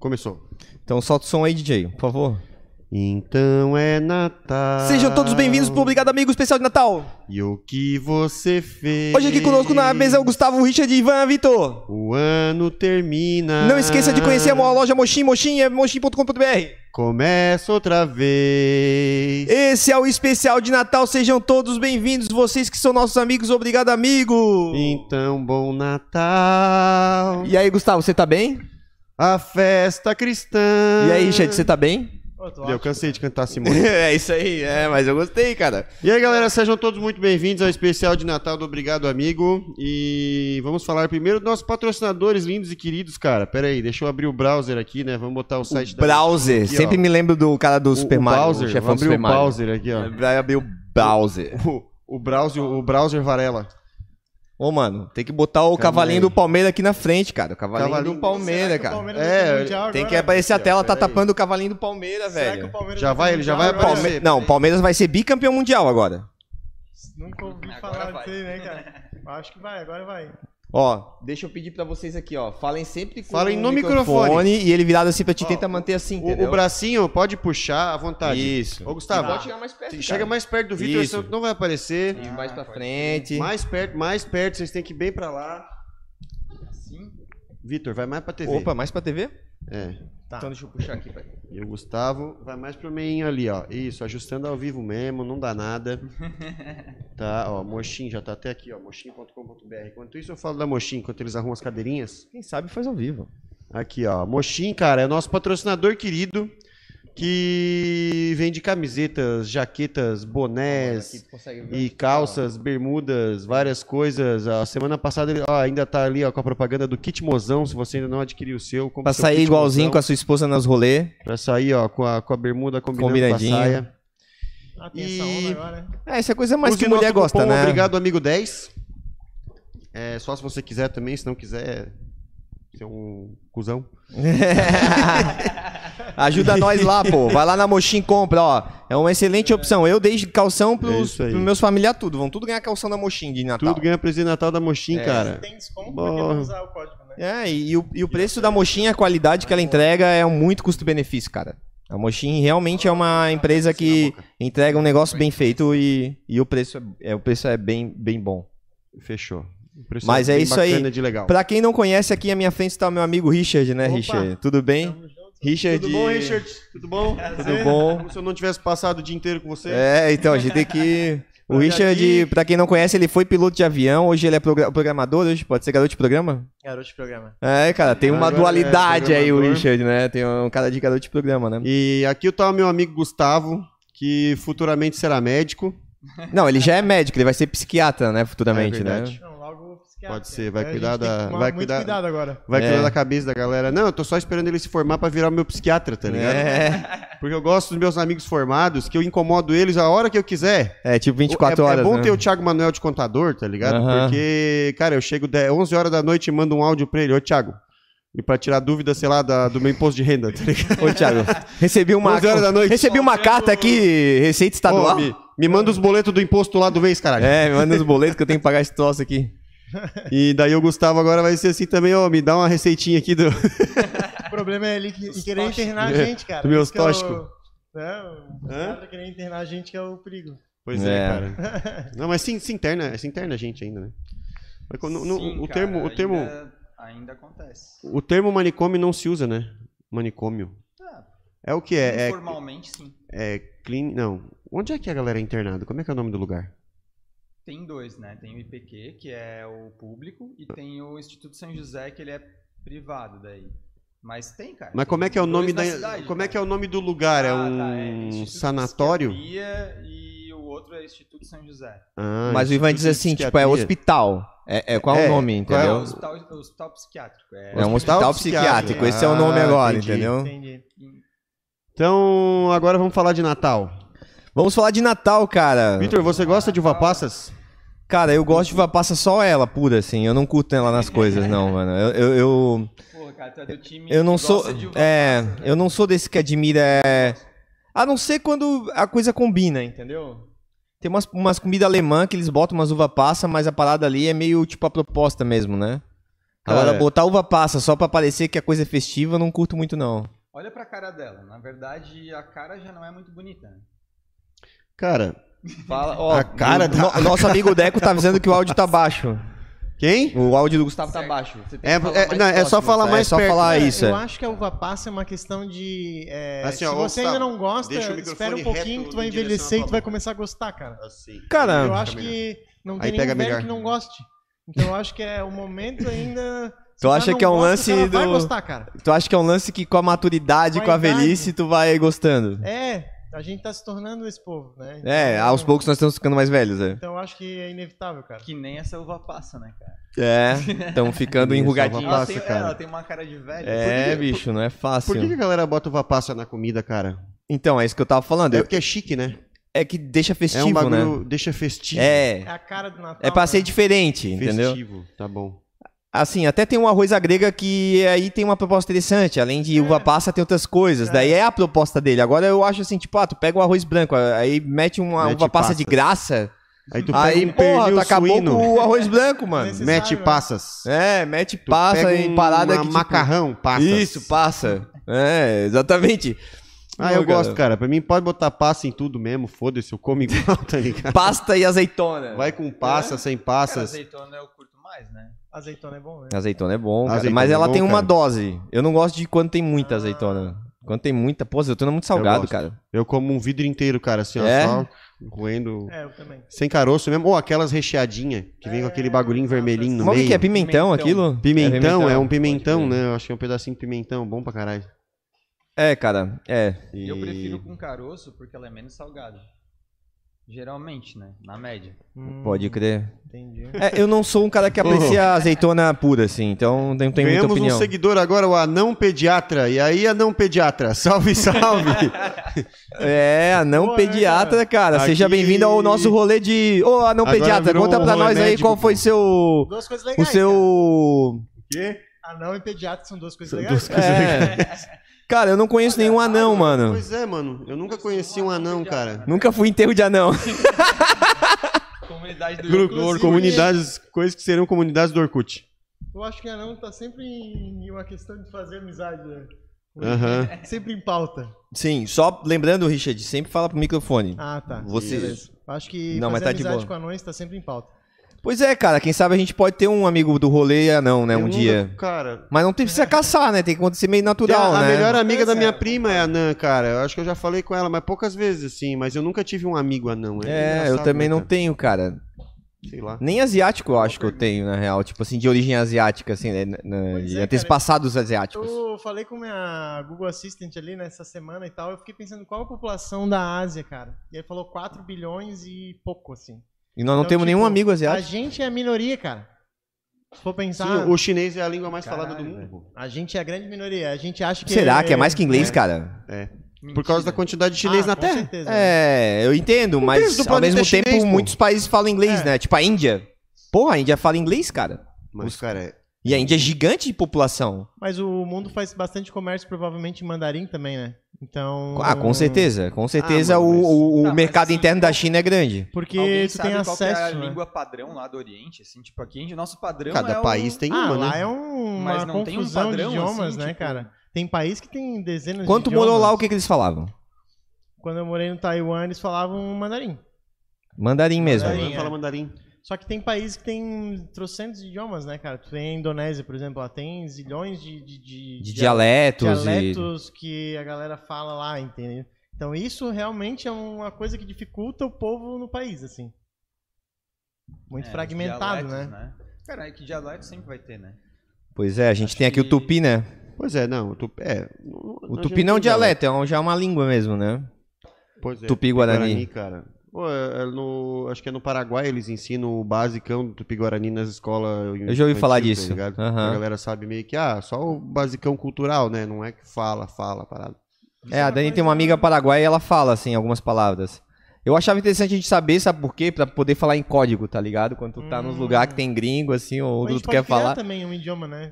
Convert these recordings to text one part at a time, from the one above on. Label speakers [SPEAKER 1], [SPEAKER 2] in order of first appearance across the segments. [SPEAKER 1] Começou.
[SPEAKER 2] Então solta o som aí, DJ, por favor.
[SPEAKER 1] Então é Natal.
[SPEAKER 2] Sejam todos bem-vindos pro Obrigado Amigo Especial de Natal.
[SPEAKER 1] E o que você fez?
[SPEAKER 2] Hoje aqui conosco na mesa é o Gustavo, Richard e Ivan Vitor.
[SPEAKER 1] O ano termina.
[SPEAKER 2] Não esqueça de conhecer a mo- loja Mochim, Mochim, é mochim.com.br.
[SPEAKER 1] Começa outra vez.
[SPEAKER 2] Esse é o especial de Natal, sejam todos bem-vindos, vocês que são nossos amigos, obrigado amigo.
[SPEAKER 1] Então bom Natal.
[SPEAKER 2] E aí, Gustavo, você tá bem?
[SPEAKER 1] A festa cristã.
[SPEAKER 2] E aí, Richard, você tá bem?
[SPEAKER 1] Eu cansei de cantar Simone.
[SPEAKER 2] é isso aí, é, mas eu gostei, cara.
[SPEAKER 1] e aí, galera, sejam todos muito bem-vindos ao especial de Natal do Obrigado Amigo. E vamos falar primeiro dos nossos patrocinadores lindos e queridos, cara. Pera aí, deixa eu abrir o browser aqui, né? Vamos botar o site da-
[SPEAKER 3] Browser.
[SPEAKER 1] Aqui, ó.
[SPEAKER 3] Sempre me lembro do cara do Super Mario,
[SPEAKER 1] Bowser,
[SPEAKER 3] o
[SPEAKER 1] vou
[SPEAKER 3] chefão do
[SPEAKER 1] abrir
[SPEAKER 3] Super
[SPEAKER 1] o
[SPEAKER 3] Mario.
[SPEAKER 1] browser aqui, ó.
[SPEAKER 3] Vai abrir o Browser.
[SPEAKER 1] O, o browser, o browser Varela.
[SPEAKER 3] Ô, mano, tem que botar o
[SPEAKER 1] Calma
[SPEAKER 3] cavalinho
[SPEAKER 1] aí.
[SPEAKER 3] do Palmeiras aqui na frente, cara. O cavalinho,
[SPEAKER 1] Cavalinho-
[SPEAKER 3] do Palmeiras, cara.
[SPEAKER 1] É,
[SPEAKER 3] Tem que aparecer a tela, tá
[SPEAKER 1] peraí.
[SPEAKER 3] tapando o cavalinho do Palmeiras, velho.
[SPEAKER 1] Já vai, ele já vai aparecer.
[SPEAKER 3] Palme- Não, o Palmeiras vai ser bicampeão mundial agora.
[SPEAKER 4] Nunca ouvi
[SPEAKER 3] Agora
[SPEAKER 4] falar
[SPEAKER 3] vai.
[SPEAKER 4] disso aí, né, cara? Eu Acho que vai, agora vai.
[SPEAKER 3] Ó, deixa eu pedir pra vocês aqui, ó. Falem sempre com
[SPEAKER 1] Falem
[SPEAKER 3] o
[SPEAKER 1] no microfone.
[SPEAKER 3] e ele virado assim pra te
[SPEAKER 1] Ó,
[SPEAKER 3] tentar manter assim,
[SPEAKER 1] O,
[SPEAKER 3] entendeu?
[SPEAKER 1] o bracinho pode puxar à vontade.
[SPEAKER 3] Isso.
[SPEAKER 1] Ô, Gustavo,
[SPEAKER 3] Pode chegar mais perto,
[SPEAKER 1] Tá, chega mais perto do Vitor,
[SPEAKER 3] Isso.
[SPEAKER 1] senão tu não vai aparecer.
[SPEAKER 3] mais... mais pra frente.
[SPEAKER 1] Ah, Mais perto, mais perto, vocês têm que ir bem pra lá. Vitor, vai mais pra TV.
[SPEAKER 3] Opa, mais pra TV?
[SPEAKER 1] É.
[SPEAKER 3] Então deixa eu puxar aqui, velho.
[SPEAKER 1] E o Gustavo vai mais pro meio ali, ó. Isso, ajustando ao vivo mesmo, não dá nada. Tá, ó, Mochim já tá até aqui, ó, mochim.com.br. Enquanto isso eu falo da Mochim, enquanto eles arrumam as cadeirinhas.
[SPEAKER 3] Quem sabe faz ao vivo.
[SPEAKER 1] Aqui, ó. Mochim, cara, é nosso patrocinador querido que vende camisetas, jaquetas, bonés e calças, bermudas, várias coisas. A semana passada ele ó, ainda tá ali ó, com a propaganda do kit mozão. Se você ainda não adquiriu o seu, compra
[SPEAKER 3] Pra
[SPEAKER 1] o seu
[SPEAKER 3] sair
[SPEAKER 1] kit
[SPEAKER 3] igualzinho
[SPEAKER 1] Mozão.
[SPEAKER 3] com a sua esposa nos rolês.
[SPEAKER 1] Pra sair, ó, com a, com a bermuda combinando com a
[SPEAKER 3] Combinadinho.
[SPEAKER 1] saia.
[SPEAKER 4] Ah, tem essa
[SPEAKER 1] E-
[SPEAKER 4] onda agora, né?
[SPEAKER 3] É, isso é coisa mais
[SPEAKER 1] Use
[SPEAKER 3] que
[SPEAKER 1] nosso
[SPEAKER 3] mulher gosta,
[SPEAKER 1] cupom
[SPEAKER 3] né?
[SPEAKER 1] Obrigado, amigo 10. É, só se você quiser também, se não quiser, ser um cuzão.
[SPEAKER 3] Ajuda nós lá, pô. Vai lá na Mochim e compra, ó. É uma excelente opção. Eu desde calção
[SPEAKER 1] É
[SPEAKER 3] pros,
[SPEAKER 1] isso aí.
[SPEAKER 3] pros meus familiares tudo. Vão tudo ganhar calção da Mochim de Natal.
[SPEAKER 1] Tudo ganha presente de Natal da Mochim, cara.
[SPEAKER 4] Tem desconto
[SPEAKER 1] É. Bom.
[SPEAKER 4] porque não usar o código, né?
[SPEAKER 3] É, e, e o, e o preço da Mochim, a qualidade que ela entrega é um muito custo-benefício, cara. A Mochim realmente é uma empresa que entrega um negócio bem feito e, e o preço é, é- o preço é bem, bem bom.
[SPEAKER 1] Fechou. Impressão
[SPEAKER 3] Mas é
[SPEAKER 1] bem
[SPEAKER 3] isso aí.
[SPEAKER 1] bacana de legal.
[SPEAKER 3] Pra quem não conhece, aqui à minha frente tá o meu amigo Richard, né,
[SPEAKER 4] Opa.
[SPEAKER 3] Richard? Tudo bem?
[SPEAKER 4] Tamo junto.
[SPEAKER 3] Richard.
[SPEAKER 1] Tudo bom, Richard? Tudo bom?
[SPEAKER 3] Tudo bom?
[SPEAKER 1] É, Como se eu não tivesse passado o dia inteiro com você.
[SPEAKER 3] É, então, a gente tem que. O
[SPEAKER 1] Olha
[SPEAKER 3] Richard,
[SPEAKER 1] aqui.
[SPEAKER 3] pra quem não conhece, ele foi piloto de avião, hoje ele é progra- programador, hoje pode ser garoto de programa?
[SPEAKER 4] Garoto de programa.
[SPEAKER 3] É, cara, tem uma
[SPEAKER 1] Agora é
[SPEAKER 3] dualidade aí o
[SPEAKER 1] programador.
[SPEAKER 3] Richard, né? Tem um cara de garoto de programa, né?
[SPEAKER 1] E aqui tá o meu amigo Gustavo, que futuramente será médico.
[SPEAKER 3] Não, ele já é médico, ele vai ser psiquiatra, né, futuramente,
[SPEAKER 1] É
[SPEAKER 3] né?
[SPEAKER 1] verdade.
[SPEAKER 4] Não, logo o psiquiatra. É,
[SPEAKER 1] Pode ser, vai
[SPEAKER 4] A gente
[SPEAKER 1] cuidar
[SPEAKER 4] tem
[SPEAKER 1] da-
[SPEAKER 4] que tomar
[SPEAKER 1] vai
[SPEAKER 4] muito
[SPEAKER 1] cuidar-
[SPEAKER 4] cuidado agora.
[SPEAKER 1] Vai
[SPEAKER 3] É.
[SPEAKER 1] cuidar da cabeça da galera. Não, eu tô só esperando ele se formar pra virar o meu psiquiatra, tá ligado?
[SPEAKER 3] É,
[SPEAKER 1] Porque eu gosto dos meus amigos formados, que eu incomodo eles a hora que eu quiser.
[SPEAKER 3] é tipo 24
[SPEAKER 1] é,
[SPEAKER 3] horas,
[SPEAKER 1] É bom
[SPEAKER 3] né?
[SPEAKER 1] ter o Thiago Manuel de contador, tá ligado?
[SPEAKER 3] Aham.
[SPEAKER 1] Porque, cara, eu chego 10, 11 horas da noite e mando um áudio pra ele. Ô, Thiago, e pra tirar dúvida, sei lá, da- do meu imposto de renda, tá ligado?
[SPEAKER 3] Ô, Thiago, recebi uma,
[SPEAKER 1] 11 horas da noite.
[SPEAKER 3] recebi uma carta aqui, receita
[SPEAKER 1] Ô,
[SPEAKER 3] estadual.
[SPEAKER 1] me, me manda os boletos do imposto lá do mês, caralho.
[SPEAKER 3] Tá É, me manda os boletos que eu tenho que pagar esse troço aqui.
[SPEAKER 1] E daí o Gustavo agora vai ser assim também, ô, me dá uma receitinha aqui do...
[SPEAKER 4] O problema é ele que, em querer internar a
[SPEAKER 1] É,
[SPEAKER 4] gente, cara.
[SPEAKER 1] do meus
[SPEAKER 4] Isso que é o-
[SPEAKER 1] tóxicos.
[SPEAKER 4] Né? O cara querer internar a gente que é o perigo.
[SPEAKER 1] Pois é,
[SPEAKER 3] É.
[SPEAKER 1] cara. Não, mas se, se interna, se interna a gente ainda, né? Mas quando- no- o, termo, o, termo,
[SPEAKER 5] Ainda, ainda acontece.
[SPEAKER 1] o termo manicômio não se usa, né? Manicômio.
[SPEAKER 5] Ah,
[SPEAKER 1] É o que é? É,
[SPEAKER 5] Informalmente, sim.
[SPEAKER 1] é clean... Não. Onde é que a galera é internada? Como é que é o nome do lugar?
[SPEAKER 5] Tem dois, né? Tem o IPQ, que é o público, e tem o Instituto São José, que ele é privado daí. Mas tem, cara.
[SPEAKER 1] Mas
[SPEAKER 5] tem
[SPEAKER 1] como é que é o
[SPEAKER 5] dois
[SPEAKER 1] nome
[SPEAKER 5] na
[SPEAKER 1] da...
[SPEAKER 5] cidade,
[SPEAKER 1] como é
[SPEAKER 5] cara.
[SPEAKER 1] que é o nome do lugar? É
[SPEAKER 5] Ah, tá,
[SPEAKER 1] um
[SPEAKER 5] Instituto de
[SPEAKER 1] sanatório?
[SPEAKER 5] Psiquiatria E o outro é Instituto São José.
[SPEAKER 1] Ah,
[SPEAKER 3] Mas o Ivan
[SPEAKER 1] Instituto
[SPEAKER 3] diz
[SPEAKER 1] de
[SPEAKER 3] assim, tipo, é
[SPEAKER 1] Psiquiatria.
[SPEAKER 3] hospital. É, é- qual é,
[SPEAKER 1] É,
[SPEAKER 3] o nome,
[SPEAKER 1] qual é
[SPEAKER 3] entendeu?
[SPEAKER 5] É
[SPEAKER 1] o-
[SPEAKER 5] o hospital, o hospital psiquiátrico. É,
[SPEAKER 3] É um hospital psiquiátrico, esse é o nome
[SPEAKER 1] Ah,
[SPEAKER 3] agora,
[SPEAKER 1] entendi.
[SPEAKER 3] entendeu?
[SPEAKER 4] Entendi.
[SPEAKER 1] Então, agora vamos falar de Natal.
[SPEAKER 3] Vamos falar de Natal, cara.
[SPEAKER 1] Vitor, você gosta de uva passas?
[SPEAKER 3] Cara, eu gosto de uva passa só ela, pura, assim. Eu não curto ela nas coisas, não, mano. Eu, eu, eu,
[SPEAKER 5] Porra, cara, tu é do time
[SPEAKER 3] eu não
[SPEAKER 5] que
[SPEAKER 3] sou.
[SPEAKER 5] gosta de uva
[SPEAKER 3] É,
[SPEAKER 5] passa, né?
[SPEAKER 3] eu não sou desse que admira. é, A não ser quando a coisa combina, entendeu? Tem umas, umas comidas alemã que eles botam umas uva passa, mas a parada ali é meio tipo a proposta mesmo, né? Agora,
[SPEAKER 1] Cara,
[SPEAKER 3] botar uva passa só pra parecer que a coisa é festiva, eu não curto muito, não.
[SPEAKER 5] Olha pra cara dela. Na verdade, a cara já não é muito bonita. né?
[SPEAKER 1] Cara,
[SPEAKER 3] Fala, ó,
[SPEAKER 1] A cara
[SPEAKER 3] o, no- nosso amigo Deco tá dizendo que o áudio tá baixo.
[SPEAKER 1] quem?
[SPEAKER 3] O áudio do Gustavo tá
[SPEAKER 5] Certo.
[SPEAKER 3] baixo. Você tem
[SPEAKER 1] É,
[SPEAKER 3] que falar
[SPEAKER 1] é-
[SPEAKER 3] mais
[SPEAKER 1] não, é só
[SPEAKER 3] próximo,
[SPEAKER 1] falar
[SPEAKER 3] tá?
[SPEAKER 1] mais
[SPEAKER 3] É só
[SPEAKER 1] perto. né?
[SPEAKER 3] falar
[SPEAKER 4] Cara,
[SPEAKER 3] isso.
[SPEAKER 4] Eu
[SPEAKER 3] é.
[SPEAKER 4] acho que a uva passa é uma questão de. é,
[SPEAKER 1] Assim,
[SPEAKER 4] se
[SPEAKER 1] ó, ô,
[SPEAKER 4] você ainda
[SPEAKER 1] Gustavo,
[SPEAKER 4] não gosta,
[SPEAKER 1] deixa o
[SPEAKER 4] espera
[SPEAKER 1] microfone
[SPEAKER 4] um pouquinho
[SPEAKER 1] reto
[SPEAKER 4] que tu vai
[SPEAKER 1] em direção
[SPEAKER 4] envelhecer
[SPEAKER 1] à
[SPEAKER 4] e tu vai
[SPEAKER 1] boca.
[SPEAKER 4] começar a gostar, cara.
[SPEAKER 1] Assim.
[SPEAKER 3] Cara,
[SPEAKER 4] Eu acho
[SPEAKER 1] fica
[SPEAKER 4] que não
[SPEAKER 1] Aí
[SPEAKER 4] tem
[SPEAKER 1] pega
[SPEAKER 4] ninguém velho
[SPEAKER 1] melhor.
[SPEAKER 4] que não goste. Então eu acho que é o momento ainda.
[SPEAKER 3] Tu
[SPEAKER 4] Se
[SPEAKER 3] acha
[SPEAKER 4] não
[SPEAKER 3] que é um
[SPEAKER 4] gosta,
[SPEAKER 3] lance
[SPEAKER 4] o cara Vai
[SPEAKER 3] do-
[SPEAKER 4] gostar, cara.
[SPEAKER 3] Tu acha que é um lance que com a maturidade,
[SPEAKER 4] Com
[SPEAKER 3] com,
[SPEAKER 4] a
[SPEAKER 3] a
[SPEAKER 4] idade.
[SPEAKER 3] velhice, tu vai gostando.
[SPEAKER 4] É, a gente tá se tornando esse povo, né? Então-
[SPEAKER 3] É, aos poucos nós estamos ficando mais velhos, é.
[SPEAKER 4] Então eu acho que é inevitável, cara.
[SPEAKER 5] Que nem essa uva passa, né, cara?
[SPEAKER 3] É, estamos ficando
[SPEAKER 1] Isso,
[SPEAKER 3] enrugadinhos.
[SPEAKER 1] uva
[SPEAKER 5] Ela
[SPEAKER 1] Passa,
[SPEAKER 5] tem, é,
[SPEAKER 1] cara.
[SPEAKER 5] ela tem uma cara de velha.
[SPEAKER 3] É,
[SPEAKER 1] Por que-
[SPEAKER 3] bicho, não é
[SPEAKER 1] Por que, que
[SPEAKER 3] fácil.
[SPEAKER 1] a galera bota uva passa na comida, cara?
[SPEAKER 3] Então, é isso que eu tava falando.
[SPEAKER 1] É
[SPEAKER 3] eu-
[SPEAKER 1] porque é chique, né?
[SPEAKER 3] É que deixa
[SPEAKER 1] é um
[SPEAKER 3] festivo, né?
[SPEAKER 1] bagulho, deixa festivo.
[SPEAKER 3] É.
[SPEAKER 4] É a cara do Natal.
[SPEAKER 3] É pra ser
[SPEAKER 4] né?
[SPEAKER 3] diferente, entendeu?
[SPEAKER 1] Festivo, tá bom.
[SPEAKER 3] Assim, até tem um arroz à grega que aí tem uma proposta interessante. Além de uva passa, tem outras coisas. Daí é a proposta dele. Agora eu acho assim, tipo, ah, tu pega o arroz branco, aí mete uma
[SPEAKER 1] Mete
[SPEAKER 3] uva passa, de
[SPEAKER 1] passas.
[SPEAKER 3] graça.
[SPEAKER 1] Aí tu pega
[SPEAKER 3] aí,
[SPEAKER 1] um
[SPEAKER 3] porra,
[SPEAKER 1] pernil
[SPEAKER 3] tu acabou
[SPEAKER 1] suíno,
[SPEAKER 3] com o arroz branco, mano.
[SPEAKER 4] Necessário,
[SPEAKER 1] mete
[SPEAKER 4] né?
[SPEAKER 1] passas.
[SPEAKER 3] É, mete
[SPEAKER 1] Tu
[SPEAKER 3] passa
[SPEAKER 1] pega
[SPEAKER 3] em
[SPEAKER 1] um-
[SPEAKER 3] parada
[SPEAKER 1] uma
[SPEAKER 3] que, tipo,
[SPEAKER 1] macarrão, passas.
[SPEAKER 3] Isso, passa. É, exatamente.
[SPEAKER 1] Ah, eu
[SPEAKER 3] Não, cara.
[SPEAKER 1] gosto, cara. Pra mim pode botar passa em tudo mesmo, foda-se, eu como igual, tá ligado?
[SPEAKER 3] Pasta e azeitona.
[SPEAKER 1] Vai com passa, sem
[SPEAKER 5] Cara,
[SPEAKER 1] passas.
[SPEAKER 5] azeitona eu curto mais, né?
[SPEAKER 4] Azeitona é bom, né?
[SPEAKER 3] Azeitona é bom, cara,
[SPEAKER 1] Azeitona
[SPEAKER 3] mas
[SPEAKER 1] é
[SPEAKER 3] ela
[SPEAKER 1] bom,
[SPEAKER 3] tem uma
[SPEAKER 1] cara.
[SPEAKER 3] dose. Eu não gosto de quando tem muita azeitona. Quando tem muita, pô, azeitona é muito salgado,
[SPEAKER 1] gosto.
[SPEAKER 3] cara.
[SPEAKER 1] Eu como um vidro inteiro, cara, assim, ó,
[SPEAKER 3] É?
[SPEAKER 1] só roendo.
[SPEAKER 4] É, eu também.
[SPEAKER 1] Sem caroço mesmo, ou aquelas recheadinhas, que vem com aquele bagulhinho vermelhinho no
[SPEAKER 3] Como é
[SPEAKER 1] meio.
[SPEAKER 3] que é pimentão,
[SPEAKER 5] Pimentão.
[SPEAKER 3] aquilo?
[SPEAKER 1] Pimentão, é, um
[SPEAKER 3] Pode
[SPEAKER 1] pimentão,
[SPEAKER 3] crer.
[SPEAKER 1] né? Eu acho que é um pedacinho de pimentão, bom pra caralho.
[SPEAKER 3] É, cara, é.
[SPEAKER 1] E...
[SPEAKER 5] Eu prefiro com caroço porque ela é menos salgada. Geralmente, né? Na média.
[SPEAKER 4] Hum,
[SPEAKER 3] Pode crer.
[SPEAKER 4] Entendi.
[SPEAKER 3] É, eu não sou um cara que aprecia azeitona pura, assim, então não tenho muita
[SPEAKER 1] Ganhamos um
[SPEAKER 3] opinião.
[SPEAKER 1] seguidor agora, o anão pediatra. E aí, anão pediatra, salve, salve!
[SPEAKER 3] É, anão
[SPEAKER 4] Boa, né,
[SPEAKER 3] pediatra, cara.
[SPEAKER 1] Aqui-
[SPEAKER 3] Seja bem-vindo ao nosso rolê de. Ô, anão
[SPEAKER 1] Agora
[SPEAKER 3] pediatra,
[SPEAKER 1] virou
[SPEAKER 3] conta
[SPEAKER 1] um
[SPEAKER 3] pra
[SPEAKER 1] rolê
[SPEAKER 3] nós aí
[SPEAKER 1] médico,
[SPEAKER 3] qual foi
[SPEAKER 1] pô.
[SPEAKER 3] seu.
[SPEAKER 4] Duas coisas
[SPEAKER 3] O
[SPEAKER 4] legais.
[SPEAKER 3] seu.
[SPEAKER 4] Cara. Anão e pediatra são duas coisas
[SPEAKER 1] São duas
[SPEAKER 4] legais. cara.
[SPEAKER 3] É. Cara, eu não conheço nenhum anão, mano.
[SPEAKER 1] Pois é, mano. Eu nunca conheci um anão, cara.
[SPEAKER 3] Nunca fui enterro de anão.
[SPEAKER 5] Comunidade do
[SPEAKER 1] Grupo,
[SPEAKER 5] Inclusive,
[SPEAKER 1] comunidades, coisas que seriam comunidades do Orkut.
[SPEAKER 4] Eu acho que anão tá sempre em uma questão de fazer amizade, né?
[SPEAKER 1] Aham.
[SPEAKER 4] Sempre em pauta.
[SPEAKER 3] Sim, só lembrando, Richard, sempre fala pro microfone.
[SPEAKER 4] Ah, tá.
[SPEAKER 3] Você-
[SPEAKER 4] Beleza. Eu Acho que
[SPEAKER 3] Não, mas
[SPEAKER 4] fazer
[SPEAKER 3] tá de
[SPEAKER 4] amizade
[SPEAKER 3] boa.
[SPEAKER 4] com anões tá sempre em pauta.
[SPEAKER 3] Pois é, cara, quem sabe a gente pode ter um amigo do rolê anão, né,
[SPEAKER 1] Eu
[SPEAKER 3] um
[SPEAKER 1] nunca-
[SPEAKER 3] dia.
[SPEAKER 1] Cara. é
[SPEAKER 3] Mas não tem-
[SPEAKER 4] É.
[SPEAKER 3] precisa caçar, né? Tem que acontecer meio natural,
[SPEAKER 1] a, a
[SPEAKER 3] né?
[SPEAKER 1] melhor amiga da minha
[SPEAKER 4] Certo.
[SPEAKER 1] prima é anã, cara. Eu acho que eu já falei com ela, mas poucas vezes, assim. Mas eu nunca tive um amigo anão.
[SPEAKER 3] É, eu
[SPEAKER 1] engraçado,
[SPEAKER 3] também
[SPEAKER 1] né,
[SPEAKER 3] não
[SPEAKER 1] cara?
[SPEAKER 3] tenho, cara.
[SPEAKER 1] Sei lá.
[SPEAKER 3] Nem asiático eu acho que eu tenho, na real. Tipo assim, de origem asiática, assim, né? na-
[SPEAKER 4] Pois
[SPEAKER 3] de
[SPEAKER 4] é, cara.
[SPEAKER 3] antepassados asiáticos.
[SPEAKER 4] Eu falei com minha Google Assistant ali nessa semana e tal, eu fiquei pensando qual a população da Ásia, cara. E ele falou 4 bilhões e pouco, assim.
[SPEAKER 3] E nós não
[SPEAKER 4] Então,
[SPEAKER 3] temos nenhum
[SPEAKER 4] tipo,
[SPEAKER 3] amigo
[SPEAKER 4] A
[SPEAKER 3] asiático.
[SPEAKER 4] gente é a minoria, cara. Se for
[SPEAKER 1] Sim,
[SPEAKER 4] pensar,
[SPEAKER 1] o chinês é a língua mais
[SPEAKER 5] Caralho,
[SPEAKER 1] falada do mundo.
[SPEAKER 5] velho.
[SPEAKER 1] pô.
[SPEAKER 4] a gente é a grande minoria. A gente acha que. né?
[SPEAKER 3] Será que é mais que inglês, cara?
[SPEAKER 1] Por causa da quantidade de chinês
[SPEAKER 4] Ah,
[SPEAKER 1] na
[SPEAKER 4] com
[SPEAKER 1] Terra.
[SPEAKER 4] certeza.
[SPEAKER 3] É, eu
[SPEAKER 1] terço
[SPEAKER 3] entendo,
[SPEAKER 1] do
[SPEAKER 3] mas ao
[SPEAKER 1] planeta
[SPEAKER 3] mesmo
[SPEAKER 1] é chinês,
[SPEAKER 3] tempo
[SPEAKER 1] pô.
[SPEAKER 3] muitos países falam inglês,
[SPEAKER 4] É.
[SPEAKER 3] né? Tipo a Índia. Porra, a Índia fala inglês, cara.
[SPEAKER 1] Mas, cara,
[SPEAKER 3] E a Índia é gigante de população.
[SPEAKER 4] Mas o mundo faz bastante comércio, provavelmente, em mandarim também, né? Então.
[SPEAKER 3] Ah, com certeza. Com certeza
[SPEAKER 1] mano,
[SPEAKER 3] o-
[SPEAKER 1] mas-
[SPEAKER 3] o, o
[SPEAKER 5] Tá, mas
[SPEAKER 3] mercado
[SPEAKER 5] assim,
[SPEAKER 3] interno da China é grande.
[SPEAKER 4] Porque
[SPEAKER 5] Alguém
[SPEAKER 4] tu
[SPEAKER 5] sabe
[SPEAKER 4] tem
[SPEAKER 5] qual que é a
[SPEAKER 4] acesso. né?
[SPEAKER 5] língua padrão lá do Oriente, assim, tipo, aqui o nosso padrão é
[SPEAKER 1] cada
[SPEAKER 5] o-
[SPEAKER 1] país tem
[SPEAKER 4] Ah,
[SPEAKER 1] uma,
[SPEAKER 4] lá
[SPEAKER 1] né?
[SPEAKER 4] é um-
[SPEAKER 5] Mas
[SPEAKER 4] uma
[SPEAKER 5] não tem um
[SPEAKER 4] confusão
[SPEAKER 5] padrão,
[SPEAKER 4] de idiomas,
[SPEAKER 5] assim,
[SPEAKER 4] né,
[SPEAKER 5] tipo-
[SPEAKER 4] cara? Tem país que tem dezenas
[SPEAKER 3] Quando
[SPEAKER 4] de
[SPEAKER 3] tu morou
[SPEAKER 4] idiomas.
[SPEAKER 3] lá, o que, que eles falavam?
[SPEAKER 4] Quando eu morei no Taiwan, eles falavam mandarim.
[SPEAKER 3] Mandarim mesmo.
[SPEAKER 4] Mandarim.
[SPEAKER 1] Fala mandarim.
[SPEAKER 4] Só que tem país que tem trocentos de idiomas, né, cara? Tu tem a Indonésia, por exemplo, lá tem zilhões de, de, de-
[SPEAKER 3] De
[SPEAKER 4] de-
[SPEAKER 3] dialetos, e.
[SPEAKER 4] dialetos que a galera fala lá, entendeu? Então isso realmente é uma coisa que dificulta o povo no país, assim. Muito
[SPEAKER 5] É, os
[SPEAKER 4] fragmentado, né?
[SPEAKER 5] dialetos, Cara, é que dialeto sempre vai ter, né?
[SPEAKER 3] Pois é, a gente tem aqui o
[SPEAKER 5] que-
[SPEAKER 3] tupi, né?
[SPEAKER 1] Pois é, não. O tupi é, não-
[SPEAKER 3] O
[SPEAKER 1] não
[SPEAKER 3] tupi não é um
[SPEAKER 1] adianta,
[SPEAKER 3] dialeto, é um- já é uma língua mesmo, né?
[SPEAKER 1] velho. Pois é.
[SPEAKER 3] Tupi-guarani.
[SPEAKER 1] Guarani, cara. Pô, é- é no- acho que é no Paraguai eles ensinam o basicão do Tupi-Guarani nas escolas.
[SPEAKER 3] Eu já ouvi falar
[SPEAKER 1] infantil,
[SPEAKER 3] disso.
[SPEAKER 1] Tá ligado?
[SPEAKER 3] Aham.
[SPEAKER 1] A galera sabe meio que, ah, só o basicão cultural, né? Não é que fala, fala, parada.
[SPEAKER 3] É, a Dani tem uma amiga paraguaia e ela fala, assim, algumas palavras. Eu achava interessante a gente saber, sabe por quê? Pra poder falar em código, tá ligado? Quando tu tá nos
[SPEAKER 4] Hum.
[SPEAKER 3] lugares que tem gringo, assim, ou
[SPEAKER 4] Mas a
[SPEAKER 3] tu
[SPEAKER 4] gente
[SPEAKER 3] quer
[SPEAKER 4] pode criar
[SPEAKER 3] falar.
[SPEAKER 4] também um idioma, né?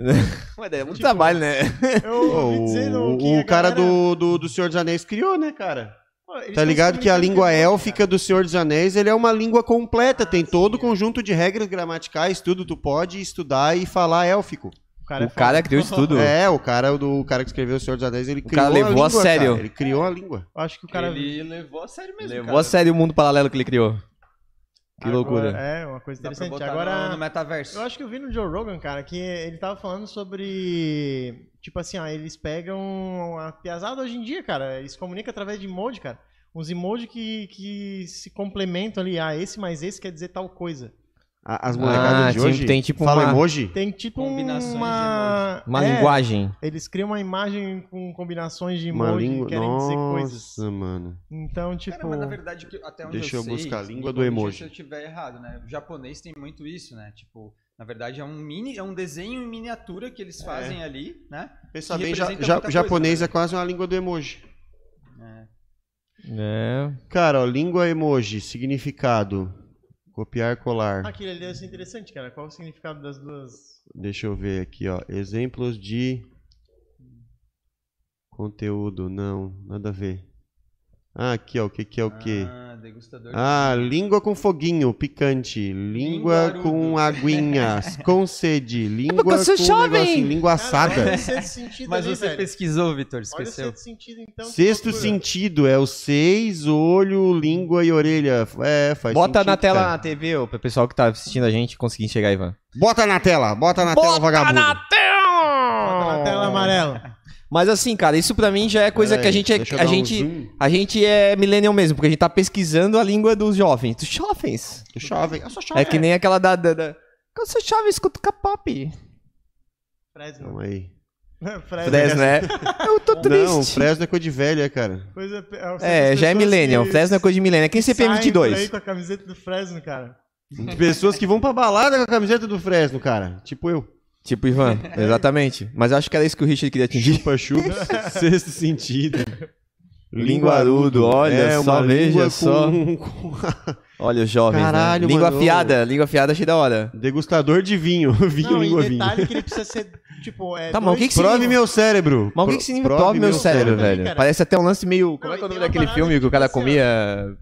[SPEAKER 3] Mas é muito
[SPEAKER 4] Tipo-
[SPEAKER 3] trabalho, né?
[SPEAKER 4] Eu ouvi dizer no-
[SPEAKER 1] o
[SPEAKER 4] que a
[SPEAKER 1] o cara
[SPEAKER 4] galera- é,
[SPEAKER 1] do, do, do Senhor dos Anéis criou, né, cara?
[SPEAKER 4] Pô, eles
[SPEAKER 1] Tá
[SPEAKER 4] tão se
[SPEAKER 1] ligado que a
[SPEAKER 4] comunicando
[SPEAKER 1] língua
[SPEAKER 4] de novo,
[SPEAKER 1] élfica do Senhor dos Anéis, ele é uma língua completa, tem
[SPEAKER 4] Ah,
[SPEAKER 1] todo
[SPEAKER 4] é.
[SPEAKER 1] o conjunto de regras gramaticais, tudo tu pode estudar e falar élfico.
[SPEAKER 4] cara. é
[SPEAKER 3] o cara que deu
[SPEAKER 4] estudo.
[SPEAKER 3] estudo.
[SPEAKER 1] É, o cara do o cara que escreveu o Senhor dos Anéis, ele criou
[SPEAKER 3] cara
[SPEAKER 1] a
[SPEAKER 3] levou a
[SPEAKER 1] língua,
[SPEAKER 3] sério.
[SPEAKER 1] cara, Ele criou a língua.
[SPEAKER 4] Acho que o cara.
[SPEAKER 5] Ele levou a sério mesmo,
[SPEAKER 3] Levou
[SPEAKER 5] cara.
[SPEAKER 3] a sério o mundo paralelo que ele criou. Que
[SPEAKER 4] Agora-
[SPEAKER 3] loucura.
[SPEAKER 4] É, uma coisa
[SPEAKER 5] Dá pra
[SPEAKER 4] interessante.
[SPEAKER 5] botar
[SPEAKER 4] Agora.
[SPEAKER 5] no, no metaverso.
[SPEAKER 4] Eu acho que eu vi no Joe Rogan, cara, que ele tava falando sobre. Tipo assim, ó, eles pegam a piazada hoje em dia, cara. Eles comunicam através de emoji, cara. Uns emoji que, que se complementam ali. Ah, esse mais esse quer dizer tal coisa.
[SPEAKER 1] A- As molecadas
[SPEAKER 3] Ah,
[SPEAKER 1] de
[SPEAKER 3] tipo,
[SPEAKER 1] hoje
[SPEAKER 3] tem tipo
[SPEAKER 1] falam
[SPEAKER 3] uma,
[SPEAKER 1] emoji.
[SPEAKER 4] Tem tipo
[SPEAKER 5] Combinações de
[SPEAKER 4] uma.
[SPEAKER 3] uma
[SPEAKER 4] É,
[SPEAKER 3] linguagem.
[SPEAKER 4] Eles criam uma imagem com combinações de
[SPEAKER 1] Uma
[SPEAKER 4] emoji
[SPEAKER 1] língua.
[SPEAKER 4] que querem dizer coisas.
[SPEAKER 1] Nossa, mano.
[SPEAKER 4] Então, tipo.
[SPEAKER 5] Cara, mas na verdade, que até onde
[SPEAKER 1] Deixa
[SPEAKER 5] eu
[SPEAKER 1] eu
[SPEAKER 5] sei,
[SPEAKER 1] buscar a
[SPEAKER 5] me
[SPEAKER 1] língua do
[SPEAKER 5] corrija
[SPEAKER 1] emoji.
[SPEAKER 5] Se eu tiver errado, né? O japonês tem muito isso, né? Tipo, na verdade é um mini, é um desenho em miniatura que eles fazem ali, né?
[SPEAKER 1] Pensa
[SPEAKER 5] Que
[SPEAKER 1] bem, ja,
[SPEAKER 5] representa
[SPEAKER 1] ja-
[SPEAKER 5] muita coisa,
[SPEAKER 1] japonês
[SPEAKER 5] né?
[SPEAKER 1] é quase uma língua do emoji.
[SPEAKER 5] É.
[SPEAKER 3] É.
[SPEAKER 1] Cara, ó, língua emoji, significado. Copiar, colar.
[SPEAKER 4] Ah, Aquilo ali deve ser interessante, cara. Qual o significado das duas?
[SPEAKER 1] Deixa eu ver aqui, ó. Exemplos de conteúdo, não, nada a ver. Ah, aqui, ó, o que que é o que?
[SPEAKER 5] Ah, degustador.
[SPEAKER 1] Ah, língua com foguinho, picante. Língua
[SPEAKER 5] Linguarudo.
[SPEAKER 1] com aguinhas, com sede. Língua com
[SPEAKER 2] eu sou jovem.
[SPEAKER 1] negocinho, língua
[SPEAKER 4] Cara, olha
[SPEAKER 1] assada.
[SPEAKER 4] o sexto sentido
[SPEAKER 5] Mas
[SPEAKER 4] ali,
[SPEAKER 5] você
[SPEAKER 4] velho.
[SPEAKER 5] pesquisou, Vitor,
[SPEAKER 4] Olha o
[SPEAKER 5] esqueceu.
[SPEAKER 4] sexto sentido, então. que
[SPEAKER 1] Sexto
[SPEAKER 4] loucura.
[SPEAKER 1] sentido é o seis, olho, língua e orelha. É, faz
[SPEAKER 3] Bota na
[SPEAKER 1] sentido,
[SPEAKER 3] tela
[SPEAKER 1] cara.
[SPEAKER 3] na TV, ô, pro pessoal que tá assistindo a gente conseguir enxergar, Ivan.
[SPEAKER 1] Bota na tela, bota na tela, vagabundo.
[SPEAKER 4] Bota na tela amarela.
[SPEAKER 3] Mas assim, cara, isso pra mim já é coisa
[SPEAKER 1] Pera
[SPEAKER 3] que a
[SPEAKER 1] aí,
[SPEAKER 3] gente
[SPEAKER 1] deixa eu
[SPEAKER 3] é, a
[SPEAKER 1] dar um
[SPEAKER 3] gente
[SPEAKER 1] zoom.
[SPEAKER 3] a gente é millennial mesmo, porque a gente tá pesquisando a língua dos jovens, dos jovens.
[SPEAKER 1] Eu Jovem, eu sou
[SPEAKER 4] Ah,
[SPEAKER 1] jovem.
[SPEAKER 3] É que nem aquela da da, da... Eu sou jovem, escuto K-pop.
[SPEAKER 4] Fresno.
[SPEAKER 1] É, Calma aí.
[SPEAKER 4] Fresno.
[SPEAKER 3] Fresno, né?
[SPEAKER 4] É.
[SPEAKER 3] Eu tô
[SPEAKER 1] Não,
[SPEAKER 3] triste.
[SPEAKER 1] Fresno é coisa de velha, cara.
[SPEAKER 4] Coisa,
[SPEAKER 3] é, já é millennial. Fresno é coisa de millennial. Quem
[SPEAKER 4] CP22. Aí
[SPEAKER 3] CP22?
[SPEAKER 4] com a camiseta do Fresno, cara.
[SPEAKER 1] Pessoas que vão pra balada com a camiseta do Fresno, cara. Tipo eu.
[SPEAKER 3] Tipo, Ivan,
[SPEAKER 4] É.
[SPEAKER 3] exatamente. Mas eu acho que era isso que o Richard queria atingir.
[SPEAKER 1] Chupa chupa. Sexto sentido. É,
[SPEAKER 3] Linguarudo, olha só, veja
[SPEAKER 1] língua
[SPEAKER 3] só.
[SPEAKER 1] com- um com a-
[SPEAKER 3] Olha, os jovens. né?
[SPEAKER 1] Caralho,
[SPEAKER 3] Língua
[SPEAKER 1] mano.
[SPEAKER 3] afiada, língua afiada achei da hora.
[SPEAKER 1] Degustador de vinho. Vinho,
[SPEAKER 4] Não, e
[SPEAKER 1] língua, vinho.
[SPEAKER 4] detalhe que ele precisa ser, tipo... É,
[SPEAKER 3] Tá, mas o
[SPEAKER 4] dois-
[SPEAKER 3] que que
[SPEAKER 1] Prove meu cérebro.
[SPEAKER 3] Mas o que,
[SPEAKER 1] Pro-
[SPEAKER 3] que significa prove meu cérebro,
[SPEAKER 4] cérebro,
[SPEAKER 3] velho?
[SPEAKER 4] né, cara.
[SPEAKER 3] Parece até um lance meio. Como
[SPEAKER 4] Não,
[SPEAKER 3] é que é o nome
[SPEAKER 4] e tem uma
[SPEAKER 3] daquele
[SPEAKER 4] parada
[SPEAKER 3] filme que o cara
[SPEAKER 4] tipo assim, ó.
[SPEAKER 3] comia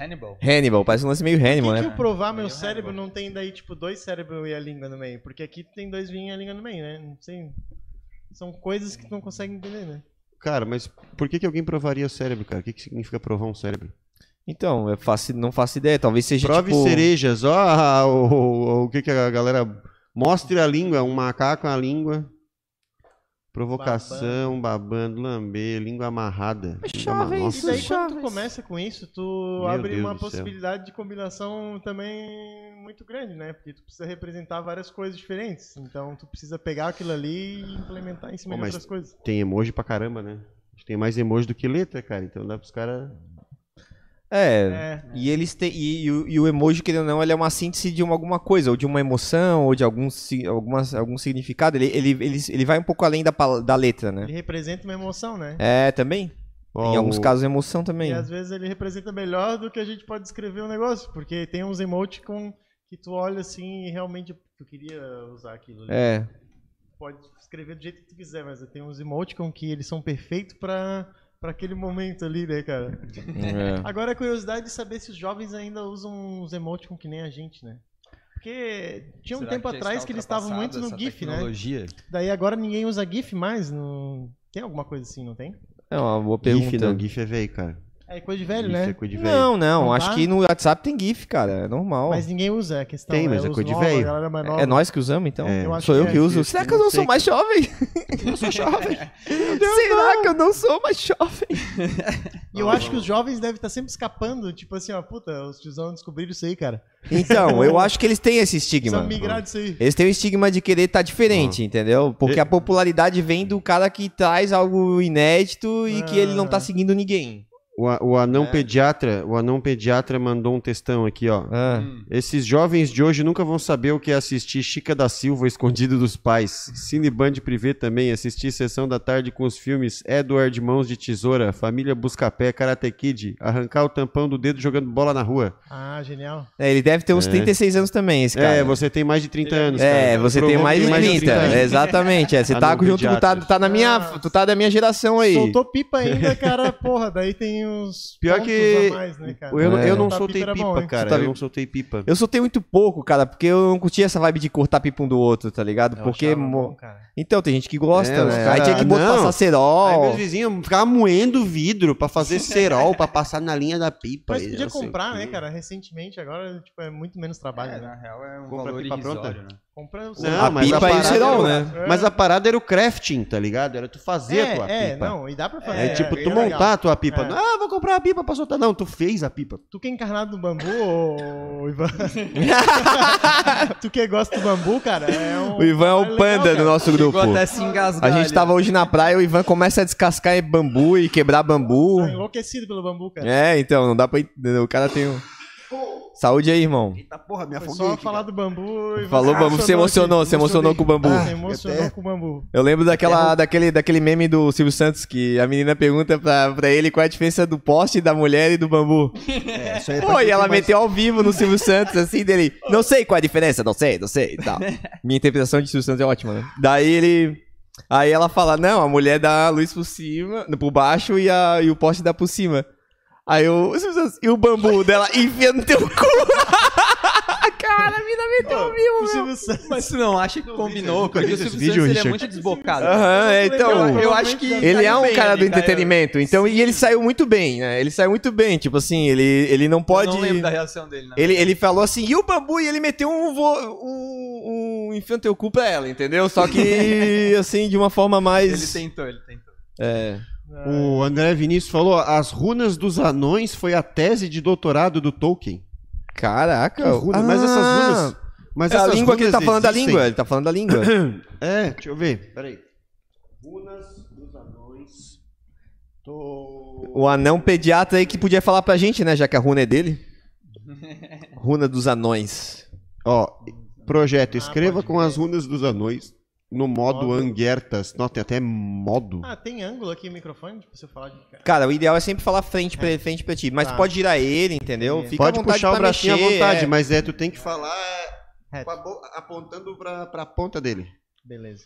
[SPEAKER 5] Hannibal.
[SPEAKER 3] Hannibal? Parece um lance meio
[SPEAKER 4] Por
[SPEAKER 3] Hannibal,
[SPEAKER 4] que, que
[SPEAKER 3] né?
[SPEAKER 4] o provar meu
[SPEAKER 5] Meio
[SPEAKER 4] cérebro
[SPEAKER 5] Hannibal.
[SPEAKER 4] não tem daí, tipo, dois cérebros e a língua no meio? Porque aqui tem dois vinhos e a língua no meio, né? Não sei... São coisas que tu não consegue entender, né?
[SPEAKER 1] Cara, mas por que, que alguém provaria o cérebro, cara? O que, que significa provar um cérebro?
[SPEAKER 3] Então, eu faço- não faço ideia. Talvez seja.
[SPEAKER 1] Prove
[SPEAKER 3] tipo...
[SPEAKER 1] cerejas. Ó, a- o, o- o que, que a galera. Mostre a língua, um macaco a língua. Provocação, babando, lamber, língua amarrada. Língua
[SPEAKER 3] jovem,
[SPEAKER 1] manossa.
[SPEAKER 4] E daí
[SPEAKER 3] Sim.
[SPEAKER 4] quando tu começa com isso, tu
[SPEAKER 1] Meu
[SPEAKER 4] abre
[SPEAKER 1] Deus
[SPEAKER 4] uma
[SPEAKER 1] do céu.
[SPEAKER 4] possibilidade de combinação também muito grande, né? Porque tu precisa representar várias coisas diferentes. Então tu precisa pegar aquilo ali e implementar em cima
[SPEAKER 1] Pô,
[SPEAKER 4] de
[SPEAKER 1] mas-
[SPEAKER 4] outras coisas.
[SPEAKER 1] Tem emoji pra caramba, né? Acho que Tem mais emoji do que letra, cara. Então dá pros caras.
[SPEAKER 3] É.
[SPEAKER 4] É.
[SPEAKER 3] E eles têm. E, e o- e o emoji, querendo ou não, ele é uma síntese de uma, alguma coisa, ou de uma emoção, ou de algum, si- alguma, algum significado. Ele, ele, ele, ele vai um pouco além da, pala- da letra, né?
[SPEAKER 4] Ele representa uma emoção, né?
[SPEAKER 3] É, também.
[SPEAKER 1] Ó,
[SPEAKER 3] em alguns
[SPEAKER 1] o-
[SPEAKER 3] casos, emoção
[SPEAKER 1] É,
[SPEAKER 3] também.
[SPEAKER 4] E às vezes ele representa melhor do que a gente pode descrever o negócio, porque tem uns emotes com que tu olha assim e realmente tu queria usar aquilo ali.
[SPEAKER 3] É.
[SPEAKER 4] Pode escrever do jeito que tu quiser, mas tem uns emoticons que eles são perfeitos pra, pra aquele momento ali, né, cara?
[SPEAKER 3] é.
[SPEAKER 4] Agora a curiosidade de saber se os jovens ainda usam uns emoticons que nem a gente, né? Porque tinha um
[SPEAKER 5] Será
[SPEAKER 4] tempo
[SPEAKER 5] já
[SPEAKER 4] atrás
[SPEAKER 5] está
[SPEAKER 4] que eles estavam muito
[SPEAKER 5] ultrapassada
[SPEAKER 4] no
[SPEAKER 5] essa
[SPEAKER 4] GIF, né?
[SPEAKER 5] tecnologia?
[SPEAKER 4] Daí agora ninguém usa GIF mais. Não... Tem alguma coisa assim, não tem?
[SPEAKER 3] É uma boa pergunta.
[SPEAKER 1] GIF não, GIF é velho, cara.
[SPEAKER 4] É coisa de velho,
[SPEAKER 1] GIF é
[SPEAKER 4] né?
[SPEAKER 1] coisa de velho.
[SPEAKER 3] Não, não.
[SPEAKER 4] Não
[SPEAKER 3] acho
[SPEAKER 4] tá?
[SPEAKER 3] que no WhatsApp tem GIF, cara. É normal.
[SPEAKER 4] Mas ninguém usa, é a questão.
[SPEAKER 1] Tem, mas é
[SPEAKER 4] os
[SPEAKER 1] coisa de
[SPEAKER 4] novos, a
[SPEAKER 1] velho.
[SPEAKER 4] galera mais nova.
[SPEAKER 3] É nós que usamos, então?
[SPEAKER 1] É.
[SPEAKER 4] Eu acho
[SPEAKER 3] sou eu
[SPEAKER 4] que é.
[SPEAKER 3] que uso.
[SPEAKER 1] Eu
[SPEAKER 3] Será que
[SPEAKER 1] não
[SPEAKER 3] eu não
[SPEAKER 1] sei.
[SPEAKER 3] sou mais jovem? Eu sou jovem. Será que eu não sou mais jovem?
[SPEAKER 4] E eu acho que os jovens devem estar sempre escapando. Tipo assim, ó, puta, os tiozão descobriram isso aí, cara.
[SPEAKER 3] Então, eu acho que eles têm esse estigma.
[SPEAKER 4] Precisam migrar disso aí.
[SPEAKER 3] Eles têm o estigma de querer estar diferente,
[SPEAKER 1] Uhum.
[SPEAKER 3] entendeu? Porque a popularidade vem do cara que traz algo inédito e que ele não
[SPEAKER 1] Ah.
[SPEAKER 3] tá seguindo ninguém.
[SPEAKER 1] O, a- o anão
[SPEAKER 3] É.
[SPEAKER 1] pediatra, o anão pediatra mandou um textão aqui, ó.
[SPEAKER 3] Ah.
[SPEAKER 5] Hum.
[SPEAKER 1] Esses jovens de hoje nunca vão saber o que é assistir Chica da Silva escondido dos pais. Cineband privê também, assistir sessão da tarde com os filmes Edward Mãos de Tesoura, Família Buscapé, Karate Kid, arrancar o tampão do dedo jogando bola na rua.
[SPEAKER 4] Ah, genial.
[SPEAKER 3] É, ele deve ter uns
[SPEAKER 1] É.
[SPEAKER 3] 36 anos também, esse cara.
[SPEAKER 1] É, você tem mais de 30 anos.
[SPEAKER 3] É,
[SPEAKER 1] cara.
[SPEAKER 3] você tem
[SPEAKER 1] Provavelmente
[SPEAKER 3] mais de 30.
[SPEAKER 1] anos.
[SPEAKER 3] Exatamente. É, você
[SPEAKER 1] é Ah,
[SPEAKER 3] tá
[SPEAKER 1] não,
[SPEAKER 3] junto com. Tá,
[SPEAKER 1] pediatra.
[SPEAKER 3] tá na minha,
[SPEAKER 4] Ah.
[SPEAKER 3] tu tá da minha geração aí.
[SPEAKER 4] Soltou pipa ainda, cara. Porra, daí tem tem uns
[SPEAKER 1] Pior
[SPEAKER 4] pontos
[SPEAKER 1] que
[SPEAKER 4] a mais, né, cara?
[SPEAKER 1] Eu, eu
[SPEAKER 4] É.
[SPEAKER 1] não
[SPEAKER 4] Cortar
[SPEAKER 1] soltei
[SPEAKER 4] pipa
[SPEAKER 1] pipa,
[SPEAKER 4] era bom, hein?
[SPEAKER 1] cara.
[SPEAKER 3] Você tá
[SPEAKER 1] eu
[SPEAKER 3] vendo?
[SPEAKER 1] não soltei pipa.
[SPEAKER 3] Eu soltei muito pouco, cara, porque eu não curti essa vibe de cortar pipa um do outro, tá ligado?
[SPEAKER 4] Eu
[SPEAKER 3] porque.
[SPEAKER 4] achava
[SPEAKER 3] mo-
[SPEAKER 4] bom, cara.
[SPEAKER 3] Então, tem gente que gosta,
[SPEAKER 1] É, os
[SPEAKER 3] né?
[SPEAKER 1] cara-
[SPEAKER 3] Aí tinha que botar
[SPEAKER 1] Não. Aí meus
[SPEAKER 3] sacerol.
[SPEAKER 1] vizinhos ficavam moendo vidro pra fazer cerol, pra passar na linha da pipa.
[SPEAKER 4] Mas
[SPEAKER 1] e
[SPEAKER 4] podia
[SPEAKER 1] não sei o
[SPEAKER 4] comprar, né,
[SPEAKER 1] quê.
[SPEAKER 4] cara? Recentemente, agora tipo, é muito menos trabalho,
[SPEAKER 5] É,
[SPEAKER 4] né?
[SPEAKER 5] na real é um
[SPEAKER 1] Compra
[SPEAKER 5] valor
[SPEAKER 1] pipa pronta?
[SPEAKER 5] irrisório, né?
[SPEAKER 4] Compra o
[SPEAKER 1] Não, mas a
[SPEAKER 3] pipa e o
[SPEAKER 1] parada é
[SPEAKER 3] cerol,
[SPEAKER 1] era-
[SPEAKER 3] né?
[SPEAKER 1] Mas a parada era o crafting, tá ligado? Era tu fazer a tua
[SPEAKER 4] É, é,
[SPEAKER 1] pipa.
[SPEAKER 4] não, e dá pra fazer.
[SPEAKER 1] É, tipo,
[SPEAKER 4] bem
[SPEAKER 1] tu
[SPEAKER 4] legal.
[SPEAKER 1] montar a tua pipa.
[SPEAKER 4] É.
[SPEAKER 1] Ah, vou comprar a pipa pra soltar. Não, tu fez a pipa.
[SPEAKER 4] Tu que é encarnado no bambu, ô, Ivan? tu que gosta do bambu, cara, é um...
[SPEAKER 3] O Ivan é o
[SPEAKER 1] Ah,
[SPEAKER 4] legal,
[SPEAKER 3] panda do
[SPEAKER 4] cara.
[SPEAKER 3] nosso
[SPEAKER 5] Chegou
[SPEAKER 3] grupo.
[SPEAKER 5] até se engasgar.
[SPEAKER 3] A gente
[SPEAKER 5] ali.
[SPEAKER 3] tava hoje na praia, o Ivan começa a descascar bambu e quebrar bambu.
[SPEAKER 4] Tá enlouquecido pelo bambu, cara.
[SPEAKER 3] É, então, não dá pra. entender. O cara tem um. Saúde aí, irmão.
[SPEAKER 1] Eita porra, me
[SPEAKER 4] Foi só falar do bambu Ah, e
[SPEAKER 3] Falou bambu, você emocionou, você emocionou com o bambu.
[SPEAKER 4] Você Ah, emocionou com o bambu.
[SPEAKER 3] Eu lembro daquela, daquele, daquele meme do Silvio Santos que a menina pergunta pra, pra ele qual é a diferença do poste, da mulher e do bambu.
[SPEAKER 1] É, isso aí é pra
[SPEAKER 3] Pô,
[SPEAKER 1] quem
[SPEAKER 3] e
[SPEAKER 1] tem
[SPEAKER 3] ela
[SPEAKER 1] mais-
[SPEAKER 3] meteu ao vivo no Silvio Santos, assim, dele. Não sei qual é a diferença, não sei, não sei e tal. Minha interpretação de Silvio Santos é ótima, né? Daí ele. Aí ela fala: não, a mulher dá a luz por cima, por baixo e, a, e o poste dá por cima. Aí eu. o Silvio Santos, E o bambu dela enfia no teu cu. Cara, a mina meteu ao vivo.
[SPEAKER 4] O Silvio Santos.
[SPEAKER 5] Mas tu não acha que combinou? Porque o
[SPEAKER 1] Nunca vi
[SPEAKER 5] Silvio
[SPEAKER 1] esse vídeo,
[SPEAKER 5] Santos, ele é
[SPEAKER 1] Richard.
[SPEAKER 5] muito desbocado.
[SPEAKER 3] Aham, é, então.
[SPEAKER 5] eu, eu acho que.
[SPEAKER 3] Ele é
[SPEAKER 5] caiu
[SPEAKER 3] um
[SPEAKER 5] bem
[SPEAKER 3] cara do
[SPEAKER 5] ali, caiu-
[SPEAKER 3] entretenimento, então, e ele saiu muito bem, né? Ele saiu muito bem, tipo assim, ele, ele não
[SPEAKER 5] Eu
[SPEAKER 3] pode.
[SPEAKER 5] não lembro da reação dele, né?
[SPEAKER 3] ele, ele falou assim, e o bambu? E ele meteu um, vo... um, um enfia no teu cu pra ela, entendeu? Só que, assim, de uma forma mais.
[SPEAKER 5] Ele tentou, ele tentou.
[SPEAKER 3] É.
[SPEAKER 1] O André Vinícius falou: As Runas dos Anões foi a tese de doutorado do Tolkien.
[SPEAKER 3] Caraca,
[SPEAKER 1] Runas, mas essas runas. Mas
[SPEAKER 3] Ah! É a
[SPEAKER 1] essas
[SPEAKER 3] língua que ele tá
[SPEAKER 1] runas
[SPEAKER 3] falando da
[SPEAKER 1] existem.
[SPEAKER 3] língua, ele tá falando da língua.
[SPEAKER 1] É, deixa eu ver. Peraí. Runas dos Anões. Tô.
[SPEAKER 3] O anão pediatra aí que podia falar pra gente, né? Já que a runa é dele. Runa dos anões.
[SPEAKER 1] Ó, projeto.
[SPEAKER 4] Ah,
[SPEAKER 1] Escreva
[SPEAKER 4] pode
[SPEAKER 1] com
[SPEAKER 4] crer.
[SPEAKER 1] as Runas dos Anões no modo
[SPEAKER 4] Modo.
[SPEAKER 1] Anguertas. Nossa, tem até modo.
[SPEAKER 4] Ah, tem ângulo aqui no microfone pra você falar de...
[SPEAKER 3] Cara, o ideal é sempre falar frente pra, frente pra ti, mas
[SPEAKER 4] Tá.
[SPEAKER 3] pode girar ele, entendeu?
[SPEAKER 4] Entendi.
[SPEAKER 3] Fica à
[SPEAKER 1] Pode
[SPEAKER 3] vontade
[SPEAKER 1] puxar o
[SPEAKER 3] pra
[SPEAKER 1] bracinho
[SPEAKER 3] mexer,
[SPEAKER 1] à vontade,
[SPEAKER 3] é.
[SPEAKER 1] mas é, tu tem que falar é,
[SPEAKER 4] Reto.
[SPEAKER 1] com a boca apontando pra, pra ponta dele.
[SPEAKER 4] Beleza.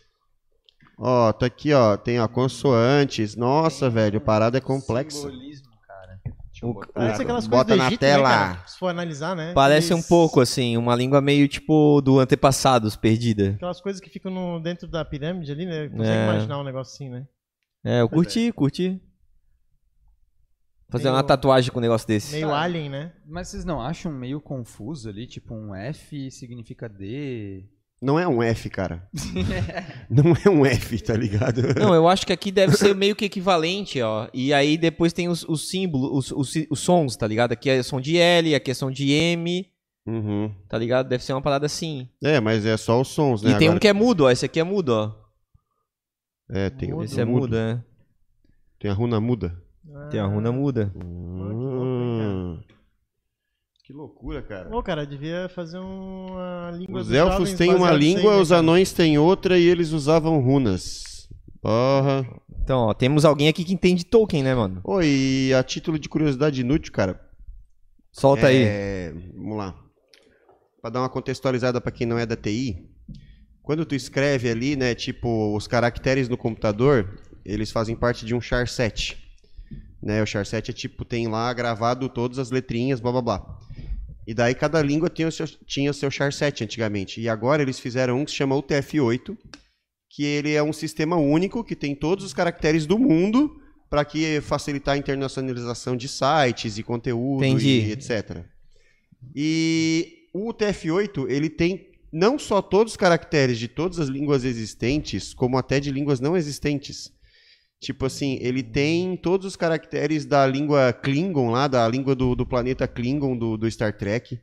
[SPEAKER 1] Ó, tá aqui, ó. Tem, ó, consoantes. Nossa, velho, a parada é complexa.
[SPEAKER 5] um Simbolismo, cara.
[SPEAKER 3] O-
[SPEAKER 4] Parece
[SPEAKER 1] Claro.
[SPEAKER 4] aquelas coisas
[SPEAKER 1] Bota
[SPEAKER 4] do
[SPEAKER 1] na
[SPEAKER 4] Egito,
[SPEAKER 1] tela.
[SPEAKER 4] Né, cara? Se for analisar, né?
[SPEAKER 3] Parece um
[SPEAKER 4] Eles-
[SPEAKER 3] pouco assim, uma língua meio tipo do antepassados, perdida.
[SPEAKER 4] Aquelas coisas que ficam no- dentro da pirâmide ali, né? Consegue
[SPEAKER 3] É.
[SPEAKER 4] imaginar um negócio assim, né?
[SPEAKER 3] É, eu curti, curti. Fazer uma
[SPEAKER 4] Meio-
[SPEAKER 3] tatuagem com um negócio desse.
[SPEAKER 4] Meio
[SPEAKER 5] Sabe.
[SPEAKER 4] alien, né?
[SPEAKER 5] Mas vocês não acham meio confuso ali? Tipo, um F significa D.
[SPEAKER 1] Não é um F, cara. Não é um F, tá ligado?
[SPEAKER 3] Não, eu acho que aqui deve ser meio que equivalente, ó. E aí depois tem os, os símbolos, os, os, si- os sons, tá ligado? Aqui é som de L, aqui é som de M,
[SPEAKER 1] Uhum.
[SPEAKER 3] tá ligado? Deve ser uma parada assim.
[SPEAKER 1] É, mas é só os sons, né?
[SPEAKER 3] E tem um
[SPEAKER 1] Agora-
[SPEAKER 3] que é mudo, ó. Esse aqui é mudo, ó.
[SPEAKER 1] É, tem o
[SPEAKER 3] Esse é mudo, né?
[SPEAKER 1] Tem a runa muda.
[SPEAKER 4] Ah.
[SPEAKER 3] Tem a runa muda.
[SPEAKER 1] Hum. Que loucura, cara.
[SPEAKER 4] Pô, cara, devia fazer uma língua
[SPEAKER 1] Os
[SPEAKER 4] dos
[SPEAKER 1] elfos
[SPEAKER 4] jovens
[SPEAKER 1] têm uma
[SPEAKER 4] baseado nisso aí,
[SPEAKER 1] língua,
[SPEAKER 4] né,
[SPEAKER 1] os
[SPEAKER 4] cara?
[SPEAKER 1] anões têm outra e eles usavam runas. Porra.
[SPEAKER 3] Então, ó, temos alguém aqui que entende Tolkien, né, mano?
[SPEAKER 1] Oi, a título de curiosidade inútil, cara.
[SPEAKER 3] Solta aí.
[SPEAKER 1] É, vamos lá. Pra dar uma contextualizada pra quem não é da TI, quando tu escreve ali, né, tipo, os caracteres no computador, eles fazem parte de um char set. Né, o char set é tipo, tem lá gravado todas as letrinhas, blá blá blá. E daí cada língua tinha o seu, tinha o seu char set antigamente. E agora eles fizeram um que se chama UTF-8, que ele é um sistema único que tem todos os caracteres do mundo para que facilitar a internacionalização de sites e conteúdo
[SPEAKER 3] Entendi.
[SPEAKER 1] e etc. E o UTF-8, ele tem não só todos os caracteres de todas as línguas existentes, como até de línguas não existentes. Tipo assim, ele tem todos os caracteres da língua Klingon lá, da língua do, do planeta Klingon do, do Star Trek.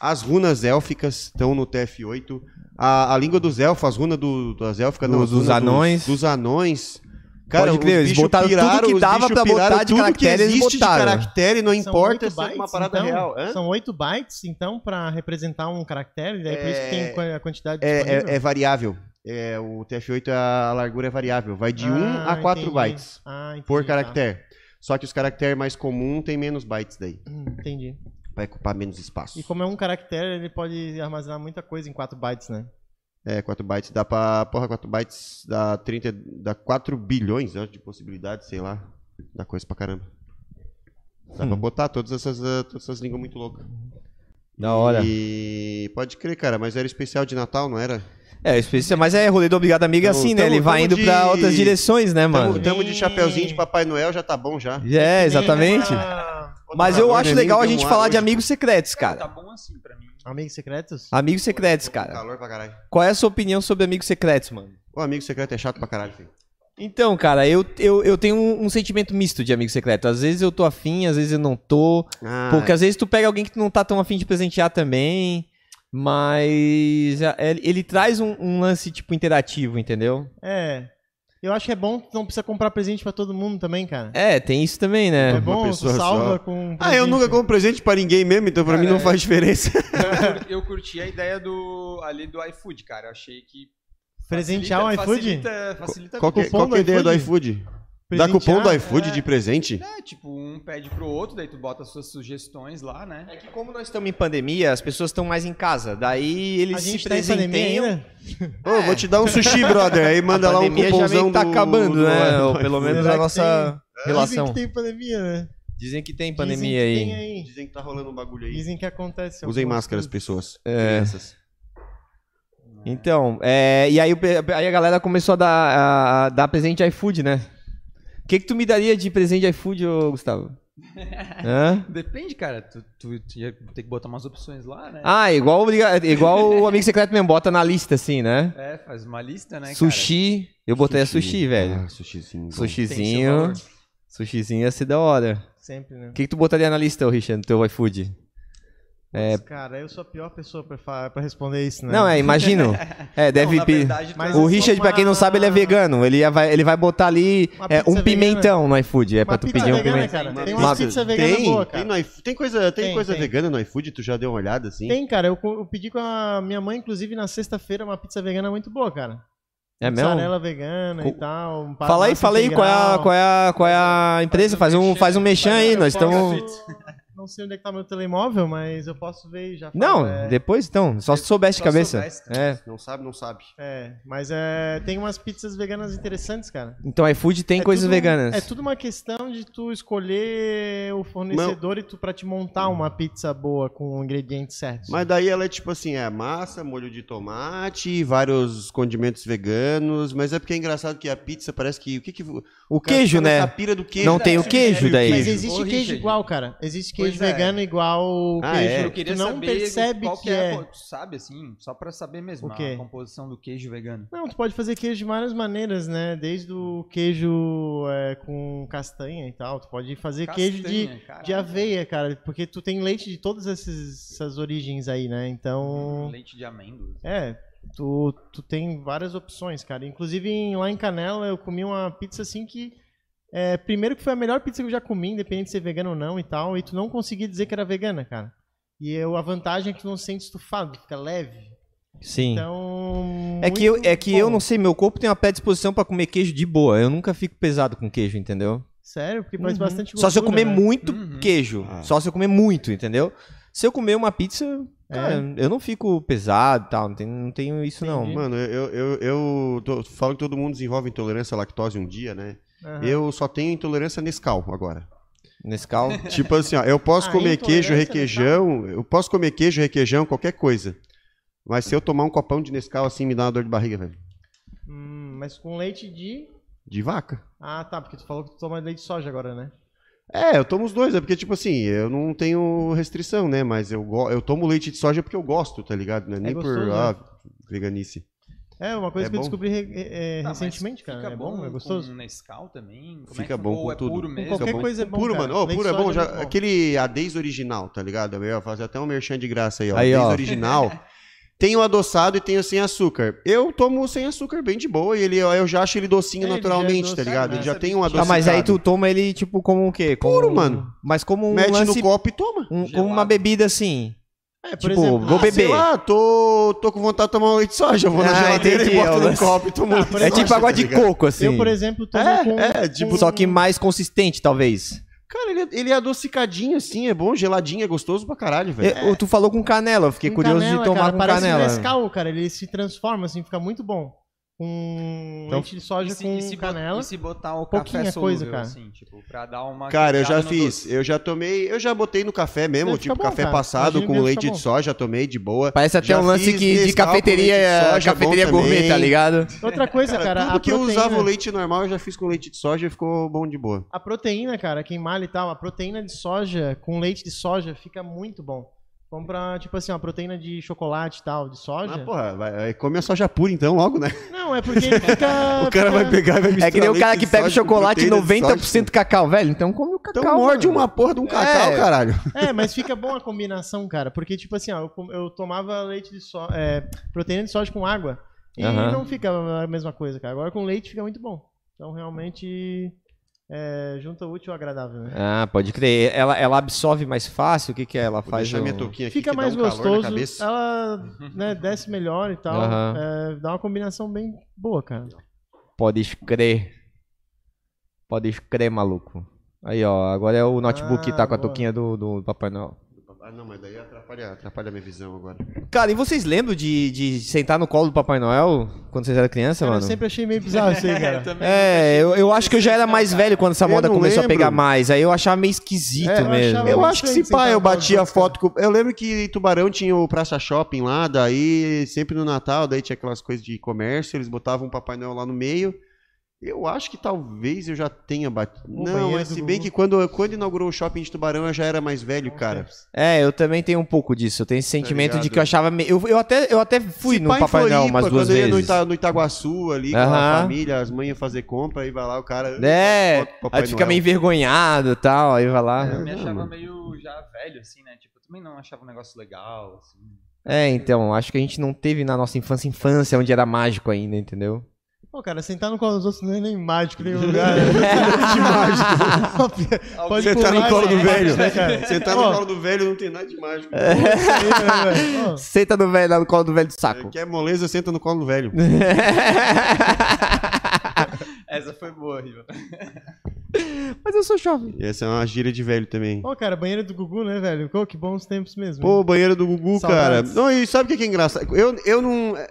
[SPEAKER 1] As runas élficas estão no TF8. A, a língua dos elfos, as runas do, das élficas, não,
[SPEAKER 3] Dos-
[SPEAKER 1] as runas
[SPEAKER 3] dos anões.
[SPEAKER 1] Dos, anões. Cara,
[SPEAKER 3] Pode crer,
[SPEAKER 1] os
[SPEAKER 3] eles
[SPEAKER 1] bichos
[SPEAKER 3] botaram tudo
[SPEAKER 1] piraram,
[SPEAKER 3] que
[SPEAKER 1] os
[SPEAKER 3] dava
[SPEAKER 1] bichos
[SPEAKER 3] pra botar
[SPEAKER 1] piraram
[SPEAKER 3] de
[SPEAKER 1] tudo que
[SPEAKER 3] caractere, eles
[SPEAKER 1] existe de
[SPEAKER 3] botaram.
[SPEAKER 1] caractere, não
[SPEAKER 4] São
[SPEAKER 1] importa, é
[SPEAKER 4] oito
[SPEAKER 1] uma
[SPEAKER 4] bytes,
[SPEAKER 1] parada
[SPEAKER 4] então?
[SPEAKER 1] real. Hã?
[SPEAKER 4] São 8 bytes, então, pra representar um caractere, daí por isso que tem qua- a quantidade
[SPEAKER 1] É,
[SPEAKER 4] disponível?
[SPEAKER 1] é- é variável. É, o TF8, a largura é variável. Vai de 1
[SPEAKER 4] Ah,
[SPEAKER 1] a 4
[SPEAKER 4] entendi.
[SPEAKER 1] bytes
[SPEAKER 4] Ah, entendi,
[SPEAKER 1] por
[SPEAKER 4] tá.
[SPEAKER 1] caractere. Só que os caracteres mais comuns tem menos bytes daí.
[SPEAKER 4] Hum, Entendi.
[SPEAKER 1] Vai ocupar menos espaço.
[SPEAKER 4] E como é um caractere, ele pode armazenar muita coisa em 4 bytes, né?
[SPEAKER 1] É, 4 bytes dá pra. Porra, 4 bytes dá né, 30. Dá 4 bilhões eu acho, de possibilidades, sei lá. Dá coisa pra caramba. Dá pra botar todas essas, ah, todas essas línguas muito loucas.
[SPEAKER 3] Da hora.
[SPEAKER 1] E pode crer, cara, mas era especial de Natal, não era?
[SPEAKER 3] É, especial, mas é rolê do Obrigado Amiga
[SPEAKER 1] Tamo-
[SPEAKER 3] assim, né? Ele
[SPEAKER 1] tamo-
[SPEAKER 3] vai
[SPEAKER 1] tamo
[SPEAKER 3] indo
[SPEAKER 1] de-
[SPEAKER 3] pra outras direções, né,
[SPEAKER 1] Tamo,
[SPEAKER 3] mano?
[SPEAKER 1] tamo de chapeuzinho de Papai Noel, já tá bom já.
[SPEAKER 3] É, exatamente.
[SPEAKER 4] Ah,
[SPEAKER 3] Mas
[SPEAKER 1] Outra
[SPEAKER 3] eu
[SPEAKER 1] hora,
[SPEAKER 3] acho
[SPEAKER 1] né?
[SPEAKER 3] legal a
[SPEAKER 1] Nem
[SPEAKER 3] gente
[SPEAKER 1] deu um ar
[SPEAKER 3] falar de
[SPEAKER 1] hoje.
[SPEAKER 3] amigos secretos,
[SPEAKER 5] Tá
[SPEAKER 3] cara.
[SPEAKER 5] bom assim pra mim.
[SPEAKER 4] Amigos secretos?
[SPEAKER 3] Amigos secretos, cara.
[SPEAKER 1] Calor pra caralho.
[SPEAKER 3] Qual é a sua opinião sobre amigos secretos, mano?
[SPEAKER 1] O amigo secreto é chato pra caralho, filho.
[SPEAKER 3] Então, cara, eu, eu, eu tenho um, um sentimento misto de amigo secreto. Às vezes eu tô afim, às vezes eu não tô.
[SPEAKER 1] Ah,
[SPEAKER 3] Porque às vezes tu pega alguém que tu não tá tão afim de presentear também. Mas a- ele, ele traz um, um lance, tipo, interativo, entendeu?
[SPEAKER 4] É. Eu acho que é bom, tu não precisa comprar presente pra todo mundo também, cara.
[SPEAKER 3] É, tem isso também,
[SPEAKER 4] É,
[SPEAKER 3] né?
[SPEAKER 4] bom, tu
[SPEAKER 1] pessoa
[SPEAKER 4] salva
[SPEAKER 1] só.
[SPEAKER 4] com. um
[SPEAKER 1] Ah, eu
[SPEAKER 4] presente.
[SPEAKER 1] nunca compro presente pra ninguém mesmo, então pra
[SPEAKER 5] Cara,
[SPEAKER 1] mim não
[SPEAKER 5] é.
[SPEAKER 1] faz diferença.
[SPEAKER 5] Eu cur- Eu curti a ideia do ali do iFood, cara. Eu achei que.
[SPEAKER 4] Presentear
[SPEAKER 5] facilita-
[SPEAKER 4] o iFood?
[SPEAKER 5] Facilita, facilita
[SPEAKER 1] Qual que,
[SPEAKER 5] muito.
[SPEAKER 4] Tá Cupom
[SPEAKER 1] qual que é a
[SPEAKER 4] do
[SPEAKER 1] ideia do
[SPEAKER 4] iFood?
[SPEAKER 1] iFood? Dá cupom do
[SPEAKER 4] Presentear?
[SPEAKER 1] iFood de presente?
[SPEAKER 5] É, tipo, um pede pro outro, daí tu bota as suas sugestões lá, né?
[SPEAKER 3] É que como nós estamos em pandemia, as pessoas estão mais em casa. Daí eles
[SPEAKER 4] A
[SPEAKER 3] se
[SPEAKER 4] gente tá em pandemia
[SPEAKER 3] presenteiam.
[SPEAKER 4] ainda?
[SPEAKER 1] Ô, vou te dar um sushi, brother. Aí manda
[SPEAKER 3] a
[SPEAKER 1] lá um
[SPEAKER 3] pandemia já meio
[SPEAKER 1] cupomzão
[SPEAKER 3] que tá
[SPEAKER 1] do-
[SPEAKER 3] acabando,
[SPEAKER 1] do-
[SPEAKER 3] né?
[SPEAKER 1] do
[SPEAKER 3] Ou pelo
[SPEAKER 1] iFood.
[SPEAKER 3] menos
[SPEAKER 4] Será
[SPEAKER 3] a
[SPEAKER 4] que
[SPEAKER 3] nossa
[SPEAKER 4] Dizem
[SPEAKER 3] relação.
[SPEAKER 4] que tem pandemia, né?
[SPEAKER 3] Dizem que tem
[SPEAKER 4] Dizem
[SPEAKER 3] pandemia
[SPEAKER 4] que
[SPEAKER 3] aí.
[SPEAKER 4] tem é. aí.
[SPEAKER 1] Dizem que tá rolando um bagulho aí.
[SPEAKER 4] Dizem que acontece.
[SPEAKER 1] Usem
[SPEAKER 4] algumas
[SPEAKER 1] máscaras,
[SPEAKER 4] coisas.
[SPEAKER 1] pessoas. É. Crianças.
[SPEAKER 3] Então, é, e aí, o pe- aí a galera começou a dar, a- a dar presente de iFood, né? O que, que tu me daria de presente de iFood, ô, Gustavo? Hã?
[SPEAKER 5] Depende, cara. Tu, tu, tu ia ter que botar umas opções lá, né?
[SPEAKER 3] Ah, igual, obriga- igual o amigo secreto mesmo, bota na lista assim, né?
[SPEAKER 5] É, faz uma lista, né? cara?
[SPEAKER 3] sushi, eu botaria sushi, velho.
[SPEAKER 1] Ah, sushizinho. bom.
[SPEAKER 5] Tem seu
[SPEAKER 3] sushizinho,
[SPEAKER 5] valor.
[SPEAKER 3] sushizinho ia ser da hora.
[SPEAKER 4] Sempre, né?
[SPEAKER 3] O que, que tu botaria na lista, ô, Richard, no teu iFood?
[SPEAKER 4] Mas, cara, eu sou a pior pessoa pra, fa- pra responder isso, né?
[SPEAKER 3] É. Não, é, imagino. É, deve.
[SPEAKER 5] na
[SPEAKER 3] pe-
[SPEAKER 5] verdade, tu- é
[SPEAKER 4] Mas
[SPEAKER 3] o
[SPEAKER 4] eu
[SPEAKER 3] Richard,
[SPEAKER 4] sou
[SPEAKER 3] pra quem não
[SPEAKER 4] uma-
[SPEAKER 3] sabe, ele é vegano. Ele ia- vai, ele vai botar ali
[SPEAKER 4] Uma
[SPEAKER 3] é, um
[SPEAKER 4] pizza
[SPEAKER 3] pimentão no iFood. É pra
[SPEAKER 4] Uma
[SPEAKER 3] tu
[SPEAKER 4] pizza
[SPEAKER 3] pedir um
[SPEAKER 4] vegana,
[SPEAKER 3] pimentão.
[SPEAKER 4] cara. Tem
[SPEAKER 1] Tem
[SPEAKER 4] uma
[SPEAKER 3] uma-
[SPEAKER 4] pizza vegana
[SPEAKER 1] tem,
[SPEAKER 4] boa,
[SPEAKER 1] tem,
[SPEAKER 4] cara.
[SPEAKER 1] no iFood- tem coisa, tem
[SPEAKER 4] Tem,
[SPEAKER 1] coisa
[SPEAKER 4] tem.
[SPEAKER 1] vegana no iFood? Tu já deu uma olhada assim?
[SPEAKER 4] Tem, cara. Eu, co- eu pedi com a minha mãe, inclusive, na sexta-feira, uma pizza vegana muito boa, cara.
[SPEAKER 3] É mesmo?
[SPEAKER 4] Mussarela vegana e
[SPEAKER 3] Co-
[SPEAKER 4] tal. Um pa-
[SPEAKER 3] Fala aí,
[SPEAKER 4] massa
[SPEAKER 3] fala aí qual é, a,
[SPEAKER 4] integral.
[SPEAKER 3] qual, é a, qual é a empresa. Faz um, faz um mexão aí, nós
[SPEAKER 4] um
[SPEAKER 3] estamos.
[SPEAKER 4] Não sei onde é que tá meu telemóvel, mas eu posso ver e já falo,
[SPEAKER 3] Não,
[SPEAKER 4] é,
[SPEAKER 3] depois então, só se soubesse de
[SPEAKER 5] Só
[SPEAKER 3] cabeça.
[SPEAKER 5] soubesse.
[SPEAKER 3] É.
[SPEAKER 1] Não sabe, não sabe.
[SPEAKER 4] é, mas é, tem umas pizzas veganas interessantes, cara.
[SPEAKER 3] Então, iFood tem
[SPEAKER 4] É
[SPEAKER 3] coisas
[SPEAKER 4] tudo-
[SPEAKER 3] veganas.
[SPEAKER 4] É tudo uma questão de tu escolher o fornecedor e tu pra te montar uma pizza boa com ingredientes certos.
[SPEAKER 1] Mas daí ela é tipo assim, é massa, molho de tomate, vários condimentos veganos, mas é porque é engraçado que a pizza parece que o que que o
[SPEAKER 4] um
[SPEAKER 3] o
[SPEAKER 1] cara
[SPEAKER 3] queijo,
[SPEAKER 1] fica nessa
[SPEAKER 3] né?
[SPEAKER 1] pira do queijo.
[SPEAKER 3] Não tem o queijo daí.
[SPEAKER 4] Mas
[SPEAKER 1] queijo.
[SPEAKER 4] existe
[SPEAKER 5] Ô,
[SPEAKER 4] queijo
[SPEAKER 5] Richard.
[SPEAKER 4] igual, cara. Existe
[SPEAKER 5] Pois
[SPEAKER 4] queijo
[SPEAKER 5] é.
[SPEAKER 4] vegano igual
[SPEAKER 1] Ah,
[SPEAKER 4] queijo.
[SPEAKER 1] é?
[SPEAKER 5] Eu queria
[SPEAKER 4] tu não
[SPEAKER 5] saber
[SPEAKER 4] percebe
[SPEAKER 5] qual
[SPEAKER 4] que é.
[SPEAKER 5] co- Sabe, assim, só pra saber mesmo
[SPEAKER 4] O quê?
[SPEAKER 5] a composição do queijo vegano.
[SPEAKER 4] Não, tu pode fazer queijo de várias maneiras, né? Desde o queijo é, com castanha e tal. Tu pode fazer queijo de,
[SPEAKER 5] Castanha, caralho. né?
[SPEAKER 4] de aveia, cara. Porque tu tem leite de todas esses- essas origens aí, né? Então.
[SPEAKER 5] Leite de amêndoas.
[SPEAKER 4] É, tu, tu tem várias opções, cara. Inclusive, em- lá em Canela, eu comi uma pizza assim que. é, primeiro que foi a melhor pizza que eu já comi, independente de ser vegana ou não e tal, e tu não conseguia dizer que era vegana, cara. E eu, a vantagem é que tu não se sente estufado, fica leve.
[SPEAKER 3] Sim.
[SPEAKER 4] Então.
[SPEAKER 3] É que, eu, é que eu não
[SPEAKER 4] sei.
[SPEAKER 3] sei, meu corpo tem uma predisposição pra comer queijo de boa. Eu nunca fico pesado com queijo, entendeu?
[SPEAKER 4] Sério? Porque faz
[SPEAKER 3] Uhum.
[SPEAKER 4] bastante
[SPEAKER 3] Só se eu
[SPEAKER 4] gordura,
[SPEAKER 3] comer
[SPEAKER 4] né?
[SPEAKER 3] muito
[SPEAKER 5] Uhum.
[SPEAKER 3] queijo.
[SPEAKER 1] Ah.
[SPEAKER 3] Só se eu comer muito, entendeu? Se eu comer uma pizza,
[SPEAKER 4] É,
[SPEAKER 3] cara, É, eu não fico pesado e tal. Não tenho, não tenho isso, não.
[SPEAKER 4] Entendi.
[SPEAKER 1] Mano, eu, eu, eu tô, falo que todo mundo desenvolve intolerância à lactose um dia, né?
[SPEAKER 4] Aham.
[SPEAKER 1] Eu só tenho intolerância Nescau agora.
[SPEAKER 3] Nesse cal.
[SPEAKER 1] Tipo assim, ó, eu posso
[SPEAKER 4] Ah,
[SPEAKER 1] comer
[SPEAKER 4] intolerância
[SPEAKER 1] queijo, requeijão, eu posso comer queijo, requeijão, qualquer coisa. Mas se eu tomar um copão de Nescau assim, me dá uma dor de barriga, velho.
[SPEAKER 4] Hum, mas com leite de.
[SPEAKER 1] De vaca.
[SPEAKER 4] Ah, tá, porque tu falou que tu toma leite de soja agora, né?
[SPEAKER 1] É, eu tomo os dois, é porque, tipo assim, eu não tenho restrição, né? Mas eu, go- eu tomo leite de soja porque eu gosto, tá ligado? Não é nem por
[SPEAKER 4] gostoso,
[SPEAKER 1] ah, veganice.
[SPEAKER 4] É, uma coisa
[SPEAKER 1] É
[SPEAKER 4] que eu
[SPEAKER 1] bom?
[SPEAKER 4] descobri re- é,
[SPEAKER 5] Tá, mas
[SPEAKER 4] recentemente, cara.
[SPEAKER 5] Fica
[SPEAKER 4] É bom, é gostoso.
[SPEAKER 5] Com Nescau também? Como
[SPEAKER 1] Fica
[SPEAKER 5] é que
[SPEAKER 1] bom
[SPEAKER 5] ou
[SPEAKER 1] com
[SPEAKER 5] é
[SPEAKER 1] tudo.
[SPEAKER 5] puro
[SPEAKER 1] Com
[SPEAKER 5] mesmo?
[SPEAKER 4] qualquer
[SPEAKER 1] bom.
[SPEAKER 4] coisa é bom.
[SPEAKER 1] puro,
[SPEAKER 4] cara.
[SPEAKER 1] mano. Ô,
[SPEAKER 4] Leite
[SPEAKER 1] puro é
[SPEAKER 4] de soja
[SPEAKER 1] bom. Já,
[SPEAKER 4] muito
[SPEAKER 1] Aquele Adez original, tá ligado? Eu ia fazer até um merchan de graça aí, ó.
[SPEAKER 3] Aí,
[SPEAKER 1] Adez
[SPEAKER 3] ó.
[SPEAKER 1] original. Tem o adoçado e tem o sem açúcar. Eu tomo o sem açúcar bem de boa e ele, eu já acho ele docinho
[SPEAKER 4] É, ele já é
[SPEAKER 1] naturalmente, tá
[SPEAKER 4] doce.
[SPEAKER 1] ligado? Ele já
[SPEAKER 5] Nossa,
[SPEAKER 1] tem um
[SPEAKER 5] bicho.
[SPEAKER 1] adoçado.
[SPEAKER 3] Ah, mas aí tu toma ele, tipo, como o quê? Como,
[SPEAKER 1] Puro, mano.
[SPEAKER 3] Mas como um
[SPEAKER 1] Mete
[SPEAKER 3] lance...
[SPEAKER 1] no copo e toma.
[SPEAKER 3] um- como
[SPEAKER 5] gelado.
[SPEAKER 3] uma bebida, assim.
[SPEAKER 4] É, por
[SPEAKER 3] tipo,
[SPEAKER 4] exemplo,
[SPEAKER 3] vou
[SPEAKER 1] Ah, sei
[SPEAKER 3] beber.
[SPEAKER 1] lá, tô, tô com vontade de tomar um leite de soja. Eu vou na
[SPEAKER 3] Ah,
[SPEAKER 1] geladeira
[SPEAKER 3] entendi,
[SPEAKER 1] e
[SPEAKER 3] é o
[SPEAKER 1] boto no
[SPEAKER 3] lance.
[SPEAKER 1] copo e tomo um leite de
[SPEAKER 3] É
[SPEAKER 1] soja,
[SPEAKER 3] tipo
[SPEAKER 1] tá
[SPEAKER 3] água de
[SPEAKER 1] ligado?
[SPEAKER 3] coco, assim.
[SPEAKER 4] eu, por exemplo, tomo com...
[SPEAKER 1] É, é, tipo,
[SPEAKER 3] Só
[SPEAKER 4] um-
[SPEAKER 3] que mais consistente, talvez.
[SPEAKER 1] Cara, ele é, ele é adocicadinho assim, é bom, geladinho, é gostoso pra caralho, velho.
[SPEAKER 3] Eu- tu falou com canela, eu fiquei
[SPEAKER 4] com
[SPEAKER 3] curioso
[SPEAKER 4] canela,
[SPEAKER 3] de tomar
[SPEAKER 4] cara,
[SPEAKER 3] com
[SPEAKER 4] parece
[SPEAKER 3] canela.
[SPEAKER 4] Parece Nescau, cara. Ele se transforma, assim, fica muito bom. com
[SPEAKER 1] Então,
[SPEAKER 4] leite de soja
[SPEAKER 5] E se-
[SPEAKER 4] com
[SPEAKER 5] e se bot-
[SPEAKER 4] canela.
[SPEAKER 5] e se botar o
[SPEAKER 4] Pouquinha
[SPEAKER 5] café solúvel,
[SPEAKER 4] coisa, cara.
[SPEAKER 5] assim, tipo, pra dar uma...
[SPEAKER 1] Cara, eu já
[SPEAKER 5] quebrada no
[SPEAKER 1] fiz.
[SPEAKER 5] doce.
[SPEAKER 1] Eu já tomei. Eu já botei no café mesmo,
[SPEAKER 4] Deve
[SPEAKER 1] tipo
[SPEAKER 4] ficar bom,
[SPEAKER 1] café
[SPEAKER 4] cara.
[SPEAKER 1] passado
[SPEAKER 4] Imagino
[SPEAKER 1] com
[SPEAKER 4] que deve
[SPEAKER 1] leite
[SPEAKER 4] ficar
[SPEAKER 1] de
[SPEAKER 4] tá bom.
[SPEAKER 1] soja, tomei de boa.
[SPEAKER 3] Parece até
[SPEAKER 1] Já
[SPEAKER 3] um lance
[SPEAKER 1] fiz
[SPEAKER 3] que de
[SPEAKER 1] Nescau com
[SPEAKER 3] cafeteria,
[SPEAKER 1] leite de soja,
[SPEAKER 3] cafeteria
[SPEAKER 1] bom
[SPEAKER 3] gourmet,
[SPEAKER 1] também.
[SPEAKER 3] tá ligado?
[SPEAKER 4] Outra coisa, cara,
[SPEAKER 1] Tudo
[SPEAKER 4] a
[SPEAKER 1] que eu
[SPEAKER 4] proteína,
[SPEAKER 1] usava o leite normal, eu já fiz com leite de soja e ficou bom de boa.
[SPEAKER 4] a proteína, cara, quem malha e tal, a proteína de soja com leite de soja fica muito bom. Vamos pra, tipo assim, uma proteína de chocolate e tal, de soja.
[SPEAKER 1] Mas, porra, vai, aí come a soja pura então logo, né?
[SPEAKER 4] Não, é porque ele fica.
[SPEAKER 1] O cara vai pegar e vai misturar
[SPEAKER 3] É que nem o cara
[SPEAKER 1] leite
[SPEAKER 3] que
[SPEAKER 1] de
[SPEAKER 3] pega o
[SPEAKER 1] soja com
[SPEAKER 3] chocolate
[SPEAKER 1] proteína de soja.
[SPEAKER 3] 90% cacau, velho. Então come o cacau.
[SPEAKER 1] Então morde
[SPEAKER 3] mano.
[SPEAKER 1] uma porra de um cacau,
[SPEAKER 3] É.
[SPEAKER 1] caralho.
[SPEAKER 4] É, mas fica bom a combinação, cara. Porque, tipo assim, ó, eu, com- eu tomava leite de soja. proteína de soja com água. E
[SPEAKER 3] Aham.
[SPEAKER 4] não fica a mesma coisa, cara. Agora com leite fica muito bom. Então realmente. É, junta o útil ao agradável,
[SPEAKER 1] É,
[SPEAKER 4] né?
[SPEAKER 3] Ah, pode crer. Ela, ela absorve mais fácil? O que que é? Ela
[SPEAKER 1] Vou
[SPEAKER 3] faz?
[SPEAKER 1] deixar
[SPEAKER 3] um-
[SPEAKER 1] minha touquinha aqui
[SPEAKER 4] Fica
[SPEAKER 1] que dá
[SPEAKER 4] mais
[SPEAKER 1] um calor na
[SPEAKER 4] gostoso, É
[SPEAKER 1] cabeça.
[SPEAKER 4] ela né, desce melhor e tal.
[SPEAKER 3] Aham.
[SPEAKER 4] É, dá uma combinação bem boa, cara.
[SPEAKER 3] Pode crer. Pode crer, maluco. Aí, ó. Agora é o notebook que tá com a
[SPEAKER 4] boa.
[SPEAKER 3] touquinha do, do Papai Noel.
[SPEAKER 1] Ah, não, mas daí atrapalha, atrapalha a minha visão agora.
[SPEAKER 3] Cara, e vocês lembram de, de sentar no colo do Papai Noel quando vocês eram criança,
[SPEAKER 4] Cara, eu
[SPEAKER 3] mano?
[SPEAKER 4] sempre achei meio bizarro isso aí, cara.
[SPEAKER 5] também
[SPEAKER 3] É, eu, eu acho que eu já era mais velho quando essa
[SPEAKER 1] Eu
[SPEAKER 3] moda
[SPEAKER 1] não
[SPEAKER 3] começou a
[SPEAKER 1] lembro.
[SPEAKER 3] pegar mais. Aí eu achava meio esquisito
[SPEAKER 4] É, eu
[SPEAKER 3] mesmo.
[SPEAKER 4] achava-
[SPEAKER 1] Eu
[SPEAKER 4] Não,
[SPEAKER 1] acho que
[SPEAKER 4] isso aí,
[SPEAKER 1] se pá,
[SPEAKER 4] sentar
[SPEAKER 1] eu
[SPEAKER 4] no colo
[SPEAKER 1] bati a
[SPEAKER 4] dos outros,
[SPEAKER 1] foto com... Eu lembro que em Tubarão tinha o Praça Shopping lá, daí sempre no Natal, daí tinha aquelas coisas de comércio, eles botavam um Papai Noel lá no meio. Eu acho que talvez eu já tenha batido.
[SPEAKER 4] O
[SPEAKER 1] Não,
[SPEAKER 4] banheiro
[SPEAKER 1] é
[SPEAKER 4] do
[SPEAKER 1] se bem
[SPEAKER 4] Gugu.
[SPEAKER 1] que quando, quando inaugurou o shopping de Tubarão eu já era mais velho, cara.
[SPEAKER 3] É, eu também tenho um pouco disso. Eu tenho esse sentimento
[SPEAKER 1] Tá
[SPEAKER 3] de
[SPEAKER 1] ligado?
[SPEAKER 3] que eu achava. Me... Eu, eu, até, eu até fui
[SPEAKER 1] Se
[SPEAKER 3] no
[SPEAKER 1] pá, em
[SPEAKER 3] Papai Noel
[SPEAKER 1] Floripa,
[SPEAKER 3] umas duas
[SPEAKER 1] quando eu ia No,
[SPEAKER 3] vezes.
[SPEAKER 1] Ita, no Itaguaçu ali, com
[SPEAKER 3] Aham.
[SPEAKER 1] a família, as mães iam fazer compra, e vai lá o cara.
[SPEAKER 3] É,
[SPEAKER 1] foto do Papai
[SPEAKER 3] aí tu fica
[SPEAKER 1] Noel.
[SPEAKER 3] meio envergonhado e tal. Aí vai lá.
[SPEAKER 5] Eu me
[SPEAKER 1] não,
[SPEAKER 5] achava
[SPEAKER 1] mano.
[SPEAKER 5] meio já velho, assim, né? Tipo, eu também não achava um negócio legal, assim.
[SPEAKER 3] É, então, acho que a gente não teve na nossa infância infância onde era mágico ainda, entendeu?
[SPEAKER 4] Pô, cara, sentar no colo dos outros não é nem mágico em nenhum lugar. É.
[SPEAKER 5] Alguém- assim,
[SPEAKER 4] Pode
[SPEAKER 1] Sentar tá no
[SPEAKER 4] pular,
[SPEAKER 1] colo do
[SPEAKER 4] né?
[SPEAKER 1] velho.
[SPEAKER 4] Né, cara? é, né,
[SPEAKER 1] Sentar no
[SPEAKER 4] Ó.
[SPEAKER 1] colo do velho não tem nada de mágico.
[SPEAKER 3] É.
[SPEAKER 4] Ó,
[SPEAKER 3] Senta no, velho, no colo do velho do saco.
[SPEAKER 1] Quer é moleza, senta no colo do velho.
[SPEAKER 5] Essa foi boa, Riva.
[SPEAKER 3] Mas eu sou jovem.
[SPEAKER 1] Essa é uma gíria de velho também.
[SPEAKER 4] Ó, cara, banheiro do Gugu, né, velho? Pô, que bons tempos mesmo.
[SPEAKER 1] Pô, banheiro do Gugu,
[SPEAKER 4] Saudades.
[SPEAKER 1] cara. Não, e sabe o que que é engraçado? Eu, eu não. é,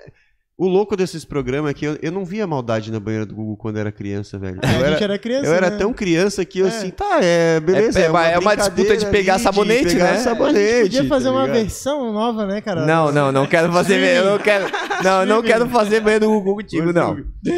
[SPEAKER 1] O louco desses programas é que eu, eu não via maldade na banheira do Gugu quando era criança, velho.
[SPEAKER 4] É,
[SPEAKER 1] Eu
[SPEAKER 4] a gente
[SPEAKER 1] era,
[SPEAKER 4] era criança,
[SPEAKER 1] eu era
[SPEAKER 4] né?
[SPEAKER 1] tão criança que eu
[SPEAKER 4] É.
[SPEAKER 1] assim, tá, é, beleza.
[SPEAKER 3] É, é uma- é uma
[SPEAKER 1] brincadeira
[SPEAKER 3] disputa de pegar
[SPEAKER 1] ali, de
[SPEAKER 3] sabonete,
[SPEAKER 1] pegar
[SPEAKER 3] né?
[SPEAKER 1] sabonete.
[SPEAKER 4] Podia fazer
[SPEAKER 1] tá
[SPEAKER 4] uma
[SPEAKER 1] ligado?
[SPEAKER 4] versão nova, né, cara?
[SPEAKER 3] Não, não, não quero fazer. Eu não quero. Não, não quero fazer banho do Gugu contigo, não. Esse
[SPEAKER 1] um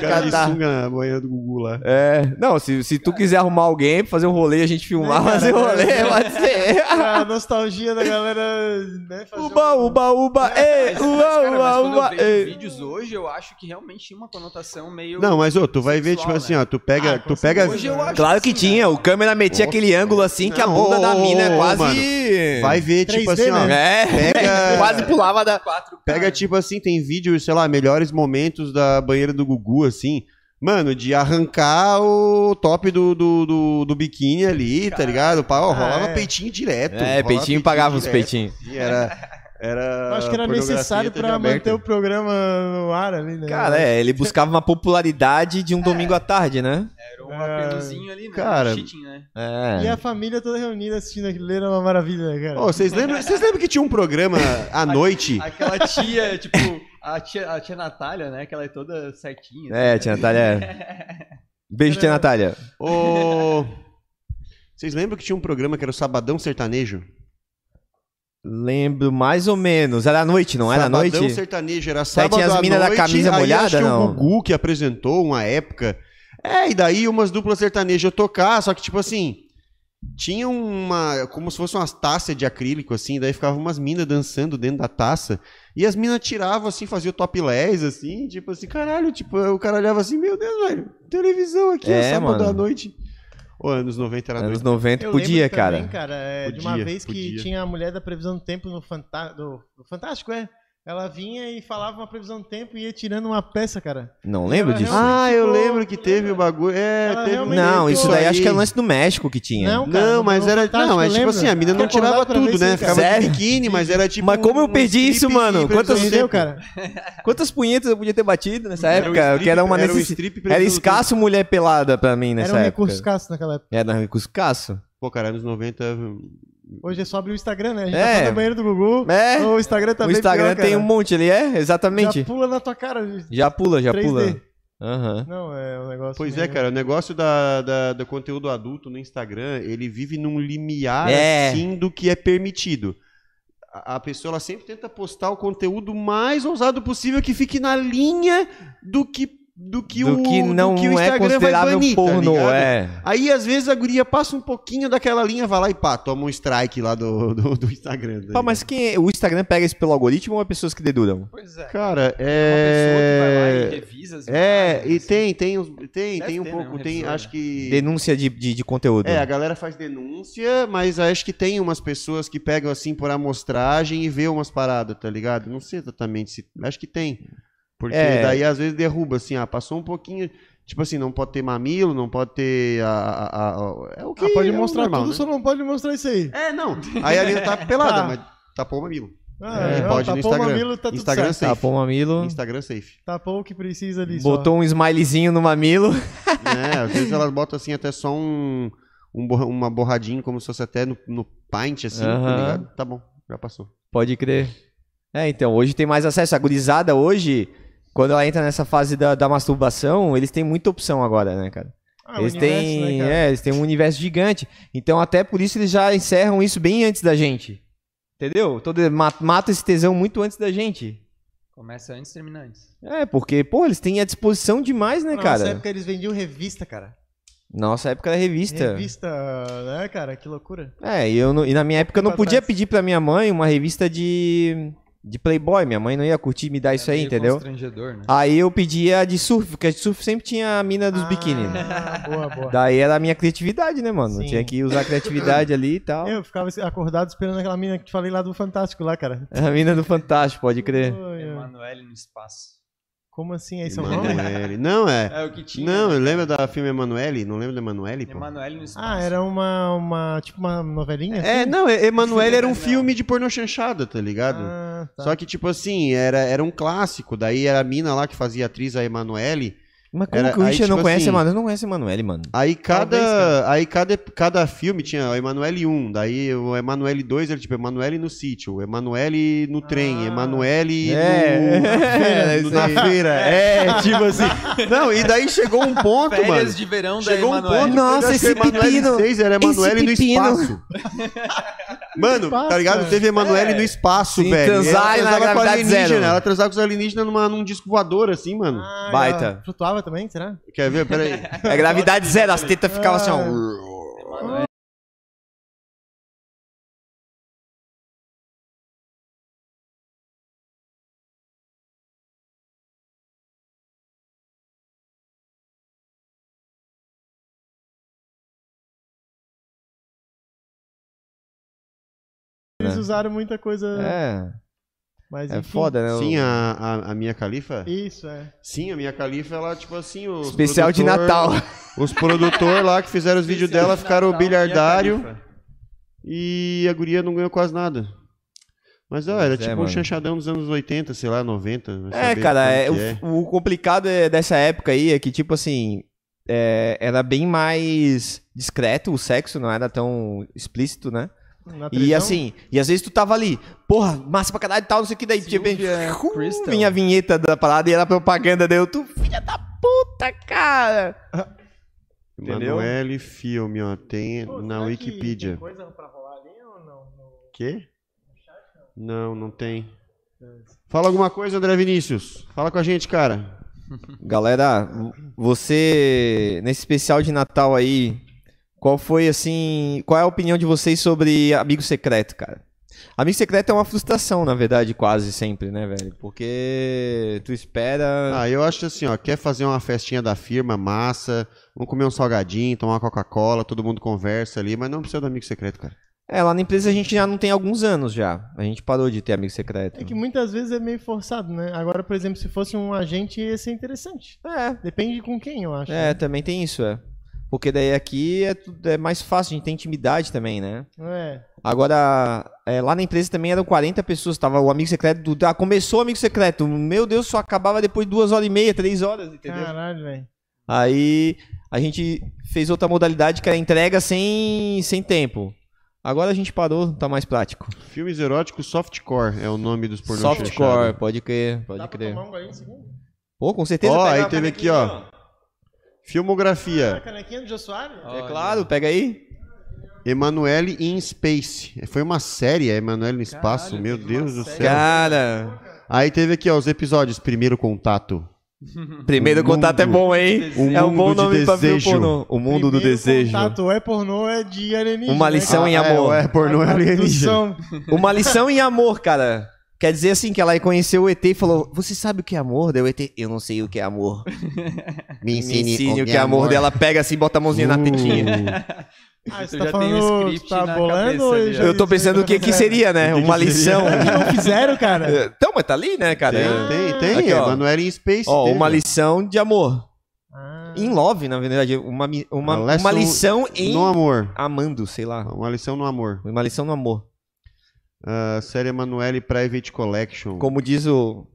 [SPEAKER 1] Cara
[SPEAKER 3] cara
[SPEAKER 1] de
[SPEAKER 3] tá-
[SPEAKER 1] sunga na banheira do Gugu lá.
[SPEAKER 3] É, não, se, se tu quiser arrumar alguém, fazer um rolê, a gente filmar,
[SPEAKER 1] Né,
[SPEAKER 4] É, cara,
[SPEAKER 3] fazer um rolê,
[SPEAKER 4] é.
[SPEAKER 3] pode ser.
[SPEAKER 4] A nostalgia da galera, né? fazer
[SPEAKER 3] Uba,
[SPEAKER 4] um-
[SPEAKER 3] uba, uba, ei,
[SPEAKER 5] Mas, mas,
[SPEAKER 3] uba,
[SPEAKER 5] cara, mas
[SPEAKER 3] uba,
[SPEAKER 5] quando eu
[SPEAKER 3] uba,
[SPEAKER 5] vejo
[SPEAKER 3] ei.
[SPEAKER 5] vídeos hoje, eu acho que realmente tinha uma conotação meio...
[SPEAKER 1] Não, mas ô, tu vai ver, tipo
[SPEAKER 5] Sexual,
[SPEAKER 1] assim,
[SPEAKER 5] né?
[SPEAKER 1] ó, tu pega.
[SPEAKER 4] Ah, com
[SPEAKER 1] tu pega
[SPEAKER 5] Hoje eu acho
[SPEAKER 3] Claro que
[SPEAKER 5] sim, né?
[SPEAKER 3] tinha, o câmera metia aquele ângulo assim que a
[SPEAKER 1] Não,
[SPEAKER 3] bunda
[SPEAKER 1] ô,
[SPEAKER 3] da
[SPEAKER 1] ô,
[SPEAKER 3] mina é
[SPEAKER 1] ô,
[SPEAKER 3] quase.
[SPEAKER 1] vai ver, tipo
[SPEAKER 4] 3D,
[SPEAKER 1] assim, ó.
[SPEAKER 4] né?
[SPEAKER 3] É,
[SPEAKER 1] Pega-
[SPEAKER 3] quase pulava da.
[SPEAKER 5] É. Quatro
[SPEAKER 1] Pega, tipo assim, tem vídeo, sei lá, melhores momentos da banheira do Gugu, assim. Mano, de arrancar o top do, do, do, do biquíni ali, tá
[SPEAKER 5] Cara.
[SPEAKER 1] ligado? Pá, ó,
[SPEAKER 4] Ah,
[SPEAKER 1] rolava
[SPEAKER 4] é.
[SPEAKER 1] peitinho direto.
[SPEAKER 3] É, peitinho pagava os peitinhos.
[SPEAKER 1] peitinhos. assim, Era, era
[SPEAKER 4] Eu acho que era
[SPEAKER 1] pornografia tá
[SPEAKER 4] necessário pra
[SPEAKER 1] TV aberta.
[SPEAKER 4] manter o programa no ar ali, né?
[SPEAKER 3] Cara, é, ele buscava uma popularidade de um domingo à tarde, né?
[SPEAKER 5] Era um apeluzinho ali, né?
[SPEAKER 1] É, Cara.
[SPEAKER 5] Um cheating, né?
[SPEAKER 3] É.
[SPEAKER 4] E a família toda reunida assistindo aquilo era uma maravilha, né, cara.
[SPEAKER 1] Ô, vocês lembram, vocês lembram que tinha um programa à noite?
[SPEAKER 5] Aquela tia, tipo, a tia, a tia Natália, né? Que ela é toda certinha. né?
[SPEAKER 3] É, tia Natália. é. Beijo, tia Natália.
[SPEAKER 1] Ô, Vocês lembram que tinha um programa que era o Sabadão Sertanejo?
[SPEAKER 3] Lembro mais ou menos. Era à noite, não era à
[SPEAKER 1] Sabadão
[SPEAKER 3] noite?
[SPEAKER 1] sertanejo, era
[SPEAKER 3] Daí
[SPEAKER 1] sábado
[SPEAKER 3] tinha as
[SPEAKER 1] à
[SPEAKER 3] mina da
[SPEAKER 1] noite,
[SPEAKER 3] camisa
[SPEAKER 1] aí
[SPEAKER 3] molhada,
[SPEAKER 1] acho que
[SPEAKER 3] não?
[SPEAKER 1] o Gugu que apresentou uma época. É, e daí umas duplas sertanejas tocar, só que tipo assim, tinha uma, como se fosse umas taças de acrílico assim, daí ficavam umas minas dançando dentro da taça, e as minas tiravam assim, faziam topless assim, tipo assim, caralho, tipo, o cara olhava assim, meu Deus, velho, televisão aqui,
[SPEAKER 3] É,
[SPEAKER 1] é, sábado
[SPEAKER 3] mano.
[SPEAKER 1] à noite. Ô, anos 90 era
[SPEAKER 3] Anos
[SPEAKER 1] noite.
[SPEAKER 3] 90
[SPEAKER 4] Eu
[SPEAKER 3] podia,
[SPEAKER 4] lembro
[SPEAKER 3] cara.
[SPEAKER 4] também, cara é, de
[SPEAKER 1] Podia,
[SPEAKER 4] uma vez que
[SPEAKER 1] podia.
[SPEAKER 4] tinha a mulher da previsão do tempo no, Fanta- do- no Fantástico, é? Ela vinha e falava uma previsão do tempo e ia tirando uma peça, cara.
[SPEAKER 3] Não lembro
[SPEAKER 4] Ela
[SPEAKER 3] disso.
[SPEAKER 4] realmente
[SPEAKER 1] Ah, eu
[SPEAKER 4] ficou-
[SPEAKER 1] lembro que teve o bagulho. É,
[SPEAKER 4] Ela
[SPEAKER 1] teve um
[SPEAKER 4] realmente
[SPEAKER 3] não,
[SPEAKER 4] lembro
[SPEAKER 3] isso daí
[SPEAKER 1] aí.
[SPEAKER 3] acho que é lance do México que tinha.
[SPEAKER 4] Não, cara,
[SPEAKER 1] Não, mas
[SPEAKER 4] no
[SPEAKER 1] era.
[SPEAKER 3] tá,
[SPEAKER 4] Fantástico,
[SPEAKER 1] Não, mas tipo
[SPEAKER 4] lembra?
[SPEAKER 1] assim, a mina não
[SPEAKER 4] Vou
[SPEAKER 1] tirava
[SPEAKER 4] acordar pra ver
[SPEAKER 1] tudo,
[SPEAKER 4] isso
[SPEAKER 1] né?
[SPEAKER 4] aí, cara.
[SPEAKER 1] Ficava
[SPEAKER 3] Sério?
[SPEAKER 1] de biquíni, mas era tipo.
[SPEAKER 3] Mas como eu
[SPEAKER 1] um
[SPEAKER 3] perdi isso,
[SPEAKER 1] strip
[SPEAKER 3] mano?
[SPEAKER 1] de
[SPEAKER 3] Quantas-
[SPEAKER 1] previsão do
[SPEAKER 4] Entendeu,
[SPEAKER 1] tempo.
[SPEAKER 4] cara?
[SPEAKER 3] Quantas punhetas eu podia ter batido nessa
[SPEAKER 1] Era um
[SPEAKER 3] época?
[SPEAKER 1] strip-
[SPEAKER 3] que era uma
[SPEAKER 1] era um
[SPEAKER 3] necessidade.
[SPEAKER 1] strip
[SPEAKER 3] Era
[SPEAKER 1] previsão do tempo.
[SPEAKER 3] escasso mulher pelada pra mim nessa
[SPEAKER 4] Era um
[SPEAKER 3] época.
[SPEAKER 4] recurso escasso naquela época.
[SPEAKER 3] Era um recurso escasso.
[SPEAKER 1] Pô, cara, anos 90.
[SPEAKER 4] Hoje é só abrir o Instagram, né? A gente
[SPEAKER 3] É.
[SPEAKER 4] tá falando do banheiro do Gugu.
[SPEAKER 3] É,
[SPEAKER 4] O Instagram tá
[SPEAKER 3] o
[SPEAKER 4] bem
[SPEAKER 3] Instagram
[SPEAKER 4] pior,
[SPEAKER 3] tem
[SPEAKER 4] cara.
[SPEAKER 3] um monte ali, é?
[SPEAKER 4] Já
[SPEAKER 3] Exatamente.
[SPEAKER 4] pula na tua cara. gente.
[SPEAKER 3] Já pula, já
[SPEAKER 4] 3D.
[SPEAKER 3] pula. Aham.
[SPEAKER 4] Não, é um negócio.
[SPEAKER 1] Pois
[SPEAKER 4] meio-
[SPEAKER 1] é, cara, o negócio da, da- do conteúdo adulto no Instagram, ele vive num limiar
[SPEAKER 3] É.
[SPEAKER 1] assim do que é permitido. A a pessoa ela sempre tenta postar o conteúdo mais ousado possível que fique na linha do que do que
[SPEAKER 3] Do
[SPEAKER 1] o
[SPEAKER 3] que não
[SPEAKER 1] do que o
[SPEAKER 3] é
[SPEAKER 1] Instagram vai
[SPEAKER 3] considerável
[SPEAKER 1] banir, tá
[SPEAKER 3] porno,
[SPEAKER 1] ligado?
[SPEAKER 3] é.
[SPEAKER 1] Aí às vezes a guria passa um pouquinho daquela linha, vai lá e pá, toma um strike lá do, do, do Instagram. tá
[SPEAKER 3] Pá, mas quem é? o Instagram pega isso pelo algoritmo ou é pessoas que deduram?
[SPEAKER 5] Pois é.
[SPEAKER 1] Cara,
[SPEAKER 5] É uma pessoa que
[SPEAKER 1] é.
[SPEAKER 5] vai lá e revisa as
[SPEAKER 1] É,
[SPEAKER 5] imagens,
[SPEAKER 1] e
[SPEAKER 5] assim.
[SPEAKER 1] tem, tem, uns- tem,
[SPEAKER 5] Deve
[SPEAKER 1] tem um
[SPEAKER 5] ter, né,
[SPEAKER 1] pouco,
[SPEAKER 5] um
[SPEAKER 1] tem,
[SPEAKER 5] revisor,
[SPEAKER 1] acho
[SPEAKER 5] né?
[SPEAKER 1] que.
[SPEAKER 3] Denúncia de, de, de conteúdo.
[SPEAKER 1] É, a galera faz denúncia, mas acho que tem umas pessoas que pegam assim por amostragem e vê umas paradas, tá ligado? Não sei exatamente se. Acho que tem. Porque
[SPEAKER 3] É.
[SPEAKER 1] daí às vezes derruba, assim, ah, passou um pouquinho. Tipo assim, não pode ter mamilo, não pode ter. A, a- a- é o que
[SPEAKER 4] Ah, pode
[SPEAKER 1] é o
[SPEAKER 4] mostrar
[SPEAKER 1] normal,
[SPEAKER 4] tudo,
[SPEAKER 1] né?
[SPEAKER 4] só não pode mostrar isso aí.
[SPEAKER 1] É, não. Aí a linha tá pelada,
[SPEAKER 4] Tá.
[SPEAKER 1] mas tapou o mamilo.
[SPEAKER 4] Ah,
[SPEAKER 1] É,
[SPEAKER 4] não,
[SPEAKER 1] pode no
[SPEAKER 4] tapou o
[SPEAKER 1] Instagram.
[SPEAKER 4] mamilo, tá tudo
[SPEAKER 1] Instagram
[SPEAKER 4] certo.
[SPEAKER 1] safe.
[SPEAKER 3] Tapou o mamilo,
[SPEAKER 1] Instagram safe.
[SPEAKER 4] Tapou o que precisa ali. só.
[SPEAKER 3] botou um smileyzinho no mamilo.
[SPEAKER 1] é, às vezes elas botam assim até só um, um borra- uma borradinha, como se fosse até no, no pint, assim, tá
[SPEAKER 3] Aham.
[SPEAKER 1] ligado? Tá bom, já passou.
[SPEAKER 3] Pode crer. É, então, hoje tem mais acesso. A gurizada hoje, quando ela entra nessa fase da, da masturbação, eles têm muita opção agora, né, cara?
[SPEAKER 4] Ah, o
[SPEAKER 3] eles
[SPEAKER 4] universo,
[SPEAKER 3] têm.
[SPEAKER 4] né, cara?
[SPEAKER 3] é, eles têm um universo gigante. Então, até por isso, eles já encerram isso bem antes da gente. Entendeu? Todo, ma- mata esse tesão muito antes da gente.
[SPEAKER 5] Começa antes, termina antes.
[SPEAKER 3] É, porque, pô, eles têm à disposição demais, né,
[SPEAKER 4] Na
[SPEAKER 3] cara?
[SPEAKER 4] Nossa Ah, época eles vendiam revista, cara.
[SPEAKER 3] Nossa época era revista.
[SPEAKER 4] Revista, né, cara? Que loucura.
[SPEAKER 3] É, e, eu não- e na minha época eu não
[SPEAKER 4] Pra
[SPEAKER 3] podia
[SPEAKER 4] trás.
[SPEAKER 3] pedir pra minha mãe uma revista de, de Playboy. Minha mãe não ia curtir
[SPEAKER 1] É
[SPEAKER 3] me dar isso aí,
[SPEAKER 5] É meio
[SPEAKER 3] entendeu?
[SPEAKER 5] Constrangedor, né?
[SPEAKER 3] Aí eu pedia de surf, porque a de surf sempre tinha a mina É dos
[SPEAKER 4] Ah,
[SPEAKER 3] biquíni. né?
[SPEAKER 4] Boa, boa.
[SPEAKER 3] Daí era a minha criatividade, né, mano?
[SPEAKER 4] Sim.
[SPEAKER 3] Tinha que usar a criatividade ali e tal.
[SPEAKER 4] Eu ficava acordado esperando aquela mina que te falei lá do Fantástico lá, cara.
[SPEAKER 3] A mina do Fantástico, pode crer.
[SPEAKER 1] Ah, é.
[SPEAKER 4] Oi, oi.
[SPEAKER 5] Emanuele no espaço.
[SPEAKER 4] Como assim? Esse é o nome?
[SPEAKER 1] Emanuele. Não, é.
[SPEAKER 5] É o que tinha.
[SPEAKER 1] Não,
[SPEAKER 5] né?
[SPEAKER 1] eu lembro da filme Emanuele, não lembro da Emanuele, pô.
[SPEAKER 5] Emanuele no espaço.
[SPEAKER 4] Ah, era uma, uma tipo uma novelinha?
[SPEAKER 1] É, não, é- Emanuele era um
[SPEAKER 5] Não.
[SPEAKER 1] filme de pornô chanchada, tá ligado?
[SPEAKER 4] Ah, tá.
[SPEAKER 1] Só que, tipo assim, era, era um clássico. Daí era a mina lá que fazia a atriz, a Emanuele.
[SPEAKER 3] Mas como
[SPEAKER 1] Era-
[SPEAKER 3] que o
[SPEAKER 1] aí,
[SPEAKER 3] Richard não
[SPEAKER 1] tipo
[SPEAKER 3] conhece
[SPEAKER 1] assim-
[SPEAKER 3] a Emanuele? Eu não conheço a Emanuele, mano.
[SPEAKER 1] Aí cada,
[SPEAKER 4] Talvez, cara.
[SPEAKER 1] aí cada, cada filme tinha o Emanuele 1, daí o Emanuele 2 era tipo Emanuele no sítio, o Emanuele no trem, Emanuele
[SPEAKER 3] É,
[SPEAKER 1] no-
[SPEAKER 3] é,
[SPEAKER 1] no-
[SPEAKER 3] isso
[SPEAKER 1] na
[SPEAKER 3] aí.
[SPEAKER 1] feira. É, tipo assim. Não, e daí chegou um ponto,
[SPEAKER 5] Férias
[SPEAKER 1] mano.
[SPEAKER 5] de verão
[SPEAKER 1] Chegou
[SPEAKER 5] da
[SPEAKER 1] um
[SPEAKER 5] Emanuele.
[SPEAKER 1] ponto.
[SPEAKER 3] Nossa,
[SPEAKER 1] quando acho que
[SPEAKER 3] esse
[SPEAKER 1] Emanuele
[SPEAKER 3] pepino.
[SPEAKER 1] 6 era Emanuele
[SPEAKER 3] Esse
[SPEAKER 1] no
[SPEAKER 3] pepino.
[SPEAKER 1] espaço. Mano, tá ligado?
[SPEAKER 4] Passa.
[SPEAKER 1] Teve Emanuele no espaço,
[SPEAKER 3] Sim,
[SPEAKER 1] velho.
[SPEAKER 3] transar
[SPEAKER 1] ela
[SPEAKER 3] e na
[SPEAKER 1] transava com
[SPEAKER 3] gravidade
[SPEAKER 1] alienígena.
[SPEAKER 3] zero.
[SPEAKER 1] Ela transava com os alienígenas numa, num disco voador, assim, mano.
[SPEAKER 4] Ah,
[SPEAKER 3] Baita.
[SPEAKER 4] ela Flutuava também, será?
[SPEAKER 1] Quer ver? Pera aí.
[SPEAKER 3] A É gravidade zero, as tetas ficavam assim, ó.
[SPEAKER 4] Eles usaram muita coisa,
[SPEAKER 3] Né? É,
[SPEAKER 4] mas
[SPEAKER 3] é
[SPEAKER 4] enfim.
[SPEAKER 3] foda, né?
[SPEAKER 1] Ah. Sim, ah, a, a, a Minha Califa?
[SPEAKER 4] Isso, é.
[SPEAKER 1] Sim, a minha califa, ela, tipo assim, os
[SPEAKER 3] Especial de
[SPEAKER 1] produtor-
[SPEAKER 3] Natal.
[SPEAKER 1] Os produtor lá que fizeram os vídeos dela ficaram
[SPEAKER 5] Natal,
[SPEAKER 1] bilhardário
[SPEAKER 5] Mia Khalifa.
[SPEAKER 1] e a guria não ganhou quase nada. Mas ó,
[SPEAKER 3] Pois
[SPEAKER 1] era
[SPEAKER 3] é,
[SPEAKER 1] tipo um
[SPEAKER 3] mano.
[SPEAKER 1] chanchadão dos anos 80, sei lá, 90. vai
[SPEAKER 3] É,
[SPEAKER 1] saber
[SPEAKER 3] cara,
[SPEAKER 1] como
[SPEAKER 3] é,
[SPEAKER 1] que
[SPEAKER 3] o, o complicado é dessa época aí é que, tipo assim, é, era bem mais discreto o sexo, não era tão explícito, né?
[SPEAKER 4] Na
[SPEAKER 3] E
[SPEAKER 4] televisão?
[SPEAKER 3] assim, e às vezes tu tava ali, porra, massa pra caralho e tal, não sei o que, daí de repente
[SPEAKER 5] Sylvia
[SPEAKER 3] ru,
[SPEAKER 5] Crystal.
[SPEAKER 3] vinha a vinheta da parada e era propaganda, daí eu, tu filha da puta, cara! entendeu?
[SPEAKER 1] Emanuele Filme, ó, tem
[SPEAKER 4] Pô,
[SPEAKER 1] na
[SPEAKER 4] será que
[SPEAKER 1] Wikipedia.
[SPEAKER 4] Tem coisa pra rolar ali ou não? No-
[SPEAKER 1] Quê? Não, não tem. Fala alguma coisa, André Vinícius. Fala com a gente, cara.
[SPEAKER 3] Galera, v- você, nesse especial de Natal aí, qual foi, assim, qual é a opinião de vocês sobre Amigo Secreto, cara? Amigo Secreto é uma frustração, na verdade, quase sempre, né, velho? Porque tu espera...
[SPEAKER 1] Ah, eu acho assim, ó, quer fazer uma festinha da firma, massa, vamos comer um salgadinho, tomar uma Coca-Cola, todo mundo conversa ali, mas não precisa do amigo secreto, cara.
[SPEAKER 3] É, lá na empresa a gente já não tem alguns anos já. A gente parou de ter Amigo Secreto.
[SPEAKER 4] É que muitas vezes é meio forçado, né? Agora, por exemplo, se fosse um agente, ia ser interessante.
[SPEAKER 3] É,
[SPEAKER 4] Depende com quem, eu acho.
[SPEAKER 3] é, também tem isso, é. Porque daí aqui é, tudo- é mais fácil, a gente tem intimidade também, né?
[SPEAKER 4] É.
[SPEAKER 3] Agora, é, lá na empresa também eram 40 pessoas, tava o amigo secreto do. Ah, começou o amigo secreto. Meu Deus, só acabava depois de duas horas e meia, três horas, entendeu?
[SPEAKER 4] Caralho, velho.
[SPEAKER 3] Aí a gente fez outra modalidade que era entrega sem, sem tempo. Agora a gente parou, tá mais prático.
[SPEAKER 1] Filmes eróticos softcore é o nome dos pornôs
[SPEAKER 3] Softcore, pode crer,
[SPEAKER 4] Dá
[SPEAKER 3] pode
[SPEAKER 4] pra
[SPEAKER 3] crer.
[SPEAKER 4] tomar um golinho de segundo?
[SPEAKER 3] Pô, com certeza.
[SPEAKER 1] Ó,
[SPEAKER 3] pega
[SPEAKER 1] aí
[SPEAKER 3] uma
[SPEAKER 1] teve aqui, ó.
[SPEAKER 4] Ah,
[SPEAKER 1] Filmografia.
[SPEAKER 4] canequinha do Jô Soares?
[SPEAKER 3] É claro, pega aí.
[SPEAKER 1] Emanuele in Space. Foi uma série, a Emanuele no Espaço.
[SPEAKER 5] Caralho,
[SPEAKER 1] Meu
[SPEAKER 5] teve
[SPEAKER 1] Deus
[SPEAKER 5] uma
[SPEAKER 1] do
[SPEAKER 5] série.
[SPEAKER 1] céu.
[SPEAKER 3] Cara,
[SPEAKER 1] Aí teve aqui, ó, os episódios. Primeiro contato.
[SPEAKER 3] primeiro
[SPEAKER 1] O
[SPEAKER 3] contato é
[SPEAKER 1] mundo-
[SPEAKER 3] bom, hein?
[SPEAKER 1] o
[SPEAKER 3] É um bom
[SPEAKER 1] mundo de
[SPEAKER 3] nome pra ver
[SPEAKER 1] desejo.
[SPEAKER 3] pornô. O mundo do
[SPEAKER 4] Primeiro
[SPEAKER 3] desejo.
[SPEAKER 4] Contato é pornô, é de alienígena.
[SPEAKER 3] Uma
[SPEAKER 4] né,
[SPEAKER 3] lição
[SPEAKER 4] cara?
[SPEAKER 3] em amor.
[SPEAKER 1] É, é pornô
[SPEAKER 4] A
[SPEAKER 1] alienígena.
[SPEAKER 4] tradução.
[SPEAKER 3] Uma lição em amor, cara. Quer dizer assim, que ela conheceu o ET e falou: Você sabe o que é amor? Daí o ET, eu não sei o que é amor. Me ensine o que é amor. Daí ela pega assim, bota a mãozinha na tetinha.
[SPEAKER 1] Uh,
[SPEAKER 4] Ah, você
[SPEAKER 5] Eu
[SPEAKER 4] tá
[SPEAKER 5] já tenho
[SPEAKER 4] falando,
[SPEAKER 5] o script
[SPEAKER 4] tá
[SPEAKER 5] na
[SPEAKER 4] bolando
[SPEAKER 5] cabeça
[SPEAKER 4] ou
[SPEAKER 5] ali,
[SPEAKER 4] já- tá
[SPEAKER 5] ó.
[SPEAKER 3] Eu tô pensando o que que seria, né? Uma lição.
[SPEAKER 4] Não fizeram, cara?
[SPEAKER 3] Então, mas tá ali, né, cara?
[SPEAKER 1] tem, tem, tem.
[SPEAKER 3] Aqui, ó.
[SPEAKER 1] Emanuele in Space.
[SPEAKER 3] Ó,
[SPEAKER 1] teve.
[SPEAKER 3] uma lição de amor.
[SPEAKER 4] Ah,
[SPEAKER 3] In love, na verdade. Uma, mi- uma,
[SPEAKER 1] A lesson
[SPEAKER 3] uma lição em
[SPEAKER 1] No amor.
[SPEAKER 3] amando, sei lá.
[SPEAKER 1] Uma lição no amor.
[SPEAKER 3] Uma lição no amor.
[SPEAKER 1] A série Emanuele Private Collection.
[SPEAKER 3] Como diz o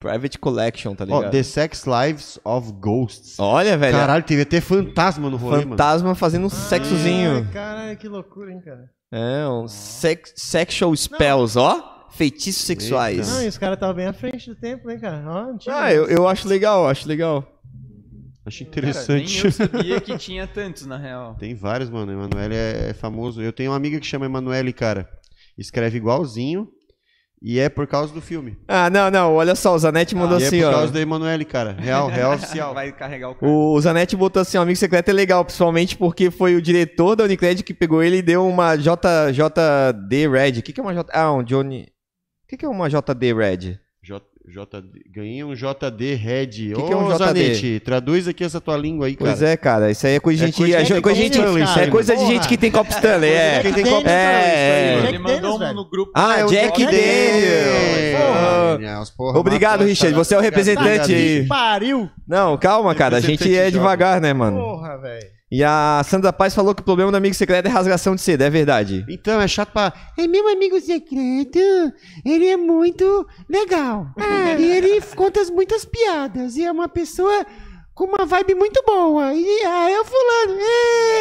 [SPEAKER 3] Private Collection, tá
[SPEAKER 1] Ó,
[SPEAKER 3] ligado?
[SPEAKER 1] The Sex Lives of Ghosts.
[SPEAKER 3] Olha, velho. é
[SPEAKER 1] Caralho, teve até fantasma no rolê, mano.
[SPEAKER 3] fantasma fazendo um sexozinho.
[SPEAKER 4] Ai, Caralho, que loucura, hein, cara?
[SPEAKER 3] É, um sex, sexual spells, ó. Feitiços sexuais.
[SPEAKER 4] Não, e os caras estavam bem à frente do tempo, hein, cara? Ó, antigo.
[SPEAKER 3] Ah, eu, eu acho legal, eu acho legal.
[SPEAKER 1] Achei
[SPEAKER 5] Cara, nem
[SPEAKER 1] interessante.
[SPEAKER 5] eu sabia que tinha tantos, na real.
[SPEAKER 1] Tem vários, mano. Emanuele é, é famoso. Eu tenho uma amiga que chama Emanuele, cara. Escreve igualzinho. E é por causa do filme.
[SPEAKER 3] Ah, não, não, olha só, o Zanetti mandou
[SPEAKER 1] e
[SPEAKER 3] assim,
[SPEAKER 1] é por
[SPEAKER 3] ó.
[SPEAKER 1] causa da Emanuele, cara. Real, real É oficial.
[SPEAKER 5] Vai carregar o cara.
[SPEAKER 3] O Zanetti botou assim, ó, Amigo Secreto é legal, principalmente porque foi o diretor da Unicred que pegou ele e deu uma JJD Red. O que, que é uma J... Ah, um Johnny... O que, que é uma JD Red?
[SPEAKER 1] J, JD, ganhei um JD Red.
[SPEAKER 3] Que
[SPEAKER 1] Ô,
[SPEAKER 3] que é um JD?
[SPEAKER 1] Zanetti, traduz aqui essa tua língua aí, cara.
[SPEAKER 3] Pois é, cara, isso aí é coisa de
[SPEAKER 1] É
[SPEAKER 3] gente...
[SPEAKER 1] coisa
[SPEAKER 3] É
[SPEAKER 1] de
[SPEAKER 3] jo- coisa de
[SPEAKER 1] Stanley,
[SPEAKER 3] gente-
[SPEAKER 1] cara.
[SPEAKER 3] é coisa de
[SPEAKER 4] Porra.
[SPEAKER 3] gente que tem Cop Stanley, é.
[SPEAKER 1] Quem tem
[SPEAKER 4] Dennis,
[SPEAKER 1] copo
[SPEAKER 4] cara,
[SPEAKER 3] é.
[SPEAKER 1] isso aí, mano.
[SPEAKER 5] Ele
[SPEAKER 4] Jack
[SPEAKER 5] mandou
[SPEAKER 4] Daniels,
[SPEAKER 5] um no
[SPEAKER 4] velho.
[SPEAKER 5] grupo.
[SPEAKER 3] Ah,
[SPEAKER 1] é o É.
[SPEAKER 3] Jack
[SPEAKER 4] Jack
[SPEAKER 5] É.
[SPEAKER 3] Daniels.
[SPEAKER 1] Daniels.
[SPEAKER 3] Porra.
[SPEAKER 1] Porra, as porra
[SPEAKER 3] Obrigado,
[SPEAKER 1] mata-
[SPEAKER 3] Richard, você é o representante aí.
[SPEAKER 4] Pariu!
[SPEAKER 3] Não, calma, cara, a gente é devagar, né, mano?
[SPEAKER 4] Porra, velho.
[SPEAKER 3] E a Sandra Paz falou que o problema do Amigo Secreto é rasgação de seda, é verdade.
[SPEAKER 1] Então, é chato pra. É meu amigo secreto. Ele é muito legal. É, e ele conta muitas piadas. E é uma pessoa com uma vibe muito boa. E ah, é o fulano.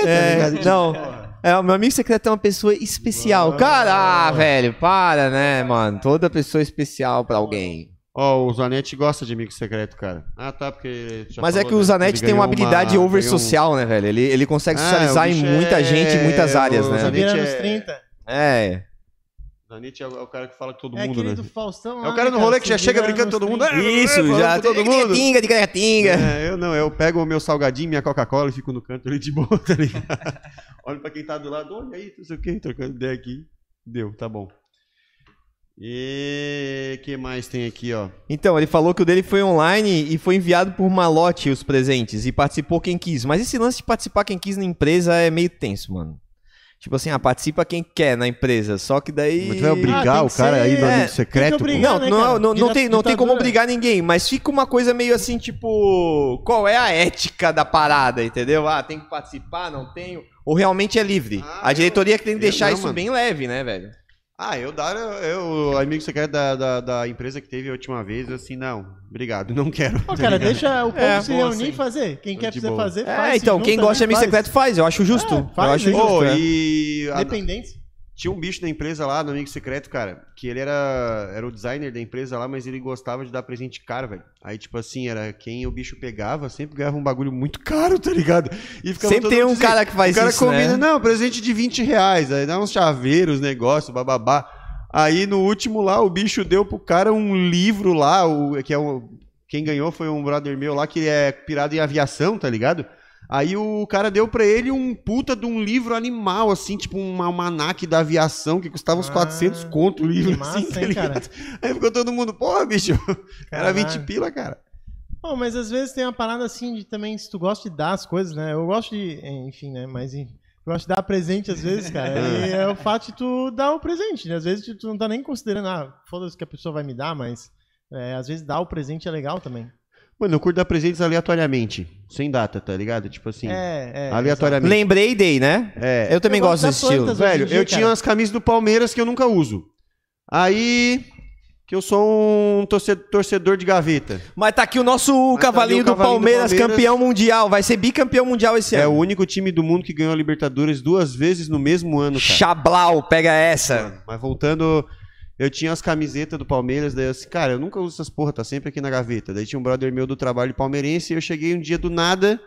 [SPEAKER 1] tá
[SPEAKER 3] É, não. É, o meu amigo secreto é uma pessoa especial. Cara, ah, velho, para, né, mano? Toda pessoa é especial pra alguém.
[SPEAKER 1] Ó, o Zanetti gosta de amigo secreto, cara. Ah, tá, porque. já
[SPEAKER 3] Mas é
[SPEAKER 1] falou,
[SPEAKER 3] que o
[SPEAKER 1] né?
[SPEAKER 3] Zanetti
[SPEAKER 1] Ele
[SPEAKER 3] tem uma
[SPEAKER 1] ganhou
[SPEAKER 3] habilidade
[SPEAKER 1] ganhou
[SPEAKER 3] over
[SPEAKER 1] um-
[SPEAKER 3] social, né, velho? Ele, ele consegue
[SPEAKER 1] Ah,
[SPEAKER 3] socializar
[SPEAKER 1] o
[SPEAKER 3] em
[SPEAKER 1] bicho
[SPEAKER 3] muita
[SPEAKER 1] é-
[SPEAKER 3] gente, em muitas
[SPEAKER 1] o
[SPEAKER 3] áreas, né?
[SPEAKER 1] Zanetti
[SPEAKER 4] Vira
[SPEAKER 1] é-
[SPEAKER 4] anos 30.
[SPEAKER 3] É.
[SPEAKER 1] Zanetti é o é o cara que fala com todo
[SPEAKER 4] É
[SPEAKER 1] mundo,
[SPEAKER 4] aquele
[SPEAKER 1] né?
[SPEAKER 4] do Faustão. né,
[SPEAKER 1] É o cara no rolê
[SPEAKER 4] Tá
[SPEAKER 1] que já chega brincando com todo mundo. "Ah,
[SPEAKER 3] Isso,
[SPEAKER 1] falando
[SPEAKER 3] já.
[SPEAKER 1] com todo mundo.
[SPEAKER 3] Tinga de gatinga.
[SPEAKER 1] É, eu não, eu pego o meu salgadinho, minha Coca-Cola e fico no canto ali de boa, tá ligado? Olho pra quem tá do lado, olha aí, não sei o que, trocando ideia aqui. Deu, tá bom. E que mais tem aqui, ó?
[SPEAKER 3] Então, ele falou que o dele foi online e foi enviado por malote os presentes e participou quem quis. Mas esse lance de participar quem quis na empresa é meio tenso, mano. Tipo assim, ah, participa quem quer na empresa, só que daí...
[SPEAKER 1] Mas tu vai obrigar
[SPEAKER 3] Ah,
[SPEAKER 4] tem
[SPEAKER 1] o
[SPEAKER 4] que
[SPEAKER 1] cara aí
[SPEAKER 4] ser-
[SPEAKER 1] no
[SPEAKER 4] é,
[SPEAKER 1] amigo secreto?
[SPEAKER 4] que obrigar.
[SPEAKER 1] pô?
[SPEAKER 3] Não,
[SPEAKER 4] né,
[SPEAKER 3] não,
[SPEAKER 4] cara?
[SPEAKER 3] não, não,
[SPEAKER 4] Dita-
[SPEAKER 3] tem, não tem como
[SPEAKER 4] ditadura.
[SPEAKER 3] obrigar ninguém, mas fica uma coisa meio assim, tipo, qual é a ética da parada, entendeu? Ah, tem que participar, não tenho. Ou realmente é livre.
[SPEAKER 1] Ah,
[SPEAKER 3] a diretoria que tem que
[SPEAKER 1] eu-
[SPEAKER 3] deixar
[SPEAKER 1] não,
[SPEAKER 3] isso
[SPEAKER 1] mano.
[SPEAKER 3] bem leve, né, velho?
[SPEAKER 1] Ah, eu dar, eu, o amigo secreto da, da, da empresa que teve a última vez, assim, não, obrigado, não quero.
[SPEAKER 4] Pô, cara, deixa o povo
[SPEAKER 3] É,
[SPEAKER 4] se
[SPEAKER 5] boa,
[SPEAKER 4] reunir
[SPEAKER 5] sim.
[SPEAKER 4] e fazer. Quem
[SPEAKER 1] Tô
[SPEAKER 4] quer
[SPEAKER 1] de
[SPEAKER 4] fazer,
[SPEAKER 1] boa.
[SPEAKER 4] fazer, faz.
[SPEAKER 3] É,
[SPEAKER 4] se
[SPEAKER 3] então,
[SPEAKER 4] junta
[SPEAKER 3] quem
[SPEAKER 4] ali,
[SPEAKER 3] gosta de amigo
[SPEAKER 4] faz.
[SPEAKER 3] secreto faz, eu acho justo.
[SPEAKER 4] É, faz,
[SPEAKER 3] eu acho
[SPEAKER 4] né?
[SPEAKER 3] justo.
[SPEAKER 1] Pô,
[SPEAKER 3] é.
[SPEAKER 1] e a-
[SPEAKER 4] Dependente.
[SPEAKER 1] Tinha um bicho na empresa lá, no Amigo Secreto, cara, que ele era, era o designer da empresa lá, mas ele gostava de dar presente caro, velho. Aí, tipo assim, era quem o bicho pegava, sempre ganhava um bagulho muito caro, tá ligado? E ficava todo
[SPEAKER 3] Sempre tem
[SPEAKER 1] mundo
[SPEAKER 3] um
[SPEAKER 1] dizendo,
[SPEAKER 3] cara que faz
[SPEAKER 1] O cara
[SPEAKER 3] isso,
[SPEAKER 1] combina,
[SPEAKER 3] né?
[SPEAKER 1] não, presente de 20 reais, aí dá uns chaveiros, negócio, bababá. Aí, no último lá, o bicho deu pro cara um livro lá, o, que é um, quem ganhou foi um brother meu lá, que é pirado em aviação, tá ligado? Aí o cara deu pra ele um puta de um livro animal, assim, tipo um almanac da aviação, que custava uns
[SPEAKER 4] Ah,
[SPEAKER 1] 400 conto o livro,
[SPEAKER 4] que massa,
[SPEAKER 1] assim, tá
[SPEAKER 4] hein, cara?
[SPEAKER 1] ligado? Aí ficou todo mundo, porra, bicho, era
[SPEAKER 4] Caralho.
[SPEAKER 1] 20 pila, cara.
[SPEAKER 4] Bom, mas às vezes tem uma parada assim de também, se tu gosta de dar as coisas, né? Eu gosto de, enfim, né? Mas enfim, eu gosto de dar presente às vezes, cara. e é o fato de tu dar o presente, né? Às vezes tu não tá nem considerando, ah, foda-se que a pessoa vai me dar, mas é, às vezes dar o presente é legal também.
[SPEAKER 1] Mano, eu curto dar presentes aleatoriamente, sem data, tá ligado? Tipo assim,
[SPEAKER 4] É, é.
[SPEAKER 1] aleatoriamente.
[SPEAKER 3] Lembrei dei, né?
[SPEAKER 1] É.
[SPEAKER 3] Eu também
[SPEAKER 4] Eu
[SPEAKER 3] gosto
[SPEAKER 4] gosto
[SPEAKER 3] desse
[SPEAKER 4] das
[SPEAKER 3] estilo.
[SPEAKER 4] plantas,
[SPEAKER 1] Velho,
[SPEAKER 4] hoje em dia,
[SPEAKER 1] eu tinha
[SPEAKER 4] cara.
[SPEAKER 1] umas camisas do Palmeiras que eu nunca uso. Aí que eu sou um torce- torcedor de gaveta.
[SPEAKER 3] Mas tá aqui o nosso
[SPEAKER 1] aqui o cavalinho
[SPEAKER 3] cavalinho, do,
[SPEAKER 1] do
[SPEAKER 3] Palmeiras,
[SPEAKER 1] Palmeiras.
[SPEAKER 3] campeão mundial. Vai ser bicampeão mundial esse
[SPEAKER 1] É o
[SPEAKER 3] ano.
[SPEAKER 1] único time do mundo que ganhou a Libertadores duas vezes no mesmo ano, cara.
[SPEAKER 3] Chablau, pega essa.
[SPEAKER 1] mano. Mas voltando, eu tinha as camisetas do Palmeiras, daí eu assim, cara, eu nunca uso essas porra, tá sempre aqui na gaveta. Daí tinha um brother meu do trabalho palmeirense, e eu cheguei um dia do nada,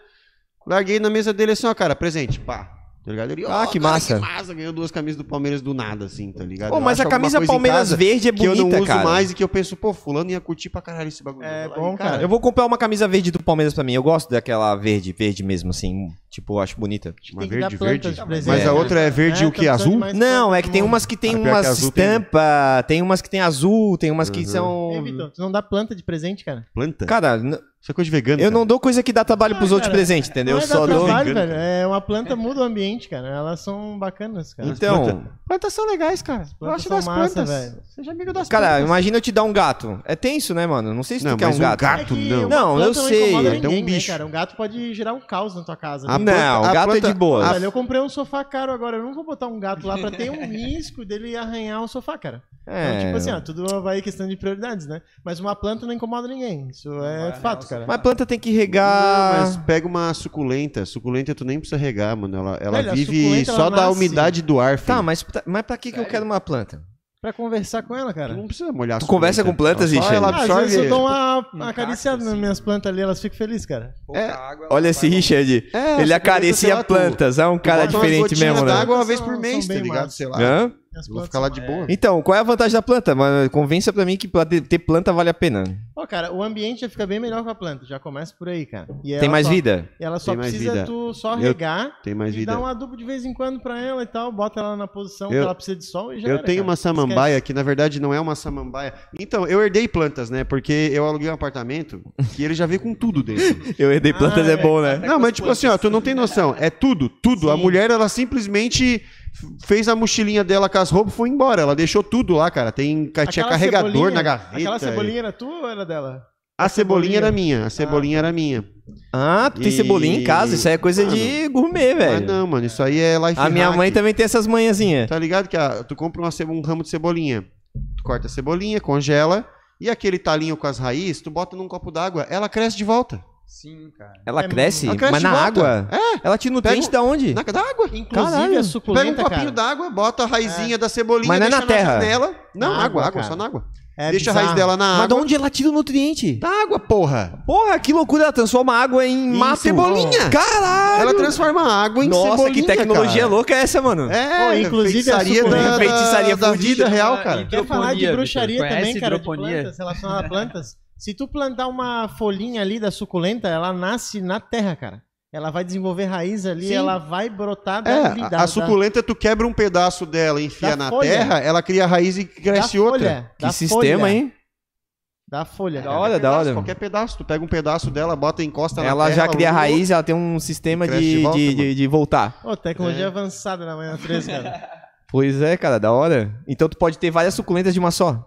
[SPEAKER 1] larguei na mesa dele assim, ó, cara, presente, pá. Tá ligado? Ele, ó,
[SPEAKER 3] Ah, que
[SPEAKER 1] cara,
[SPEAKER 3] massa.
[SPEAKER 1] Que massa, ganhou duas camisas do Palmeiras do nada, assim, tá ligado?
[SPEAKER 3] Pô,
[SPEAKER 1] Eu acho
[SPEAKER 3] mas a
[SPEAKER 1] alguma
[SPEAKER 3] camisa
[SPEAKER 1] coisa em
[SPEAKER 3] Palmeiras
[SPEAKER 1] casa
[SPEAKER 3] verde é
[SPEAKER 1] que eu
[SPEAKER 3] bonita,
[SPEAKER 1] não uso
[SPEAKER 3] cara.
[SPEAKER 1] mais e que eu penso, pô, fulano ia curtir pra caralho esse bagulho.
[SPEAKER 4] É
[SPEAKER 1] Eu falei,
[SPEAKER 4] bom, cara.
[SPEAKER 3] Eu vou comprar uma camisa verde do Palmeiras pra mim. Eu gosto daquela verde, verde mesmo, assim. Tipo, eu acho bonita.
[SPEAKER 1] Uma
[SPEAKER 4] Tem que
[SPEAKER 1] verde,
[SPEAKER 4] dar plantas
[SPEAKER 1] verde.
[SPEAKER 4] de presente.
[SPEAKER 1] Mas a outra é verde
[SPEAKER 4] É,
[SPEAKER 1] o que?
[SPEAKER 4] tá precisando
[SPEAKER 1] Azul?
[SPEAKER 4] de mais
[SPEAKER 3] Não,
[SPEAKER 4] plantas
[SPEAKER 3] é que
[SPEAKER 4] no
[SPEAKER 3] tem
[SPEAKER 4] mundo.
[SPEAKER 3] umas que tem
[SPEAKER 1] Ah, pior que
[SPEAKER 3] umas
[SPEAKER 1] azul tem.
[SPEAKER 3] estampa, tem umas que tem azul, tem umas que
[SPEAKER 1] Uhum.
[SPEAKER 4] Ei,
[SPEAKER 3] são.
[SPEAKER 4] Vitor, tu não dá planta de presente, cara?
[SPEAKER 1] Planta?
[SPEAKER 3] Cara, n-
[SPEAKER 1] Isso é coisa de vegano.
[SPEAKER 3] eu
[SPEAKER 1] cara.
[SPEAKER 3] não dou coisa que dá trabalho pros
[SPEAKER 4] Ah,
[SPEAKER 3] outros
[SPEAKER 4] cara,
[SPEAKER 3] presentes, entendeu?
[SPEAKER 4] Não
[SPEAKER 3] Eu
[SPEAKER 4] é
[SPEAKER 3] só
[SPEAKER 4] dar
[SPEAKER 3] dou.
[SPEAKER 4] trabalho,
[SPEAKER 1] Engano,
[SPEAKER 4] velho. É, uma planta muda o ambiente, cara. Elas são bacanas, cara.
[SPEAKER 1] é
[SPEAKER 3] Então,
[SPEAKER 1] Plantas são legais, cara. Eu
[SPEAKER 4] plantas
[SPEAKER 1] acho
[SPEAKER 4] são
[SPEAKER 1] das
[SPEAKER 4] massa,
[SPEAKER 1] plantas.
[SPEAKER 4] velho.
[SPEAKER 1] Seja amigo das plantas.
[SPEAKER 3] cara, imagina eu te dar um gato. É tenso, né, mano? Não sei se
[SPEAKER 1] Não,
[SPEAKER 3] tu quer
[SPEAKER 1] mas
[SPEAKER 3] um gato.
[SPEAKER 4] É
[SPEAKER 1] gato. Ah, não.
[SPEAKER 4] uma
[SPEAKER 3] Não,
[SPEAKER 4] planta
[SPEAKER 3] eu sei, então
[SPEAKER 4] incomoda
[SPEAKER 1] é até um
[SPEAKER 4] ninguém, né,
[SPEAKER 1] bicho.
[SPEAKER 4] cara? Um gato pode gerar um caos na tua casa.
[SPEAKER 1] A
[SPEAKER 3] Ah,
[SPEAKER 4] né?
[SPEAKER 1] planta-
[SPEAKER 3] Não,
[SPEAKER 1] a
[SPEAKER 3] gato
[SPEAKER 1] planta-
[SPEAKER 3] é de boa.
[SPEAKER 1] a-
[SPEAKER 4] Velho, eu comprei um sofá caro agora. Eu não vou botar um gato lá pra ter um risco dele arranhar um sofá, cara.
[SPEAKER 3] É,
[SPEAKER 4] Então, tipo assim, ó, tudo vai questão de prioridades, né? Mas uma planta não incomoda ninguém. Isso
[SPEAKER 5] vai
[SPEAKER 4] é
[SPEAKER 5] arranhar
[SPEAKER 4] fato,
[SPEAKER 5] o
[SPEAKER 4] cara.
[SPEAKER 3] mas planta tem que
[SPEAKER 1] Não,
[SPEAKER 3] regar.
[SPEAKER 1] mas pega uma suculenta. Suculenta tu nem precisa regar, mano. Ela, ela
[SPEAKER 4] Velho, a
[SPEAKER 1] vive
[SPEAKER 4] suculenta,
[SPEAKER 1] só
[SPEAKER 4] ela
[SPEAKER 1] da
[SPEAKER 4] nasce-
[SPEAKER 1] umidade do ar, filho.
[SPEAKER 3] Tá, mas, pra- mas pra que, que eu quero uma planta?
[SPEAKER 4] Pra conversar com ela,
[SPEAKER 1] Tu
[SPEAKER 4] cara.
[SPEAKER 1] não precisa molhar a
[SPEAKER 3] Tu
[SPEAKER 1] suculenta.
[SPEAKER 3] conversa com plantas,
[SPEAKER 1] ela, só-
[SPEAKER 3] Ixi?
[SPEAKER 1] ela
[SPEAKER 4] Ah, às vezes eu
[SPEAKER 1] absorve...
[SPEAKER 4] dou uma,
[SPEAKER 5] um
[SPEAKER 4] uma acariciada
[SPEAKER 5] cacto,
[SPEAKER 4] nas
[SPEAKER 5] assim.
[SPEAKER 4] minhas plantas ali, elas ficam felizes, cara.
[SPEAKER 5] Pouca
[SPEAKER 1] É,
[SPEAKER 5] água,
[SPEAKER 3] Olha
[SPEAKER 5] ela
[SPEAKER 3] esse
[SPEAKER 5] vai-
[SPEAKER 3] Richard,
[SPEAKER 1] É, a
[SPEAKER 3] ele
[SPEAKER 1] suculenta, sei
[SPEAKER 3] acaricia
[SPEAKER 1] lá, tu
[SPEAKER 3] plantas. É um cara
[SPEAKER 1] bota umas
[SPEAKER 3] diferente
[SPEAKER 1] gotinhas
[SPEAKER 3] mesmo, né? É.
[SPEAKER 1] d'água uma vez por
[SPEAKER 4] São-
[SPEAKER 1] mês,
[SPEAKER 4] são
[SPEAKER 1] tá
[SPEAKER 4] bem
[SPEAKER 1] ligado?
[SPEAKER 4] massas.
[SPEAKER 1] Sei lá.
[SPEAKER 3] Hã?
[SPEAKER 4] Minhas
[SPEAKER 1] Eu vou
[SPEAKER 4] plantas
[SPEAKER 1] ficar lá
[SPEAKER 4] são-
[SPEAKER 1] de
[SPEAKER 4] é.
[SPEAKER 1] boa.
[SPEAKER 3] Então, qual é a vantagem da planta? Mano, convença pra mim que pla- ter planta vale a pena.
[SPEAKER 4] Ó, cara, o ambiente já fica bem melhor com a planta. Já começa por aí, cara.
[SPEAKER 1] É,
[SPEAKER 4] E
[SPEAKER 3] Tem
[SPEAKER 4] ela
[SPEAKER 3] mais
[SPEAKER 4] só-
[SPEAKER 3] vida?
[SPEAKER 4] Ela só
[SPEAKER 1] Tem mais
[SPEAKER 4] precisa
[SPEAKER 1] vida.
[SPEAKER 4] tu só
[SPEAKER 1] Eu-
[SPEAKER 4] regar
[SPEAKER 1] Tem mais
[SPEAKER 4] e
[SPEAKER 1] vida.
[SPEAKER 4] dar um adubo de vez em quando pra ela e tal. Bota ela na posição que
[SPEAKER 1] Eu-
[SPEAKER 4] ela precisa de sol e já
[SPEAKER 1] Eu
[SPEAKER 4] era,
[SPEAKER 1] tenho
[SPEAKER 4] cara.
[SPEAKER 1] uma samambaia que, na verdade, não é uma samambaia. Então, eu herdei plantas, né? Porque eu aluguei um apartamento que ele já veio com tudo dentro.
[SPEAKER 3] Eu herdei plantas,
[SPEAKER 4] Ah,
[SPEAKER 3] é bom, né?
[SPEAKER 1] Não, mas tipo assim, ó, tu não tem noção. É tudo, tudo. A
[SPEAKER 4] Sim.
[SPEAKER 1] mulher, ela simplesmente fez a mochilinha dela com as roupas e foi embora. Ela deixou tudo lá, cara. Tem, ca- tinha
[SPEAKER 4] Aquela
[SPEAKER 1] carregador
[SPEAKER 4] cebolinha-
[SPEAKER 1] na gaveta. é.
[SPEAKER 4] Aquela cebolinha era tua ou era dela?
[SPEAKER 1] A cebolinha
[SPEAKER 4] cebolinha. tá.
[SPEAKER 1] era minha. A cebolinha era minha.
[SPEAKER 3] Ah, tu tem
[SPEAKER 1] E-
[SPEAKER 3] cebolinha em casa, isso aí é coisa de gourmet,
[SPEAKER 1] Mas
[SPEAKER 3] velho.
[SPEAKER 1] não, mano, isso aí é life
[SPEAKER 3] A minha
[SPEAKER 1] hack.
[SPEAKER 3] mãe também tem essas manhãzinhas.
[SPEAKER 1] Tá ligado que a- tu compra uma ce- um ramo de cebolinha. Tu corta a cebolinha, congela. E aquele talinho com as raízes, tu bota num copo d'água. Ela cresce de volta.
[SPEAKER 5] Sim, cara.
[SPEAKER 3] Ela
[SPEAKER 4] É,
[SPEAKER 3] cresce,
[SPEAKER 1] ela cresce
[SPEAKER 3] mas
[SPEAKER 1] de
[SPEAKER 3] na
[SPEAKER 1] volta.
[SPEAKER 3] água? Ela te nutriente
[SPEAKER 1] um-
[SPEAKER 3] da onde?
[SPEAKER 1] Na d'água.
[SPEAKER 4] Inclusive
[SPEAKER 3] Caralho.
[SPEAKER 4] a
[SPEAKER 1] Pega um
[SPEAKER 4] suculenta,
[SPEAKER 1] copinho
[SPEAKER 4] cara.
[SPEAKER 1] d'água, bota a raizinha da cebolinha,
[SPEAKER 3] Mas não é
[SPEAKER 1] deixa
[SPEAKER 3] na terra.
[SPEAKER 1] janela. Não,
[SPEAKER 4] Na
[SPEAKER 1] água,
[SPEAKER 4] água,
[SPEAKER 1] água,
[SPEAKER 4] cara.
[SPEAKER 1] só na água.
[SPEAKER 4] É
[SPEAKER 1] Deixa a raiz
[SPEAKER 4] bizarro.
[SPEAKER 1] dela na
[SPEAKER 3] Mas de
[SPEAKER 1] água.
[SPEAKER 3] onde ela tira o nutriente?
[SPEAKER 1] Da água, porra.
[SPEAKER 3] Porra, que loucura, ela transforma água em mato.
[SPEAKER 1] cebolinha.
[SPEAKER 3] Caralho!
[SPEAKER 1] Ela transforma a água em
[SPEAKER 3] Nossa,
[SPEAKER 1] cebolinha,
[SPEAKER 3] que tecnologia
[SPEAKER 1] cara.
[SPEAKER 3] louca é essa, mano?
[SPEAKER 1] É,
[SPEAKER 4] Pô, inclusive a
[SPEAKER 1] feitiçaria
[SPEAKER 4] suculenta-
[SPEAKER 1] da, da,
[SPEAKER 3] Feitiçaria
[SPEAKER 1] da
[SPEAKER 3] fudida.
[SPEAKER 1] vida real, cara.
[SPEAKER 4] Quer falar de
[SPEAKER 5] Hidroponia,
[SPEAKER 4] bruxaria
[SPEAKER 5] Vitor.
[SPEAKER 4] também,
[SPEAKER 5] Conhece
[SPEAKER 4] cara, de
[SPEAKER 5] hidroponia?
[SPEAKER 4] plantas, relacionada a plantas? Se tu plantar uma folhinha ali da suculenta, ela nasce na terra, cara. Ela vai desenvolver raiz ali,
[SPEAKER 1] Sim.
[SPEAKER 4] ela vai brotar da,
[SPEAKER 1] É,
[SPEAKER 4] vida,
[SPEAKER 1] a- a suculenta, tu quebra um pedaço dela e enfia
[SPEAKER 4] Da
[SPEAKER 1] na
[SPEAKER 4] folha.
[SPEAKER 1] terra, ela cria raiz e
[SPEAKER 4] da, da
[SPEAKER 1] cresce
[SPEAKER 4] folha,
[SPEAKER 1] outra.
[SPEAKER 3] Que
[SPEAKER 4] da
[SPEAKER 3] sistema,
[SPEAKER 4] folha,
[SPEAKER 3] hein?
[SPEAKER 4] Da folha.
[SPEAKER 3] Da
[SPEAKER 4] cara.
[SPEAKER 3] hora, da
[SPEAKER 1] É Pedaço,
[SPEAKER 3] hora.
[SPEAKER 1] Qualquer pedaço, tu pega um pedaço dela, bota, encosta Tá na uh,
[SPEAKER 3] Ela
[SPEAKER 1] terra.
[SPEAKER 3] já cria
[SPEAKER 1] ou-
[SPEAKER 3] raiz, ela tem um sistema
[SPEAKER 1] Cresce de
[SPEAKER 3] de,
[SPEAKER 1] volta,
[SPEAKER 3] de,
[SPEAKER 1] mano.
[SPEAKER 3] de, de voltar.
[SPEAKER 4] Ô, tecnologia avançada na manhã 13, cara.
[SPEAKER 3] Pois é, cara, da hora. Então tu pode ter várias suculentas de uma só.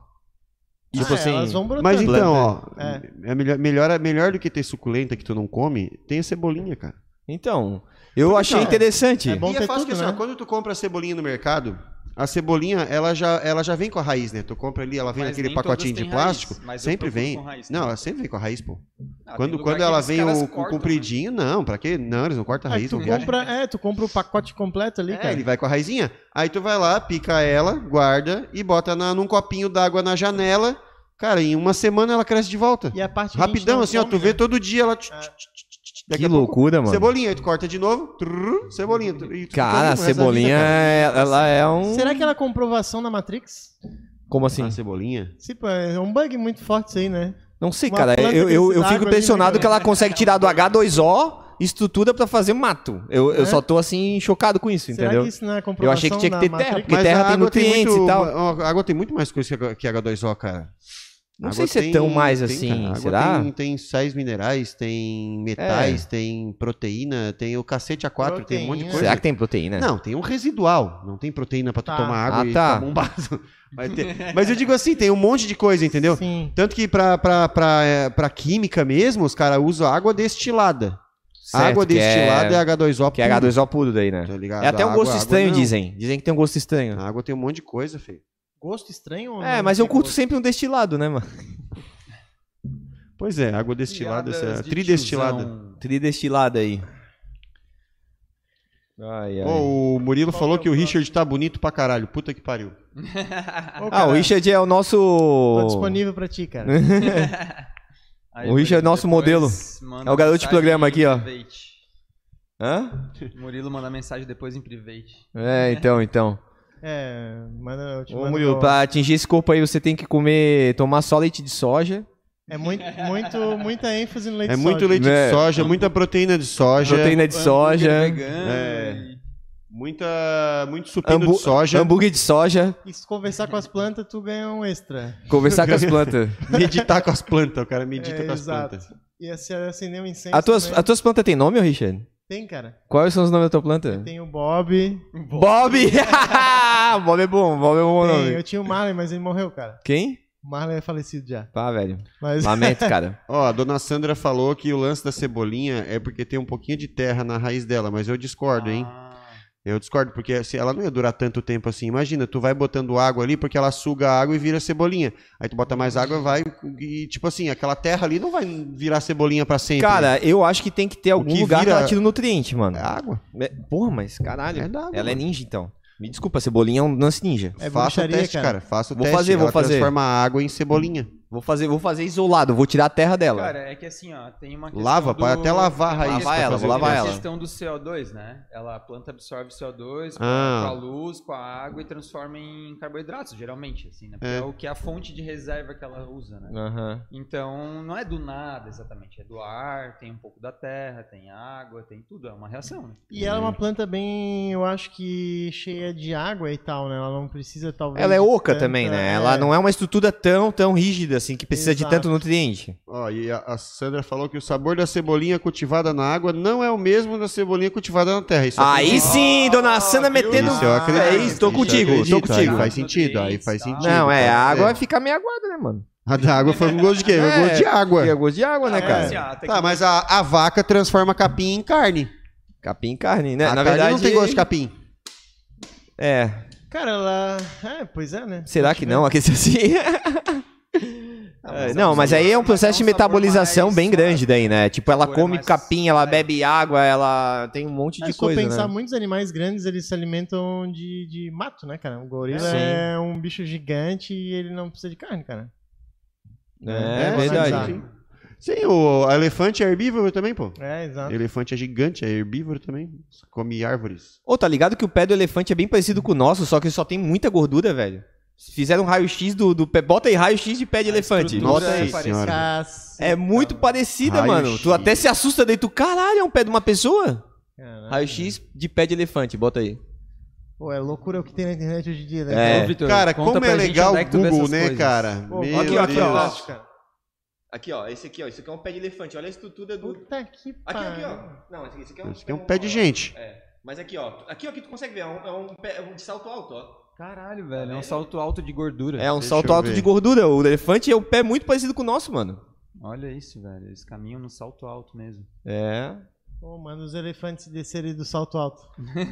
[SPEAKER 3] Tipo
[SPEAKER 1] é,
[SPEAKER 4] Ah,
[SPEAKER 3] assim.
[SPEAKER 4] elas vão brotando.
[SPEAKER 1] Mas então, ó,
[SPEAKER 4] É.
[SPEAKER 1] é melhor, melhor, é melhor do que ter suculenta que tu não come, tem a cebolinha, cara.
[SPEAKER 3] Então, eu achei
[SPEAKER 4] é.
[SPEAKER 3] interessante.
[SPEAKER 4] É bom
[SPEAKER 1] e é
[SPEAKER 4] ter
[SPEAKER 1] fácil
[SPEAKER 4] tudo,
[SPEAKER 1] que assim,
[SPEAKER 4] né?
[SPEAKER 1] ó, quando tu compra a cebolinha no mercado, a cebolinha, ela já, ela já vem com a raiz, né? Tu compra ali, ela vem
[SPEAKER 5] Mas
[SPEAKER 1] naquele
[SPEAKER 5] nem todas
[SPEAKER 1] pacotinho de
[SPEAKER 5] têm
[SPEAKER 1] plástico,
[SPEAKER 5] raiz, mas eu
[SPEAKER 1] sempre
[SPEAKER 5] procuro
[SPEAKER 1] vem.
[SPEAKER 5] com raiz, tá?
[SPEAKER 1] não, ela sempre vem com a raiz, pô.
[SPEAKER 5] Ah, tem
[SPEAKER 1] quando
[SPEAKER 5] lugar
[SPEAKER 1] quando
[SPEAKER 5] que
[SPEAKER 1] ela
[SPEAKER 5] os
[SPEAKER 1] vem
[SPEAKER 5] caras
[SPEAKER 1] o, com o
[SPEAKER 5] cortam, né?
[SPEAKER 1] compridinho, não, pra quê? Não, eles não cortam a
[SPEAKER 4] Aí
[SPEAKER 1] raiz,
[SPEAKER 4] tu
[SPEAKER 1] não viaja.
[SPEAKER 4] compra, é, tu compra o pacote completo ali,
[SPEAKER 1] É,
[SPEAKER 4] cara.
[SPEAKER 1] ele vai com a raizinha. Aí tu vai lá, pica ela, guarda e bota na, num copinho d'água na janela. Cara, em uma semana ela cresce de volta.
[SPEAKER 4] E a parte que a gente
[SPEAKER 1] Rapidão,
[SPEAKER 4] não
[SPEAKER 1] assim, ó,
[SPEAKER 4] come,
[SPEAKER 1] tu vê
[SPEAKER 4] né?
[SPEAKER 1] todo dia ela. tch,
[SPEAKER 4] É.
[SPEAKER 1] tch, tch, tch, tch, daqui
[SPEAKER 3] Que
[SPEAKER 1] a pouco,
[SPEAKER 3] loucura, mano.
[SPEAKER 1] Cebolinha, aí tu corta de novo, trrr, cebolinha. tu- e tu come o
[SPEAKER 3] Cara, a
[SPEAKER 1] resto da vida,
[SPEAKER 3] cebolinha,
[SPEAKER 1] cara.
[SPEAKER 3] ela é um.
[SPEAKER 4] Será que ela comprovação na Matrix?
[SPEAKER 3] Como assim?
[SPEAKER 1] A Ah, cebolinha?
[SPEAKER 4] Sim, pô, é um bug muito forte isso aí, né?
[SPEAKER 3] Não sei,
[SPEAKER 4] Uma
[SPEAKER 3] cara. Eu,
[SPEAKER 4] planta que
[SPEAKER 3] eu,
[SPEAKER 4] precisa
[SPEAKER 3] eu fico
[SPEAKER 4] d'água,
[SPEAKER 3] impressionado
[SPEAKER 1] né?
[SPEAKER 4] alimento,
[SPEAKER 3] que ela consegue tirar do H2O estrutura pra fazer mato. Eu, eu
[SPEAKER 4] É.
[SPEAKER 3] só tô assim, chocado com isso,
[SPEAKER 4] Será
[SPEAKER 3] entendeu?
[SPEAKER 4] que isso não é comprovação
[SPEAKER 3] Eu achei que tinha que
[SPEAKER 4] da
[SPEAKER 3] ter terra,
[SPEAKER 4] Matrix?
[SPEAKER 3] porque
[SPEAKER 1] Mas
[SPEAKER 3] terra
[SPEAKER 1] a
[SPEAKER 3] tem
[SPEAKER 1] água tem
[SPEAKER 3] nutrientes
[SPEAKER 1] muito-
[SPEAKER 3] e tal.
[SPEAKER 1] A água tem muito mais coisa que H- que H2O, cara.
[SPEAKER 3] Não
[SPEAKER 1] A
[SPEAKER 3] sei
[SPEAKER 1] água
[SPEAKER 3] se é
[SPEAKER 1] tem-
[SPEAKER 3] tão mais
[SPEAKER 1] tem,
[SPEAKER 3] assim,
[SPEAKER 1] cara. A água
[SPEAKER 3] será? É.
[SPEAKER 1] Tem, tem sais minerais, tem metais, tem proteína, tem o cacete A4, tem um monte de
[SPEAKER 4] Proteína.
[SPEAKER 1] coisa.
[SPEAKER 3] Será que tem proteína?
[SPEAKER 1] Não, tem um residual. Não tem proteína pra tu
[SPEAKER 4] Tá.
[SPEAKER 1] tomar água
[SPEAKER 3] É. Ah,
[SPEAKER 1] e
[SPEAKER 3] tá.
[SPEAKER 1] ficar bombado. Vai ter. Mas eu digo assim, tem um monte de coisa, entendeu?
[SPEAKER 4] Sim.
[SPEAKER 1] Tanto que pra, pra, pra, eh, pra química mesmo, os caras usam água destilada.
[SPEAKER 3] Certo,
[SPEAKER 1] a água
[SPEAKER 3] que é-
[SPEAKER 1] destilada é, H2O
[SPEAKER 3] Que é
[SPEAKER 1] puro,
[SPEAKER 3] H2O puro daí, né?
[SPEAKER 1] tá ligado?
[SPEAKER 3] É até
[SPEAKER 1] A
[SPEAKER 3] um
[SPEAKER 1] água-
[SPEAKER 3] gosto
[SPEAKER 1] a água
[SPEAKER 3] estranho,
[SPEAKER 1] não.
[SPEAKER 3] dizem. Dizem que tem um gosto estranho.
[SPEAKER 1] A água tem um monte de coisa, feio.
[SPEAKER 4] gosto estranho. ou
[SPEAKER 3] É,
[SPEAKER 4] Ah, não Tipo,
[SPEAKER 3] mas eu
[SPEAKER 4] tem
[SPEAKER 3] curto
[SPEAKER 4] gosto?
[SPEAKER 3] sempre um destilado, né, mano?
[SPEAKER 1] Pois é, água destilada,
[SPEAKER 5] Piadas
[SPEAKER 1] essa, é
[SPEAKER 5] de
[SPEAKER 1] tridestilada.
[SPEAKER 5] tiozão.
[SPEAKER 3] Tridestilado aí. Ai, ai.
[SPEAKER 1] Ô, o Murilo
[SPEAKER 4] Qual
[SPEAKER 1] falou
[SPEAKER 4] que é
[SPEAKER 1] que o
[SPEAKER 4] o
[SPEAKER 1] Richard tá bonito pra caralho. Puta que pariu.
[SPEAKER 4] Ô,
[SPEAKER 3] ah,
[SPEAKER 4] cara,
[SPEAKER 3] o Richard é o nosso.
[SPEAKER 4] Tô disponível pra ti, cara.
[SPEAKER 5] Aí,
[SPEAKER 3] O Richard é nosso modelo.
[SPEAKER 5] manda
[SPEAKER 3] É o garoto de
[SPEAKER 5] mensagem
[SPEAKER 3] programa
[SPEAKER 5] em
[SPEAKER 3] aqui, ó.
[SPEAKER 5] private.
[SPEAKER 3] Hã?
[SPEAKER 5] Murilo manda mensagem depois em private.
[SPEAKER 3] É, então, então.
[SPEAKER 4] É, manda, eu um te
[SPEAKER 3] Ô,
[SPEAKER 4] mando
[SPEAKER 3] Murilo,
[SPEAKER 4] no-
[SPEAKER 3] pra atingir esse corpo aí, você tem que comer, tomar só leite de soja,
[SPEAKER 4] É muito, muito, muita ênfase no leite
[SPEAKER 1] É
[SPEAKER 4] de
[SPEAKER 1] muito
[SPEAKER 4] soja.
[SPEAKER 1] leite
[SPEAKER 3] Né?
[SPEAKER 1] de soja, muita proteína de soja,
[SPEAKER 3] proteína É de soja,
[SPEAKER 5] Hambúrguer vegano
[SPEAKER 1] É.
[SPEAKER 5] e-
[SPEAKER 1] muita muito supino
[SPEAKER 3] Hambu-
[SPEAKER 1] de soja,
[SPEAKER 3] hambúrguer de soja,
[SPEAKER 4] E se conversar com as plantas, tu ganha um extra.
[SPEAKER 3] conversar com as plantas.
[SPEAKER 1] meditar com as plantas, o cara medita
[SPEAKER 4] É,
[SPEAKER 1] com as
[SPEAKER 4] exato.
[SPEAKER 1] plantas.
[SPEAKER 4] E se acender um incenso.
[SPEAKER 3] As tuas,
[SPEAKER 4] também.
[SPEAKER 3] as tuas plantas têm nome, ô Richard?
[SPEAKER 4] Tem, cara.
[SPEAKER 3] Quais são os nomes da tua planta?
[SPEAKER 4] Tem o Bob.
[SPEAKER 3] Bob! Bob é bom, Bob é um bom
[SPEAKER 4] Tem,
[SPEAKER 3] nome.
[SPEAKER 4] eu tinha o Marley, mas ele morreu, cara.
[SPEAKER 3] Quem?
[SPEAKER 4] O Marley é falecido já.
[SPEAKER 3] Tá, velho.
[SPEAKER 4] Mas
[SPEAKER 3] Lamento, cara.
[SPEAKER 1] Ó, a dona Sandra falou que o lance da cebolinha é porque tem um pouquinho de terra na raiz dela, mas eu discordo, hein?
[SPEAKER 5] Ah,
[SPEAKER 1] Eu discordo, porque se- ela não ia durar tanto tempo assim. Imagina, tu vai botando água ali, porque ela suga a água e vira cebolinha. Aí tu bota mais água vai. E, tipo assim, aquela terra ali não vai virar cebolinha pra sempre.
[SPEAKER 3] Cara, eu acho que tem que ter algum
[SPEAKER 1] que
[SPEAKER 3] lugar que ela
[SPEAKER 1] vira-
[SPEAKER 3] tira o nutriente, mano.
[SPEAKER 1] é água.
[SPEAKER 3] É- Porra, mas caralho.
[SPEAKER 1] É da água.
[SPEAKER 3] Ela é ninja, então. Me desculpa, cebolinha é um lance ninja.
[SPEAKER 4] É
[SPEAKER 1] faça o
[SPEAKER 4] bruxaria,
[SPEAKER 1] teste, cara.
[SPEAKER 4] cara.
[SPEAKER 1] Faça o
[SPEAKER 3] Vou
[SPEAKER 1] teste.
[SPEAKER 3] fazer, vou
[SPEAKER 1] ela
[SPEAKER 3] fazer.
[SPEAKER 1] transforma a água em cebolinha.
[SPEAKER 3] Vou fazer, vou fazer isolado, vou tirar a terra dela.
[SPEAKER 5] Cara, é que assim, ó, tem uma questão
[SPEAKER 1] Lava,
[SPEAKER 5] do...
[SPEAKER 1] pode até lavar a raiz. pra
[SPEAKER 3] Lavar ela,
[SPEAKER 1] fazer
[SPEAKER 3] vou
[SPEAKER 1] o
[SPEAKER 3] lavar
[SPEAKER 1] teste.
[SPEAKER 5] Tem
[SPEAKER 3] ela.
[SPEAKER 5] a questão do CO2, né? Ela, a planta absorve CO2 com
[SPEAKER 1] Ah.
[SPEAKER 5] a luz, com a água e transforma em carboidratos, geralmente, assim, né? Porque
[SPEAKER 1] É.
[SPEAKER 5] é. o que é a fonte de reserva que ela usa, né?
[SPEAKER 3] Aham.
[SPEAKER 5] Então, não é do nada exatamente, é do ar, tem um pouco da terra, tem água, tem tudo, é uma reação, né?
[SPEAKER 4] E ela é uma planta bem, eu acho que cheia de água e tal, né? Ela não precisa, talvez.
[SPEAKER 3] Ela é
[SPEAKER 4] de
[SPEAKER 3] oca
[SPEAKER 4] tanta-
[SPEAKER 3] também, né? Ela não é uma estrutura tão, tão rígida assim que precisa de
[SPEAKER 4] Exato.
[SPEAKER 3] tanto nutriente.
[SPEAKER 1] Ó, e a, a Sandra falou que o sabor da cebolinha cultivada na água não é o mesmo da cebolinha cultivada na terra. Isso é
[SPEAKER 3] Aí sim, dona Sandra
[SPEAKER 5] viu?
[SPEAKER 3] metendo.
[SPEAKER 1] Ah, Isso eu acredito.
[SPEAKER 3] É isso, tô
[SPEAKER 1] Isso eu
[SPEAKER 3] contigo,
[SPEAKER 1] acredito,
[SPEAKER 3] tô contigo.
[SPEAKER 1] Aí faz sentido, aí faz
[SPEAKER 5] Não,
[SPEAKER 1] sentido.
[SPEAKER 3] Não, é,
[SPEAKER 1] pode
[SPEAKER 3] a água
[SPEAKER 1] ser.
[SPEAKER 3] fica meio aguada, né, mano?
[SPEAKER 1] A da água foi um gosto de quê? Um
[SPEAKER 3] É,
[SPEAKER 1] gosto de água.
[SPEAKER 3] Fica gosto de água, né,
[SPEAKER 5] Ah,
[SPEAKER 3] cara?
[SPEAKER 5] assim, ó, tem
[SPEAKER 1] Tá,
[SPEAKER 5] que-
[SPEAKER 1] mas a, a vaca transforma capim em carne.
[SPEAKER 3] Capim e carne, né?
[SPEAKER 1] a
[SPEAKER 3] Na
[SPEAKER 1] carne
[SPEAKER 3] verdade,
[SPEAKER 1] não tem gosto de capim.
[SPEAKER 3] É,
[SPEAKER 4] Cara, ela. É, pois é, né?
[SPEAKER 3] será que não? Aquele assim.
[SPEAKER 4] Ah,
[SPEAKER 3] É, não, mas aí é um processo de
[SPEAKER 5] sabor
[SPEAKER 3] metabolização
[SPEAKER 5] mais
[SPEAKER 3] bem
[SPEAKER 5] suave.
[SPEAKER 3] grande daí, né? Tipo, ela
[SPEAKER 5] Sabor é
[SPEAKER 3] come
[SPEAKER 5] mais-
[SPEAKER 3] capim, ela bebe água, ela tem um monte de
[SPEAKER 4] Se for
[SPEAKER 3] coisa,
[SPEAKER 4] É pensar,
[SPEAKER 3] né?
[SPEAKER 4] muitos animais grandes eles se alimentam de, de mato, né, cara? O gorila
[SPEAKER 3] Sim.
[SPEAKER 4] é um bicho gigante e ele não precisa de carne, cara.
[SPEAKER 3] É,
[SPEAKER 1] É,
[SPEAKER 3] verdade.
[SPEAKER 1] exato. Sim, o elefante é herbívoro também, pô.
[SPEAKER 4] É, exato.
[SPEAKER 1] Elefante é gigante, é herbívoro também. Come árvores.
[SPEAKER 3] Ô, tá ligado que o pé do elefante é bem parecido com o nosso, só que só tem muita gordura, velho. Fizeram um raio-x do, do pé. Bota aí, raio-x de pé de elefante.
[SPEAKER 5] estrutura
[SPEAKER 3] Bota
[SPEAKER 5] é
[SPEAKER 3] aí.
[SPEAKER 5] parecida.
[SPEAKER 1] senhora.
[SPEAKER 4] Cacete,
[SPEAKER 3] É muito
[SPEAKER 4] cara.
[SPEAKER 3] parecida,
[SPEAKER 1] Raio-x.
[SPEAKER 3] mano. Tu até se assusta daí, tu, caralho, é um pé de uma pessoa? É.
[SPEAKER 4] Caraca.
[SPEAKER 3] Raio-x de pé de elefante, bota aí.
[SPEAKER 4] Pô, é loucura o que tem na internet hoje em dia, né?
[SPEAKER 3] É.
[SPEAKER 5] Ô, Vitor,
[SPEAKER 1] Cara,
[SPEAKER 5] conta
[SPEAKER 1] como
[SPEAKER 5] pra
[SPEAKER 1] é
[SPEAKER 5] gente
[SPEAKER 1] legal
[SPEAKER 5] onde
[SPEAKER 1] o
[SPEAKER 5] que tu vê
[SPEAKER 1] Google,
[SPEAKER 5] essas
[SPEAKER 1] né,
[SPEAKER 5] coisas.
[SPEAKER 1] cara?
[SPEAKER 4] Pô,
[SPEAKER 1] Meu
[SPEAKER 3] aqui, ó, aqui, ó.
[SPEAKER 1] Deus.
[SPEAKER 4] cara.
[SPEAKER 3] Aqui, ó, esse aqui, ó. Isso aqui é um pé de elefante. Olha a estrutura
[SPEAKER 4] Puta que pariu.
[SPEAKER 3] Não, esse aqui
[SPEAKER 1] Isso aqui é um pé de gente.
[SPEAKER 3] Mas aqui, ó. Aqui, ó, que tu consegue ver. É um, salto alto, ó.
[SPEAKER 5] Caralho, velho, é um salto alto de gordura.
[SPEAKER 3] É um
[SPEAKER 1] Deixa
[SPEAKER 3] salto
[SPEAKER 1] eu
[SPEAKER 3] alto
[SPEAKER 1] ver.
[SPEAKER 3] de gordura. O elefante é um pé muito parecido com o nosso, mano.
[SPEAKER 5] Olha isso, velho, eles caminham no salto alto mesmo.
[SPEAKER 3] É.
[SPEAKER 4] Pô, mano, os elefantes descerem do salto alto.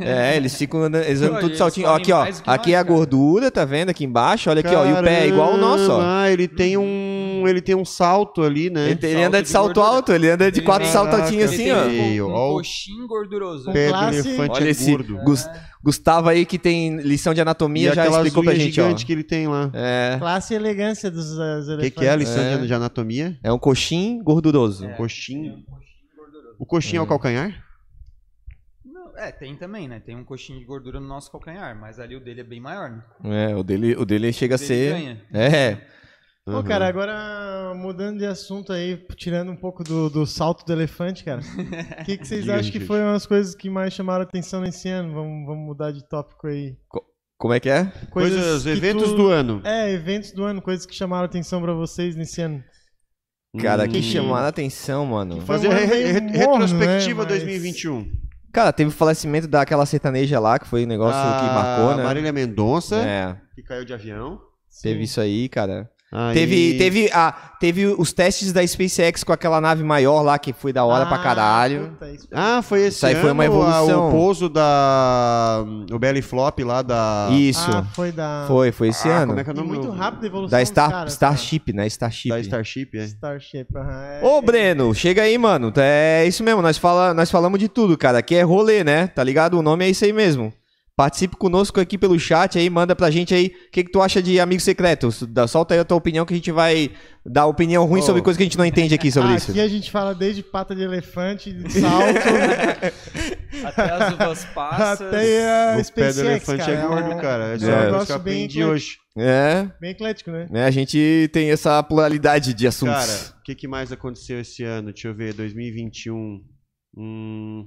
[SPEAKER 3] É, eles ficam andando, eles andam
[SPEAKER 5] Pô,
[SPEAKER 3] tudo
[SPEAKER 5] eles
[SPEAKER 3] saltinho. Ó,
[SPEAKER 5] comem
[SPEAKER 3] aqui, ó.
[SPEAKER 5] mais do que
[SPEAKER 3] Aqui
[SPEAKER 5] nós,
[SPEAKER 3] é a
[SPEAKER 5] cara.
[SPEAKER 3] gordura, tá vendo? Aqui embaixo. Olha aqui, ó. E o pé é igual o nosso, ó.
[SPEAKER 1] Ah, ele tem um. Ele tem um salto ali, né?
[SPEAKER 3] Ele, ele
[SPEAKER 5] Salto
[SPEAKER 3] anda de
[SPEAKER 5] de
[SPEAKER 3] salto
[SPEAKER 5] gordura.
[SPEAKER 3] alto, ele anda de
[SPEAKER 5] Ele
[SPEAKER 3] quatro
[SPEAKER 5] tem-
[SPEAKER 3] saltotinhos assim,
[SPEAKER 5] Ele
[SPEAKER 3] ó.
[SPEAKER 5] tem
[SPEAKER 1] Feio,
[SPEAKER 5] um,
[SPEAKER 1] ó o-
[SPEAKER 5] um coxinho
[SPEAKER 3] né?
[SPEAKER 5] gorduroso.
[SPEAKER 1] O pé
[SPEAKER 4] classe.
[SPEAKER 1] do elefante
[SPEAKER 3] Olha
[SPEAKER 1] é
[SPEAKER 3] esse
[SPEAKER 1] gordo.
[SPEAKER 3] Gus- Gustavo aí, que tem lição de
[SPEAKER 1] E
[SPEAKER 3] anatomia, já
[SPEAKER 1] aquela
[SPEAKER 3] explicou pra
[SPEAKER 1] unha
[SPEAKER 3] gente, ó.
[SPEAKER 1] gigante que ele tem lá.
[SPEAKER 3] É,
[SPEAKER 4] Classe e elegância dos, eh, dos
[SPEAKER 1] O que,
[SPEAKER 4] elefantes.
[SPEAKER 1] que é a lição
[SPEAKER 3] É.
[SPEAKER 1] de- de anatomia?
[SPEAKER 3] é um coxim gorduroso.
[SPEAKER 5] É.
[SPEAKER 1] Coxinho.
[SPEAKER 5] Tem um coxinho gorduroso.
[SPEAKER 1] O coxinho é o calcanhar?
[SPEAKER 5] Não, é, tem também, né? Tem um coxinho de gordura no nosso calcanhar, mas ali o dele é bem maior, né?
[SPEAKER 3] É, o dele, o dele chega a
[SPEAKER 5] Ele
[SPEAKER 3] ser.
[SPEAKER 5] ganha.
[SPEAKER 3] É.
[SPEAKER 4] Pô,
[SPEAKER 1] Uhum.
[SPEAKER 4] cara, agora mudando de assunto aí, tirando um pouco do, do salto do elefante, cara. O que, que vocês
[SPEAKER 1] Diga aí,
[SPEAKER 4] acham que
[SPEAKER 1] Richard.
[SPEAKER 4] foram as coisas que mais chamaram atenção nesse ano? Vamos, vamos mudar de tópico aí.
[SPEAKER 3] Como é que é?
[SPEAKER 1] Coisas,
[SPEAKER 4] que
[SPEAKER 1] eventos
[SPEAKER 4] tu-
[SPEAKER 1] do ano.
[SPEAKER 4] É, eventos do ano, coisas que chamaram atenção pra vocês nesse ano.
[SPEAKER 3] Cara,
[SPEAKER 1] Hum.
[SPEAKER 3] que chamaram a atenção, mano.
[SPEAKER 4] Foi
[SPEAKER 1] Fazer
[SPEAKER 4] um ano
[SPEAKER 1] re-
[SPEAKER 4] meio
[SPEAKER 1] re-
[SPEAKER 4] morno,
[SPEAKER 1] retrospectiva
[SPEAKER 4] né, mas-
[SPEAKER 1] 2021.
[SPEAKER 3] Cara, teve o falecimento daquela sertaneja lá, que foi um negócio que
[SPEAKER 1] A
[SPEAKER 3] marcou, né?
[SPEAKER 1] Marília Ah, Mendonça,
[SPEAKER 3] É,
[SPEAKER 1] que caiu de avião.
[SPEAKER 3] teve isso aí, cara.
[SPEAKER 1] Aí-
[SPEAKER 3] Teve, teve, a, teve os testes da SpaceX com aquela nave maior lá que foi da hora pra
[SPEAKER 4] Ah,
[SPEAKER 3] caralho.
[SPEAKER 4] puta, isso-
[SPEAKER 1] Ah, foi esse
[SPEAKER 3] Isso aí
[SPEAKER 1] ano,
[SPEAKER 3] foi uma
[SPEAKER 1] a-
[SPEAKER 3] evolução.
[SPEAKER 1] o pouso da... hum, O belly flop lá da...
[SPEAKER 3] Isso.
[SPEAKER 4] Ah, foi da.
[SPEAKER 3] foi, foi esse
[SPEAKER 1] Ah,
[SPEAKER 3] ano.
[SPEAKER 1] Como é que é o
[SPEAKER 4] E
[SPEAKER 1] nome
[SPEAKER 4] muito
[SPEAKER 1] do-
[SPEAKER 4] rápido a evolução.
[SPEAKER 3] Da
[SPEAKER 4] dos
[SPEAKER 3] Star,
[SPEAKER 4] caras, cara.
[SPEAKER 3] Starship, né? Starship.
[SPEAKER 1] Da Starship, é.
[SPEAKER 4] Starship. aham, é-
[SPEAKER 3] Ô, Breno, chega aí, mano. É isso mesmo, nós, fala, nós falamos de tudo, cara. Aqui é rolê, né? Tá ligado? O nome é isso aí mesmo. Participe conosco aqui pelo chat aí, manda pra gente aí o que, que tu acha de Amigo Secreto. Dá- Solta aí a tua opinião que a gente vai dar opinião ruim
[SPEAKER 1] Ô.
[SPEAKER 3] sobre coisa que a gente não entende aqui sobre
[SPEAKER 4] Ah,
[SPEAKER 3] isso.
[SPEAKER 4] Aqui a gente fala desde pata de elefante, de salto,
[SPEAKER 5] Até as uvas passas.
[SPEAKER 4] até é. a
[SPEAKER 1] O pé do
[SPEAKER 4] SpaceX,
[SPEAKER 1] elefante
[SPEAKER 4] cara.
[SPEAKER 1] é gordo,
[SPEAKER 4] um-
[SPEAKER 1] Ah, cara. É,
[SPEAKER 4] é
[SPEAKER 1] só
[SPEAKER 4] um
[SPEAKER 1] isso que
[SPEAKER 4] negócio
[SPEAKER 1] eu
[SPEAKER 4] bem,
[SPEAKER 1] aprendi
[SPEAKER 4] eclético,
[SPEAKER 1] hoje.
[SPEAKER 3] É,
[SPEAKER 4] bem eclético, né?
[SPEAKER 3] né? A gente tem essa pluralidade de assuntos.
[SPEAKER 1] Cara, o que, que mais aconteceu esse ano? Deixa eu ver, 2021. Hum...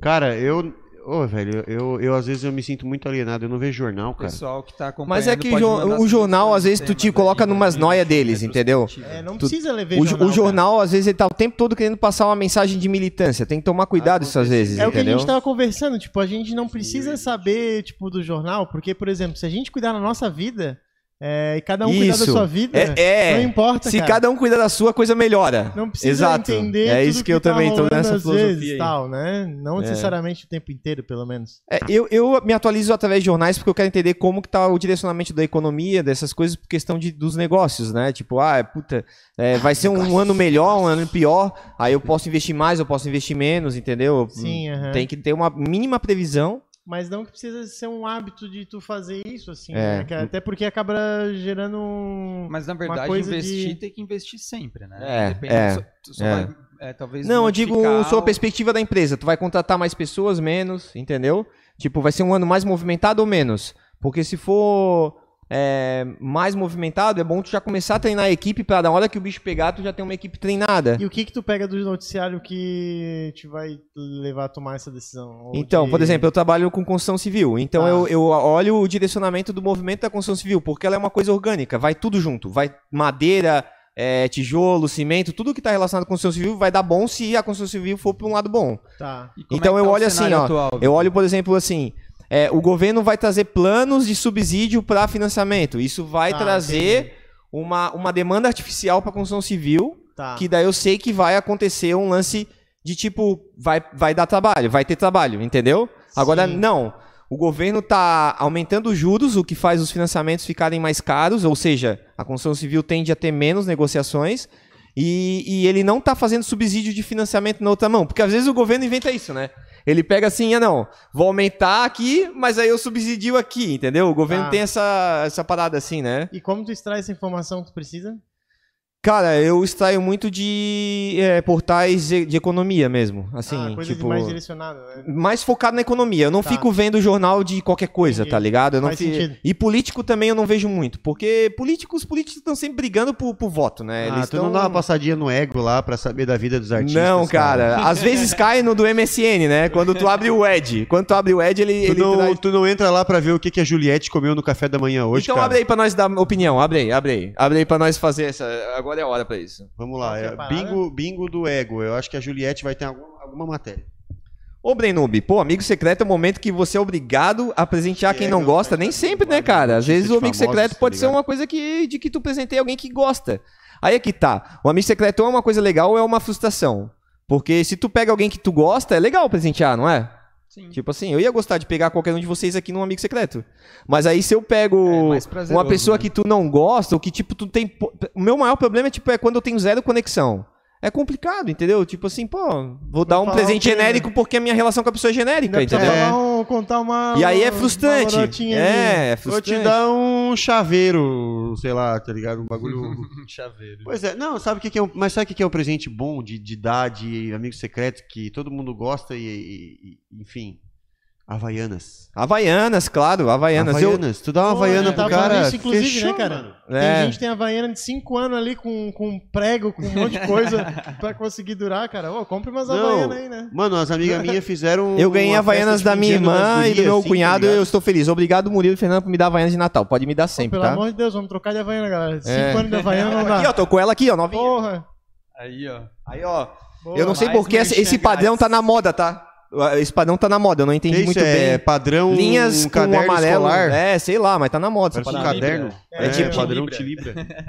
[SPEAKER 1] Cara, eu... Ô, velho, eu, eu às vezes eu me sinto muito alienado. Eu não vejo jornal,
[SPEAKER 5] O
[SPEAKER 1] cara.
[SPEAKER 5] pessoal que tá acompanhando.
[SPEAKER 3] Mas é que
[SPEAKER 5] pode
[SPEAKER 3] jo-
[SPEAKER 5] mandar
[SPEAKER 3] o
[SPEAKER 5] sugestões
[SPEAKER 3] jornal,
[SPEAKER 5] de
[SPEAKER 3] às vezes, tu
[SPEAKER 5] temas
[SPEAKER 3] te
[SPEAKER 5] aí,
[SPEAKER 3] coloca numas
[SPEAKER 5] pra gente,
[SPEAKER 3] noia deles, entendeu?
[SPEAKER 4] É, não
[SPEAKER 3] Tu-
[SPEAKER 4] precisa levar
[SPEAKER 3] O, jo- o jornal, às vezes, ele tá o tempo todo querendo passar uma mensagem de militância. Tem que tomar cuidado isso às vezes,
[SPEAKER 4] É o que a
[SPEAKER 3] entendeu?
[SPEAKER 4] gente tava conversando, tipo, a gente não precisa saber, tipo, do jornal, porque, por exemplo, se a gente cuidar da nossa vida, é, e cada um cuidar da
[SPEAKER 3] Isso.
[SPEAKER 4] sua vida,
[SPEAKER 3] É, é.
[SPEAKER 4] né? não importa,
[SPEAKER 3] Se
[SPEAKER 4] cara.
[SPEAKER 3] cada um cuida da sua, a coisa melhora.
[SPEAKER 4] Não precisa
[SPEAKER 3] Exato.
[SPEAKER 4] entender
[SPEAKER 3] É
[SPEAKER 4] tudo
[SPEAKER 3] isso que eu
[SPEAKER 4] tá
[SPEAKER 3] também tô
[SPEAKER 4] rolando
[SPEAKER 3] nessa
[SPEAKER 4] às
[SPEAKER 3] filosofia
[SPEAKER 4] vezes,
[SPEAKER 3] aí.
[SPEAKER 4] tal, né? Não necessariamente o tempo inteiro, pelo menos.
[SPEAKER 3] É, eu, eu me atualizo através de jornais porque eu quero entender como que tá o direcionamento da economia, dessas coisas, por questão de, dos negócios, né? Tipo, ah, puta, é, vai ser um ano melhor, um ano pior, aí eu posso investir mais, eu posso investir menos, entendeu?
[SPEAKER 4] Sim, é. aham.
[SPEAKER 3] Hum. Tem que ter uma mínima previsão.
[SPEAKER 4] Mas não que precisa ser um hábito de tu fazer isso, assim,
[SPEAKER 3] É.
[SPEAKER 4] né? Que Até porque acaba gerando um...
[SPEAKER 5] Mas na verdade,
[SPEAKER 4] coisa
[SPEAKER 5] investir
[SPEAKER 4] de-
[SPEAKER 5] tem que investir sempre, né?
[SPEAKER 3] É,
[SPEAKER 5] Depende,
[SPEAKER 3] é,
[SPEAKER 5] só- tu só
[SPEAKER 3] é.
[SPEAKER 5] vai, é, talvez
[SPEAKER 3] Não, eu digo
[SPEAKER 5] modificar
[SPEAKER 3] sob a
[SPEAKER 5] o-
[SPEAKER 3] perspectiva da empresa. Tu vai contratar mais pessoas, menos, entendeu? Tipo, vai ser um ano mais movimentado ou menos? Porque se for é, mais movimentado, é bom tu já começar a treinar a equipe pra na hora que o bicho pegar, tu já tem uma equipe treinada.
[SPEAKER 4] E o que que tu pega do noticiário que te vai levar a tomar essa decisão? Ou
[SPEAKER 3] Então,
[SPEAKER 4] de-
[SPEAKER 3] por exemplo, eu trabalho com construção civil. Então
[SPEAKER 4] Tá.
[SPEAKER 3] eu, eu olho o direcionamento do movimento da construção civil, porque ela é uma coisa orgânica, vai tudo junto. Vai madeira, é, tijolo, cimento, tudo que tá relacionado à construção civil vai dar bom se a construção civil for pra um lado bom.
[SPEAKER 4] Tá.
[SPEAKER 5] E como é
[SPEAKER 3] Então eu
[SPEAKER 5] o
[SPEAKER 3] olho assim,
[SPEAKER 5] cenário
[SPEAKER 3] ó,
[SPEAKER 5] atual,
[SPEAKER 3] Eu
[SPEAKER 5] Vitor?
[SPEAKER 3] olho, por exemplo, assim, é, o governo vai trazer planos de subsídio para financiamento. Isso vai
[SPEAKER 4] Tá,
[SPEAKER 3] trazer uma, uma demanda artificial para construção civil,
[SPEAKER 4] Tá.
[SPEAKER 3] que daí eu sei que vai acontecer um lance de tipo, vai, vai dar trabalho, vai ter trabalho, entendeu? Agora,
[SPEAKER 4] Sim.
[SPEAKER 3] não. O governo está aumentando os juros, o que faz os financiamentos ficarem mais caros, ou seja, a construção civil tende a ter menos negociações. E, e ele não tá fazendo subsídio de financiamento na outra mão. Porque às vezes o governo inventa isso, né? Ele pega assim, ah não, vou aumentar aqui, mas aí eu subsidio aqui, entendeu? O governo
[SPEAKER 4] Tá.
[SPEAKER 3] tem essa, essa parada assim, né?
[SPEAKER 4] E como tu extrai essa informação que tu precisa?
[SPEAKER 3] Cara, eu extraio muito de é, portais de, de economia mesmo. Assim,
[SPEAKER 4] ah, coisa
[SPEAKER 3] tipo.
[SPEAKER 4] de mais direcionada, né?
[SPEAKER 3] mais focado na economia. Eu não
[SPEAKER 4] Tá.
[SPEAKER 3] fico vendo jornal de qualquer coisa,
[SPEAKER 4] Entendi.
[SPEAKER 3] tá ligado? Eu não
[SPEAKER 4] Faz
[SPEAKER 3] fi-
[SPEAKER 4] sentido.
[SPEAKER 3] E político também eu não vejo muito, porque políticos, os políticos estão sempre brigando por, por voto, né?
[SPEAKER 1] Ah,
[SPEAKER 3] Eles
[SPEAKER 1] tu não
[SPEAKER 3] tão-
[SPEAKER 1] dá uma passadinha no ego lá pra saber da vida dos artistas?
[SPEAKER 3] Não, cara. Às vezes cai no do MSN, né? Quando tu abre o Edge. Quando tu abre o Edge, ele.
[SPEAKER 1] Tu
[SPEAKER 3] ele
[SPEAKER 1] não,
[SPEAKER 3] traz-
[SPEAKER 1] tu não entra lá pra ver o que, que a Juliette comeu no café da manhã hoje,
[SPEAKER 3] então
[SPEAKER 1] cara?
[SPEAKER 3] abre aí pra nós dar opinião. Abre aí, abre aí. Abre aí pra nós fazer essa. Agora é a hora pra isso.
[SPEAKER 1] Vamos lá,
[SPEAKER 4] Qual que é a
[SPEAKER 1] é
[SPEAKER 4] parada?
[SPEAKER 1] bingo, bingo do ego. Eu acho que a Juliette vai ter alguma, alguma matéria.
[SPEAKER 3] Ô, Brenube, pô, amigo secreto é o momento que você é obrigado a presentear
[SPEAKER 1] Que
[SPEAKER 3] quem
[SPEAKER 1] é,
[SPEAKER 3] não
[SPEAKER 1] meu,
[SPEAKER 3] gosta,
[SPEAKER 1] cara,
[SPEAKER 3] nem
[SPEAKER 1] tá
[SPEAKER 3] sempre, né,
[SPEAKER 1] ligado?
[SPEAKER 3] cara? Às
[SPEAKER 1] Notícia
[SPEAKER 3] vezes
[SPEAKER 1] de
[SPEAKER 3] o amigo
[SPEAKER 1] famosos,
[SPEAKER 3] secreto
[SPEAKER 1] tá
[SPEAKER 3] pode ser
[SPEAKER 1] ligado?
[SPEAKER 3] uma coisa que, de que tu presenteia alguém que gosta. Aí é que tá. O amigo secreto é uma coisa legal ou é uma frustração? Porque se tu pega alguém que tu gosta, é legal presentear, não é?
[SPEAKER 5] Sim.
[SPEAKER 3] Tipo assim, eu ia gostar de pegar qualquer um de vocês aqui num amigo secreto. Mas aí se eu
[SPEAKER 5] É
[SPEAKER 3] pego
[SPEAKER 5] mais prazeroso,
[SPEAKER 3] uma pessoa
[SPEAKER 5] né?
[SPEAKER 3] que tu não gosta, ou que tipo tu tem, po- o meu maior problema é tipo é quando eu tenho zero conexão. É complicado, entendeu? Tipo assim, pô, vou dar um
[SPEAKER 4] falar o
[SPEAKER 3] presente
[SPEAKER 4] quê, né?
[SPEAKER 3] genérico porque a minha relação com a pessoa é genérica,
[SPEAKER 4] Ainda precisa
[SPEAKER 3] entendeu?
[SPEAKER 4] falar um- contar uma...
[SPEAKER 3] E aí é
[SPEAKER 4] uma
[SPEAKER 3] frustrante.
[SPEAKER 4] lorotinha ali.
[SPEAKER 3] É, é
[SPEAKER 1] Vou
[SPEAKER 3] frustrante.
[SPEAKER 1] te dar um chaveiro, sei lá, tá ligado? Um bagulho.
[SPEAKER 5] Chaveiro.
[SPEAKER 1] pois é, não, sabe o que, que é um. Mas sabe o que, que é um presente bom de, de dar de amigo secreto que todo mundo gosta e. e- e- enfim. Havaianas.
[SPEAKER 3] Havaianas, claro, Havaianas. Eu,
[SPEAKER 1] tu dá uma
[SPEAKER 4] Pô,
[SPEAKER 1] Havaiana
[SPEAKER 4] eu tava
[SPEAKER 1] pro cara.
[SPEAKER 4] falando isso, inclusive, né,
[SPEAKER 1] fechou,
[SPEAKER 4] cara?
[SPEAKER 1] mano.
[SPEAKER 3] É.
[SPEAKER 4] Tem gente que tem Havaiana de 5 anos ali com, com prego, com um monte de coisa pra conseguir durar, cara. Ô, compre umas
[SPEAKER 1] Não.
[SPEAKER 4] Havaianas aí, né?
[SPEAKER 1] Mano, as amigas minhas fizeram.
[SPEAKER 3] eu ganhei
[SPEAKER 1] uma
[SPEAKER 3] Havaianas
[SPEAKER 1] festa
[SPEAKER 3] da
[SPEAKER 1] de fim
[SPEAKER 3] minha
[SPEAKER 1] de ano das
[SPEAKER 3] irmã e do
[SPEAKER 1] gurias,
[SPEAKER 3] meu
[SPEAKER 1] assim,
[SPEAKER 3] cunhado
[SPEAKER 1] tá
[SPEAKER 3] eu
[SPEAKER 1] ligado?
[SPEAKER 3] estou feliz. Obrigado, Murilo e Fernando, por me dar Havaianas de Natal. Pode me dar
[SPEAKER 4] Pô,
[SPEAKER 3] sempre,
[SPEAKER 4] pelo
[SPEAKER 3] tá?
[SPEAKER 4] amor de Deus, vamos trocar de Havaiana, galera. 5
[SPEAKER 3] É.
[SPEAKER 4] anos de Havaiana não
[SPEAKER 3] Aqui, ó,
[SPEAKER 4] dá.
[SPEAKER 3] tô com ela aqui, ó, novinha.
[SPEAKER 4] Porra.
[SPEAKER 5] Aí, ó.
[SPEAKER 3] Aí, ó,
[SPEAKER 4] Boa.
[SPEAKER 3] Eu não sei
[SPEAKER 5] mais
[SPEAKER 3] porque
[SPEAKER 5] um
[SPEAKER 3] esse, esse
[SPEAKER 5] Instagram
[SPEAKER 3] padrão tá na moda, tá? Espadão tá na moda, eu não entendi
[SPEAKER 1] Que isso
[SPEAKER 3] muito
[SPEAKER 1] é
[SPEAKER 3] bem.
[SPEAKER 1] padrão
[SPEAKER 3] Linhas
[SPEAKER 1] um
[SPEAKER 3] com
[SPEAKER 1] caderno
[SPEAKER 3] amarelo.
[SPEAKER 1] escolar.
[SPEAKER 3] É, sei lá, mas tá na moda.
[SPEAKER 1] Parece
[SPEAKER 3] essa
[SPEAKER 1] um
[SPEAKER 3] parada.
[SPEAKER 1] caderno.
[SPEAKER 5] É,
[SPEAKER 4] tipo
[SPEAKER 1] padrão
[SPEAKER 5] Tilibra.
[SPEAKER 1] te libra.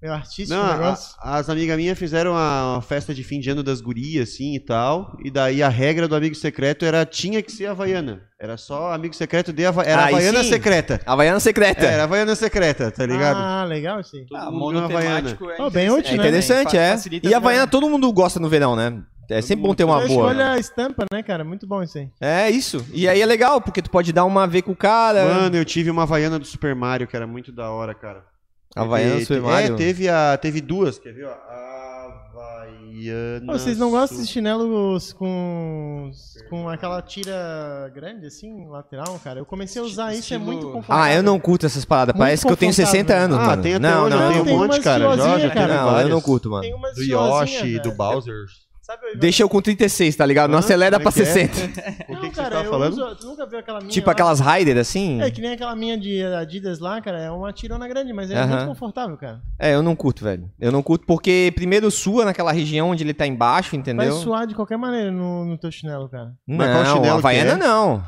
[SPEAKER 4] Meu artístico
[SPEAKER 1] Não, ah, a-
[SPEAKER 4] negócio.
[SPEAKER 1] as amigas minhas fizeram a uma festa de fim de ano das gurias, assim, e tal. E daí a regra do amigo secreto era, tinha que ser Havaiana. Era só amigo secreto de Hava... Era
[SPEAKER 3] Aí
[SPEAKER 1] Havaiana
[SPEAKER 3] sim.
[SPEAKER 1] secreta.
[SPEAKER 3] Havaiana secreta.
[SPEAKER 1] É, era Havaiana secreta, tá ligado?
[SPEAKER 4] Ah, legal isso aí.
[SPEAKER 5] Todo
[SPEAKER 1] Ah,
[SPEAKER 5] mundo
[SPEAKER 1] mundo na
[SPEAKER 5] temático é
[SPEAKER 4] Ó, bem
[SPEAKER 3] É
[SPEAKER 4] útil, né?
[SPEAKER 3] interessante,
[SPEAKER 5] Fa-
[SPEAKER 3] é.
[SPEAKER 5] facilita
[SPEAKER 3] E a
[SPEAKER 5] pra-
[SPEAKER 3] Havaiana todo mundo gosta no verão, né? É sempre bom ter uma
[SPEAKER 4] Então
[SPEAKER 3] boa.
[SPEAKER 4] escolha a estampa, né, cara? Muito bom isso aí.
[SPEAKER 3] É isso. E aí é legal, porque tu pode dar uma ver com o
[SPEAKER 4] é.
[SPEAKER 3] cara.
[SPEAKER 1] Mano, eu tive uma Havaiana do Super Mario, que era muito da hora, cara.
[SPEAKER 3] Havaiana do
[SPEAKER 1] Te-
[SPEAKER 3] Super
[SPEAKER 1] te-
[SPEAKER 3] Mario.
[SPEAKER 1] É, teve, a, teve duas, quer ver? ó? Havaiana.
[SPEAKER 4] Pô, vocês não gostam
[SPEAKER 1] Super-
[SPEAKER 4] de chinelo com, com aquela tira grande, assim, lateral, cara? Eu comecei a usar isso, é
[SPEAKER 5] Estilo-
[SPEAKER 4] muito confortável.
[SPEAKER 3] Ah, eu não curto essas paradas.
[SPEAKER 4] Muito
[SPEAKER 3] Parece que eu tenho 60
[SPEAKER 4] confortável.
[SPEAKER 3] anos,
[SPEAKER 1] Ah,
[SPEAKER 3] mano.
[SPEAKER 1] tem até
[SPEAKER 3] não,
[SPEAKER 1] hoje,
[SPEAKER 3] não.
[SPEAKER 1] eu tenho
[SPEAKER 4] Não, tem
[SPEAKER 1] um monte,
[SPEAKER 4] umas
[SPEAKER 1] cara.
[SPEAKER 4] tirosinha,
[SPEAKER 1] Já, já teve
[SPEAKER 4] cara.
[SPEAKER 3] Não,
[SPEAKER 1] várias. um
[SPEAKER 3] eu não curto, mano.
[SPEAKER 4] Tem umas
[SPEAKER 1] Do
[SPEAKER 4] viosinhas,
[SPEAKER 1] Yoshi, do
[SPEAKER 4] velho.
[SPEAKER 1] Bowser.
[SPEAKER 4] Sabe, eu-
[SPEAKER 3] Deixa eu com 36, tá ligado? Não
[SPEAKER 1] Hã?
[SPEAKER 3] acelera
[SPEAKER 1] Como é
[SPEAKER 3] pra
[SPEAKER 1] um que é?
[SPEAKER 3] 60.
[SPEAKER 1] O
[SPEAKER 4] Não,
[SPEAKER 1] que, que você
[SPEAKER 4] cara,
[SPEAKER 1] tava
[SPEAKER 4] eu
[SPEAKER 1] falando?
[SPEAKER 4] uso- tu nunca viu aquela minha
[SPEAKER 3] Tipo
[SPEAKER 4] lá?
[SPEAKER 3] aquelas Raider, assim.
[SPEAKER 4] É, que nem aquela minha de Adidas lá, cara. É uma tirona grande, mas é
[SPEAKER 3] Aham.
[SPEAKER 4] muito confortável, cara.
[SPEAKER 3] É, eu não curto, velho. Eu não curto porque primeiro sua naquela região onde ele tá embaixo,
[SPEAKER 4] Vai
[SPEAKER 3] entendeu?
[SPEAKER 4] suar de qualquer maneira no, no teu chinelo, cara.
[SPEAKER 1] Mas qual
[SPEAKER 3] Não,
[SPEAKER 1] chinelo
[SPEAKER 3] a
[SPEAKER 1] que
[SPEAKER 3] Havaiana
[SPEAKER 1] é?
[SPEAKER 3] não.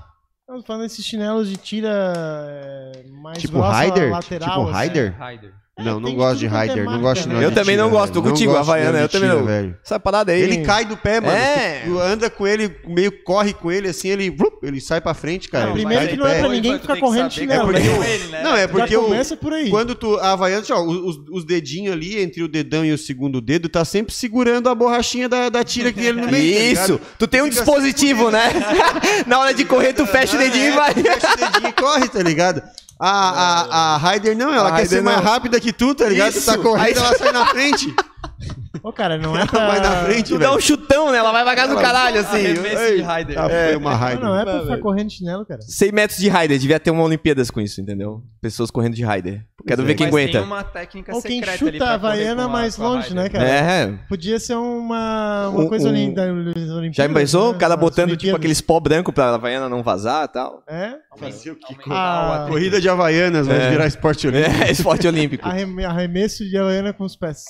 [SPEAKER 4] Eu tô falando desses chinelos de tira é, mais
[SPEAKER 1] Tipo
[SPEAKER 4] grossa,
[SPEAKER 1] Raider?
[SPEAKER 4] lateral.
[SPEAKER 1] Tipo
[SPEAKER 4] assim.
[SPEAKER 1] Raider?
[SPEAKER 5] Rider.
[SPEAKER 1] Não,
[SPEAKER 4] tem
[SPEAKER 1] não
[SPEAKER 4] de
[SPEAKER 1] gosto de
[SPEAKER 4] tudo quanto é
[SPEAKER 1] Raider, não
[SPEAKER 4] marca,
[SPEAKER 1] gosto de
[SPEAKER 4] né?
[SPEAKER 1] nada
[SPEAKER 3] Eu
[SPEAKER 1] de
[SPEAKER 3] também não
[SPEAKER 1] tira,
[SPEAKER 3] gosto, tô
[SPEAKER 1] velho.
[SPEAKER 3] contigo,
[SPEAKER 1] gosto de
[SPEAKER 3] Havaiana,
[SPEAKER 1] nada de
[SPEAKER 3] eu também não.
[SPEAKER 1] velho.
[SPEAKER 3] Essa parada aí.
[SPEAKER 1] Ele cai do pé, mano. assim,
[SPEAKER 3] É.
[SPEAKER 1] Tu anda com ele, meio corre com ele, assim, ele, blup, ele sai pra frente, cara.
[SPEAKER 4] Não,
[SPEAKER 1] ele
[SPEAKER 4] primeiro
[SPEAKER 1] cai
[SPEAKER 4] que
[SPEAKER 1] do
[SPEAKER 4] não é
[SPEAKER 1] pé.
[SPEAKER 4] pra ninguém ficar correndo chinelo,
[SPEAKER 1] né? Não, é
[SPEAKER 5] porque
[SPEAKER 1] porque
[SPEAKER 4] Já
[SPEAKER 1] o-
[SPEAKER 4] começa por aí.
[SPEAKER 1] Quando tu. A Havaiana, assim, ó, os, os dedinhos ali, entre o dedão e o segundo dedo, tá sempre segurando a borrachinha da, da tira que ele no meio. tá ligado?
[SPEAKER 3] Isso, tu tem um
[SPEAKER 1] Fica
[SPEAKER 3] dispositivo, né? Na hora de correr, tu fecha o dedinho
[SPEAKER 1] é.
[SPEAKER 3] e vai.
[SPEAKER 1] Fecha o dedinho e corre, tá ligado? A, a, a Raider não, ela
[SPEAKER 3] A
[SPEAKER 1] quer
[SPEAKER 3] Raider
[SPEAKER 1] ser mais
[SPEAKER 3] não.
[SPEAKER 1] rápida que tu, tá ligado? Tu tá
[SPEAKER 3] Isso.
[SPEAKER 1] correndo, ela sai na frente.
[SPEAKER 4] Ô, cara, não é pra...
[SPEAKER 1] Ela vai na frente,
[SPEAKER 3] Tu dá
[SPEAKER 1] velho.
[SPEAKER 3] um chutão, né? Ela vai pra casa do caralho, assim.
[SPEAKER 5] Arremesso de Rider.
[SPEAKER 1] Ah, foi uma
[SPEAKER 4] Não,
[SPEAKER 1] Raider.
[SPEAKER 4] não é pra ficar correndo de chinelo, cara.
[SPEAKER 3] 100 metros de Raider, devia ter uma Olimpíadas com isso, entendeu? Pessoas correndo de Raider.
[SPEAKER 1] é.
[SPEAKER 3] Quero ver quem
[SPEAKER 5] Mas tem
[SPEAKER 3] aguenta.
[SPEAKER 5] uma técnica
[SPEAKER 4] Ou quem
[SPEAKER 5] secreta ali
[SPEAKER 4] chuta
[SPEAKER 5] pra
[SPEAKER 4] a
[SPEAKER 5] correr
[SPEAKER 4] Havaiana
[SPEAKER 5] com a-
[SPEAKER 4] mais
[SPEAKER 5] com a
[SPEAKER 4] longe,
[SPEAKER 5] Rider.
[SPEAKER 4] né, cara?
[SPEAKER 3] É.
[SPEAKER 4] Podia ser uma, uma
[SPEAKER 3] Um-
[SPEAKER 4] coisa
[SPEAKER 3] um-
[SPEAKER 4] ali das Olimpíadas.
[SPEAKER 3] Já pensou? O cara
[SPEAKER 4] Nas
[SPEAKER 3] botando tipo
[SPEAKER 4] Olimpíadas.
[SPEAKER 3] aqueles pó branco pra Havaiana não vazar e tal.
[SPEAKER 4] É,
[SPEAKER 1] Fazer o que?
[SPEAKER 5] Aumentar
[SPEAKER 4] Ah.
[SPEAKER 5] o atrito.
[SPEAKER 1] Corrida de Havaianas, vai
[SPEAKER 3] É.
[SPEAKER 1] virar esporte olímpico.
[SPEAKER 3] É, esporte olímpico.
[SPEAKER 4] arreme- arremesso de Havaiana com os pés.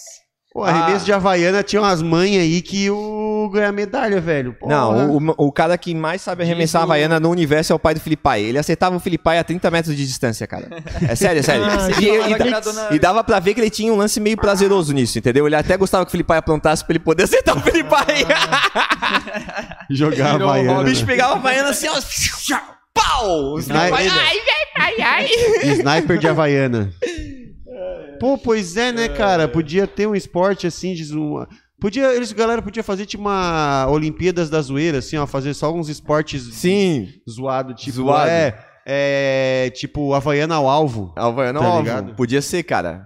[SPEAKER 1] Pô, arremesso
[SPEAKER 3] Ah.
[SPEAKER 1] de Havaiana tinha umas manhas aí que o ganha medalha, velho. Porra.
[SPEAKER 3] Não, o, o cara que mais sabe arremessar a
[SPEAKER 5] Diz o-
[SPEAKER 3] Havaiana no universo é o pai do Filipai. Ele acertava o Filipai a 30 metros de distância, cara. É sério, é sério.
[SPEAKER 4] Ah,
[SPEAKER 3] e,
[SPEAKER 5] ele
[SPEAKER 3] e da-
[SPEAKER 5] era dona-
[SPEAKER 3] e dava pra ver que ele tinha um lance meio prazeroso nisso, entendeu? Ele até gostava que o Filipai aprontasse pra ele poder acertar o Filipai.
[SPEAKER 1] Ah. jogar
[SPEAKER 5] Virou o
[SPEAKER 1] Havaiana.
[SPEAKER 3] o bicho
[SPEAKER 1] né?
[SPEAKER 3] pegava a Havaiana assim, ó. Pau! O
[SPEAKER 1] Sniper.
[SPEAKER 3] Filipai-
[SPEAKER 1] Ai, Sniper de Havaiana. Pô, pois é, né, cara? Podia ter um esporte assim de zoa. Podia, eles, galera, podia fazer tipo uma Olimpíadas da Zoeira, assim, ó, fazer só uns esportes
[SPEAKER 3] Sim,
[SPEAKER 1] zoado, tipo,
[SPEAKER 3] Zoado.
[SPEAKER 1] é, é, tipo Havaiana ao alvo.
[SPEAKER 3] a Havaiana
[SPEAKER 1] Tá
[SPEAKER 3] ó,
[SPEAKER 1] ligado?
[SPEAKER 3] Podia ser, cara.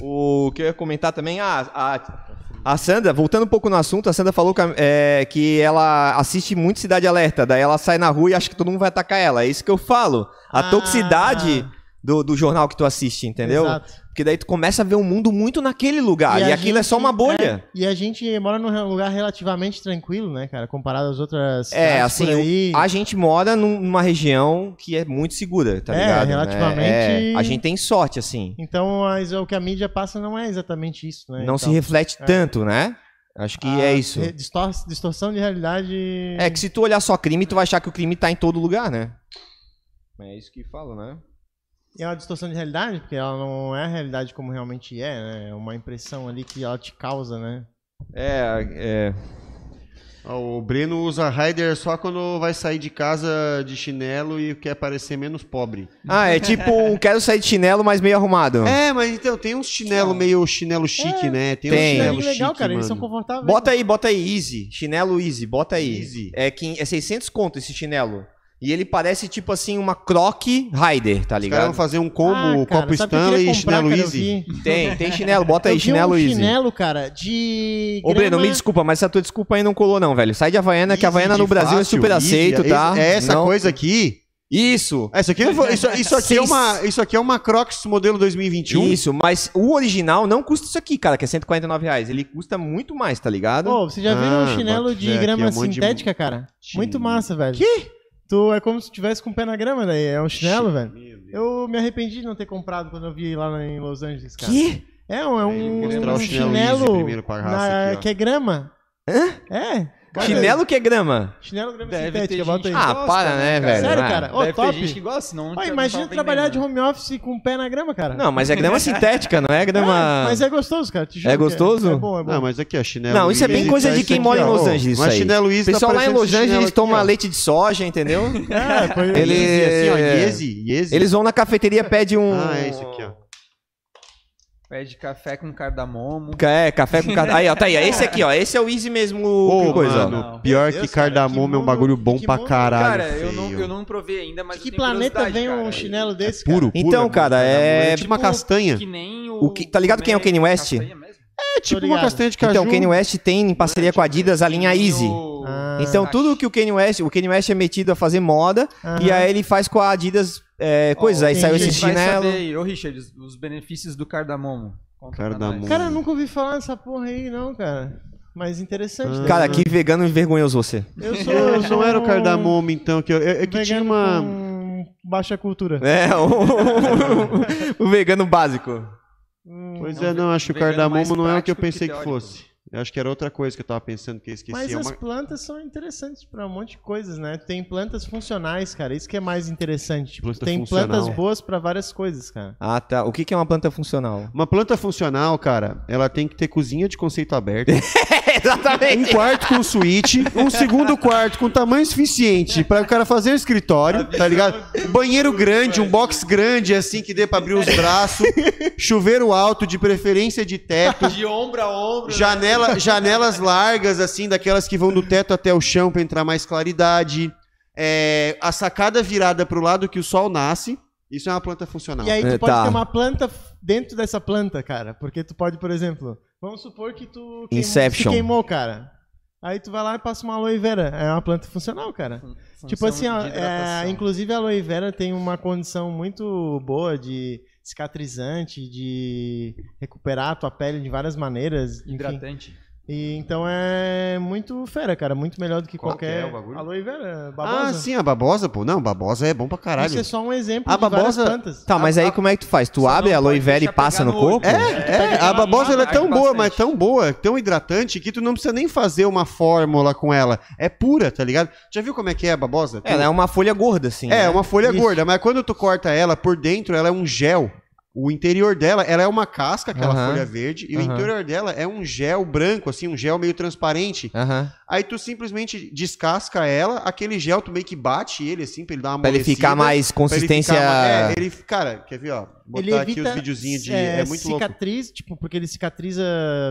[SPEAKER 3] O que eu ia comentar também, ah, a, a Sandra, voltando um pouco no assunto, a Sandra falou que, a- é, que ela assiste muito Cidade Alerta, daí ela sai na rua e acha que todo mundo vai atacar ela. É isso que eu falo. A
[SPEAKER 4] Ah.
[SPEAKER 3] toxicidade do, do jornal que tu assiste, entendeu?
[SPEAKER 4] Exato.
[SPEAKER 3] Porque daí tu começa a ver o mundo muito naquele lugar. E,
[SPEAKER 4] E a
[SPEAKER 3] aquilo é só
[SPEAKER 4] gente-
[SPEAKER 3] uma bolha.
[SPEAKER 4] E a gente mora num re- lugar relativamente tranquilo, né, cara? Comparado às outras
[SPEAKER 3] É,
[SPEAKER 4] cidades
[SPEAKER 3] assim,
[SPEAKER 4] por aí.
[SPEAKER 3] A gente mora num- numa região que é muito segura, tá
[SPEAKER 4] É,
[SPEAKER 3] ligado? né?
[SPEAKER 4] relativamente-
[SPEAKER 3] É, a gente tem sorte, assim.
[SPEAKER 4] Então, as- o que a mídia passa não é exatamente isso, né?
[SPEAKER 3] Não se
[SPEAKER 4] Então,
[SPEAKER 3] reflete
[SPEAKER 4] é. Ah,
[SPEAKER 3] tanto, né? Acho que
[SPEAKER 4] a
[SPEAKER 3] é isso.
[SPEAKER 4] re- distor- distorção de realidade.
[SPEAKER 3] É que se tu olhar só crime, tu vai achar que o crime tá em todo lugar, né? É isso que falo, né?
[SPEAKER 4] É uma distorção de realidade, porque ela não é a realidade como realmente é, né? É uma impressão ali que ela te causa, né?
[SPEAKER 3] É, é.
[SPEAKER 1] Ó, O Breno usa Raider só quando vai sair de casa de chinelo e quer parecer menos pobre.
[SPEAKER 3] Ah, é tipo, um quero sair de chinelo, mas meio arrumado.
[SPEAKER 1] É, mas então tem uns chinelo meio chinelo chique, né? Tem, uns
[SPEAKER 3] Ah. Tem.
[SPEAKER 4] É
[SPEAKER 1] chinelo
[SPEAKER 4] legal,
[SPEAKER 1] chique,
[SPEAKER 4] cara. Eles são
[SPEAKER 1] mano.
[SPEAKER 4] confortáveis.
[SPEAKER 3] Bota aí, bota aí, easy. Chinelo easy, bota aí.
[SPEAKER 1] Easy.
[SPEAKER 3] É, quin- é 600 conto esse chinelo. E ele parece tipo assim uma croque rider, tá
[SPEAKER 1] Os caras vão
[SPEAKER 3] ligado?
[SPEAKER 1] fazer um combo,
[SPEAKER 4] Ah, cara,
[SPEAKER 1] copo
[SPEAKER 4] sabe que eu queria
[SPEAKER 1] Stanley e
[SPEAKER 4] comprar,
[SPEAKER 1] chinelo
[SPEAKER 4] cara, eu
[SPEAKER 1] Easy.
[SPEAKER 4] vi-
[SPEAKER 3] Tem, tem chinelo, bota
[SPEAKER 4] eu
[SPEAKER 3] aí,
[SPEAKER 4] vi
[SPEAKER 3] chinelo
[SPEAKER 4] um
[SPEAKER 3] easy.
[SPEAKER 4] chinelo, cara, de.
[SPEAKER 3] Ô, Breno,
[SPEAKER 4] grama.
[SPEAKER 3] me desculpa, mas essa tua desculpa aí não colou, não, velho. Sai de Havaiana, que
[SPEAKER 1] Easy,
[SPEAKER 3] Havaiana no
[SPEAKER 1] de
[SPEAKER 3] Brasil é
[SPEAKER 1] fácil,
[SPEAKER 3] super
[SPEAKER 1] easy.
[SPEAKER 3] aceito, tá?
[SPEAKER 1] Esse- É essa
[SPEAKER 3] Não-
[SPEAKER 1] coisa aqui.
[SPEAKER 3] Isso!
[SPEAKER 1] Ah, Isso aqui, não foi- isso, isso aqui é
[SPEAKER 3] Seis.
[SPEAKER 1] uma, isso aqui é uma Crocs modelo 2021.
[SPEAKER 3] Isso, mas o original não custa isso aqui, cara, que é 149 reais. Ele custa muito mais, tá ligado?
[SPEAKER 4] Pô, você já viu
[SPEAKER 1] Ah,
[SPEAKER 4] um chinelo
[SPEAKER 1] bota
[SPEAKER 4] de
[SPEAKER 1] fé, aqui
[SPEAKER 4] grama
[SPEAKER 1] é um monte de-
[SPEAKER 4] sintética, cara?
[SPEAKER 1] Chin-
[SPEAKER 4] Muito massa, velho. Que? Tu é como se tivesse com o pé na grama daí. É um chinelo, velho. Eu me arrependi de não ter comprado quando eu vi lá em Los Angeles, cara.
[SPEAKER 3] Que?
[SPEAKER 4] É um, é um,
[SPEAKER 1] Mostrar
[SPEAKER 4] um
[SPEAKER 1] o chinelo
[SPEAKER 4] chinelo
[SPEAKER 1] Easy primeiro pra raça
[SPEAKER 4] na-
[SPEAKER 1] aqui, ó.
[SPEAKER 4] que é grama. É?
[SPEAKER 3] Chinelo que é grama?
[SPEAKER 4] Chinelo grama
[SPEAKER 5] Deve
[SPEAKER 4] sintética,
[SPEAKER 5] ter
[SPEAKER 4] bota aí.
[SPEAKER 5] gente
[SPEAKER 3] Ah,
[SPEAKER 5] gosta,
[SPEAKER 3] para, né, velho?
[SPEAKER 4] Sério,
[SPEAKER 3] Ah,
[SPEAKER 4] cara? Ô,
[SPEAKER 5] Deve ter
[SPEAKER 4] top.
[SPEAKER 5] gente que gosta, senão...
[SPEAKER 4] Ó,
[SPEAKER 5] não
[SPEAKER 4] imagina
[SPEAKER 5] tava
[SPEAKER 4] trabalhar de
[SPEAKER 5] vendendo.
[SPEAKER 4] home office com o pé na grama, cara.
[SPEAKER 3] Não, mas é grama sintética, não é grama.
[SPEAKER 4] É, mas é gostoso, cara. te juro que
[SPEAKER 3] gostoso?
[SPEAKER 4] É, é bom, é bom.
[SPEAKER 1] Não, mas aqui, ó, chinelo
[SPEAKER 3] Não, isso é bem
[SPEAKER 1] Luiz,
[SPEAKER 3] coisa
[SPEAKER 1] tá
[SPEAKER 3] de
[SPEAKER 1] isso
[SPEAKER 3] quem
[SPEAKER 1] aqui,
[SPEAKER 3] mora em
[SPEAKER 1] ó.
[SPEAKER 3] Los Angeles,
[SPEAKER 1] Mas
[SPEAKER 3] isso aí.
[SPEAKER 1] chinelo Luiz
[SPEAKER 3] O pessoal
[SPEAKER 1] tá
[SPEAKER 3] lá em
[SPEAKER 1] parecendo
[SPEAKER 3] Los
[SPEAKER 1] esse chinelo
[SPEAKER 3] Angeles
[SPEAKER 1] aqui,
[SPEAKER 3] toma
[SPEAKER 1] ó.
[SPEAKER 3] leite de soja, entendeu?
[SPEAKER 4] É, foi-
[SPEAKER 3] Ele-
[SPEAKER 1] Yeezy, assim, ó,
[SPEAKER 3] É.
[SPEAKER 1] Yeezy, Yeezy.
[SPEAKER 3] Eles vão na cafeteria, pede um.
[SPEAKER 1] Ah, é isso aqui, ó.
[SPEAKER 5] Pede café com cardamomo.
[SPEAKER 3] É, café com café. Aí, ó, tá aí. ó. Esse aqui, ó. Esse é o Easy mesmo. que
[SPEAKER 1] Ô,
[SPEAKER 3] coisa, ó.
[SPEAKER 1] mano,
[SPEAKER 5] ó.
[SPEAKER 1] pior
[SPEAKER 4] Meu
[SPEAKER 1] que
[SPEAKER 4] Deus, cara,
[SPEAKER 1] cardamomo
[SPEAKER 4] que
[SPEAKER 1] é um bagulho
[SPEAKER 4] mundo-
[SPEAKER 1] bom
[SPEAKER 4] que
[SPEAKER 1] pra
[SPEAKER 4] mundo-
[SPEAKER 1] caralho,
[SPEAKER 5] cara, eu não,
[SPEAKER 1] feio.
[SPEAKER 5] eu não provei ainda, mas
[SPEAKER 4] De
[SPEAKER 5] eu
[SPEAKER 4] que
[SPEAKER 5] tenho
[SPEAKER 4] planeta
[SPEAKER 5] curiosidade,
[SPEAKER 4] vem um
[SPEAKER 5] cara.
[SPEAKER 4] chinelo desse, cara?
[SPEAKER 1] Puro, puro.
[SPEAKER 3] Então,
[SPEAKER 1] é muito
[SPEAKER 3] cara,
[SPEAKER 1] cardamomo.
[SPEAKER 3] é-
[SPEAKER 1] tipo uma castanha.
[SPEAKER 5] Que nem o...
[SPEAKER 3] O que- tá ligado quem é o Kanye West?
[SPEAKER 5] Castanha mesmo?
[SPEAKER 1] É tipo uma
[SPEAKER 4] ligado.
[SPEAKER 1] castanha de caju.
[SPEAKER 3] Então, o Kanye West tem, em parceria É com a Adidas, a linha Easy.
[SPEAKER 4] Ah.
[SPEAKER 3] Então, tudo que o Kanye West... O Kanye West é metido a fazer moda.
[SPEAKER 4] Aham.
[SPEAKER 3] E aí, ele faz com a Adidas é, coisas. Aí,
[SPEAKER 4] tem
[SPEAKER 3] saiu
[SPEAKER 4] gente
[SPEAKER 3] esse
[SPEAKER 4] que
[SPEAKER 5] Vai
[SPEAKER 3] chinelo.
[SPEAKER 5] saber aí, Ô, Richard, os- os benefícios do cardamomo. Conta pra
[SPEAKER 1] Cardamomo.
[SPEAKER 5] nós.
[SPEAKER 4] Cara, eu nunca ouvi falar dessa porra aí, não, cara. Mas interessante. né?
[SPEAKER 3] Cara, que vegano envergonhoso você.
[SPEAKER 4] eu sou.
[SPEAKER 1] Eu
[SPEAKER 4] Eu
[SPEAKER 1] não era o cardamomo, então, que eu, eu- eu
[SPEAKER 4] um
[SPEAKER 1] que tinha
[SPEAKER 4] vegano
[SPEAKER 1] uma.
[SPEAKER 4] com baixa cultura.
[SPEAKER 3] É, o, o vegano básico.
[SPEAKER 4] Hum,
[SPEAKER 1] Pois
[SPEAKER 5] É um
[SPEAKER 1] é, não, acho que o
[SPEAKER 5] vegano mais
[SPEAKER 1] cardamomo não é o que eu
[SPEAKER 5] prático que
[SPEAKER 1] pensei que,
[SPEAKER 5] teórico.
[SPEAKER 1] fosse. Eu acho que era outra coisa que eu tava pensando que eu esqueci.
[SPEAKER 4] Mas
[SPEAKER 1] É
[SPEAKER 4] as
[SPEAKER 1] uma-
[SPEAKER 4] plantas são interessantes pra um monte de coisas, né? Tem plantas funcionais, cara. Isso que é mais interessante. Tipo,
[SPEAKER 1] Planta
[SPEAKER 4] tem
[SPEAKER 1] funcional.
[SPEAKER 4] plantas boas pra várias coisas, cara.
[SPEAKER 3] Ah, tá. O que, que é uma planta funcional?
[SPEAKER 1] Uma planta funcional, cara, ela tem que ter cozinha de conceito aberto, um
[SPEAKER 3] Exatamente.
[SPEAKER 1] quarto com suíte, um segundo quarto com tamanho suficiente pra o cara fazer um escritório, tá ligado? Banheiro grande, um box grande assim que dê pra abrir os braços, chuveiro alto de preferência de teto,
[SPEAKER 5] De ombro a ombro. né?
[SPEAKER 1] janela, janelas largas assim, daquelas que vão do teto até o chão pra entrar mais claridade, é, a sacada virada pro lado que o sol nasce. Isso é uma planta funcional.
[SPEAKER 4] E aí tu
[SPEAKER 3] É,
[SPEAKER 4] pode
[SPEAKER 3] tá.
[SPEAKER 4] ter uma planta f- dentro dessa planta, cara. Porque tu pode, por exemplo, vamos supor que tu queimou,
[SPEAKER 3] Inception.
[SPEAKER 4] se queimou, cara. Aí tu vai lá e passa uma aloe vera. É uma planta funcional, cara.
[SPEAKER 5] Função
[SPEAKER 4] Tipo assim, ó,
[SPEAKER 5] de
[SPEAKER 4] é,
[SPEAKER 5] hidratação.
[SPEAKER 4] inclusive a aloe vera tem uma condição muito boa de cicatrizante, de recuperar a tua pele de várias maneiras. enfim.
[SPEAKER 5] Hidratante.
[SPEAKER 4] E, então é muito fera, cara. Muito melhor do que
[SPEAKER 1] Qual que
[SPEAKER 4] qualquer
[SPEAKER 1] é o bagulho?
[SPEAKER 4] aloe vera, babosa.
[SPEAKER 1] Ah, sim, a babosa, pô. Não, babosa é bom pra caralho.
[SPEAKER 4] Isso é só um exemplo
[SPEAKER 1] A
[SPEAKER 4] de várias
[SPEAKER 1] babosa-
[SPEAKER 4] plantas.
[SPEAKER 3] Ah, Tá, mas aí como é que tu faz? Tu
[SPEAKER 5] Só
[SPEAKER 3] abre
[SPEAKER 5] não
[SPEAKER 3] a aloe
[SPEAKER 5] pode
[SPEAKER 3] vera e
[SPEAKER 5] deixar
[SPEAKER 3] passa
[SPEAKER 5] pegar
[SPEAKER 3] no
[SPEAKER 5] no olho.
[SPEAKER 3] corpo?
[SPEAKER 1] É, é, a babosa ela é tão
[SPEAKER 5] Bastante.
[SPEAKER 1] boa, mas tão boa, tão hidratante, que tu não precisa nem fazer uma fórmula com ela. É pura, tá ligado? Já viu como é que é a babosa? Tem-
[SPEAKER 3] Ela é uma folha gorda, assim.
[SPEAKER 1] é,
[SPEAKER 3] né?
[SPEAKER 1] uma folha
[SPEAKER 4] Isso.
[SPEAKER 1] gorda, mas quando tu corta ela, por dentro ela é um gel. O interior dela, ela é uma casca, aquela
[SPEAKER 3] Aham.
[SPEAKER 1] folha verde, e
[SPEAKER 3] Aham.
[SPEAKER 1] o interior dela é um gel branco, assim, um gel meio transparente.
[SPEAKER 3] Aham.
[SPEAKER 1] Aí tu simplesmente descasca ela, aquele gel tu meio que bate ele, assim, pra ele dar uma
[SPEAKER 3] Pra ele ficar
[SPEAKER 1] amolecida.
[SPEAKER 3] mais
[SPEAKER 1] Pra ele ficar
[SPEAKER 3] consistência.
[SPEAKER 1] ma- É, ele, cara, quer ver, ó? Botar
[SPEAKER 4] Ele
[SPEAKER 1] aqui
[SPEAKER 4] evita
[SPEAKER 1] os videozinhos de.
[SPEAKER 4] é,
[SPEAKER 1] É, muito louco.
[SPEAKER 4] cicatriz, tipo, porque ele cicatriza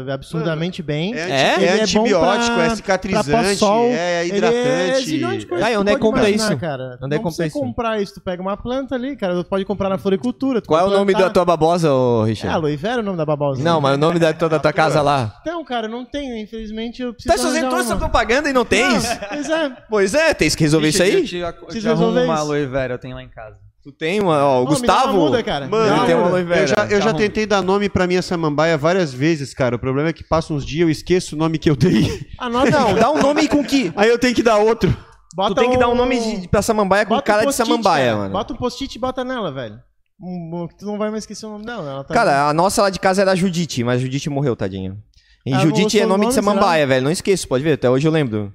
[SPEAKER 4] absurdamente bem.
[SPEAKER 1] É,
[SPEAKER 3] É?
[SPEAKER 1] anti-
[SPEAKER 4] Ele
[SPEAKER 1] é
[SPEAKER 4] é bom
[SPEAKER 1] antibiótico,
[SPEAKER 4] pra-
[SPEAKER 1] é
[SPEAKER 4] pra
[SPEAKER 1] cicatrizante,
[SPEAKER 4] pós-sol.
[SPEAKER 1] é
[SPEAKER 4] Ele é
[SPEAKER 1] hidratante.
[SPEAKER 4] zilhão de coisas
[SPEAKER 3] Aí,
[SPEAKER 4] que tu
[SPEAKER 3] onde é que
[SPEAKER 4] pode
[SPEAKER 3] compra
[SPEAKER 4] imaginar,
[SPEAKER 3] isso?
[SPEAKER 4] Cara.
[SPEAKER 3] Onde é que
[SPEAKER 4] Não
[SPEAKER 3] compra
[SPEAKER 4] precisa
[SPEAKER 3] isso?
[SPEAKER 4] comprar isso. Tu pega uma planta ali, cara. Tu pode comprar na floricultura. tu
[SPEAKER 3] Qual é o
[SPEAKER 4] pode
[SPEAKER 3] nome da
[SPEAKER 4] plantar.
[SPEAKER 3] tua babosa, ô,
[SPEAKER 4] É
[SPEAKER 3] Richard?
[SPEAKER 4] aloe vera o nome da babosa.
[SPEAKER 3] não, mas o nome da, tua- da tua casa lá.
[SPEAKER 4] Então, cara, não tenho. Infelizmente, eu preciso
[SPEAKER 3] Tá fazendo toda essa propaganda e não tens?
[SPEAKER 4] Pois um é.
[SPEAKER 3] Pois é, tens que resolver isso aí.
[SPEAKER 5] Deixa eu te- eu te
[SPEAKER 4] Vocês
[SPEAKER 5] arrumo
[SPEAKER 4] resolvem
[SPEAKER 5] uma
[SPEAKER 4] isso?
[SPEAKER 5] aloe vera, eu tenho lá em casa.
[SPEAKER 3] Tu tem uma, ó, o
[SPEAKER 4] Ô, me dá uma
[SPEAKER 3] Gustavo.
[SPEAKER 4] muda, cara.
[SPEAKER 1] Mano, um-
[SPEAKER 3] Ele tem uma aloe
[SPEAKER 1] Eu
[SPEAKER 3] vera.
[SPEAKER 1] já, eu já
[SPEAKER 5] Tá ruim.
[SPEAKER 1] tentei dar nome pra minha samambaia várias vezes, cara. O problema é que passa uns dias eu esqueço o nome que eu dei.
[SPEAKER 4] Anota,
[SPEAKER 3] Não, dá um nome com que.
[SPEAKER 1] Aí eu tenho que dar outro.
[SPEAKER 4] Bota
[SPEAKER 3] tu tem que dar um nome de, pra samambaia com
[SPEAKER 4] bota um
[SPEAKER 3] cara de
[SPEAKER 4] post-it,
[SPEAKER 3] samambaia,
[SPEAKER 4] cara.
[SPEAKER 3] mano.
[SPEAKER 4] Bota um post-it e bota nela, velho. Um- um- que tu não vai mais esquecer o nome dela. Ela tá
[SPEAKER 3] Cara, a nossa lá de casa era a Judite, mas Judite morreu, tadinha. E
[SPEAKER 4] Ah, não
[SPEAKER 3] Judite é
[SPEAKER 4] gostou do
[SPEAKER 3] nome de
[SPEAKER 4] nome, será?
[SPEAKER 3] samambaia, velho. Não esqueço, pode ver, até hoje eu lembro.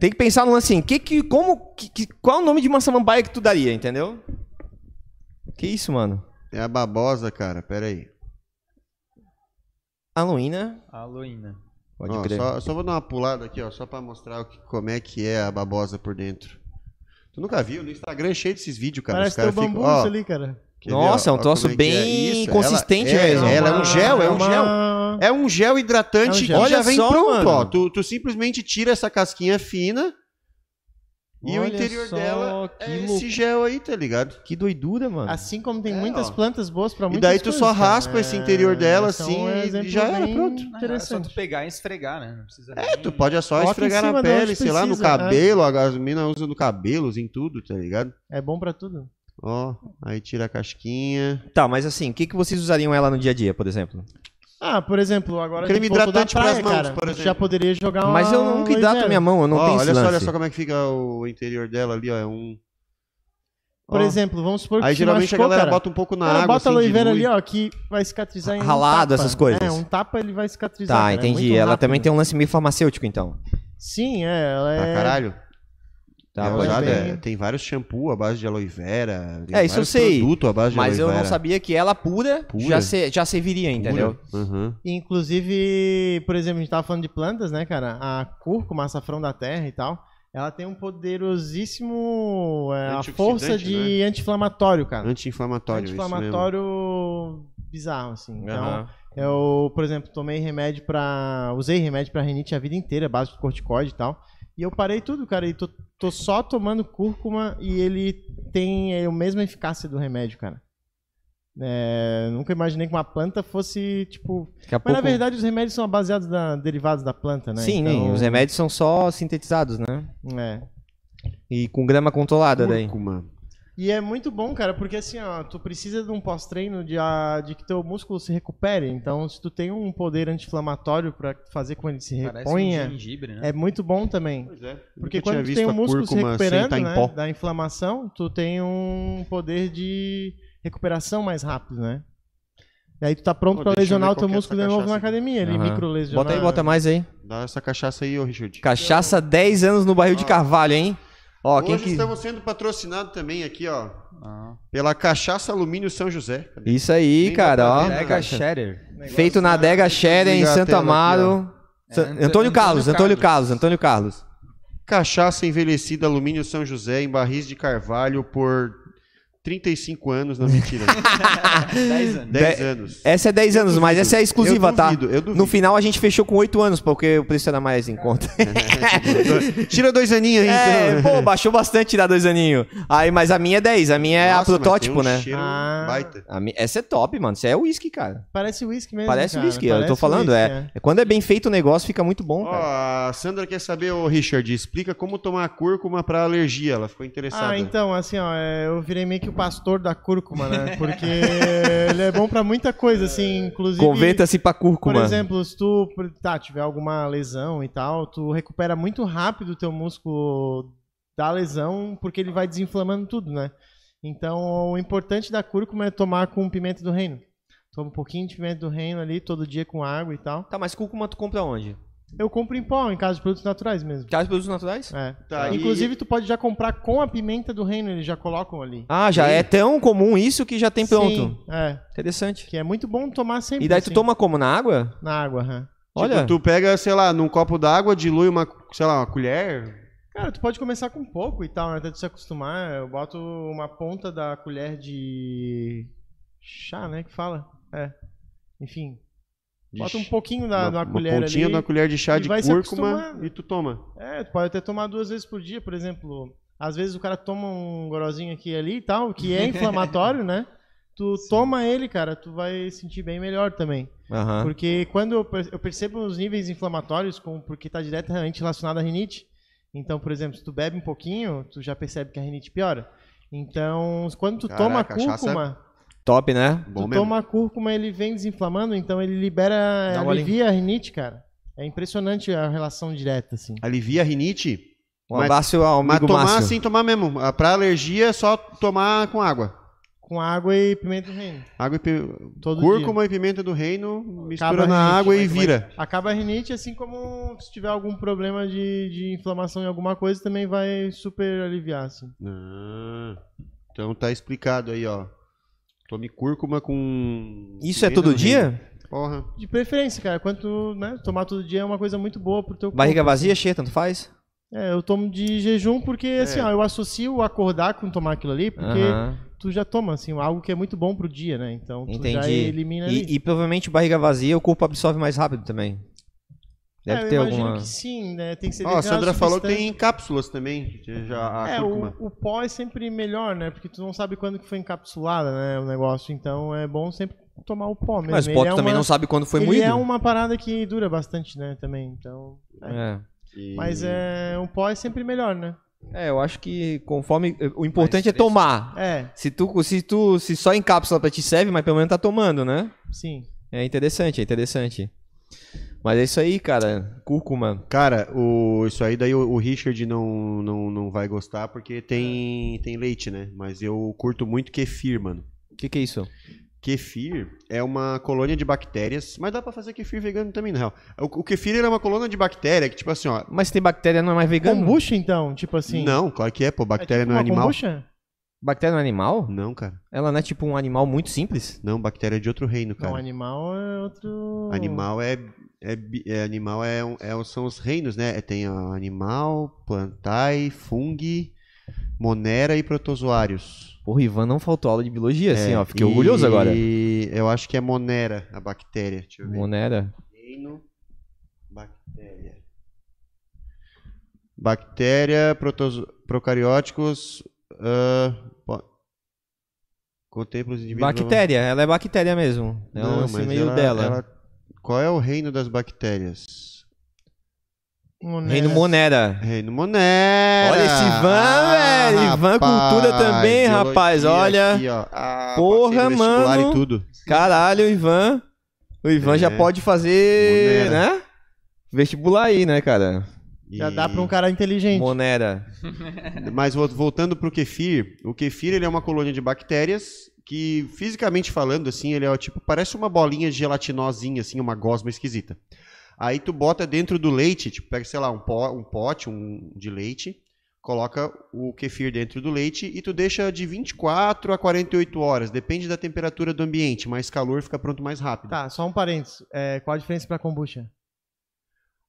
[SPEAKER 3] Tem que pensar no assim, que, que, como, que, que- qual o nome de uma samambaia que tu daria, entendeu? Que isso, mano?
[SPEAKER 1] É a babosa, cara. Pera aí.
[SPEAKER 3] Halloween, né?
[SPEAKER 5] Aloína.
[SPEAKER 3] Pode
[SPEAKER 1] Ó,
[SPEAKER 3] crer.
[SPEAKER 1] só, só vou dar uma pulada aqui, ó, só pra mostrar o que- como é que é a babosa por dentro. Tu nunca viu? No Instagram é cheio desses vídeos, cara.
[SPEAKER 4] Parece
[SPEAKER 1] Os caras
[SPEAKER 4] teu
[SPEAKER 1] ficam.
[SPEAKER 4] bambu
[SPEAKER 1] ó,
[SPEAKER 4] isso ali, cara.
[SPEAKER 1] quer ver,
[SPEAKER 3] Nossa, é um
[SPEAKER 1] ó,
[SPEAKER 3] troço
[SPEAKER 1] como que
[SPEAKER 3] bem
[SPEAKER 1] Isso,
[SPEAKER 3] consistente
[SPEAKER 1] ela, é-
[SPEAKER 3] mesmo.
[SPEAKER 1] Ela é um gel, é um
[SPEAKER 4] uma-
[SPEAKER 1] gel. É um gel hidratante
[SPEAKER 4] É um
[SPEAKER 1] que
[SPEAKER 4] gel.
[SPEAKER 1] já
[SPEAKER 3] Olha
[SPEAKER 1] vem
[SPEAKER 3] só,
[SPEAKER 1] pronto,
[SPEAKER 3] mano.
[SPEAKER 1] ó. Tu, tu simplesmente tira essa casquinha fina e o
[SPEAKER 3] Olha
[SPEAKER 1] interior
[SPEAKER 3] só,
[SPEAKER 1] dela
[SPEAKER 3] que
[SPEAKER 1] é
[SPEAKER 3] louco.
[SPEAKER 1] esse gel aí, tá ligado?
[SPEAKER 3] Que doidura, mano.
[SPEAKER 4] Assim como tem
[SPEAKER 1] É,
[SPEAKER 4] muitas
[SPEAKER 1] ó.
[SPEAKER 4] plantas boas pra
[SPEAKER 1] E
[SPEAKER 4] muitas
[SPEAKER 1] daí tu só
[SPEAKER 4] coisas, cara.
[SPEAKER 1] raspa esse interior dela,
[SPEAKER 4] esse é um
[SPEAKER 1] assim,
[SPEAKER 4] exemplo
[SPEAKER 1] e já era,
[SPEAKER 4] bem
[SPEAKER 1] pronto.
[SPEAKER 5] Na real, É só
[SPEAKER 4] Interessante.
[SPEAKER 5] tu pegar e esfregar, né? Não precisa nem...
[SPEAKER 1] Tu pode é só
[SPEAKER 4] Bota em
[SPEAKER 1] esfregar
[SPEAKER 4] cima
[SPEAKER 1] na
[SPEAKER 4] de onde
[SPEAKER 1] pele, sei lá, no
[SPEAKER 4] precisa, é.
[SPEAKER 1] cabelo. As minas usam no cabelo, em tudo, tá ligado?
[SPEAKER 4] É bom pra tudo.
[SPEAKER 1] Ó, aí tira a casquinha.
[SPEAKER 3] Tá, mas assim, o que, que vocês usariam ela no dia a dia, por exemplo?
[SPEAKER 4] Ah, por exemplo, agora
[SPEAKER 1] Creme
[SPEAKER 4] a gente voltou da
[SPEAKER 1] hidratante pras mãos,
[SPEAKER 4] cara.
[SPEAKER 1] por
[SPEAKER 4] Tu
[SPEAKER 1] exemplo.
[SPEAKER 4] Já poderia jogar uma
[SPEAKER 3] mas eu nunca
[SPEAKER 4] aloe
[SPEAKER 3] hidrato
[SPEAKER 4] vera.
[SPEAKER 3] a minha mão, eu não
[SPEAKER 1] Ó,
[SPEAKER 3] tenho esse
[SPEAKER 1] olha só, olha
[SPEAKER 3] lance.
[SPEAKER 1] só como é que fica o interior dela ali, ó. É um.
[SPEAKER 4] Por
[SPEAKER 1] Ó,
[SPEAKER 4] exemplo, vamos supor que
[SPEAKER 1] Aí
[SPEAKER 4] se
[SPEAKER 1] geralmente
[SPEAKER 4] machucou,
[SPEAKER 1] a galera
[SPEAKER 4] cara.
[SPEAKER 1] bota um pouco na
[SPEAKER 4] Cara,
[SPEAKER 1] água.
[SPEAKER 4] bota
[SPEAKER 1] assim,
[SPEAKER 4] a aloe vera ali,
[SPEAKER 1] dilui.
[SPEAKER 4] ó, que vai cicatrizar em um
[SPEAKER 3] Ralado,
[SPEAKER 4] tapa.
[SPEAKER 3] essas coisas.
[SPEAKER 4] É, um tapa ele vai cicatrizar.
[SPEAKER 3] Tá,
[SPEAKER 1] né?
[SPEAKER 4] cara, é
[SPEAKER 3] entendi.
[SPEAKER 4] muito
[SPEAKER 3] ela um
[SPEAKER 4] rápido.
[SPEAKER 3] também tem um lance meio farmacêutico, então.
[SPEAKER 4] Sim, é, ela
[SPEAKER 1] Pra
[SPEAKER 4] é.
[SPEAKER 1] caralho.
[SPEAKER 3] Tá,
[SPEAKER 1] Ela
[SPEAKER 4] pode
[SPEAKER 1] já
[SPEAKER 4] crer.
[SPEAKER 1] de- tem vários shampoo à base de aloe vera. tem
[SPEAKER 3] É, isso eu
[SPEAKER 1] vários
[SPEAKER 3] sei,
[SPEAKER 1] Produto à base de
[SPEAKER 3] Mas
[SPEAKER 1] aloe
[SPEAKER 3] eu
[SPEAKER 1] vera.
[SPEAKER 3] não sabia que ela pura,
[SPEAKER 1] Pura?
[SPEAKER 3] Já, se- já serviria, entendeu?
[SPEAKER 1] Pura. Aham.
[SPEAKER 4] E, Inclusive, por exemplo, a gente tava falando de plantas, né, cara? A cúrcuma, açafrão da terra e tal, ela tem um poderosíssimo. é, a
[SPEAKER 1] Antioxidante,
[SPEAKER 4] força de anti-inflamatório, cara.
[SPEAKER 1] né? Anti-inflamatório. é isso mesmo.
[SPEAKER 4] Anti-inflamatório bizarro, assim. Então,
[SPEAKER 3] Aham.
[SPEAKER 4] eu, por exemplo, tomei remédio pra. Usei remédio pra rinite a vida inteira, base de corticoide e tal. E eu parei tudo, cara. E tô, tô só tomando cúrcuma e ele tem é, a mesma eficácia do remédio, cara. É, nunca imaginei que uma planta fosse, tipo.
[SPEAKER 3] Daqui a
[SPEAKER 4] Mas na
[SPEAKER 3] pouco...
[SPEAKER 4] verdade os remédios são baseados na, derivados da planta, né?
[SPEAKER 3] Sim,
[SPEAKER 4] Então,
[SPEAKER 3] os remédios são só sintetizados, né?
[SPEAKER 4] é.
[SPEAKER 3] E com grama controlada daí.
[SPEAKER 1] Cúrcuma.
[SPEAKER 4] E é muito bom, cara, porque assim, ó, tu precisa de um pós-treino de, a- de que teu músculo se recupere. Então, se tu tem um poder anti-inflamatório pra fazer com que ele se
[SPEAKER 5] Parece um
[SPEAKER 4] reponha,
[SPEAKER 5] gengibre, né?
[SPEAKER 4] é muito bom também.
[SPEAKER 1] Pois é.
[SPEAKER 4] Porque quando tu tem o músculo se recuperando né, da inflamação, tu tem um poder de recuperação mais rápido, né? E aí tu tá pronto
[SPEAKER 1] Pô,
[SPEAKER 4] pra
[SPEAKER 1] deixa eu
[SPEAKER 4] lesionar
[SPEAKER 1] ver
[SPEAKER 4] o teu
[SPEAKER 1] qual que é
[SPEAKER 4] músculo de
[SPEAKER 1] essa
[SPEAKER 4] novo na
[SPEAKER 1] cachaça aqui.
[SPEAKER 4] academia, ele
[SPEAKER 3] Aham.
[SPEAKER 4] microlesionar.
[SPEAKER 3] Bota aí, bota mais aí.
[SPEAKER 1] Dá essa cachaça aí, ô Richard.
[SPEAKER 3] Cachaça 10 anos no barril de
[SPEAKER 1] Ó.
[SPEAKER 3] carvalho, hein? Ó, quem
[SPEAKER 1] Hoje
[SPEAKER 3] que...
[SPEAKER 1] estamos sendo patrocinados também aqui, ó.
[SPEAKER 5] Ah.
[SPEAKER 1] Pela Cachaça Alumínio São José.
[SPEAKER 3] Isso aí,
[SPEAKER 1] Nem
[SPEAKER 3] cara,
[SPEAKER 1] botar
[SPEAKER 3] ó.
[SPEAKER 1] nele.
[SPEAKER 5] Mega Shatter.
[SPEAKER 4] Negócio,
[SPEAKER 3] Feito na
[SPEAKER 4] né?
[SPEAKER 3] adega Shader em
[SPEAKER 1] Liga a
[SPEAKER 3] Santo
[SPEAKER 1] tela aqui,
[SPEAKER 3] Amaro. Sa-
[SPEAKER 5] É, Ant-
[SPEAKER 3] Antônio Carlos, Antônio Carlos, Antônio Carlos.
[SPEAKER 1] Cachaça envelhecida alumínio São José em barris de carvalho por 35 anos, não mentira.
[SPEAKER 5] 10 anos.
[SPEAKER 1] 10 anos.
[SPEAKER 3] Essa é 10 anos, mas essa é a exclusiva,
[SPEAKER 1] eu
[SPEAKER 3] tá?
[SPEAKER 1] duvido, Eu duvido.
[SPEAKER 3] No final a gente fechou com 8 anos, porque o preço era mais em conta.
[SPEAKER 1] Tira dois aninhos aí,
[SPEAKER 3] É,
[SPEAKER 1] então.
[SPEAKER 3] pô, baixou bastante da dois aninhos. Aí, mas a minha é 10, a minha é
[SPEAKER 1] Nossa,
[SPEAKER 3] a protótipo,
[SPEAKER 1] mas tem um
[SPEAKER 3] né?
[SPEAKER 1] cheiro
[SPEAKER 4] Ah.
[SPEAKER 1] baita.
[SPEAKER 3] A minha- essa é top, mano. Isso é whisky, cara.
[SPEAKER 4] Parece whisky mesmo.
[SPEAKER 3] Parece
[SPEAKER 4] cara,
[SPEAKER 3] whisky, eu tô
[SPEAKER 4] parece
[SPEAKER 3] falando,
[SPEAKER 4] whisky,
[SPEAKER 3] é. Quando é bem feito o negócio, fica muito bom, cara.
[SPEAKER 1] Ó, a Sandra quer saber, ô Richard, explica como tomar cúrcuma pra alergia. Ela ficou interessada.
[SPEAKER 4] Ah, então, assim, ó, é, eu virei meio que o pastor da cúrcuma, né? Porque ele é bom pra muita coisa, assim, inclusive.
[SPEAKER 3] Converta-se pra
[SPEAKER 4] por
[SPEAKER 3] cúrcuma.
[SPEAKER 4] exemplo, se tu tá, tiver alguma lesão e tal, tu recupera muito rápido o teu músculo da lesão, porque ele vai desinflamando tudo, né? Então, o importante da cúrcuma é tomar com pimenta do reino. Toma um pouquinho de pimenta do reino ali, todo dia com água e tal.
[SPEAKER 3] Tá, mas cúrcuma tu compra onde?
[SPEAKER 4] Eu compro em pó, em casa de produtos naturais mesmo.
[SPEAKER 3] Traz produtos naturais?
[SPEAKER 4] É.
[SPEAKER 1] Tá, e-
[SPEAKER 4] Inclusive, tu pode já comprar com a pimenta do reino, eles já colocam ali.
[SPEAKER 3] Ah, já é tão comum isso que já tem pronto.
[SPEAKER 4] Sim, é,
[SPEAKER 3] Interessante.
[SPEAKER 4] que é muito bom tomar sempre.
[SPEAKER 3] E daí tu
[SPEAKER 4] assim,
[SPEAKER 3] toma como? Na água?
[SPEAKER 4] na água, aham.
[SPEAKER 1] Tipo,
[SPEAKER 3] Olha.
[SPEAKER 1] tu pega, sei lá, num copo d'água, dilui uma, sei lá, uma colher.
[SPEAKER 4] Cara, tu pode começar com pouco e tal, né, até tu se acostumar. Eu boto uma ponta da colher de chá, né, que fala? É. Enfim,
[SPEAKER 1] de
[SPEAKER 4] bota um
[SPEAKER 1] ch-
[SPEAKER 4] pouquinho da,
[SPEAKER 1] uma,
[SPEAKER 4] da
[SPEAKER 1] uma
[SPEAKER 4] colher
[SPEAKER 1] pontinha
[SPEAKER 4] ali.
[SPEAKER 1] da colher de chá
[SPEAKER 4] e
[SPEAKER 1] de
[SPEAKER 4] vai se
[SPEAKER 1] cúrcuma
[SPEAKER 4] acostumando.
[SPEAKER 1] e tu toma.
[SPEAKER 4] É, tu pode até tomar duas vezes por dia, por exemplo. Às vezes o cara toma um gorozinho aqui e ali e tal, que é inflamatório, né? Tu toma ele, cara, tu vai sentir bem melhor também.
[SPEAKER 3] Aham.
[SPEAKER 4] Porque quando eu per- eu percebo os níveis inflamatórios, com, porque está diretamente relacionado à rinite. Então, por exemplo, se tu bebe um pouquinho, tu já percebe que a rinite piora. Então, quando tu
[SPEAKER 1] Caraca,
[SPEAKER 4] toma a
[SPEAKER 1] cachaça é
[SPEAKER 4] cúrcuma,
[SPEAKER 3] Top, né?
[SPEAKER 1] Bom
[SPEAKER 4] tu
[SPEAKER 1] mesmo.
[SPEAKER 4] toma a cúrcuma, ele vem desinflamando, então ele libera,
[SPEAKER 3] Dá uma
[SPEAKER 4] alivia a rinite, cara. É impressionante a relação direta, assim.
[SPEAKER 1] Alivia a rinite.
[SPEAKER 3] Um
[SPEAKER 1] Mas-
[SPEAKER 3] abraço ao
[SPEAKER 1] Mas
[SPEAKER 3] amigo
[SPEAKER 1] tomar
[SPEAKER 3] Márcio.
[SPEAKER 1] sem tomar mesmo. Ah, Pra alergia é só tomar com água.
[SPEAKER 4] Com água e pimenta do reino.
[SPEAKER 1] Água e pi-
[SPEAKER 4] Todo
[SPEAKER 1] Cúrcuma e pimenta do reino, mistura
[SPEAKER 4] Acaba
[SPEAKER 1] na
[SPEAKER 4] a
[SPEAKER 1] água e
[SPEAKER 4] rinite, mas-
[SPEAKER 1] vira.
[SPEAKER 4] dia. Acaba a rinite, assim como se tiver algum problema de, de inflamação em alguma coisa, também vai super aliviar, assim.
[SPEAKER 1] Ah, então tá explicado aí, ó. Tome cúrcuma com.
[SPEAKER 3] Isso é
[SPEAKER 1] pimenta
[SPEAKER 3] todo
[SPEAKER 1] do reino.
[SPEAKER 3] dia?
[SPEAKER 1] Porra.
[SPEAKER 4] De preferência, cara. Quanto, né? Tomar todo dia é uma coisa muito boa pro teu corpo.
[SPEAKER 3] Barriga vazia, cheia, tanto faz?
[SPEAKER 4] É, eu tomo de jejum porque,
[SPEAKER 1] É.
[SPEAKER 4] assim, ó, eu associo acordar com tomar aquilo ali, porque
[SPEAKER 3] Aham.
[SPEAKER 4] tu já toma, assim, algo que é muito bom pro dia, né? Então, tu já
[SPEAKER 3] Entendi.
[SPEAKER 4] elimina ali.
[SPEAKER 3] E, e provavelmente barriga vazia o corpo absorve mais rápido também.
[SPEAKER 4] É,
[SPEAKER 3] Deve
[SPEAKER 4] eu
[SPEAKER 3] ter
[SPEAKER 4] imagino
[SPEAKER 3] alguma.
[SPEAKER 4] que sim, né? Tem que ser
[SPEAKER 1] Ó, a Sandra
[SPEAKER 4] determinadas
[SPEAKER 1] falou que
[SPEAKER 4] substâncias.
[SPEAKER 1] tem cápsulas também. de- Já, a
[SPEAKER 4] É,
[SPEAKER 1] cúrcuma.
[SPEAKER 4] o, o pó é sempre melhor, né? Porque tu não sabe quando que foi encapsulada, né? O negócio. Então, é bom sempre tomar o pó mesmo.
[SPEAKER 3] Mas o
[SPEAKER 4] Ele
[SPEAKER 3] Potter
[SPEAKER 4] é
[SPEAKER 3] também
[SPEAKER 4] uma-
[SPEAKER 3] não sabe quando foi
[SPEAKER 4] Ele
[SPEAKER 3] moído.
[SPEAKER 4] é uma parada que dura bastante, né? Também, então...
[SPEAKER 3] É.
[SPEAKER 1] E-
[SPEAKER 4] Mas é, o pó é sempre melhor, né?
[SPEAKER 3] É, eu acho que conforme. O importante é
[SPEAKER 5] fresco.
[SPEAKER 3] tomar.
[SPEAKER 4] É,
[SPEAKER 3] Se tu, se tu se só em cápsula pra te serve, mas pelo menos tá tomando, né?
[SPEAKER 4] sim.
[SPEAKER 3] É interessante, é interessante. Mas é isso aí, cara. Cúrcuma.
[SPEAKER 1] Cara, o, isso aí daí o, o Richard não, não, não vai gostar
[SPEAKER 4] É.
[SPEAKER 1] porque tem, tem leite, né? Mas eu curto muito kefir, mano.
[SPEAKER 3] O que, que é isso?
[SPEAKER 1] Kefir é uma colônia de bactérias, mas dá pra fazer kefir vegano também, na real. O, o kefir ele é uma colônia de bactéria que, tipo assim, ó.
[SPEAKER 3] Mas se tem bactéria, não é mais vegano?
[SPEAKER 4] Kombucha, então, tipo assim.
[SPEAKER 1] Não, claro que é, pô. Bactéria
[SPEAKER 4] tipo
[SPEAKER 1] não é
[SPEAKER 4] uma
[SPEAKER 1] animal.
[SPEAKER 4] Kombucha?
[SPEAKER 3] Bactéria não é animal?
[SPEAKER 1] Não, cara.
[SPEAKER 3] Ela não é tipo um animal muito simples?
[SPEAKER 1] Não, bactéria é de outro reino, cara.
[SPEAKER 4] Não, animal é outro.
[SPEAKER 3] Hum.
[SPEAKER 1] Animal é, é, bi- é animal é, um- é um- são os reinos, né? É, Tem ó, animal, plantae, fungi, monera e protozoários.
[SPEAKER 3] Porra, Ivan não faltou aula de biologia, assim,
[SPEAKER 1] É,
[SPEAKER 3] ó. Fiquei orgulhoso
[SPEAKER 1] e
[SPEAKER 3] agora.
[SPEAKER 1] Eu acho que é monera a bactéria. Deixa eu ver.
[SPEAKER 3] Monera.
[SPEAKER 1] Reino, bactéria. Bactéria, protozo- procarióticos, ah, po- contempla os indivíduos.
[SPEAKER 3] Bactéria, ela é bactéria mesmo. É um lance meio
[SPEAKER 1] ela-
[SPEAKER 3] dela.
[SPEAKER 1] ela- Qual é o reino das bactérias?
[SPEAKER 4] Monera.
[SPEAKER 3] Reino
[SPEAKER 1] é
[SPEAKER 3] Monera.
[SPEAKER 1] Reino Monera.
[SPEAKER 3] Olha esse Ivan,
[SPEAKER 1] Ah,
[SPEAKER 3] velho. Ivan
[SPEAKER 1] rapaz,
[SPEAKER 3] cultura também,
[SPEAKER 1] biologia
[SPEAKER 3] rapaz, olha.
[SPEAKER 1] aqui, ó. Ah,
[SPEAKER 3] Porra,
[SPEAKER 1] passei no vestibular
[SPEAKER 3] mano.
[SPEAKER 1] E tudo.
[SPEAKER 3] Caralho, o Ivan. O Ivan
[SPEAKER 1] É.
[SPEAKER 3] já pode fazer,
[SPEAKER 1] Monera.
[SPEAKER 3] né? Vestibular aí, né, cara?
[SPEAKER 4] Já
[SPEAKER 1] E-
[SPEAKER 4] dá pra um cara inteligente.
[SPEAKER 3] Monera.
[SPEAKER 1] Mas vo- voltando pro kefir, o kefir ele é uma colônia de bactérias que, fisicamente falando, assim, ele é ó, tipo, parece uma bolinha gelatinosinha, assim, uma gosma esquisita. Aí tu bota dentro do leite, tipo, pega, sei lá, um, po- um pote um de leite, coloca o kefir dentro do leite e tu deixa de 24 a 48 horas, depende da temperatura do ambiente, mais calor fica pronto mais rápido.
[SPEAKER 4] Tá, só um parênteses. É, qual a diferença pra kombucha?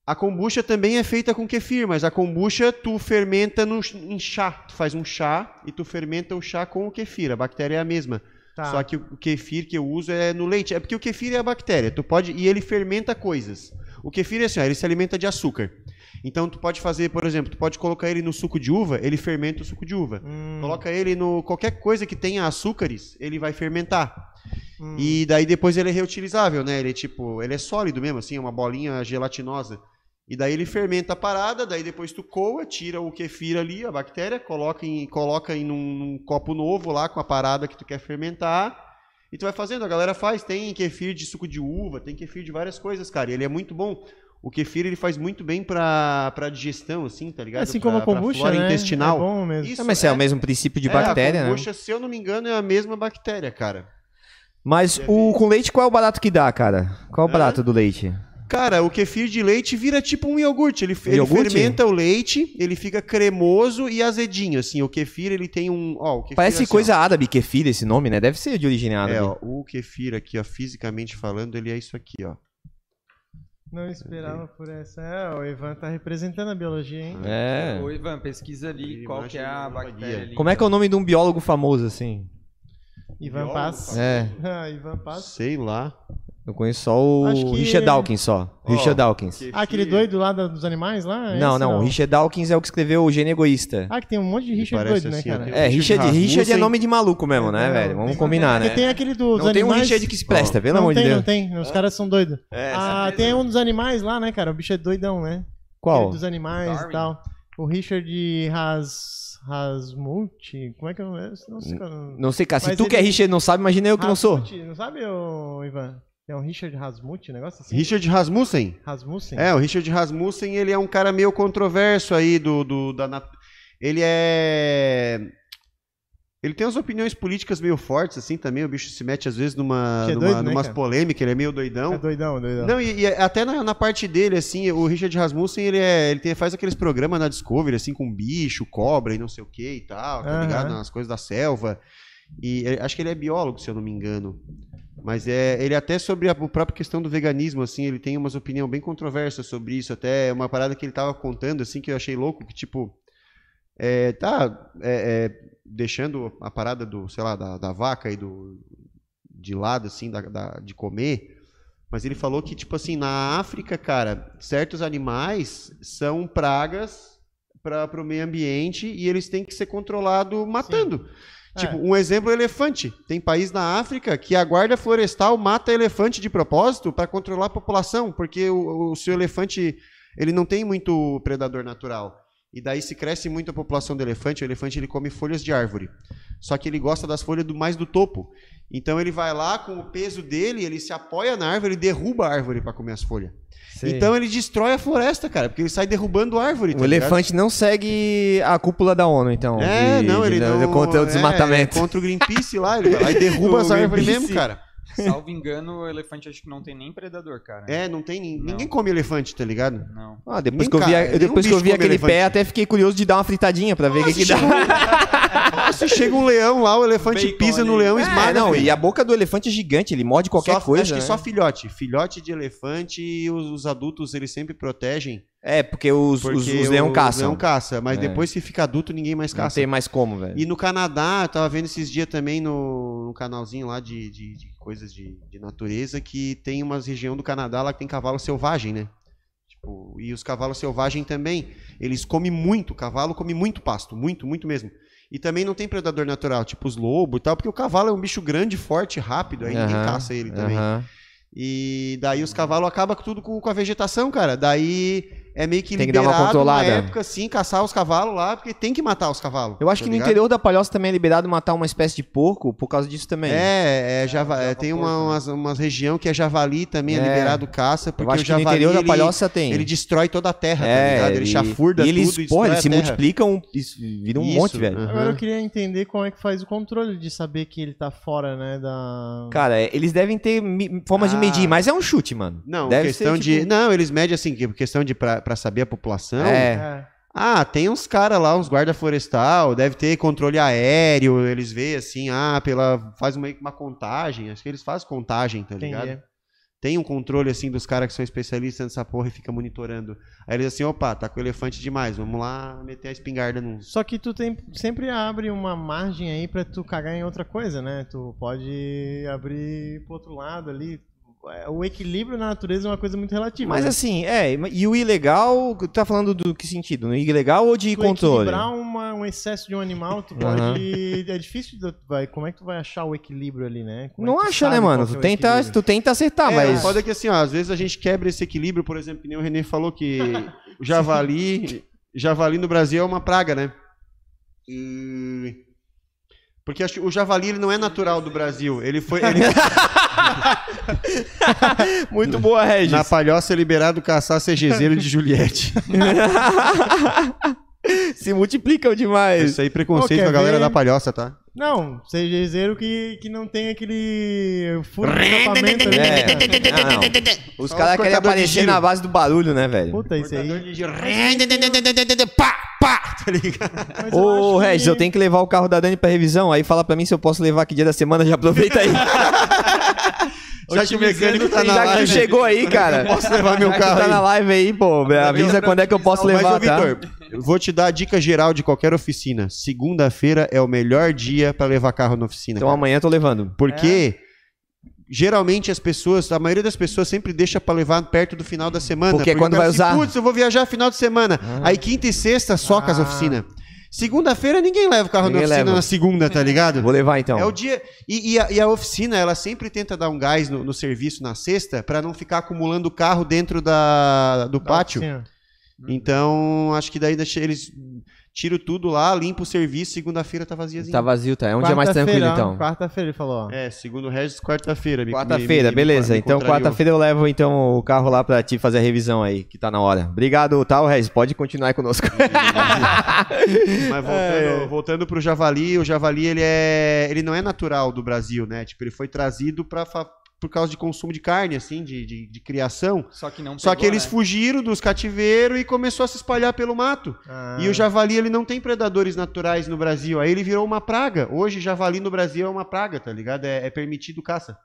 [SPEAKER 1] A kombucha também é feita com kefir, mas a kombucha tu fermenta no, em chá. Tu faz um chá e tu fermenta o chá com o kefir. A bactéria é a mesma.
[SPEAKER 4] Tá.
[SPEAKER 1] Só que o kefir que eu uso é no leite. É porque o kefir é a bactéria. Tu pode e ele fermenta coisas. O kefir é assim, ó, ele se alimenta de açúcar. Então tu pode fazer, por exemplo, tu pode colocar ele no suco de uva, ele fermenta o suco de uva.
[SPEAKER 4] Hum,
[SPEAKER 1] Coloca ele no qualquer coisa que tenha açúcares, ele vai fermentar.
[SPEAKER 4] hum.
[SPEAKER 1] E daí depois ele é reutilizável, né? Ele é tipo, ele é sólido mesmo, assim, é uma bolinha gelatinosa. E daí ele fermenta a parada, daí depois tu coa, tira o kefir ali, a bactéria, coloca em, coloca em um, copo novo lá com a parada que tu quer fermentar. E tu vai fazendo, a galera faz, tem kefir de suco de uva, tem kefir de várias coisas, cara. E ele é muito bom. O kefir ele faz muito bem pra, pra digestão, assim, tá ligado?
[SPEAKER 4] Assim como
[SPEAKER 1] Pra-
[SPEAKER 4] a
[SPEAKER 1] pra
[SPEAKER 4] kombucha,
[SPEAKER 1] flora
[SPEAKER 4] né?
[SPEAKER 1] intestinal.
[SPEAKER 4] É bom mesmo.
[SPEAKER 1] Isso
[SPEAKER 3] Ah, mas é, o mesmo princípio de bactéria,
[SPEAKER 1] é, a
[SPEAKER 3] né?
[SPEAKER 1] kombucha, se eu não me engano, é a mesma bactéria, cara.
[SPEAKER 3] Mas o com leite, qual é o barato que dá, cara? Qual é o
[SPEAKER 1] Hã?
[SPEAKER 3] barato do leite?
[SPEAKER 1] Cara, o kefir de leite vira tipo um iogurte. Ele, ele
[SPEAKER 3] Iogurte?
[SPEAKER 1] fermenta o leite, ele fica cremoso e azedinho, assim. O kefir, ele tem um... Ó, o kefir é
[SPEAKER 3] Parece
[SPEAKER 1] assim,
[SPEAKER 3] coisa árabe, kefir, esse nome, né? Deve ser de origem
[SPEAKER 1] Ó.
[SPEAKER 3] árabe.
[SPEAKER 1] É, ó, o kefir aqui, ó, fisicamente falando, ele é isso aqui, ó.
[SPEAKER 4] Não esperava por essa. É, o Ivan tá representando a biologia, hein?
[SPEAKER 3] É.
[SPEAKER 5] Ô, Ivan, pesquisa ali
[SPEAKER 1] Ele
[SPEAKER 5] qual
[SPEAKER 1] mexe
[SPEAKER 5] que é
[SPEAKER 1] na
[SPEAKER 5] a
[SPEAKER 1] magia.
[SPEAKER 5] bactéria ali.
[SPEAKER 3] Como é que é o nome de um biólogo famoso, assim?
[SPEAKER 4] Ivan
[SPEAKER 1] Ah, Biólogo,
[SPEAKER 4] Pass.
[SPEAKER 3] É.
[SPEAKER 4] Ah, Ivan Pass.
[SPEAKER 1] Sei lá.
[SPEAKER 3] Eu conheço só o
[SPEAKER 4] Acho que-
[SPEAKER 3] Richard Dawkins, só.
[SPEAKER 1] Ó,
[SPEAKER 3] Richard Dawkins.
[SPEAKER 1] Kefir-
[SPEAKER 4] Ah, aquele doido lá da- dos animais lá? É
[SPEAKER 3] Não,
[SPEAKER 4] esse,
[SPEAKER 3] não, o Richard Dawkins é o que escreveu o Gênio Egoísta.
[SPEAKER 4] Ah, que tem um monte de
[SPEAKER 1] Ele
[SPEAKER 4] Richard
[SPEAKER 1] parece
[SPEAKER 4] doido,
[SPEAKER 1] assim,
[SPEAKER 4] né,
[SPEAKER 1] ó,
[SPEAKER 4] cara?
[SPEAKER 1] tem-
[SPEAKER 3] É, Richard,
[SPEAKER 1] Richard
[SPEAKER 3] Richard é
[SPEAKER 1] Rasmussen.
[SPEAKER 3] nome de maluco mesmo, né,
[SPEAKER 1] É,
[SPEAKER 4] Não,
[SPEAKER 3] velho? Vamos
[SPEAKER 4] tem-
[SPEAKER 3] combinar,
[SPEAKER 4] Porque tem
[SPEAKER 3] né?
[SPEAKER 4] aquele dos
[SPEAKER 3] Não tem um
[SPEAKER 4] animais...
[SPEAKER 3] Richard que se presta, pelo
[SPEAKER 4] não
[SPEAKER 3] amor de
[SPEAKER 4] tem,
[SPEAKER 3] Deus.
[SPEAKER 4] Não tem, Os caras são doidos.
[SPEAKER 3] É,
[SPEAKER 4] ah, tem um dos animais lá, né, cara? O bicho é doidão, né? Aquele
[SPEAKER 3] Qual?
[SPEAKER 4] Dos animais
[SPEAKER 5] Darwin.
[SPEAKER 4] e tal. O Richard Has... Hasmulti? Como é que eu... eu Não sei qual é o nome.
[SPEAKER 3] Não sei, cara. Se
[SPEAKER 4] Mas
[SPEAKER 3] tu que é
[SPEAKER 4] ele-
[SPEAKER 3] Richard não sabe, imagina eu que não sou.
[SPEAKER 4] Rasmussen, Não sabe, ô, Ivan? É um Richard Rasmussen, um negócio assim?
[SPEAKER 1] Richard Rasmussen?
[SPEAKER 4] Rasmussen?
[SPEAKER 1] É, o Richard Rasmussen, ele é um cara meio controverso aí do, do da nat- ele é ele tem umas opiniões políticas meio fortes assim também, o bicho se mete às vezes numa
[SPEAKER 4] Que é
[SPEAKER 1] numa
[SPEAKER 4] doido, né,
[SPEAKER 1] numas
[SPEAKER 4] cara?
[SPEAKER 1] polêmicas, ele é meio doidão.
[SPEAKER 4] É doidão, doidão.
[SPEAKER 1] Não, e, e até na, na parte dele, assim, o Richard Rasmussen, ele, é, ele tem- faz aqueles programas na Discovery, assim, com bicho, cobra e não sei o que e tal, tá
[SPEAKER 4] Aham.
[SPEAKER 1] ligado? Nas coisas da selva. E é, acho que ele é biólogo, se eu não me engano. Mas é, ele até sobre a, a própria questão do veganismo, assim, ele tem umas opiniões bem controversas sobre isso. Até uma parada que ele tava contando, assim, que eu achei louco, que tipo... É, tá é, é, deixando a parada do, sei lá, da, da vaca e do de lado, assim, da, da- de comer. Mas ele falou que, tipo assim, na África, cara, certos animais são pragas para o meio ambiente e eles têm que ser controlados matando.
[SPEAKER 4] É.
[SPEAKER 1] Tipo, um exemplo, elefante. Tem país na África que a guarda florestal mata elefante de propósito para controlar a população, porque o, o seu elefante ele não tem muito predador natural. E daí se cresce muito a população do elefante, o elefante ele come folhas de árvore. Só que ele gosta das folhas do mais do topo. Então ele vai lá com o peso dele, ele se apoia na árvore, ele derruba a árvore para comer as folhas.
[SPEAKER 3] Sei.
[SPEAKER 1] Então ele destrói a floresta, cara, porque ele sai derrubando a árvore. tá
[SPEAKER 3] o
[SPEAKER 1] ligado?
[SPEAKER 3] elefante não segue a cúpula da ONU, então.
[SPEAKER 1] É,
[SPEAKER 3] de-
[SPEAKER 1] não,
[SPEAKER 3] de-
[SPEAKER 1] ele
[SPEAKER 3] de-
[SPEAKER 1] não.
[SPEAKER 3] Contra o
[SPEAKER 1] é,
[SPEAKER 3] desmatamento.
[SPEAKER 1] é contra o Greenpeace lá, ele vai lá e derruba
[SPEAKER 3] O
[SPEAKER 1] as árvores
[SPEAKER 3] Greenpeace.
[SPEAKER 1] mesmo, cara.
[SPEAKER 5] Salvo engano, o elefante acho que não tem nem predador, cara.
[SPEAKER 1] É, não tem. nin-
[SPEAKER 5] Não.
[SPEAKER 1] Ninguém come elefante, tá ligado?
[SPEAKER 5] Não.
[SPEAKER 3] Ah,
[SPEAKER 1] Nem
[SPEAKER 3] depois que eu vi, a-
[SPEAKER 1] cara, nenhum
[SPEAKER 3] depois que eu
[SPEAKER 1] bicho
[SPEAKER 3] vi
[SPEAKER 1] come
[SPEAKER 3] aquele pé,
[SPEAKER 1] elefante.
[SPEAKER 3] até fiquei curioso de dar uma fritadinha pra ver o que, que dá.
[SPEAKER 1] Ah, se chega um leão lá, o elefante
[SPEAKER 5] Bacon
[SPEAKER 1] pisa no
[SPEAKER 5] ali.
[SPEAKER 1] leão e
[SPEAKER 3] É,
[SPEAKER 1] esmaga.
[SPEAKER 3] não,
[SPEAKER 1] filho.
[SPEAKER 3] e a boca do elefante é gigante, ele morde qualquer
[SPEAKER 1] Só-
[SPEAKER 3] coisa.
[SPEAKER 1] Acho que
[SPEAKER 3] né?
[SPEAKER 1] só filhote. Filhote de elefante e os, os adultos eles sempre protegem.
[SPEAKER 3] É, porque os,
[SPEAKER 1] Porque
[SPEAKER 3] os, os
[SPEAKER 1] o-
[SPEAKER 3] leão
[SPEAKER 1] o
[SPEAKER 3] caçam.
[SPEAKER 1] leão caça, mas
[SPEAKER 3] É.
[SPEAKER 1] depois que fica adulto, ninguém mais
[SPEAKER 3] Não
[SPEAKER 1] caça.
[SPEAKER 3] tem mais como, velho.
[SPEAKER 1] E no Canadá, eu tava vendo esses dias também no, no canalzinho lá de, de- de coisas de, de natureza, que tem uma região do Canadá lá que tem cavalo selvagem, né? Tipo, e os cavalos selvagens também, eles comem muito, o cavalo come muito pasto, muito, muito mesmo. E também não tem predador natural, tipo os lobos e tal, porque o cavalo é um bicho grande, forte, rápido, aí ninguém
[SPEAKER 3] Aham,
[SPEAKER 1] caça ele também.
[SPEAKER 3] aham.
[SPEAKER 1] E daí os cavalos acabam tudo com, com a vegetação, cara. Daí é meio que
[SPEAKER 3] Tem que dar uma
[SPEAKER 1] liberado
[SPEAKER 3] controlada.
[SPEAKER 1] na época, assim, caçar os cavalos lá, porque tem que matar os cavalos.
[SPEAKER 3] Eu acho
[SPEAKER 1] tá
[SPEAKER 3] que no
[SPEAKER 1] ligado?
[SPEAKER 3] interior da palhoça também é liberado matar uma espécie de porco por causa disso também.
[SPEAKER 1] É, é,
[SPEAKER 5] o
[SPEAKER 1] java,
[SPEAKER 5] java
[SPEAKER 1] é, tem uma,
[SPEAKER 5] porco, né?
[SPEAKER 1] umas, umas região que é javali também, é,
[SPEAKER 3] É.
[SPEAKER 1] liberado caça, porque
[SPEAKER 3] eu acho
[SPEAKER 1] o
[SPEAKER 3] que no
[SPEAKER 1] javali
[SPEAKER 3] interior da
[SPEAKER 1] ele-
[SPEAKER 3] palhoça tem.
[SPEAKER 1] ele, destrói toda a terra, tá
[SPEAKER 3] é,
[SPEAKER 1] ligado? Ele chafurda
[SPEAKER 3] e eles,
[SPEAKER 1] tudo e
[SPEAKER 3] porra,
[SPEAKER 1] destrói
[SPEAKER 3] eles
[SPEAKER 1] a
[SPEAKER 3] se
[SPEAKER 1] terra.
[SPEAKER 3] multiplicam, isso, vira um
[SPEAKER 1] Isso,
[SPEAKER 3] monte, velho.
[SPEAKER 1] aham.
[SPEAKER 4] Agora eu queria entender como é que faz o controle de saber que ele tá fora, né, da...
[SPEAKER 3] Cara, é, eles devem ter mi- formas de
[SPEAKER 1] Ah.
[SPEAKER 3] medir, mas é um chute, mano.
[SPEAKER 1] Não,
[SPEAKER 3] Deve
[SPEAKER 1] questão
[SPEAKER 3] ser,
[SPEAKER 1] de.
[SPEAKER 3] tipo-
[SPEAKER 1] Não, eles medem assim, que- questão de pra, pra saber a população.
[SPEAKER 3] É.
[SPEAKER 4] É.
[SPEAKER 1] Ah, tem uns caras lá, uns guarda florestal, deve ter controle aéreo, eles veem assim, ah, pela. Faz uma, uma contagem. Acho que eles fazem contagem, tá
[SPEAKER 4] Entendi.
[SPEAKER 1] ligado? tem um controle assim dos caras que são especialistas nessa porra e fica monitorando. Aí eles assim, opa, tá com elefante demais, vamos lá meter a espingarda nos.
[SPEAKER 4] Só que tu tem, sempre abre uma margem aí pra tu cagar em outra coisa, né? Tu pode abrir pro outro lado ali. É, O equilíbrio na natureza é uma coisa muito relativa.
[SPEAKER 3] Mas
[SPEAKER 4] né?
[SPEAKER 3] assim, é, e o ilegal, tu tá falando do que sentido? No ilegal ou de
[SPEAKER 4] tu
[SPEAKER 3] controle?
[SPEAKER 4] equilibrar uma- um excesso de um animal, tu pode.
[SPEAKER 3] Aham.
[SPEAKER 4] É difícil, tu vai, como é que tu vai achar o equilíbrio ali, né? Como é
[SPEAKER 3] Não
[SPEAKER 4] que tu
[SPEAKER 3] acha, né,
[SPEAKER 4] sabe
[SPEAKER 3] mano?
[SPEAKER 4] qual que é
[SPEAKER 3] Tu
[SPEAKER 4] o
[SPEAKER 3] tenta,
[SPEAKER 4] equilíbrio?
[SPEAKER 3] tu tenta
[SPEAKER 1] é,
[SPEAKER 3] acertar, Ah, mas.
[SPEAKER 1] o foda é que assim, ó, às vezes a gente quebra esse equilíbrio, por exemplo, que nem o Renê falou que o javali, javali no Brasil é uma praga, né? E- Porque acho que o javali ele não é natural do Brasil. Ele foi ele-
[SPEAKER 3] Muito boa, Regis.
[SPEAKER 1] na palhoça é liberado caçar CGzeiro de Juliette.
[SPEAKER 3] Se multiplicam demais.
[SPEAKER 1] Isso aí é preconceito com
[SPEAKER 4] Ô, quer
[SPEAKER 1] a galera
[SPEAKER 4] ver?
[SPEAKER 1] da palhoça, tá?
[SPEAKER 4] Não, CGZero que, que não tem aquele furo de escapamento ali.
[SPEAKER 3] É.
[SPEAKER 4] né?
[SPEAKER 3] Não, não. Os
[SPEAKER 1] Só
[SPEAKER 3] caras
[SPEAKER 1] os
[SPEAKER 3] querem
[SPEAKER 1] cortador de
[SPEAKER 3] aparecer
[SPEAKER 1] giro.
[SPEAKER 3] na base do barulho, né, velho?
[SPEAKER 4] Puta, isso aí.
[SPEAKER 1] Cortador de giro. Pá, pá, tá ligado?
[SPEAKER 4] Mas eu
[SPEAKER 3] Ô,
[SPEAKER 4] acho que-
[SPEAKER 3] Regis, eu tenho que levar o carro da Dani pra revisão. Aí fala pra mim se eu posso levar que dia da semana. Já aproveita aí.
[SPEAKER 1] Já que o mecânico tá na
[SPEAKER 3] Já que tu
[SPEAKER 1] live.
[SPEAKER 3] chegou aí, cara.
[SPEAKER 1] Posso levar meu
[SPEAKER 3] Já que
[SPEAKER 1] carro
[SPEAKER 3] tu tá
[SPEAKER 1] aí? Tá
[SPEAKER 3] na live aí, pô. Me avisa quando é que eu posso
[SPEAKER 1] Mas,
[SPEAKER 3] levar,
[SPEAKER 1] ô,
[SPEAKER 3] tá?
[SPEAKER 1] Vitor, eu vou te dar a dica geral de qualquer oficina. Segunda-feira é o melhor dia pra levar carro na oficina.
[SPEAKER 3] Então É.
[SPEAKER 1] cara.
[SPEAKER 3] amanhã eu tô levando.
[SPEAKER 1] Porque geralmente as pessoas, a maioria das pessoas sempre deixa pra levar perto do final da semana.
[SPEAKER 3] Porque é quando
[SPEAKER 1] o cara
[SPEAKER 3] vai
[SPEAKER 1] diz,
[SPEAKER 3] usar. Ah.
[SPEAKER 1] Putz, eu vou viajar final de semana. Aí quinta e sexta soca as
[SPEAKER 4] Ah.
[SPEAKER 1] oficinas. Segunda-feira ninguém leva o carro
[SPEAKER 3] Ninguém
[SPEAKER 1] na oficina
[SPEAKER 3] leva.
[SPEAKER 1] na segunda, tá ligado?
[SPEAKER 3] Vou levar então.
[SPEAKER 1] É o dia. E, e a, e a oficina, ela sempre tenta dar um gás no, no serviço na sexta pra não ficar acumulando carro dentro da, do pátio.
[SPEAKER 4] Tá, Sim, ó.
[SPEAKER 3] É né?
[SPEAKER 1] Então, acho que daí deixa- eles tiram tudo lá, limpa o serviço, segunda-feira tá vaziazinho.
[SPEAKER 3] Tá vazio, tá? É um dia mais
[SPEAKER 4] Quarta-feira,
[SPEAKER 3] tranquilo
[SPEAKER 4] ó.
[SPEAKER 3] então.
[SPEAKER 4] Quarta-feira ele falou, ó.
[SPEAKER 1] É, segundo o Regis, quarta-feira. né? me- me-
[SPEAKER 3] Quarta-feira,
[SPEAKER 1] me- me-
[SPEAKER 3] beleza.
[SPEAKER 1] me
[SPEAKER 3] Então
[SPEAKER 1] contrariou.
[SPEAKER 3] quarta-feira eu levo então o carro lá pra te fazer a revisão aí, que tá na hora. Obrigado, tal, Regis. Pode continuar aí conosco.
[SPEAKER 1] Mas voltando,
[SPEAKER 5] É.
[SPEAKER 1] voltando pro Javali, o Javali ele, é, ele não é natural do Brasil, né? Tipo, ele foi trazido pra, fa- por causa de consumo de carne, assim, de- de, de criação.
[SPEAKER 5] Só que não
[SPEAKER 1] Só
[SPEAKER 5] pegou,
[SPEAKER 1] que eles
[SPEAKER 5] né?
[SPEAKER 1] fugiram dos cativeiros e começou a se espalhar pelo mato.
[SPEAKER 4] Ah.
[SPEAKER 1] E o javali, ele não tem predadores naturais no Brasil. Aí ele virou uma praga. Hoje, javali no Brasil é uma praga, tá ligado? É, é permitido caça.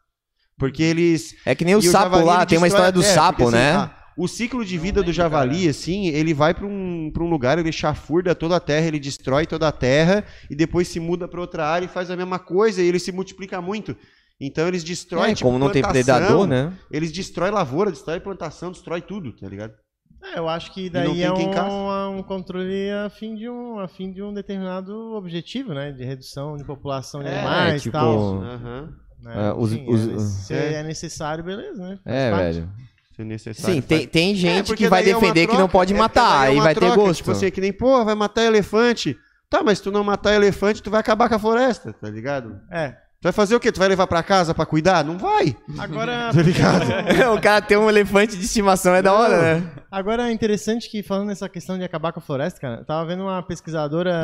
[SPEAKER 1] Porque eles.
[SPEAKER 3] É que nem o
[SPEAKER 1] e
[SPEAKER 3] sapo
[SPEAKER 1] javali,
[SPEAKER 3] lá,
[SPEAKER 1] ele
[SPEAKER 3] tem uma
[SPEAKER 1] destrói
[SPEAKER 3] história
[SPEAKER 1] a
[SPEAKER 3] do
[SPEAKER 1] terra,
[SPEAKER 3] sapo,
[SPEAKER 1] porque, assim,
[SPEAKER 3] né?
[SPEAKER 1] ah, o ciclo de
[SPEAKER 5] Não
[SPEAKER 1] vida do
[SPEAKER 5] lembro,
[SPEAKER 1] javali, assim, ele vai pra um, pra um lugar, ele chafurda toda a terra, ele destrói toda a terra e depois se muda pra outra área e faz a mesma coisa e ele se multiplica muito. Então eles destroem.
[SPEAKER 3] É, como não tem
[SPEAKER 1] plantação,
[SPEAKER 3] predador, né?
[SPEAKER 1] Eles destroem lavoura, destroem plantação, destrói tudo, tá ligado?
[SPEAKER 4] É, eu acho que
[SPEAKER 1] não
[SPEAKER 4] daí
[SPEAKER 1] tem
[SPEAKER 4] é
[SPEAKER 1] quem
[SPEAKER 4] um,
[SPEAKER 1] caça.
[SPEAKER 4] a- um controle a fim, de um, a fim de um determinado objetivo, né? De redução de população de
[SPEAKER 1] É,
[SPEAKER 4] animais e
[SPEAKER 3] tipo,
[SPEAKER 4] tal.
[SPEAKER 1] Aham.
[SPEAKER 4] né?
[SPEAKER 3] é, os-
[SPEAKER 4] Enfim,
[SPEAKER 3] os-
[SPEAKER 4] é, se
[SPEAKER 1] é.
[SPEAKER 4] é. necessário, beleza, né? Faz
[SPEAKER 3] É,
[SPEAKER 4] parte.
[SPEAKER 3] velho.
[SPEAKER 1] Se necessário.
[SPEAKER 3] Sim, tem, tem
[SPEAKER 1] É,
[SPEAKER 3] gente
[SPEAKER 1] porque
[SPEAKER 3] que vai
[SPEAKER 1] daí é uma
[SPEAKER 3] defender que
[SPEAKER 1] troca,
[SPEAKER 3] não pode
[SPEAKER 1] é,
[SPEAKER 3] matar,
[SPEAKER 1] daí é
[SPEAKER 3] aí
[SPEAKER 1] uma
[SPEAKER 3] vai ter
[SPEAKER 1] troca,
[SPEAKER 3] gosto.
[SPEAKER 1] Tipo assim, é que nem, pô, vai matar elefante. Tá, mas se tu não matar elefante, tu vai acabar com a floresta, tá ligado?
[SPEAKER 4] É.
[SPEAKER 1] Tu vai fazer o quê? Tu vai levar pra casa pra cuidar? Não vai.
[SPEAKER 4] Agora,
[SPEAKER 1] Tá ligado?
[SPEAKER 3] o cara ter um elefante de estimação é da hora, né?
[SPEAKER 4] Agora é interessante que falando nessa questão de acabar com a floresta, cara, tava vendo uma pesquisadora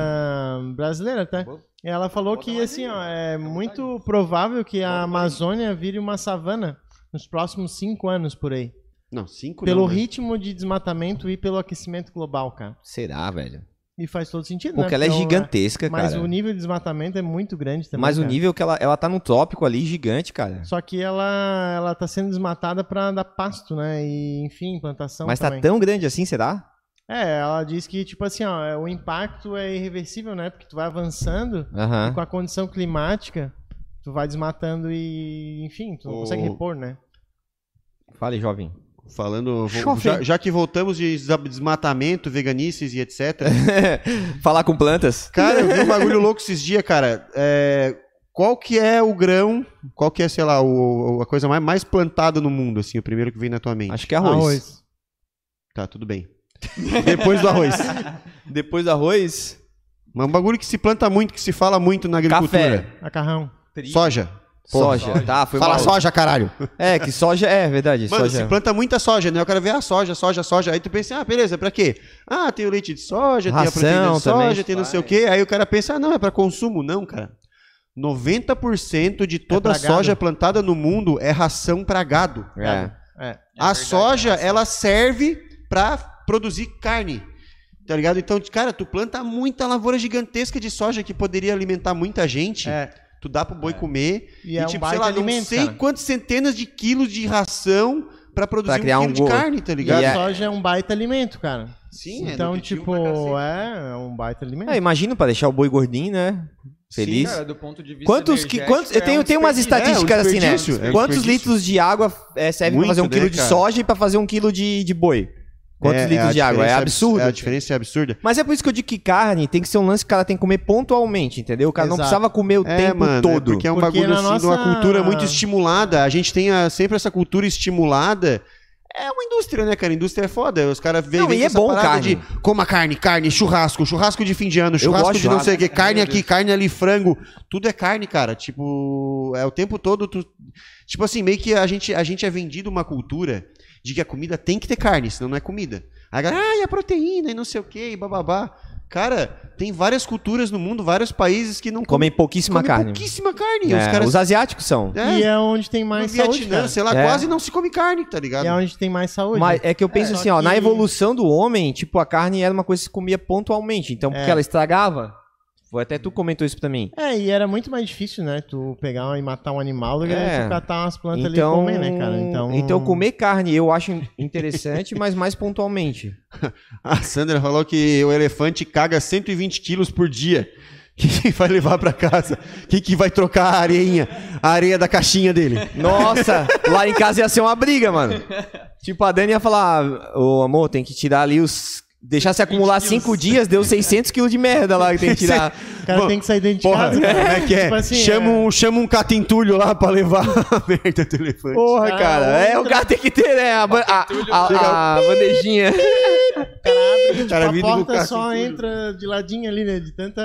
[SPEAKER 4] brasileira até.
[SPEAKER 5] Boa.
[SPEAKER 4] E ela falou que
[SPEAKER 1] né?
[SPEAKER 4] assim, ó, é muito provável que a Amazônia vire uma savana nos próximos cinco anos por aí.
[SPEAKER 1] Não, cinco
[SPEAKER 4] Pelo
[SPEAKER 1] não, né?
[SPEAKER 4] ritmo de desmatamento e pelo aquecimento global, cara.
[SPEAKER 3] Será, velho?
[SPEAKER 4] E faz todo sentido, né?
[SPEAKER 3] Porque ela é
[SPEAKER 4] Então,
[SPEAKER 3] gigantesca,
[SPEAKER 4] Mas
[SPEAKER 3] cara.
[SPEAKER 4] o nível de desmatamento é muito grande
[SPEAKER 1] né,
[SPEAKER 4] também.
[SPEAKER 3] Mas o
[SPEAKER 4] cara.
[SPEAKER 3] nível que ela, ela tá no tópico ali, gigante, cara.
[SPEAKER 4] Só que ela, ela tá sendo desmatada pra dar pasto, né? E, enfim, plantação
[SPEAKER 3] Mas
[SPEAKER 4] também.
[SPEAKER 3] tá tão grande assim, será?
[SPEAKER 4] É, ela diz que, tipo assim, ó, é, o impacto é irreversível, né? Porque tu vai avançando
[SPEAKER 3] Aham.
[SPEAKER 4] e com a condição climática, tu vai desmatando e, enfim, tu não
[SPEAKER 1] O-
[SPEAKER 4] consegue repor, né?
[SPEAKER 3] Fale, jovem.
[SPEAKER 1] Falando, vo-
[SPEAKER 3] Chove.
[SPEAKER 1] já, já que voltamos de desa- desmatamento, veganices e etc.
[SPEAKER 3] Falar com plantas?
[SPEAKER 1] Cara, eu vi um bagulho louco esses dias, cara. É, qual que é o grão, qual que é, sei lá, o- o- a coisa mais, mais plantada no mundo, assim, o primeiro que vem na tua mente?
[SPEAKER 3] Acho que é arroz.
[SPEAKER 1] Tá, tudo bem. Depois do arroz.
[SPEAKER 3] Depois do arroz,
[SPEAKER 1] Mas é um bagulho que se planta muito, que se fala muito na agricultura.
[SPEAKER 3] café,
[SPEAKER 4] Macarrão.
[SPEAKER 5] Trigo.
[SPEAKER 1] Soja. Porra.
[SPEAKER 3] soja. Tá, foi
[SPEAKER 1] Fala
[SPEAKER 3] mal.
[SPEAKER 1] soja, caralho.
[SPEAKER 3] É, que soja é verdade.
[SPEAKER 1] Mano,
[SPEAKER 3] soja.
[SPEAKER 1] se planta muita soja, né? O cara vê a soja, soja, soja. Aí tu pensa, ah, beleza, pra quê? Ah, tem o leite de soja, tem a proteína
[SPEAKER 3] Ração
[SPEAKER 1] de soja,
[SPEAKER 3] também,
[SPEAKER 1] tem não
[SPEAKER 5] vai.
[SPEAKER 1] sei o quê. Aí o cara pensa, ah, não, é pra consumo. Não, cara. 90% de toda a
[SPEAKER 4] pra gado.
[SPEAKER 1] soja plantada no mundo é ração pra gado.
[SPEAKER 3] É.
[SPEAKER 5] É
[SPEAKER 1] a
[SPEAKER 5] verdade,
[SPEAKER 1] soja,
[SPEAKER 5] né?
[SPEAKER 1] ela serve pra produzir carne. Tá ligado? Então, cara, tu planta muita lavoura gigantesca de soja que poderia alimentar muita gente.
[SPEAKER 4] É.
[SPEAKER 1] Tu dá pro boi comer.
[SPEAKER 4] E,
[SPEAKER 1] E,
[SPEAKER 4] é
[SPEAKER 1] tipo,
[SPEAKER 4] um
[SPEAKER 1] sei
[SPEAKER 4] baita
[SPEAKER 1] lá, não
[SPEAKER 4] alimento,
[SPEAKER 1] sei
[SPEAKER 4] cara.
[SPEAKER 1] quantas centenas de quilos de ração pra produzir
[SPEAKER 3] Pra criar
[SPEAKER 1] um
[SPEAKER 3] um
[SPEAKER 1] quilo
[SPEAKER 3] go-
[SPEAKER 1] de carne, tá
[SPEAKER 4] E
[SPEAKER 1] ligado?
[SPEAKER 4] a
[SPEAKER 3] é-
[SPEAKER 4] soja é um baita alimento, cara.
[SPEAKER 1] Sim, é
[SPEAKER 4] então,
[SPEAKER 1] nutritivo
[SPEAKER 4] tipo,
[SPEAKER 1] pra cacete. né?
[SPEAKER 4] é, é um baita alimento.
[SPEAKER 3] É, imagino pra deixar o boi gordinho, né?
[SPEAKER 5] Sim,
[SPEAKER 3] Feliz.
[SPEAKER 5] cara, do ponto de vista
[SPEAKER 3] Quantos que
[SPEAKER 5] energético,
[SPEAKER 3] quantos eu
[SPEAKER 5] é
[SPEAKER 3] tenho
[SPEAKER 5] um
[SPEAKER 3] tenho umas
[SPEAKER 5] desperdício.
[SPEAKER 3] estatísticas assim, né?
[SPEAKER 1] desperdício, é um
[SPEAKER 3] Quantos
[SPEAKER 1] desperdício.
[SPEAKER 3] litros de água é, serve
[SPEAKER 1] Muito,
[SPEAKER 3] pra fazer um
[SPEAKER 1] né,
[SPEAKER 3] quilo de
[SPEAKER 1] cara?
[SPEAKER 3] soja e pra fazer um quilo de, de boi? Quantos
[SPEAKER 1] É, é,
[SPEAKER 3] litros
[SPEAKER 1] a
[SPEAKER 3] de água? É
[SPEAKER 1] diferença abs-
[SPEAKER 3] absurdo.
[SPEAKER 1] é, a diferença é absurda.
[SPEAKER 3] Mas é por isso que eu digo que carne tem que ser um lance que o cara tem que comer pontualmente, entendeu? O cara não
[SPEAKER 4] Exato.
[SPEAKER 3] precisava comer o
[SPEAKER 1] é,
[SPEAKER 3] tempo
[SPEAKER 1] mano,
[SPEAKER 3] todo.
[SPEAKER 1] É porque é um
[SPEAKER 4] Porque
[SPEAKER 1] bagulho
[SPEAKER 4] na
[SPEAKER 1] assim de uma
[SPEAKER 4] nossa-
[SPEAKER 1] cultura muito estimulada. A gente tem a- sempre essa cultura estimulada. É uma indústria, né, cara? Indústria é foda. Os caras vêm
[SPEAKER 3] Não, e
[SPEAKER 1] com
[SPEAKER 3] é
[SPEAKER 1] essa
[SPEAKER 3] bom
[SPEAKER 1] parada
[SPEAKER 3] carne.
[SPEAKER 1] de coma carne, carne, churrasco, churrasco de fim de ano, churrasco
[SPEAKER 3] gosto
[SPEAKER 1] de não
[SPEAKER 3] de
[SPEAKER 1] sei o que, carne
[SPEAKER 5] Meu
[SPEAKER 1] aqui, carne ali, frango. Tudo é carne, cara. Tipo, é o tempo todo. tu- Tipo assim, meio que a gente, a gente é vendido uma cultura de que a comida tem que ter carne, senão não é comida. Aí A galera, ah, e a proteína, e não sei o que, e bababá. Cara, tem várias culturas no mundo, vários países que não
[SPEAKER 3] Comem pouquíssima
[SPEAKER 1] um come
[SPEAKER 3] carne.
[SPEAKER 1] pouquíssima carne.
[SPEAKER 3] É,
[SPEAKER 1] os
[SPEAKER 3] os,
[SPEAKER 1] caras.
[SPEAKER 3] asiáticos são.
[SPEAKER 1] É,
[SPEAKER 4] E é onde tem mais
[SPEAKER 1] no
[SPEAKER 4] saúde,
[SPEAKER 1] Vietnã,
[SPEAKER 4] cara.
[SPEAKER 1] sei lá,
[SPEAKER 3] É.
[SPEAKER 1] quase não se come carne, tá ligado?
[SPEAKER 4] E é onde tem mais saúde.
[SPEAKER 3] Mas é que eu penso
[SPEAKER 4] É,
[SPEAKER 3] assim,
[SPEAKER 4] só
[SPEAKER 3] ó, na
[SPEAKER 4] que-
[SPEAKER 3] evolução do homem, tipo, a carne era uma coisa que se comia pontualmente. Então, porque
[SPEAKER 4] É.
[SPEAKER 3] ela estragava. Foi até
[SPEAKER 1] Hum.
[SPEAKER 3] tu comentou isso pra mim.
[SPEAKER 4] É, e era muito mais difícil, né? Tu pegar e matar um animal do que
[SPEAKER 3] É.
[SPEAKER 4] tu catar umas plantas
[SPEAKER 3] Então,
[SPEAKER 4] ali e comer, né, cara? Então,
[SPEAKER 3] comer carne eu acho interessante, mas mais pontualmente.
[SPEAKER 1] A Sandra falou que o elefante caga 120 quilos por dia. Quem vai levar pra casa? Quem que vai trocar a areinha, a areia da caixinha dele?
[SPEAKER 3] Nossa, lá em casa ia ser uma briga, mano. Tipo, a Dani ia falar, ô amor, tem que tirar ali os... Deixar se acumular
[SPEAKER 5] 20 quilos.
[SPEAKER 3] cinco dias, deu 600 quilos de merda lá que tem que tirar.
[SPEAKER 4] O cara
[SPEAKER 1] Bom,
[SPEAKER 4] tem que sair dentro de
[SPEAKER 1] Porra,
[SPEAKER 4] casa,
[SPEAKER 1] como
[SPEAKER 3] né?
[SPEAKER 4] cara.
[SPEAKER 1] é que é?
[SPEAKER 4] Tipo assim,
[SPEAKER 1] chama,
[SPEAKER 4] é.
[SPEAKER 1] Um, chama um catentulho lá pra levar a merda do elefante.
[SPEAKER 3] Porra,
[SPEAKER 4] Ah,
[SPEAKER 3] cara. É, o
[SPEAKER 4] outra.
[SPEAKER 3] cara tem que ter, né? A, ba- a, a, a bandejinha.
[SPEAKER 1] o cara
[SPEAKER 4] a
[SPEAKER 1] vindo com o
[SPEAKER 4] porta
[SPEAKER 1] catentulho.
[SPEAKER 4] só entra de ladinho ali, né? De tanta.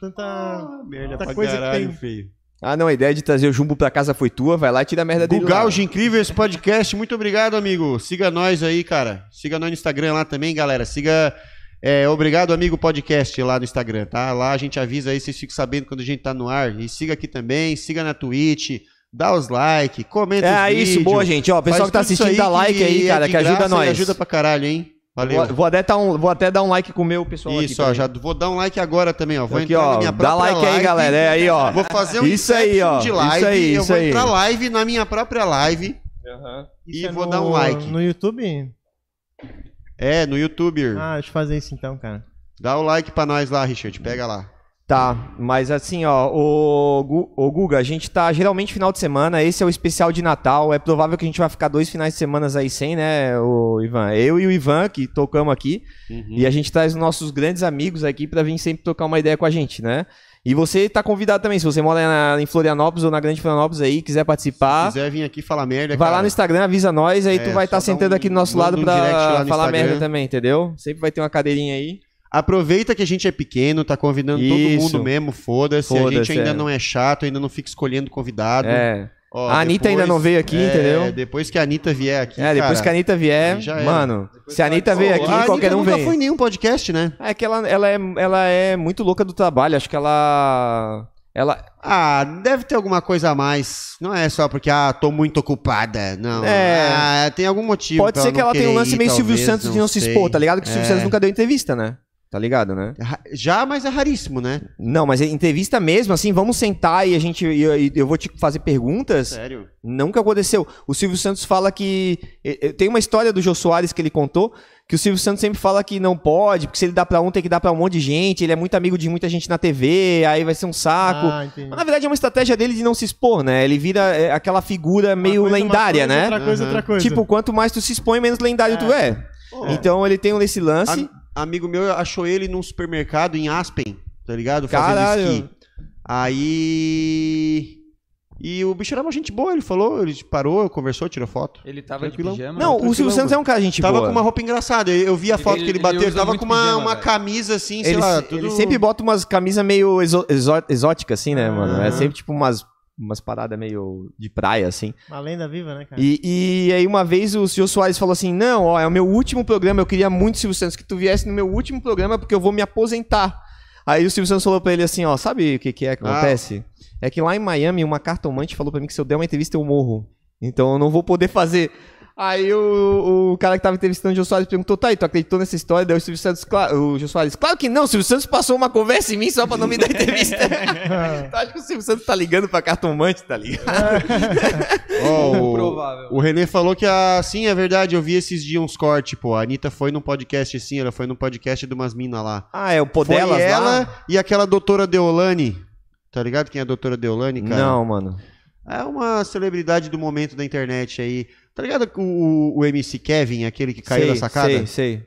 [SPEAKER 4] tanta...
[SPEAKER 1] Ah, merda
[SPEAKER 4] Outra
[SPEAKER 1] pra
[SPEAKER 4] coisa que
[SPEAKER 1] caralho,
[SPEAKER 4] tem.
[SPEAKER 1] feio.
[SPEAKER 3] Ah, não, a ideia de trazer o jumbo pra casa foi tua, vai lá e tira a merda Tá dele. lá.
[SPEAKER 1] Gugalge Incrível, esse podcast. Muito obrigado, amigo. Siga nós aí, cara. Siga nós no Instagram lá também, galera. Siga. é, obrigado, amigo podcast lá no Instagram, tá? Lá a gente avisa aí, vocês ficam sabendo quando a gente tá no ar. E siga aqui também, siga na Twitch, dá os like, comenta os
[SPEAKER 3] É isso,
[SPEAKER 1] vídeos.
[SPEAKER 3] boa, gente. Ó, o pessoal
[SPEAKER 1] Faz
[SPEAKER 3] que tá
[SPEAKER 1] tudo isso
[SPEAKER 3] assistindo, dá like aí,
[SPEAKER 1] é
[SPEAKER 3] cara,
[SPEAKER 1] de
[SPEAKER 3] que ajuda
[SPEAKER 1] graça e
[SPEAKER 3] nós.
[SPEAKER 1] Ajuda pra caralho, hein? Valeu.
[SPEAKER 3] Vou, vou até dar um, vou até dar um like com o meu pessoal aqui
[SPEAKER 1] isso, ó,
[SPEAKER 3] também.
[SPEAKER 1] já vou dar um like agora também, ó. Vou
[SPEAKER 3] aqui,
[SPEAKER 1] entrar
[SPEAKER 3] ó,
[SPEAKER 1] na minha
[SPEAKER 3] dá
[SPEAKER 1] própria
[SPEAKER 3] like, aí, galera. É aí, ó.
[SPEAKER 1] Vou fazer um
[SPEAKER 3] Isso aí,
[SPEAKER 1] inception
[SPEAKER 3] ó.
[SPEAKER 1] de live.
[SPEAKER 3] Isso aí,
[SPEAKER 1] eu
[SPEAKER 3] isso
[SPEAKER 1] vou
[SPEAKER 3] aí.
[SPEAKER 1] entrar live na minha própria live e
[SPEAKER 4] Isso é
[SPEAKER 1] vou
[SPEAKER 4] no-
[SPEAKER 1] dar um like.
[SPEAKER 4] No YouTube?
[SPEAKER 1] É, no YouTube.
[SPEAKER 4] Ah, deixa eu fazer isso então, cara.
[SPEAKER 1] Dá o like pra nós lá, Richard. Pega lá.
[SPEAKER 3] Tá, mas assim, ó, o, Gu- o Guga, a gente tá geralmente final de semana, esse é o especial de Natal, é provável que a gente vai ficar dois finais de semana aí sem, né, o Ivan? Eu e o Ivan, que tocamos aqui,
[SPEAKER 1] Hum.
[SPEAKER 3] e a gente traz os nossos grandes amigos aqui pra vir sempre tocar uma ideia com a gente, né? E você tá convidado também, se você mora na- em Florianópolis ou na Grande Florianópolis aí, quiser participar,
[SPEAKER 1] Se quiser vir aqui falar merda,
[SPEAKER 3] Ah. vai
[SPEAKER 1] É, cara.
[SPEAKER 3] lá no Instagram, avisa nós, aí
[SPEAKER 1] É,
[SPEAKER 3] tu vai
[SPEAKER 1] só
[SPEAKER 3] estar
[SPEAKER 1] dá
[SPEAKER 3] sentando
[SPEAKER 1] um-
[SPEAKER 3] aqui do nosso
[SPEAKER 1] manda
[SPEAKER 3] lado
[SPEAKER 1] um direct lá
[SPEAKER 3] pra
[SPEAKER 1] no
[SPEAKER 3] falar
[SPEAKER 1] Instagram.
[SPEAKER 3] merda também, entendeu? Sempre vai ter uma cadeirinha aí.
[SPEAKER 1] Aproveita que a gente é pequeno, tá convidando todo
[SPEAKER 3] Isso.
[SPEAKER 1] mundo mesmo, foda-se. a gente
[SPEAKER 3] Foda-se,
[SPEAKER 1] ainda
[SPEAKER 3] é.
[SPEAKER 1] não é chato, ainda não fica escolhendo convidado.
[SPEAKER 3] É.
[SPEAKER 1] Ó,
[SPEAKER 3] a Anitta
[SPEAKER 1] depois-
[SPEAKER 3] ainda não veio aqui,
[SPEAKER 1] É,
[SPEAKER 3] entendeu?
[SPEAKER 1] Depois que a Anitta vier aqui.
[SPEAKER 3] é, depois que a
[SPEAKER 1] cara,
[SPEAKER 3] Anitta vier,
[SPEAKER 1] aí já era.
[SPEAKER 3] mano,
[SPEAKER 5] Depois
[SPEAKER 3] se a
[SPEAKER 5] vai-
[SPEAKER 3] Anitta veio
[SPEAKER 5] Pô,
[SPEAKER 3] aqui,
[SPEAKER 1] Ah, a
[SPEAKER 3] qualquer
[SPEAKER 1] Anitta
[SPEAKER 3] um
[SPEAKER 1] nunca
[SPEAKER 3] vem.
[SPEAKER 1] foi em nenhum podcast, né?
[SPEAKER 3] É que ela, ela, é, ela é muito louca do trabalho, acho que ela... Ela,
[SPEAKER 1] Ah, deve ter alguma coisa a mais. Não é só porque, ah, tô muito ocupada. Não.
[SPEAKER 3] É.
[SPEAKER 1] Ah, tem algum motivo.
[SPEAKER 3] Pode
[SPEAKER 1] pra
[SPEAKER 3] ser que
[SPEAKER 1] não
[SPEAKER 3] ela tenha um
[SPEAKER 1] querer
[SPEAKER 3] lance
[SPEAKER 1] ir,
[SPEAKER 3] meio Silvio
[SPEAKER 1] talvez,
[SPEAKER 3] Santos de não se
[SPEAKER 1] sei.
[SPEAKER 3] expor, tá ligado? Que o Silvio
[SPEAKER 1] É.
[SPEAKER 3] Santos nunca deu entrevista, né? Tá ligado, né?
[SPEAKER 1] Ra- Já, mas é raríssimo, né?
[SPEAKER 3] Não, mas entrevista mesmo, assim, vamos sentar e a gente. e eu, e eu vou te fazer perguntas.
[SPEAKER 1] Sério.
[SPEAKER 3] Nunca aconteceu. O Silvio Santos fala que. e- e- Tem uma história do Jô Soares que ele contou, que o Silvio Santos sempre fala que não pode, porque se ele dá pra um, tem que dar pra um monte de gente. Ele é muito amigo de muita gente na TV, aí vai ser um saco.
[SPEAKER 4] Ah, entendi.
[SPEAKER 3] Mas, na verdade, é uma estratégia dele de não se expor, né? Ele vira é, aquela figura
[SPEAKER 4] Uma
[SPEAKER 3] meio
[SPEAKER 4] coisa, uma
[SPEAKER 3] lendária,
[SPEAKER 4] coisa,
[SPEAKER 3] né?
[SPEAKER 4] Outra coisa, outra coisa.
[SPEAKER 3] Tipo, quanto mais tu se expõe, menos lendário tu é. Então ele tem esse lance.
[SPEAKER 1] Amigo meu achou ele num supermercado em Aspen, tá ligado?
[SPEAKER 3] Caralho.
[SPEAKER 1] Fazendo esqui. Aí. E o bicho era uma gente boa, ele falou, ele parou, conversou, tirou foto.
[SPEAKER 5] Ele tava
[SPEAKER 1] Tranquilão.
[SPEAKER 5] de pijama?
[SPEAKER 3] não,
[SPEAKER 1] tranquilo,
[SPEAKER 3] o Silvio Santos é um cara gente
[SPEAKER 1] tava
[SPEAKER 3] boa.
[SPEAKER 1] com uma roupa engraçada. Eu eu vi a
[SPEAKER 5] Ele-
[SPEAKER 1] foto que ele
[SPEAKER 5] ele
[SPEAKER 1] bateu, ele
[SPEAKER 5] usa
[SPEAKER 1] tava
[SPEAKER 5] muito
[SPEAKER 1] com uma,
[SPEAKER 5] pijama,
[SPEAKER 1] uma
[SPEAKER 5] velho.
[SPEAKER 1] camisa assim, sei
[SPEAKER 3] Ele,
[SPEAKER 1] lá,
[SPEAKER 3] se-
[SPEAKER 1] tudo.
[SPEAKER 3] ele sempre bota umas camisas meio exo- exo- exóticas, assim, né, mano? É
[SPEAKER 1] Aham.
[SPEAKER 3] sempre tipo umas, umas paradas meio de praia, assim.
[SPEAKER 4] Uma lenda viva, né, cara?
[SPEAKER 3] E, e aí uma vez o Silvio Soares falou assim: Não, ó, é o meu último programa, eu queria muito, Silvio Santos, que tu viesse no meu último programa porque eu vou me aposentar. Aí o Silvio Santos falou pra ele assim: Ó, sabe o que, que é que
[SPEAKER 1] Ah.
[SPEAKER 3] acontece? É que lá em Miami uma cartomante falou pra mim que se eu der uma entrevista eu morro. Então eu não vou poder fazer. Aí o, o cara que tava entrevistando o Jô Soares perguntou: Tá, e tu acreditou nessa história? Daí o Silvio Santos, claro, o Jô Soares, claro que não, o Silvio Santos passou uma conversa em mim só pra não me dar entrevista. então acho que o Silvio Santos tá ligando pra cartomante, tá ligado?
[SPEAKER 1] Ó, o-
[SPEAKER 5] Provável.
[SPEAKER 1] O Renê falou que a. Sim, é verdade, eu vi esses dias uns cortes, pô. A Anitta foi num podcast assim, ela foi num podcast de umas minas lá.
[SPEAKER 3] Ah, é o
[SPEAKER 1] Foi
[SPEAKER 3] Podelas lá?
[SPEAKER 1] ela e aquela doutora Deolane. Tá ligado quem é a doutora Deolane, cara?
[SPEAKER 3] Não, mano.
[SPEAKER 1] É uma celebridade do momento da internet aí. Tá ligado o, o, o MC Kevin, aquele que caiu
[SPEAKER 3] Sei,
[SPEAKER 1] da sacada?
[SPEAKER 3] Sei, sei.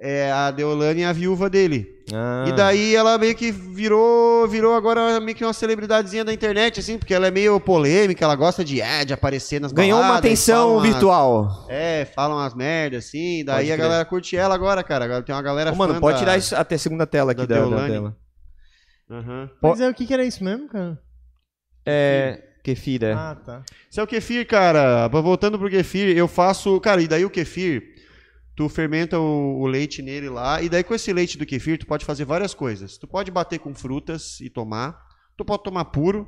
[SPEAKER 1] É a Deolane é a viúva dele.
[SPEAKER 3] Ah.
[SPEAKER 1] E daí ela meio que virou, virou agora meio que uma celebridadezinha da internet, assim, porque ela é meio polêmica, ela gosta de, é, de aparecer nas
[SPEAKER 3] ganhou uma
[SPEAKER 1] baladas,
[SPEAKER 3] atenção
[SPEAKER 1] fala umas-
[SPEAKER 3] virtual.
[SPEAKER 1] É, falam umas merdas, assim,
[SPEAKER 3] Pode
[SPEAKER 1] daí a
[SPEAKER 3] crer.
[SPEAKER 1] galera curte ela agora, cara. Agora tem uma galera
[SPEAKER 3] Ô, mano,
[SPEAKER 1] fã
[SPEAKER 3] pode
[SPEAKER 1] da-
[SPEAKER 3] tirar isso até a segunda tela aqui
[SPEAKER 1] da
[SPEAKER 3] da, da
[SPEAKER 1] Deolane.
[SPEAKER 3] tela.
[SPEAKER 1] Aham.
[SPEAKER 4] Mas é o que que era isso mesmo, cara?
[SPEAKER 3] É. Kefir, é.
[SPEAKER 4] Ah, tá.
[SPEAKER 1] Isso é o kefir, cara. Pra- Voltando pro kefir, eu faço. Cara, e daí o kefir, tu fermenta o, o leite nele lá, e daí com esse leite do kefir, tu pode fazer várias coisas. Tu pode bater com frutas e tomar, tu pode tomar puro.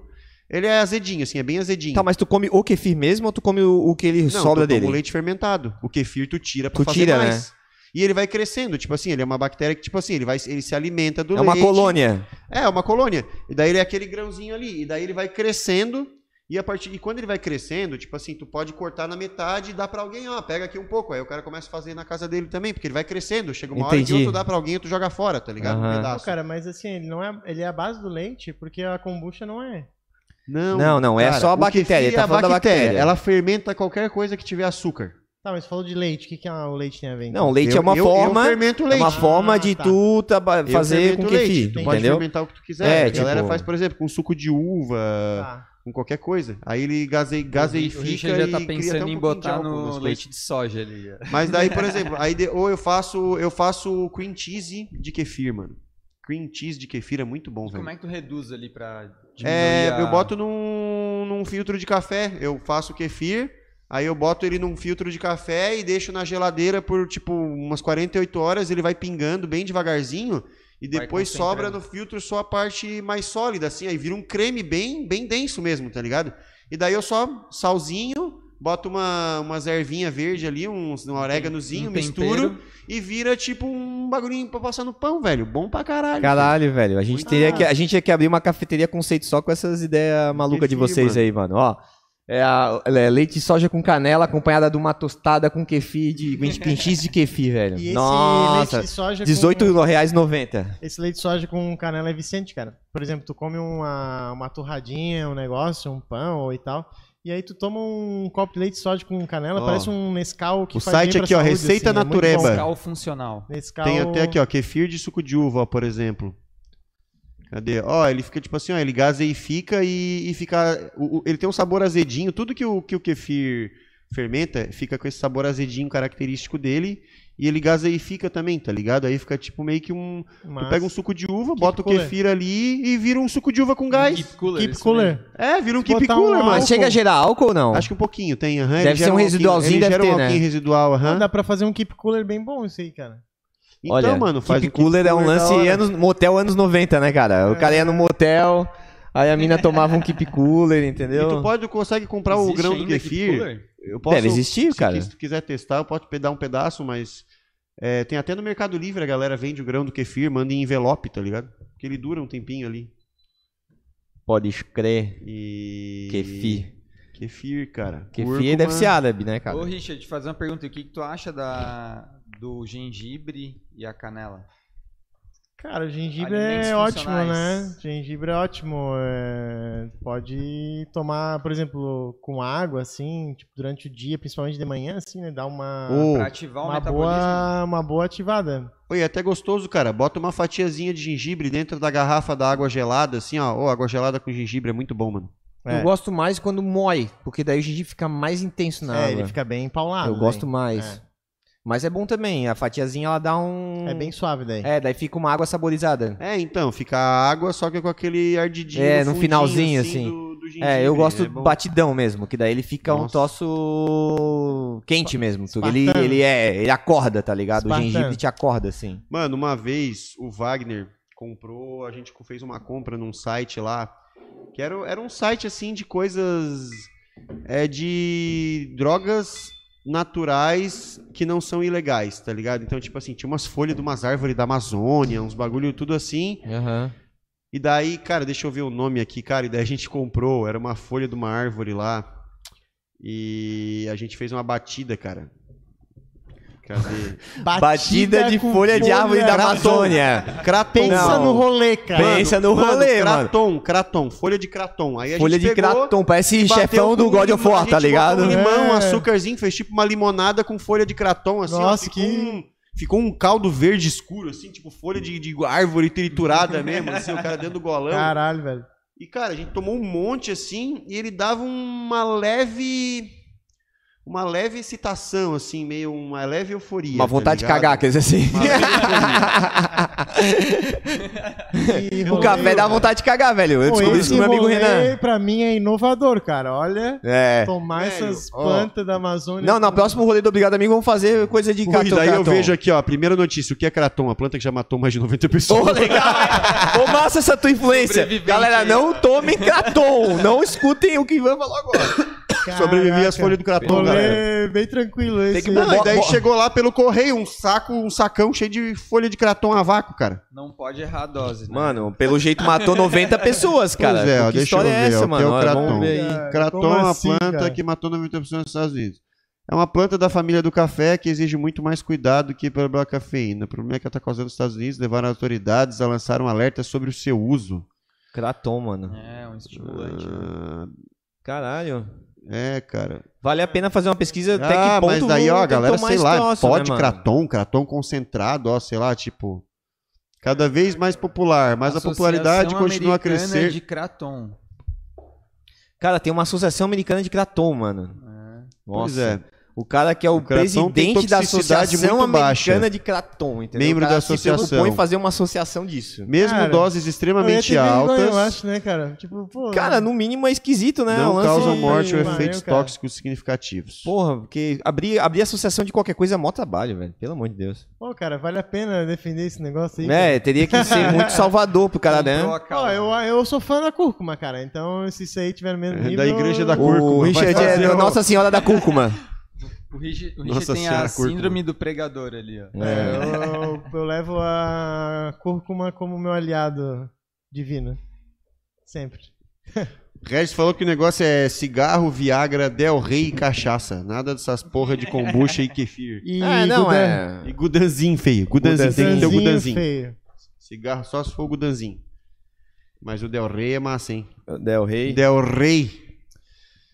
[SPEAKER 1] Ele é azedinho, assim, é bem azedinho.
[SPEAKER 3] Tá, mas tu come o kefir mesmo ou tu come o, o que ele
[SPEAKER 1] Não,
[SPEAKER 3] sobra
[SPEAKER 1] tu toma
[SPEAKER 3] dele?
[SPEAKER 1] o leite fermentado. O kefir tu tira pra
[SPEAKER 3] Tu
[SPEAKER 1] fazer
[SPEAKER 3] tira, né?
[SPEAKER 1] mais. E ele vai crescendo, tipo assim, ele é uma bactéria que, tipo assim, ele, vai, ele se alimenta do
[SPEAKER 3] é
[SPEAKER 1] leite.
[SPEAKER 3] uma colônia.
[SPEAKER 1] É, uma colônia. E daí ele é aquele grãozinho ali. E daí ele vai crescendo. E a partir e quando ele vai crescendo, tipo assim, tu pode cortar na metade e dar pra alguém, ó, pega aqui um pouco. Aí o cara começa a fazer na casa dele também, porque ele vai crescendo. Chega uma hora
[SPEAKER 3] Entendi.
[SPEAKER 1] que ou tu dá pra alguém ou tu joga fora, tá ligado? Um
[SPEAKER 3] Aham.
[SPEAKER 4] Pô,
[SPEAKER 1] pedaço.
[SPEAKER 4] cara, mas assim, ele não é, ele é a base do leite, porque a kombucha não é.
[SPEAKER 3] Não, não, é só a
[SPEAKER 1] o kefir
[SPEAKER 3] bactéria, ele
[SPEAKER 1] é
[SPEAKER 3] tá
[SPEAKER 1] a
[SPEAKER 3] falando da bactéria.
[SPEAKER 1] Ela fermenta qualquer coisa que tiver açúcar.
[SPEAKER 4] Tá, mas falou de leite, o que que ah, o leite tem a ver? então?
[SPEAKER 3] Não, leite é
[SPEAKER 1] Eu-
[SPEAKER 3] uma
[SPEAKER 1] eu-
[SPEAKER 3] forma.
[SPEAKER 1] Eu fermento
[SPEAKER 3] é
[SPEAKER 1] leite.
[SPEAKER 3] uma forma de
[SPEAKER 4] Ah, tá.
[SPEAKER 3] tu traba-
[SPEAKER 1] Eu
[SPEAKER 3] fazer com
[SPEAKER 1] fermento leite.
[SPEAKER 3] kefir,
[SPEAKER 1] Tu pode
[SPEAKER 3] entendeu?
[SPEAKER 1] fermentar o que tu quiser.
[SPEAKER 3] É,
[SPEAKER 1] a galera
[SPEAKER 3] tipo-
[SPEAKER 1] faz, por exemplo, com suco de uva,
[SPEAKER 4] Tá.
[SPEAKER 1] com qualquer coisa. Aí ele gaze, gaseifica
[SPEAKER 5] O Richard já
[SPEAKER 1] e
[SPEAKER 5] tá
[SPEAKER 1] cria até
[SPEAKER 5] pensando
[SPEAKER 1] um pouquinho de
[SPEAKER 5] em botar
[SPEAKER 1] álcool nas
[SPEAKER 5] no
[SPEAKER 1] coisas.
[SPEAKER 5] leite de soja ali.
[SPEAKER 1] Mas daí, por exemplo, aí de- ou eu faço, eu faço cream cheese de kefir, mano. Cream cheese de kefir é muito bom,
[SPEAKER 5] E como
[SPEAKER 1] velho.
[SPEAKER 5] é que tu reduz ali pra diminuir
[SPEAKER 1] É,
[SPEAKER 5] a-
[SPEAKER 1] eu boto num, num filtro de café, eu faço kefir, aí eu boto ele num filtro de café e deixo na geladeira por tipo umas 48 horas, ele vai pingando bem devagarzinho e
[SPEAKER 5] Vai
[SPEAKER 1] depois
[SPEAKER 5] concentrando.
[SPEAKER 1] sobra no filtro só a parte mais sólida assim, aí vira um creme bem, bem denso mesmo, tá ligado? E daí eu só salzinho, boto uma umas ervinha verde ali, uns um oréganozinho,
[SPEAKER 5] um
[SPEAKER 1] misturo
[SPEAKER 5] tempero.
[SPEAKER 1] e vira tipo um bagulhinho pra passar no pão, velho. Bom pra caralho.
[SPEAKER 3] Caralho, velho. A gente,
[SPEAKER 1] Ah.
[SPEAKER 3] teria que, a gente tinha que abrir uma cafeteria conceito só com essas ideias malucas de
[SPEAKER 1] Kefir,
[SPEAKER 3] vocês
[SPEAKER 1] mano.
[SPEAKER 3] aí, mano. Ó. É, a- é leite de soja com canela acompanhada de uma tostada com kefir de com X de kefir, velho.
[SPEAKER 4] E esse
[SPEAKER 3] Nossa,
[SPEAKER 4] leite de soja com...
[SPEAKER 3] R$18,90.
[SPEAKER 4] Esse leite de soja com canela é vicente, cara. Por exemplo, tu come uma, uma torradinha, um negócio, um pão e tal. E aí tu toma um copo de leite de soja com canela,
[SPEAKER 1] Ó.
[SPEAKER 4] parece um Nescau que
[SPEAKER 1] O
[SPEAKER 4] faz
[SPEAKER 1] site
[SPEAKER 4] bem pra
[SPEAKER 1] aqui, ó,
[SPEAKER 4] saúde,
[SPEAKER 1] Receita
[SPEAKER 4] assim, é muito
[SPEAKER 1] Natureba.
[SPEAKER 4] bom, cara.
[SPEAKER 5] Cal funcional.
[SPEAKER 4] Nescau...
[SPEAKER 1] Tem até aqui, ó, kefir de suco de uva, ó, por exemplo. Cadê? Ó, ele fica tipo assim, ó, ele gaseifica e, e fica. o- o- ele tem um sabor azedinho. Tudo que o, que o kefir fermenta fica com esse sabor azedinho característico dele. e ele gaseifica também, tá ligado? Aí fica tipo meio que um. Tu
[SPEAKER 4] Mas-
[SPEAKER 1] pega um suco de uva, bota
[SPEAKER 4] cooler.
[SPEAKER 1] o kefir ali e vira um suco de uva com gás.
[SPEAKER 5] Keep cooler.
[SPEAKER 4] Keep
[SPEAKER 5] isso
[SPEAKER 4] cooler.
[SPEAKER 1] É, vira um
[SPEAKER 4] Se
[SPEAKER 1] keep
[SPEAKER 4] botar um
[SPEAKER 1] cooler,
[SPEAKER 4] álcool-
[SPEAKER 1] mano.
[SPEAKER 3] Mas chega a gerar álcool ou não?
[SPEAKER 1] Acho que um pouquinho, tem. aham, ele
[SPEAKER 3] Deve ser
[SPEAKER 1] gera
[SPEAKER 3] um
[SPEAKER 1] alquinho-
[SPEAKER 3] residualzinho,
[SPEAKER 1] ele
[SPEAKER 3] deve
[SPEAKER 1] gera
[SPEAKER 3] ter,
[SPEAKER 1] um
[SPEAKER 3] né?
[SPEAKER 1] alquinho residual, aham.
[SPEAKER 4] Dá pra fazer um keep cooler bem bom isso aí, cara.
[SPEAKER 1] Então,
[SPEAKER 3] Olha,
[SPEAKER 1] mano, faz
[SPEAKER 3] Keep
[SPEAKER 1] um keep
[SPEAKER 3] cooler é um
[SPEAKER 1] da
[SPEAKER 3] lance
[SPEAKER 1] hora.
[SPEAKER 3] anos, motel anos 90, né, cara? O cara ia no motel, aí a mina tomava um keep cooler, entendeu?
[SPEAKER 1] E tu pode, consegue comprar o
[SPEAKER 5] Existe
[SPEAKER 1] grão do
[SPEAKER 5] ainda keep
[SPEAKER 1] kefir.
[SPEAKER 5] cooler?
[SPEAKER 1] Eu posso,
[SPEAKER 3] Deve existir,
[SPEAKER 1] se
[SPEAKER 3] cara.
[SPEAKER 1] quis- Se tu quiser testar, eu posso te dar um pedaço, mas é, tem até no Mercado Livre a galera vende o grão do kefir, manda em envelope, tá ligado? Porque ele dura um tempinho ali.
[SPEAKER 3] Pode crer.
[SPEAKER 1] E...
[SPEAKER 3] Kefir.
[SPEAKER 1] Kefir, cara.
[SPEAKER 3] Kefir
[SPEAKER 1] Cúrcuma.
[SPEAKER 3] deve ser árabe, né, cara?
[SPEAKER 5] Ô, Richard, te fazer uma pergunta. O que, que tu acha da, do gengibre e a canela?
[SPEAKER 4] Cara, o gengibre
[SPEAKER 5] Alimentos
[SPEAKER 4] é ótimo,
[SPEAKER 5] funcionais.
[SPEAKER 4] né? Gengibre é ótimo. é, Pode tomar, por exemplo, com água, assim, tipo, durante o dia, principalmente de manhã, assim, né? Dá uma,
[SPEAKER 1] Ô,
[SPEAKER 5] Pra ativar o
[SPEAKER 4] uma,
[SPEAKER 5] metabolismo?
[SPEAKER 4] boa, uma boa ativada.
[SPEAKER 1] Oi, é até gostoso, cara. Bota uma fatiazinha de gengibre dentro da garrafa da água gelada, assim, ó. Ô, água gelada com gengibre é muito bom, mano.
[SPEAKER 4] É.
[SPEAKER 3] Eu gosto mais quando moe, porque daí o gengibre fica mais intenso na
[SPEAKER 4] é,
[SPEAKER 3] água.
[SPEAKER 4] ele fica bem paulado.
[SPEAKER 3] Eu gosto mais.
[SPEAKER 4] É.
[SPEAKER 3] Mas é bom também, a fatiazinha ela dá um...
[SPEAKER 4] É bem suave daí.
[SPEAKER 3] É, daí fica uma água saborizada.
[SPEAKER 1] É, então, fica a água, só que com aquele ardidinho.
[SPEAKER 3] É, no
[SPEAKER 1] fundinho,
[SPEAKER 3] finalzinho, assim.
[SPEAKER 1] do- do
[SPEAKER 3] É, eu
[SPEAKER 1] gengibre,
[SPEAKER 3] gosto
[SPEAKER 1] bom.
[SPEAKER 3] batidão mesmo, que daí ele fica um
[SPEAKER 1] Nossa.
[SPEAKER 3] tosso quente mesmo. tu- Ele,
[SPEAKER 4] Espartano.
[SPEAKER 3] ele é, ele acorda, tá ligado? O
[SPEAKER 4] Espartano.
[SPEAKER 3] gengibre te acorda, assim.
[SPEAKER 1] Mano, uma vez o Wagner comprou, a gente fez uma compra num site lá, que era, era um site assim de coisas é, de drogas naturais que não são ilegais, tá ligado? Então, tipo assim, tinha umas folhas de umas árvores da Amazônia, uns bagulho tudo assim. E daí, cara, deixa eu ver o nome aqui, cara, e daí a gente comprou, era uma folha de uma árvore lá. E a gente fez uma batida, cara. Cadê?
[SPEAKER 3] É, Batida, de
[SPEAKER 4] com
[SPEAKER 3] folha de árvore da
[SPEAKER 4] Craton.
[SPEAKER 3] Amazônia.
[SPEAKER 1] Kratom.
[SPEAKER 4] Pensa
[SPEAKER 3] Não.
[SPEAKER 4] no rolê, cara.
[SPEAKER 3] Bem- Pensa no rolê, mano.
[SPEAKER 1] Craton, Craton, folha de Craton. Aí a
[SPEAKER 3] Folha
[SPEAKER 1] gente
[SPEAKER 3] de
[SPEAKER 1] pegou,
[SPEAKER 3] Kraton, parece
[SPEAKER 1] bateu
[SPEAKER 3] chefão do
[SPEAKER 1] com
[SPEAKER 3] God of
[SPEAKER 1] limão, a
[SPEAKER 3] War,
[SPEAKER 1] gente
[SPEAKER 3] tá
[SPEAKER 1] botou
[SPEAKER 3] ligado?
[SPEAKER 1] Um limão, um
[SPEAKER 4] É.
[SPEAKER 1] açúcarzinho, fez tipo uma limonada com folha de Craton, assim. ó,
[SPEAKER 4] Nossa,
[SPEAKER 1] ficou
[SPEAKER 4] que-
[SPEAKER 1] Um, ficou um caldo verde escuro, assim, tipo folha de, de árvore triturada mesmo, assim, o cara dentro do golão.
[SPEAKER 4] Caralho, velho.
[SPEAKER 1] E, cara, a gente tomou um monte, assim, e ele dava uma leve... Uma leve excitação, assim, meio uma leve euforia.
[SPEAKER 3] Uma
[SPEAKER 1] tá
[SPEAKER 3] vontade de
[SPEAKER 1] ligado?
[SPEAKER 3] cagar, aqueles assim.
[SPEAKER 1] Uma leve euforia.
[SPEAKER 4] Que
[SPEAKER 3] o
[SPEAKER 4] rolê,
[SPEAKER 3] café dá
[SPEAKER 4] velho.
[SPEAKER 3] vontade de cagar, velho. Eu
[SPEAKER 4] Pô,
[SPEAKER 3] descobri isso
[SPEAKER 4] esse
[SPEAKER 3] com meu amigo
[SPEAKER 4] rolê,
[SPEAKER 3] Renan.
[SPEAKER 4] Pra mim é inovador, cara. Olha,
[SPEAKER 3] É.
[SPEAKER 4] tomar
[SPEAKER 1] Velho,
[SPEAKER 4] essas
[SPEAKER 1] ó.
[SPEAKER 4] plantas da Amazônia.
[SPEAKER 3] Não, não, próximo rolê do Obrigado Amigo, vamos fazer coisa de
[SPEAKER 1] Luiz,
[SPEAKER 3] Kraton.
[SPEAKER 1] daí eu
[SPEAKER 3] Kraton.
[SPEAKER 1] vejo aqui, ó, a primeira notícia, o que é Kratom? A planta que já matou mais de 90 pessoas.
[SPEAKER 3] Ô, legal, hein? Ô, massa essa tua influência.
[SPEAKER 5] Sobrevivente
[SPEAKER 3] Galera,
[SPEAKER 5] aí.
[SPEAKER 3] não tomem Kraton. Não escutem o que o Ivan falou agora.
[SPEAKER 4] Caraca.
[SPEAKER 1] Sobrevivi às folhas do Kratom, galera.
[SPEAKER 4] Rolê É, bem tranquilo esse.
[SPEAKER 3] que
[SPEAKER 4] aí.
[SPEAKER 1] Não,
[SPEAKER 3] Bo-
[SPEAKER 1] e daí
[SPEAKER 3] bo-
[SPEAKER 1] chegou lá pelo correio um saco, um sacão cheio de folha de Kratom a vácuo, cara.
[SPEAKER 5] Não pode errar a dose, né?
[SPEAKER 3] Mano, pelo jeito matou 90 pessoas, cara.
[SPEAKER 1] Pois é, ó, deixa
[SPEAKER 3] que
[SPEAKER 1] eu
[SPEAKER 3] história é
[SPEAKER 1] ver, ó,
[SPEAKER 3] essa,
[SPEAKER 1] que é
[SPEAKER 3] mano?
[SPEAKER 1] o
[SPEAKER 3] Olha,
[SPEAKER 1] Kraton.
[SPEAKER 3] Vamos ver aí.
[SPEAKER 4] Cara,
[SPEAKER 1] Kratom
[SPEAKER 4] como
[SPEAKER 1] é uma
[SPEAKER 4] assim,
[SPEAKER 1] planta
[SPEAKER 4] cara?
[SPEAKER 1] que matou 90 pessoas nos Estados Unidos. É uma planta da família do café que exige muito mais cuidado que pela pela cafeína. O problema é que ela está causando nos Estados Unidos, levaram autoridades a lançar um alerta sobre o seu uso.
[SPEAKER 3] Kraton, mano.
[SPEAKER 5] É, um estimulante. né?
[SPEAKER 1] Ah,
[SPEAKER 3] Caralho.
[SPEAKER 1] é, cara.
[SPEAKER 3] Vale a pena fazer uma pesquisa até
[SPEAKER 1] ah,
[SPEAKER 3] que ponto
[SPEAKER 1] mas daí, ó,
[SPEAKER 3] tem
[SPEAKER 1] a
[SPEAKER 3] que
[SPEAKER 1] galera,
[SPEAKER 3] tomar
[SPEAKER 1] sei
[SPEAKER 3] esse
[SPEAKER 1] lá,
[SPEAKER 3] troço,
[SPEAKER 1] pode
[SPEAKER 3] né, mano?
[SPEAKER 1] Kratom, Kratom concentrado, ó, sei lá, tipo... Cada vez mais popular, mas a
[SPEAKER 5] Associação
[SPEAKER 1] popularidade continua a
[SPEAKER 5] Americana
[SPEAKER 1] crescer.
[SPEAKER 5] de Kratom.
[SPEAKER 3] Cara, tem uma associação americana de Kraton, mano.
[SPEAKER 5] né?
[SPEAKER 1] Pois
[SPEAKER 3] Nossa.
[SPEAKER 1] é.
[SPEAKER 3] O cara que é o,
[SPEAKER 1] O Kraton tem
[SPEAKER 3] presidente da
[SPEAKER 1] toxicidade
[SPEAKER 3] Associação
[SPEAKER 1] muito
[SPEAKER 3] Americana
[SPEAKER 1] baixa.
[SPEAKER 3] de Kraton, entendeu?
[SPEAKER 1] Membro
[SPEAKER 3] O cara
[SPEAKER 1] da
[SPEAKER 3] Se
[SPEAKER 1] associação.
[SPEAKER 3] propõe fazer uma associação disso.
[SPEAKER 1] Mesmo
[SPEAKER 4] Cara,
[SPEAKER 1] doses
[SPEAKER 4] Eu ia
[SPEAKER 1] extremamente
[SPEAKER 4] ter É, vergonha,
[SPEAKER 1] altas,
[SPEAKER 4] Eu acho, né, cara? Tipo, pô.
[SPEAKER 3] Cara, no mínimo é esquisito, né? O
[SPEAKER 1] não
[SPEAKER 3] lance-
[SPEAKER 1] causam
[SPEAKER 4] de-
[SPEAKER 1] morte ou
[SPEAKER 4] Valeu,
[SPEAKER 1] efeitos
[SPEAKER 4] cara.
[SPEAKER 1] tóxicos significativos.
[SPEAKER 3] Porra, porque abrir, abrir associação de qualquer coisa é mó trabalho, velho. Pelo amor de Deus.
[SPEAKER 4] Pô, cara, vale a pena defender esse negócio aí. cara?
[SPEAKER 3] É, teria que ser muito salvador pro cara, né?
[SPEAKER 5] Comprou a
[SPEAKER 4] Ó,
[SPEAKER 5] causa.
[SPEAKER 4] eu, eu sou fã da cúrcuma, cara. Então, se isso aí tiver no mesmo
[SPEAKER 1] É,
[SPEAKER 4] nível...
[SPEAKER 1] da igreja da cúrcuma.
[SPEAKER 3] O
[SPEAKER 1] vai
[SPEAKER 3] Richard é
[SPEAKER 1] fazer o-
[SPEAKER 3] Nossa Senhora da Cúrcuma.
[SPEAKER 5] O Richard, o
[SPEAKER 1] Nossa
[SPEAKER 5] Richard tem a
[SPEAKER 1] Senhora, curto.
[SPEAKER 5] síndrome do pregador ali, ó.
[SPEAKER 4] É, eu, eu levo a cúrcuma como meu aliado divino. Sempre.
[SPEAKER 1] Regis falou que o negócio é cigarro, Viagra, Del Rey e cachaça. Nada dessas porra de kombucha e kefir.
[SPEAKER 4] E
[SPEAKER 3] É, não,
[SPEAKER 4] Gudan-
[SPEAKER 3] é.
[SPEAKER 1] E gudanzinho, feio. Ah, Gudanzinho, tem que ter o
[SPEAKER 4] Gudanzinho
[SPEAKER 1] gudanzinho.
[SPEAKER 4] feio.
[SPEAKER 1] Cigarro só se for o gudanzinho. Mas o Del Rey é massa, hein?
[SPEAKER 3] Del Rey.
[SPEAKER 1] Del Rey.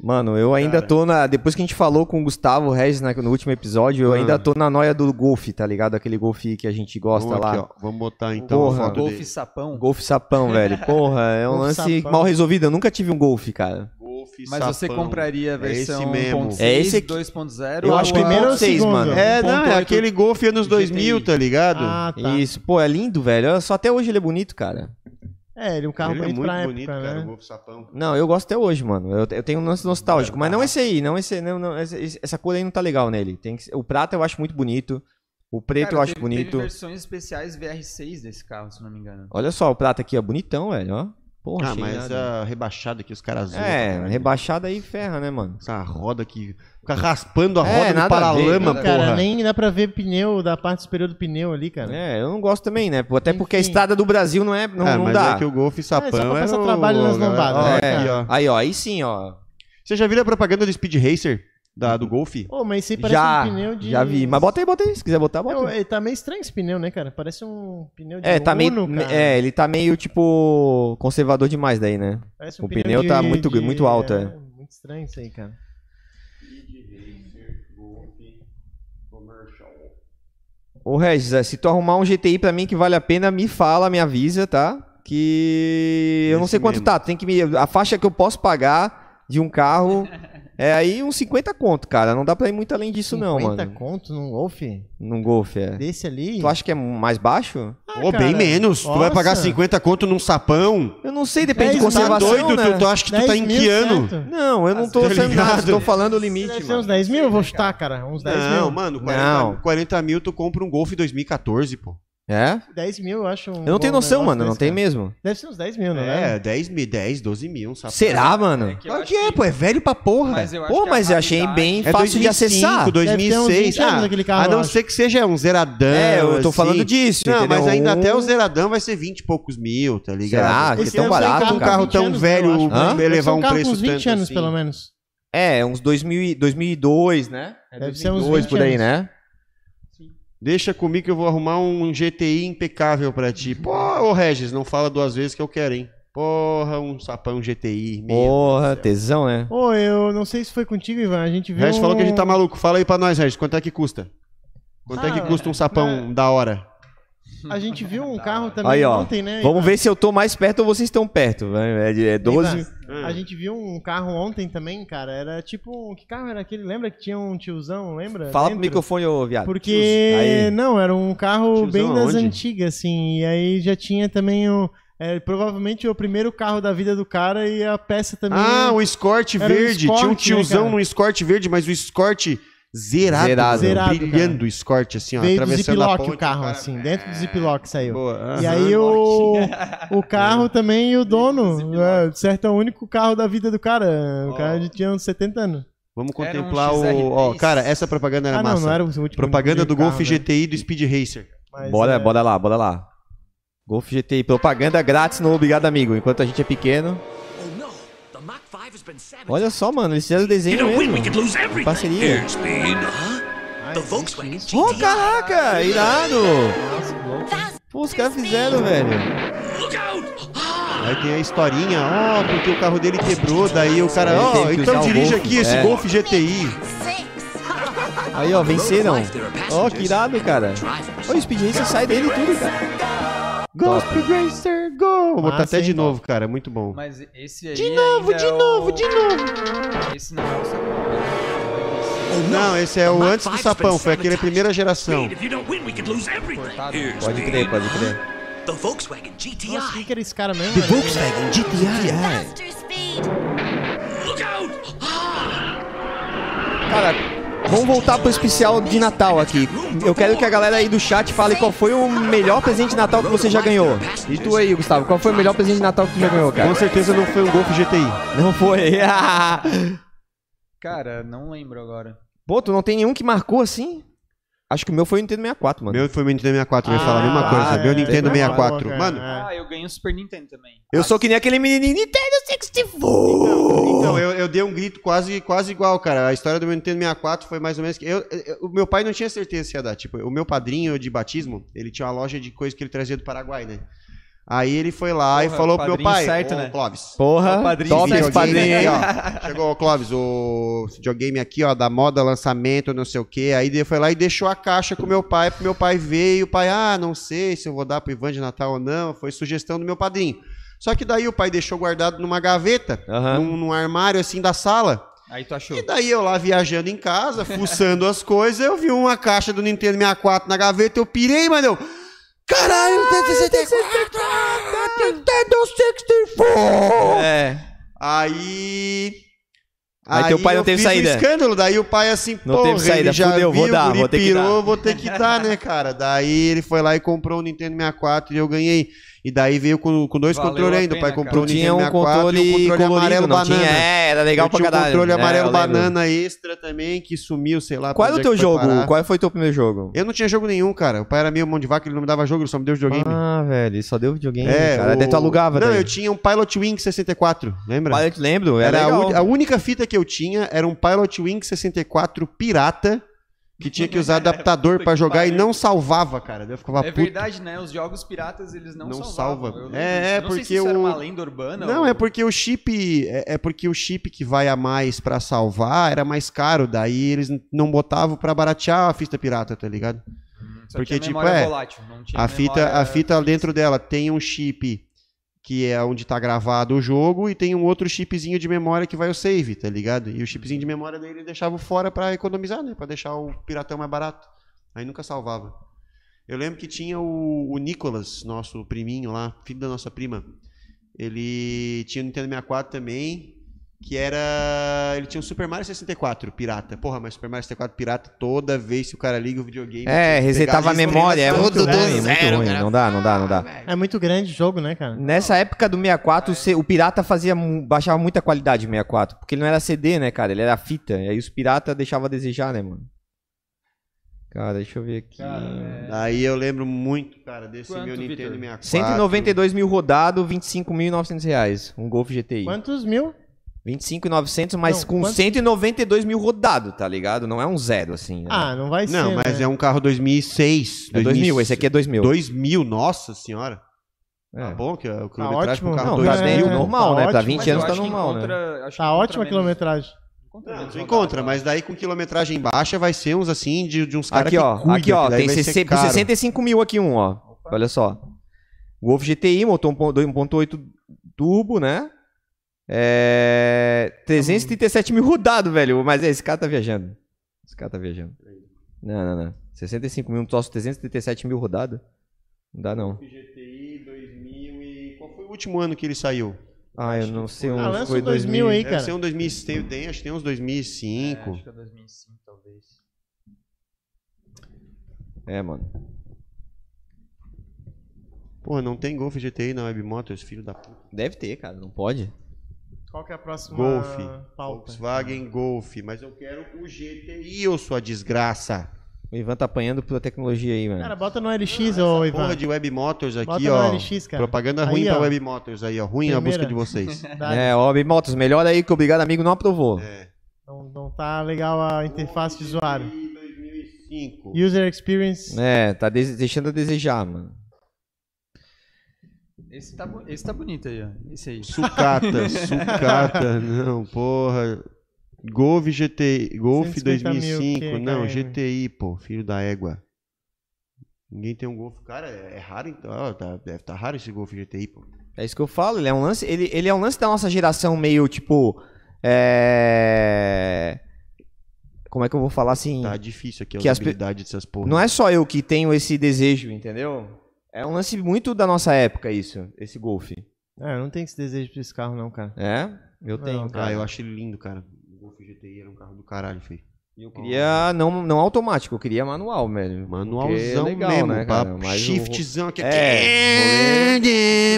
[SPEAKER 3] Mano, eu ainda
[SPEAKER 1] Cara.
[SPEAKER 3] tô na. Depois que a gente falou com o Gustavo Regis na- no último episódio, eu
[SPEAKER 1] Ah.
[SPEAKER 3] ainda tô na noia do golfe, tá ligado? Aquele golfe que a gente gosta
[SPEAKER 1] Vamos
[SPEAKER 3] lá.
[SPEAKER 1] aqui, ó. Vamos botar então
[SPEAKER 3] Porra.
[SPEAKER 1] a foto
[SPEAKER 5] Golfe
[SPEAKER 1] dele.
[SPEAKER 5] sapão.
[SPEAKER 3] Golfe sapão, velho. Porra, é um
[SPEAKER 4] Golfe
[SPEAKER 3] lance
[SPEAKER 4] sapão.
[SPEAKER 3] mal resolvido. Eu nunca tive um golfe, cara.
[SPEAKER 1] Golf fi
[SPEAKER 5] Mas você
[SPEAKER 1] safão.
[SPEAKER 5] compraria a versão
[SPEAKER 1] É esse mesmo.
[SPEAKER 5] 1.6,
[SPEAKER 3] É esse aqui.
[SPEAKER 5] 2.0?
[SPEAKER 1] Eu
[SPEAKER 5] ou
[SPEAKER 1] acho
[SPEAKER 5] a-
[SPEAKER 1] que
[SPEAKER 4] primeiro ou
[SPEAKER 1] primeiro
[SPEAKER 4] o
[SPEAKER 3] seis,
[SPEAKER 4] segundo?
[SPEAKER 3] mano.
[SPEAKER 1] É, não, é
[SPEAKER 5] 1.8
[SPEAKER 1] aquele Golf anos 2000, tá ligado?
[SPEAKER 4] Ah, tá.
[SPEAKER 3] Isso, pô, é lindo, velho. Olha só, até hoje ele é bonito, cara.
[SPEAKER 4] É, ele é um carro
[SPEAKER 1] Ele é
[SPEAKER 4] bonito
[SPEAKER 1] muito
[SPEAKER 4] pra época,
[SPEAKER 1] bonito,
[SPEAKER 4] né?
[SPEAKER 1] cara, o Golf Sapão.
[SPEAKER 3] Não, eu gosto até hoje, mano. Eu, eu tenho um lance nostálgico, mas não esse aí, não esse, não, não, esse- esse- essa cor aí não tá legal nele. Tem que ser- o prata eu acho muito bonito, o preto
[SPEAKER 5] Cara,
[SPEAKER 3] eu acho
[SPEAKER 5] teve-
[SPEAKER 3] bonito.
[SPEAKER 5] Teve versões especiais VR6 desse carro, se não me engano.
[SPEAKER 3] Olha só, o prata aqui é bonitão, velho, ó. Porra,
[SPEAKER 1] Ah,
[SPEAKER 3] achei
[SPEAKER 1] mas
[SPEAKER 3] nada.
[SPEAKER 1] a rebaixada que os caras usam.
[SPEAKER 3] É,
[SPEAKER 1] cara.
[SPEAKER 3] rebaixada aí ferra, né, mano?
[SPEAKER 1] Essa roda que. Fica raspando a
[SPEAKER 3] É,
[SPEAKER 1] roda do
[SPEAKER 3] nada a ver,
[SPEAKER 1] paralama,
[SPEAKER 5] nada a ver.
[SPEAKER 1] porra.
[SPEAKER 4] Cara, nem dá pra ver pneu da parte superior do pneu ali, cara.
[SPEAKER 3] É, eu não gosto também, né? Pô, Até porque a
[SPEAKER 4] Enfim.
[SPEAKER 3] estrada do Brasil não é, não,
[SPEAKER 1] ah,
[SPEAKER 3] não
[SPEAKER 1] mas
[SPEAKER 3] dá. É.
[SPEAKER 1] é que o Golf Sapão
[SPEAKER 4] É, só pra
[SPEAKER 1] era
[SPEAKER 4] passar
[SPEAKER 1] o-
[SPEAKER 4] trabalho nas
[SPEAKER 1] galera,
[SPEAKER 4] lombadas,
[SPEAKER 1] ó,
[SPEAKER 4] né,
[SPEAKER 1] aqui,
[SPEAKER 4] cara?
[SPEAKER 1] ó.
[SPEAKER 3] Aí, ó, aí sim, ó.
[SPEAKER 1] Você já viu a propaganda do Speed Racer? Da,
[SPEAKER 4] Hum.
[SPEAKER 1] do Golf?
[SPEAKER 4] Ô, mas esse parece
[SPEAKER 3] Já,
[SPEAKER 4] um pneu de.
[SPEAKER 3] já vi. Mas bota aí, bota aí. Se quiser botar, bota.
[SPEAKER 4] É, tá meio estranho esse pneu, né, cara? Parece um pneu de
[SPEAKER 3] É, tá meio.
[SPEAKER 4] Uno, cara.
[SPEAKER 3] É, ele tá meio, tipo, conservador demais daí, né?
[SPEAKER 4] Parece
[SPEAKER 3] o pneu tá muito- muito alto, é.
[SPEAKER 4] Muito estranho isso aí, cara.
[SPEAKER 3] Ô, Regis, é, se tu arrumar um GTI pra mim que vale a pena, me fala, me avisa, tá? Que eu não
[SPEAKER 1] Esse
[SPEAKER 3] sei quanto
[SPEAKER 1] mesmo.
[SPEAKER 3] tá. Tem que me. A faixa que eu posso pagar de um carro é aí uns 50 conto, cara. Não dá pra ir muito além disso, não,
[SPEAKER 4] 50
[SPEAKER 3] mano.
[SPEAKER 4] conto num Golf
[SPEAKER 3] Num Golf, é.
[SPEAKER 4] desse ali?
[SPEAKER 3] Tu acha é que é mais baixo?
[SPEAKER 4] Ah,
[SPEAKER 1] Ô, bem
[SPEAKER 4] cara,
[SPEAKER 1] menos. Tu vai pagar
[SPEAKER 4] nossa.
[SPEAKER 1] 50 conto num sapão?
[SPEAKER 3] Eu não sei, depende de
[SPEAKER 4] Dez mil.
[SPEAKER 1] Tá
[SPEAKER 3] conservação,
[SPEAKER 1] doido?
[SPEAKER 3] né?
[SPEAKER 1] Tu, tu acha que tu tá
[SPEAKER 4] 10
[SPEAKER 1] em
[SPEAKER 4] mil,
[SPEAKER 1] que ano?
[SPEAKER 4] certo?
[SPEAKER 3] Não, eu não tô
[SPEAKER 1] Tá
[SPEAKER 3] sendo nada,
[SPEAKER 1] ligado?
[SPEAKER 3] tô falando o limite,
[SPEAKER 4] Deve ser uns
[SPEAKER 3] mano.
[SPEAKER 4] 10 mil, eu vou chutar, cara. Uns 10
[SPEAKER 1] Não,
[SPEAKER 4] mil.
[SPEAKER 1] mano,
[SPEAKER 3] Não.
[SPEAKER 1] 40, 40 mil tu compra um Golf 2014, pô.
[SPEAKER 3] É?
[SPEAKER 4] 10 mil eu acho um
[SPEAKER 3] Eu não tenho
[SPEAKER 4] bom
[SPEAKER 3] noção,
[SPEAKER 4] negócio
[SPEAKER 3] mano, não
[SPEAKER 4] desse,
[SPEAKER 3] tem
[SPEAKER 4] cara.
[SPEAKER 3] mesmo.
[SPEAKER 4] Deve ser uns 10 mil, né?
[SPEAKER 1] É, 10, mil, 10, 12 mil,
[SPEAKER 3] Tá
[SPEAKER 1] um sapão.
[SPEAKER 3] Será, mano?
[SPEAKER 5] É que eu
[SPEAKER 1] Claro
[SPEAKER 5] acho
[SPEAKER 1] que é, pô, é velho pra porra.
[SPEAKER 5] Mas eu acho
[SPEAKER 3] Pô,
[SPEAKER 5] que a
[SPEAKER 3] mas eu achei
[SPEAKER 5] rapidez-
[SPEAKER 3] bem
[SPEAKER 1] É
[SPEAKER 3] fácil de acessar.
[SPEAKER 1] 2006.
[SPEAKER 4] 20
[SPEAKER 3] ah,
[SPEAKER 4] anos aquele carro,
[SPEAKER 1] a
[SPEAKER 4] eu
[SPEAKER 1] Ah, não
[SPEAKER 4] acho.
[SPEAKER 1] ser que seja um zeradão.
[SPEAKER 3] É, eu tô
[SPEAKER 1] assim.
[SPEAKER 3] falando disso,
[SPEAKER 1] Não,
[SPEAKER 3] entendeu?
[SPEAKER 1] mas ainda
[SPEAKER 3] Um-
[SPEAKER 1] até o zeradão vai ser 20 e poucos mil, tá
[SPEAKER 3] Será?
[SPEAKER 1] ligado?
[SPEAKER 3] Que é tão
[SPEAKER 4] ano sai
[SPEAKER 3] barato,
[SPEAKER 1] um carro
[SPEAKER 4] 20
[SPEAKER 1] tão
[SPEAKER 4] anos,
[SPEAKER 1] velho
[SPEAKER 4] eu acho,
[SPEAKER 3] Hã?
[SPEAKER 4] né? Deve
[SPEAKER 1] elevar
[SPEAKER 4] ser
[SPEAKER 1] um
[SPEAKER 4] carro com
[SPEAKER 1] preço
[SPEAKER 4] uns 20
[SPEAKER 1] tanto
[SPEAKER 4] anos,
[SPEAKER 1] assim.
[SPEAKER 4] pelo menos.
[SPEAKER 3] É, uns 2000, e- 2002, né? É
[SPEAKER 4] Deve ser uns
[SPEAKER 3] 2002 por
[SPEAKER 4] 20
[SPEAKER 3] aí,
[SPEAKER 4] anos.
[SPEAKER 3] né?
[SPEAKER 1] Deixa comigo que eu vou arrumar um GTI impecável pra ti. Pô, ô Regis, não fala duas vezes que eu quero, hein? Porra, um sapão GTI. meu.
[SPEAKER 3] Porra, tesão, né?
[SPEAKER 4] Ô, eu não sei se foi contigo, Ivan. A gente
[SPEAKER 1] O
[SPEAKER 4] viu.
[SPEAKER 1] Regis falou que a gente tá
[SPEAKER 4] um-
[SPEAKER 1] maluco. Fala aí pra nós, Regis, quanto é que custa? Quanto é que
[SPEAKER 4] Ah,
[SPEAKER 1] custa um sapão da hora?
[SPEAKER 4] A gente viu um
[SPEAKER 5] Da
[SPEAKER 4] carro
[SPEAKER 5] hora.
[SPEAKER 4] também
[SPEAKER 3] Aí, ó.
[SPEAKER 4] ontem, né?
[SPEAKER 3] Vamos ver se eu tô mais perto ou vocês estão perto. né? É, de- é 12.
[SPEAKER 4] Ivan, A gente viu um carro ontem também, cara. Era tipo. um- Que carro era aquele? Lembra que tinha um tiozão? Lembra?
[SPEAKER 3] Fala pro
[SPEAKER 4] Dentro?
[SPEAKER 3] microfone, ô viado.
[SPEAKER 4] Porque.
[SPEAKER 3] Aí.
[SPEAKER 4] Não, era um carro
[SPEAKER 1] Tiozão
[SPEAKER 4] bem das
[SPEAKER 1] aonde?
[SPEAKER 4] antigas, assim. E aí já tinha também o. é, provavelmente o primeiro carro da vida do cara e a peça também.
[SPEAKER 1] Ah, o Escort
[SPEAKER 4] Era um
[SPEAKER 1] verde. Tinha um
[SPEAKER 4] Escort, né,
[SPEAKER 1] tiozão
[SPEAKER 4] cara?
[SPEAKER 1] no Escort verde, mas o Escort zerado,
[SPEAKER 3] Zerado.
[SPEAKER 4] Zerado,
[SPEAKER 1] brilhando o Escort, assim, ó,
[SPEAKER 4] veio do
[SPEAKER 1] atravessando a
[SPEAKER 4] ziplock
[SPEAKER 1] ponte.
[SPEAKER 4] o carro, assim. Dentro do ziplock saiu.
[SPEAKER 1] Boa.
[SPEAKER 4] E
[SPEAKER 1] aham.
[SPEAKER 4] aí o, o carro também e o dono, é, de certo é o único carro da vida do cara. O
[SPEAKER 5] Ó.
[SPEAKER 4] cara já tinha uns 70 anos.
[SPEAKER 1] Vamos
[SPEAKER 5] Era um
[SPEAKER 1] contemplar o...
[SPEAKER 5] XR3.
[SPEAKER 1] Ó, cara, essa propaganda era
[SPEAKER 4] ah,
[SPEAKER 1] É, massa.
[SPEAKER 4] não, não era o último.
[SPEAKER 1] Propaganda do
[SPEAKER 4] carro,
[SPEAKER 1] Golf
[SPEAKER 4] né?
[SPEAKER 1] GTI do Speed Racer.
[SPEAKER 4] Mas,
[SPEAKER 3] bora,
[SPEAKER 4] é,
[SPEAKER 3] bora lá, bora lá. Golf GTI, propaganda grátis no Obrigado Amigo, enquanto a gente é pequeno.
[SPEAKER 6] Oh no, the Mach 5 has been sabotaged.
[SPEAKER 3] Olha só, mano, eles fizeram o desenho mesmo.
[SPEAKER 6] lose
[SPEAKER 3] parceria.
[SPEAKER 6] Airspeed, huh?
[SPEAKER 4] ah,
[SPEAKER 6] The
[SPEAKER 4] existe
[SPEAKER 6] Volkswagen
[SPEAKER 4] isso.
[SPEAKER 3] Ô,
[SPEAKER 6] GTI.
[SPEAKER 3] caraca, irado.
[SPEAKER 4] Nossa, que louco.
[SPEAKER 5] Tá.
[SPEAKER 3] Pô, os caras fizeram, velho.
[SPEAKER 6] Look out! Ah!
[SPEAKER 1] Aí tem a historinha, ó, porque o carro dele quebrou, daí o cara,
[SPEAKER 3] Ele
[SPEAKER 1] ó,
[SPEAKER 3] teve que usar
[SPEAKER 1] então
[SPEAKER 3] o
[SPEAKER 1] dirige
[SPEAKER 3] Golf.
[SPEAKER 1] aqui esse
[SPEAKER 3] É.
[SPEAKER 1] Golf GTI.
[SPEAKER 3] Aí, ó, venceram.
[SPEAKER 6] Road life, there are
[SPEAKER 3] Ó,
[SPEAKER 6] passengers,
[SPEAKER 3] que irado, cara.
[SPEAKER 6] drivers.
[SPEAKER 3] Olha, o Speed Racer sai dele e tudo, cara.
[SPEAKER 1] Golf Racer, go! Vou botar
[SPEAKER 4] Massa,
[SPEAKER 1] até de
[SPEAKER 4] hein?
[SPEAKER 1] novo, cara, muito bom.
[SPEAKER 5] Mas esse aí. De novo, de novo, de novo. Esse não é o sapão, né?
[SPEAKER 6] Oh,
[SPEAKER 1] Não, esse é o
[SPEAKER 6] Mach
[SPEAKER 1] antes do
[SPEAKER 6] 5's
[SPEAKER 1] sapão,
[SPEAKER 6] been
[SPEAKER 1] foi aquele
[SPEAKER 6] sabotaged.
[SPEAKER 1] primeira geração.
[SPEAKER 6] Speed, if you don't win, we could lose everything.
[SPEAKER 5] Coitado.
[SPEAKER 6] Airspeed,
[SPEAKER 3] Pode crer, pode crer.
[SPEAKER 6] The Volkswagen
[SPEAKER 4] Nossa, quem
[SPEAKER 6] GTI.
[SPEAKER 4] que era esse cara mesmo?
[SPEAKER 6] The
[SPEAKER 4] Era-
[SPEAKER 6] Volkswagen GTI.
[SPEAKER 7] Faster speed.
[SPEAKER 6] Look out! Ah!
[SPEAKER 3] Cara, vamos voltar pro especial de Natal aqui. Eu quero que a galera aí do chat fale qual foi o melhor presente de Natal que você já ganhou. E tu aí, Gustavo, qual foi o melhor presente de Natal que tu já ganhou,
[SPEAKER 1] Com
[SPEAKER 3] cara?
[SPEAKER 1] certeza não foi um Golf GTI.
[SPEAKER 3] Não foi.
[SPEAKER 5] Cara, não lembro agora.
[SPEAKER 3] Pô, tu não tem nenhum que marcou assim? Acho que o meu foi o Nintendo 64, mano.
[SPEAKER 1] Meu foi o Nintendo 64, eu ia falar a
[SPEAKER 4] Ah,
[SPEAKER 1] mesma coisa. Meu
[SPEAKER 4] é,
[SPEAKER 1] Nintendo
[SPEAKER 4] foi uma boa,
[SPEAKER 1] 64.
[SPEAKER 4] cara,
[SPEAKER 1] Mano,
[SPEAKER 4] é.
[SPEAKER 5] Ah, eu ganhei o Super Nintendo também.
[SPEAKER 3] Eu sou que nem aquele menininho Nintendo 64.
[SPEAKER 1] então, eu, eu dei um grito quase, quase igual, cara. A história do meu Nintendo 64 foi mais ou menos que. Eu, eu- o meu pai não tinha certeza se ia dar. Tipo, o meu padrinho de batismo, ele tinha uma loja de coisa que ele trazia do Paraguai, né? Aí ele foi lá e
[SPEAKER 5] Porra,
[SPEAKER 1] falou pro meu
[SPEAKER 5] padrinho
[SPEAKER 1] pai.
[SPEAKER 5] certo,
[SPEAKER 1] "Ô,
[SPEAKER 5] né?"
[SPEAKER 1] Clóvis.
[SPEAKER 3] Porra,
[SPEAKER 5] O padrinho
[SPEAKER 3] top
[SPEAKER 5] esse
[SPEAKER 3] esse
[SPEAKER 1] videogame
[SPEAKER 3] padrinho aí.
[SPEAKER 1] aqui, ó. Chegou, ó, Clóvis, o videogame aqui, ó, da moda, lançamento, não sei o quê. Aí ele foi lá e deixou a caixa com meu pai, pro meu pai ver, e o pai, ah, não sei se eu vou dar pro Ivan de Natal ou não. Foi sugestão do meu padrinho. Só que daí o pai deixou guardado numa gaveta,
[SPEAKER 3] Aham.
[SPEAKER 1] num, num armário assim da sala.
[SPEAKER 5] Ah, Aí tu achou.
[SPEAKER 1] E daí eu lá viajando em casa, fuçando as coisas, eu vi uma caixa do Nintendo 64 na gaveta, eu pirei, mano. eu, Caralho,
[SPEAKER 3] Ah,
[SPEAKER 1] Nintendo 64!
[SPEAKER 3] É.
[SPEAKER 1] Aí.
[SPEAKER 3] Aí teu pai não
[SPEAKER 1] eu
[SPEAKER 3] teve
[SPEAKER 1] fiz um
[SPEAKER 3] saída.
[SPEAKER 1] escândalo, daí o pai assim,
[SPEAKER 3] Não
[SPEAKER 1] porra,
[SPEAKER 3] teve saída,
[SPEAKER 1] ele já
[SPEAKER 3] fudeu,
[SPEAKER 1] viu,
[SPEAKER 3] vou dar,
[SPEAKER 1] o guri
[SPEAKER 3] vou ter que
[SPEAKER 1] pirou,
[SPEAKER 3] dar.
[SPEAKER 1] vou ter que dar, né, cara? Daí ele foi lá e comprou um Nintendo 64 e eu ganhei. E daí veio com, com dois
[SPEAKER 5] Valeu
[SPEAKER 1] controles
[SPEAKER 5] a
[SPEAKER 1] ainda, o pai
[SPEAKER 5] pena,
[SPEAKER 1] comprou um
[SPEAKER 5] cara.
[SPEAKER 3] Tinha
[SPEAKER 1] Nintendo
[SPEAKER 3] um
[SPEAKER 1] 64
[SPEAKER 3] controle,
[SPEAKER 1] e um controle
[SPEAKER 3] colorido,
[SPEAKER 1] amarelo
[SPEAKER 3] não
[SPEAKER 1] banana.
[SPEAKER 3] tinha? É, era legal
[SPEAKER 1] Eu
[SPEAKER 3] pra
[SPEAKER 1] tinha um
[SPEAKER 3] caralho.
[SPEAKER 1] controle
[SPEAKER 3] É,
[SPEAKER 1] amarelo
[SPEAKER 3] eu lembro.
[SPEAKER 1] banana extra também, que sumiu, sei lá. pra
[SPEAKER 3] Qual é
[SPEAKER 1] onde
[SPEAKER 3] o
[SPEAKER 1] que
[SPEAKER 3] teu
[SPEAKER 1] foi
[SPEAKER 3] jogo?
[SPEAKER 1] parar.
[SPEAKER 3] Qual foi o teu primeiro jogo?
[SPEAKER 1] Eu não tinha jogo nenhum, cara. O pai era meio mão de vaca, ele não me dava jogo, ele só me deu videogame.
[SPEAKER 3] Ah, velho, só deu videogame, cara. Daí tu alugava,
[SPEAKER 1] É, Não,
[SPEAKER 3] daí.
[SPEAKER 1] eu tinha um Pilot Wing 64, lembra?
[SPEAKER 3] Olha, eu te lembro,
[SPEAKER 1] Era
[SPEAKER 3] era,
[SPEAKER 1] a,
[SPEAKER 3] É legal.
[SPEAKER 1] uni- a única fita que eu tinha era um Pilot Wing 64 pirata que tinha que usar adaptador pra jogar e não salvava, cara. Daí Eu ficava
[SPEAKER 5] É
[SPEAKER 1] puto.
[SPEAKER 5] verdade, né? Os jogos piratas, eles não,
[SPEAKER 1] Não
[SPEAKER 5] salvavam.
[SPEAKER 1] salva.
[SPEAKER 5] Eu
[SPEAKER 1] É, é,
[SPEAKER 5] eu não sei
[SPEAKER 1] porque
[SPEAKER 5] se isso era
[SPEAKER 1] o-
[SPEAKER 5] uma lenda urbana.
[SPEAKER 1] Não,
[SPEAKER 5] ou-
[SPEAKER 1] é porque o chip é, é porque o chip que vai a mais pra salvar era mais caro, daí eles n- não botavam pra baratear a fita pirata, tá ligado?
[SPEAKER 5] Hum, Só
[SPEAKER 1] porque,
[SPEAKER 5] tinha
[SPEAKER 1] tipo,
[SPEAKER 5] memória
[SPEAKER 1] é,
[SPEAKER 5] volátil, não tinha
[SPEAKER 1] A fita, a
[SPEAKER 5] memória-
[SPEAKER 1] fita dentro dela tem um chip que é onde tá gravado o jogo e tem um outro chipzinho de memória que vai o save, tá ligado? E o chipzinho de memória dele ele deixava fora pra economizar, né? Pra deixar o piratão mais barato. Aí nunca salvava. Eu lembro que tinha o, o Nicolas, nosso priminho lá, filho da nossa prima. Ele tinha o Nintendo 64 também, que era. Ele tinha o Super Mario 64 pirata. Porra, mas Super Mario 64 pirata, toda vez que o cara liga o videogame.
[SPEAKER 3] É, resetava a
[SPEAKER 1] Pegar isso,
[SPEAKER 3] memória, é muito
[SPEAKER 1] tudo
[SPEAKER 3] ruim,
[SPEAKER 1] do
[SPEAKER 3] muito ruim. Não dá, não dá, não dá.
[SPEAKER 4] É muito grande o jogo, né, cara?
[SPEAKER 3] Nessa época do 64, o C- o pirata fazia mu- baixava muita qualidade o 64, porque ele não era CD, né, cara? Ele era fita. E aí os piratas deixavam a desejar, né, mano? Cara, deixa eu ver aqui.
[SPEAKER 1] Aí eu lembro muito, cara, desse
[SPEAKER 5] Quanto,
[SPEAKER 1] meu Nintendo
[SPEAKER 5] Vitor?
[SPEAKER 1] 64.
[SPEAKER 3] 192 mil rodado, 25.900 reais. Um Golf GTI.
[SPEAKER 4] Quantos mil?
[SPEAKER 3] 25.900, mas
[SPEAKER 4] Não,
[SPEAKER 3] com
[SPEAKER 4] quanto?
[SPEAKER 3] 192 mil rodado, tá ligado? Não é um zero, assim. né?
[SPEAKER 4] Ah, não vai ser.
[SPEAKER 1] Não, mas é um carro 2006.
[SPEAKER 3] é 2 mil, esse aqui é 2 mil.
[SPEAKER 1] 2000, nossa senhora. Tá
[SPEAKER 3] É.
[SPEAKER 1] bom que a
[SPEAKER 4] Tá
[SPEAKER 1] quilometragem
[SPEAKER 4] ótimo.
[SPEAKER 1] com um carro
[SPEAKER 3] Não,
[SPEAKER 4] dois
[SPEAKER 3] tá
[SPEAKER 1] 2000.
[SPEAKER 4] bem,
[SPEAKER 3] meio
[SPEAKER 4] né?
[SPEAKER 3] normal,
[SPEAKER 4] Tá
[SPEAKER 3] né? Pra
[SPEAKER 4] ótimo,
[SPEAKER 3] 20
[SPEAKER 5] eu
[SPEAKER 3] anos tá
[SPEAKER 5] acho que
[SPEAKER 3] normal, né?
[SPEAKER 5] encontra- acho que
[SPEAKER 4] Tá
[SPEAKER 5] encontra
[SPEAKER 4] ótima a
[SPEAKER 5] menos.
[SPEAKER 4] quilometragem.
[SPEAKER 5] Encontra
[SPEAKER 1] Não,
[SPEAKER 5] menos né?
[SPEAKER 1] tu
[SPEAKER 5] rodada,
[SPEAKER 1] encontra,
[SPEAKER 5] eu
[SPEAKER 1] mas daí com quilometragem baixa vai ser uns assim de, de uns caras
[SPEAKER 3] Aqui, ó.
[SPEAKER 1] que cuida,
[SPEAKER 3] aqui, ó.
[SPEAKER 1] que daí
[SPEAKER 3] Tem
[SPEAKER 1] vai ser
[SPEAKER 3] 60, por
[SPEAKER 1] caro.
[SPEAKER 3] 65 mil aqui um, ó. Olha só. O Golf GTI, motor 1.8 turbo, né? É... 337 mil rodado, velho. Mas é, esse cara tá viajando. Esse cara tá viajando. Não, não, não. 65 mil, um troço 337 mil rodado? Não dá, não.
[SPEAKER 1] GTI 2000 e... Qual foi o último ano que ele saiu?
[SPEAKER 3] Ah, eu não sei.
[SPEAKER 4] Ah,
[SPEAKER 3] Uns
[SPEAKER 4] lança
[SPEAKER 3] foi
[SPEAKER 4] um 2000 aí,
[SPEAKER 1] Deve
[SPEAKER 4] cara.
[SPEAKER 1] ser um 2000, tem, tem- acho que tem uns
[SPEAKER 5] acho.
[SPEAKER 1] 2005.
[SPEAKER 5] É, acho que é 2005, talvez.
[SPEAKER 3] É, mano.
[SPEAKER 1] Porra, não tem Golf GTI na Web Motors, filho da puta.
[SPEAKER 3] Deve ter, cara. Não pode.
[SPEAKER 4] Qual que é a próxima
[SPEAKER 1] Golfe.
[SPEAKER 4] pauta?
[SPEAKER 1] Volkswagen Golf, mas eu quero o GTI, ô sua desgraça.
[SPEAKER 3] O Ivan tá apanhando pela tecnologia aí, mano.
[SPEAKER 4] Cara, bota no LX, ô Ivan.
[SPEAKER 1] Porra de Web Motors aqui,
[SPEAKER 4] Bota
[SPEAKER 1] ó.
[SPEAKER 4] no LX, cara.
[SPEAKER 1] Propaganda
[SPEAKER 4] Aí,
[SPEAKER 1] ruim pra
[SPEAKER 4] ó.
[SPEAKER 1] Web Motors aí, ó. Ruim a busca
[SPEAKER 4] Primeira.
[SPEAKER 1] de vocês.
[SPEAKER 4] Dá-
[SPEAKER 3] É, ó, Motos, melhor aí que obrigado, amigo, não aprovou.
[SPEAKER 4] Não, não tá legal a interface de usuário.
[SPEAKER 1] 2005.
[SPEAKER 4] User experience.
[SPEAKER 3] É, tá dese- deixando a desejar, mano.
[SPEAKER 5] Esse tá, bo- esse tá bonito aí, ó. Esse aí.
[SPEAKER 1] Sucata, sucata, não, porra. Golf GTI, Golf
[SPEAKER 4] 150 mil é
[SPEAKER 1] 2005, não,
[SPEAKER 4] KM.
[SPEAKER 1] GTI, pô, filho da égua. Ninguém tem um Golf, cara, é raro então, ó, tá- deve estar raro esse Golf GTI, pô.
[SPEAKER 3] É isso que eu falo, ele é um lance, ele, ele é um lance da nossa geração meio tipo é Como é que eu vou falar assim?
[SPEAKER 1] Tá difícil aqui a
[SPEAKER 3] Que as pe-
[SPEAKER 1] usabilidade dessas porra.
[SPEAKER 3] Não é só eu que tenho esse desejo, entendeu? É um lance muito da nossa época isso, esse Golf.
[SPEAKER 4] É, não tem esse desejo pra esse carro, não, cara.
[SPEAKER 3] É? Eu tenho, cara.
[SPEAKER 1] Ah, eu acho ele lindo, cara. O Golf GTI era um carro do caralho, filho.
[SPEAKER 3] Eu queria não não automático, eu queria manual, velho.
[SPEAKER 1] Manualzão
[SPEAKER 3] Porque é legal,
[SPEAKER 1] mesmo,
[SPEAKER 3] né, cara?
[SPEAKER 1] papo
[SPEAKER 3] Mas o-
[SPEAKER 1] shiftzão aqui.
[SPEAKER 3] É,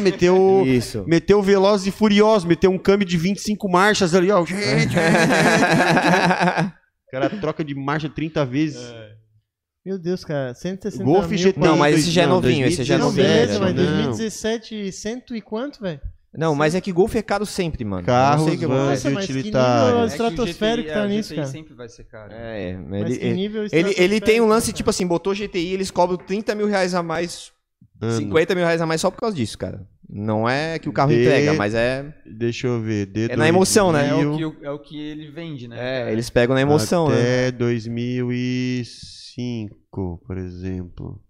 [SPEAKER 1] meteu,
[SPEAKER 3] Isso.
[SPEAKER 1] meteu Veloz e Furioso, meteu um câmbio de 25 marchas ali, ó.
[SPEAKER 3] é.
[SPEAKER 1] O cara troca de marcha 30
[SPEAKER 5] É.
[SPEAKER 1] vezes.
[SPEAKER 4] Meu Deus, cara. 160
[SPEAKER 1] Golf
[SPEAKER 4] mil.
[SPEAKER 1] GTI.
[SPEAKER 3] Não, mas esse já é
[SPEAKER 1] não,
[SPEAKER 3] novinho, esse já é
[SPEAKER 4] Não,
[SPEAKER 1] 2017,
[SPEAKER 3] novinho,
[SPEAKER 4] beleza, mas
[SPEAKER 1] não.
[SPEAKER 4] 2017, cento e quanto, velho?
[SPEAKER 3] Não, mas é que Golf é caro sempre, mano. Eu não sei o
[SPEAKER 1] Carros,
[SPEAKER 3] que
[SPEAKER 1] vans
[SPEAKER 3] acontece.
[SPEAKER 1] e
[SPEAKER 4] Nossa, mas que
[SPEAKER 5] É
[SPEAKER 1] utilitários.
[SPEAKER 4] nível- estratosférico
[SPEAKER 5] que o
[SPEAKER 4] tá
[SPEAKER 5] é, o
[SPEAKER 4] nisso, cara.
[SPEAKER 5] sempre vai ser caro.
[SPEAKER 3] É,
[SPEAKER 4] Mas
[SPEAKER 3] ele,
[SPEAKER 4] que nível
[SPEAKER 3] Ele, ele tem um lance,
[SPEAKER 4] estratosférico, tá
[SPEAKER 3] tipo assim, botou GTI, eles cobram 30 mil reais a mais,
[SPEAKER 1] Ano.
[SPEAKER 3] 50 mil reais a mais só por causa disso, cara. Não é que o carro
[SPEAKER 1] De-
[SPEAKER 3] entrega, mas é.
[SPEAKER 1] Deixa eu ver. D
[SPEAKER 3] É na emoção, né?
[SPEAKER 5] É o, que, o- é o que ele vende, né?
[SPEAKER 3] É,
[SPEAKER 5] cara?
[SPEAKER 3] eles pegam na emoção, né?
[SPEAKER 1] Até 2005, por exemplo.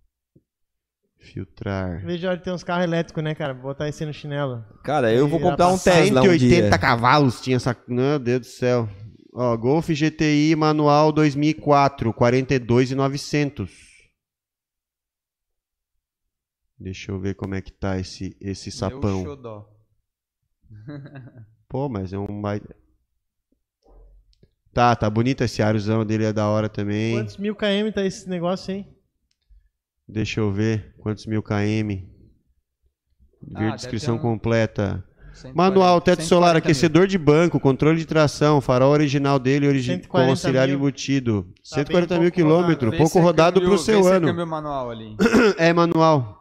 [SPEAKER 1] Filtrar.
[SPEAKER 4] Veja, olha, tem uns carros elétricos, né, cara? Botar esse no chinelo.
[SPEAKER 3] Cara, eu vou
[SPEAKER 4] Irá
[SPEAKER 3] comprar um
[SPEAKER 4] passar
[SPEAKER 3] Tesla um dia.
[SPEAKER 1] cavalos tinha essa. Meu Deus do céu. Ó, Golf GTI manual 2004, 42,900. Deixa eu ver como é que tá esse, esse sapão.
[SPEAKER 5] Meu xodó.
[SPEAKER 1] Pô, mas é um mais. Tá, tá bonito esse arozão dele, é da hora também.
[SPEAKER 4] Quantos mil km tá esse negócio aí?
[SPEAKER 1] Deixa eu ver quantos mil km.
[SPEAKER 5] Ah,
[SPEAKER 1] Ver
[SPEAKER 5] deve
[SPEAKER 1] descrição
[SPEAKER 5] ter um-
[SPEAKER 1] completa.
[SPEAKER 5] 140
[SPEAKER 1] Manual, teto solar,
[SPEAKER 5] 140 mil.
[SPEAKER 1] aquecedor de banco, controle de tração, farol original dele origi
[SPEAKER 4] 140
[SPEAKER 1] com auxiliar
[SPEAKER 4] mil.
[SPEAKER 1] embutido.
[SPEAKER 4] Tá
[SPEAKER 1] 140
[SPEAKER 4] bem
[SPEAKER 1] mil
[SPEAKER 4] pouco rodado.
[SPEAKER 1] quilômetros,
[SPEAKER 5] Vê
[SPEAKER 1] pouco
[SPEAKER 5] se é
[SPEAKER 1] rodado
[SPEAKER 5] câmbio-
[SPEAKER 1] pro
[SPEAKER 5] vê
[SPEAKER 1] seu
[SPEAKER 5] se é
[SPEAKER 1] ano.
[SPEAKER 5] câmbio manual ali.
[SPEAKER 1] É manual.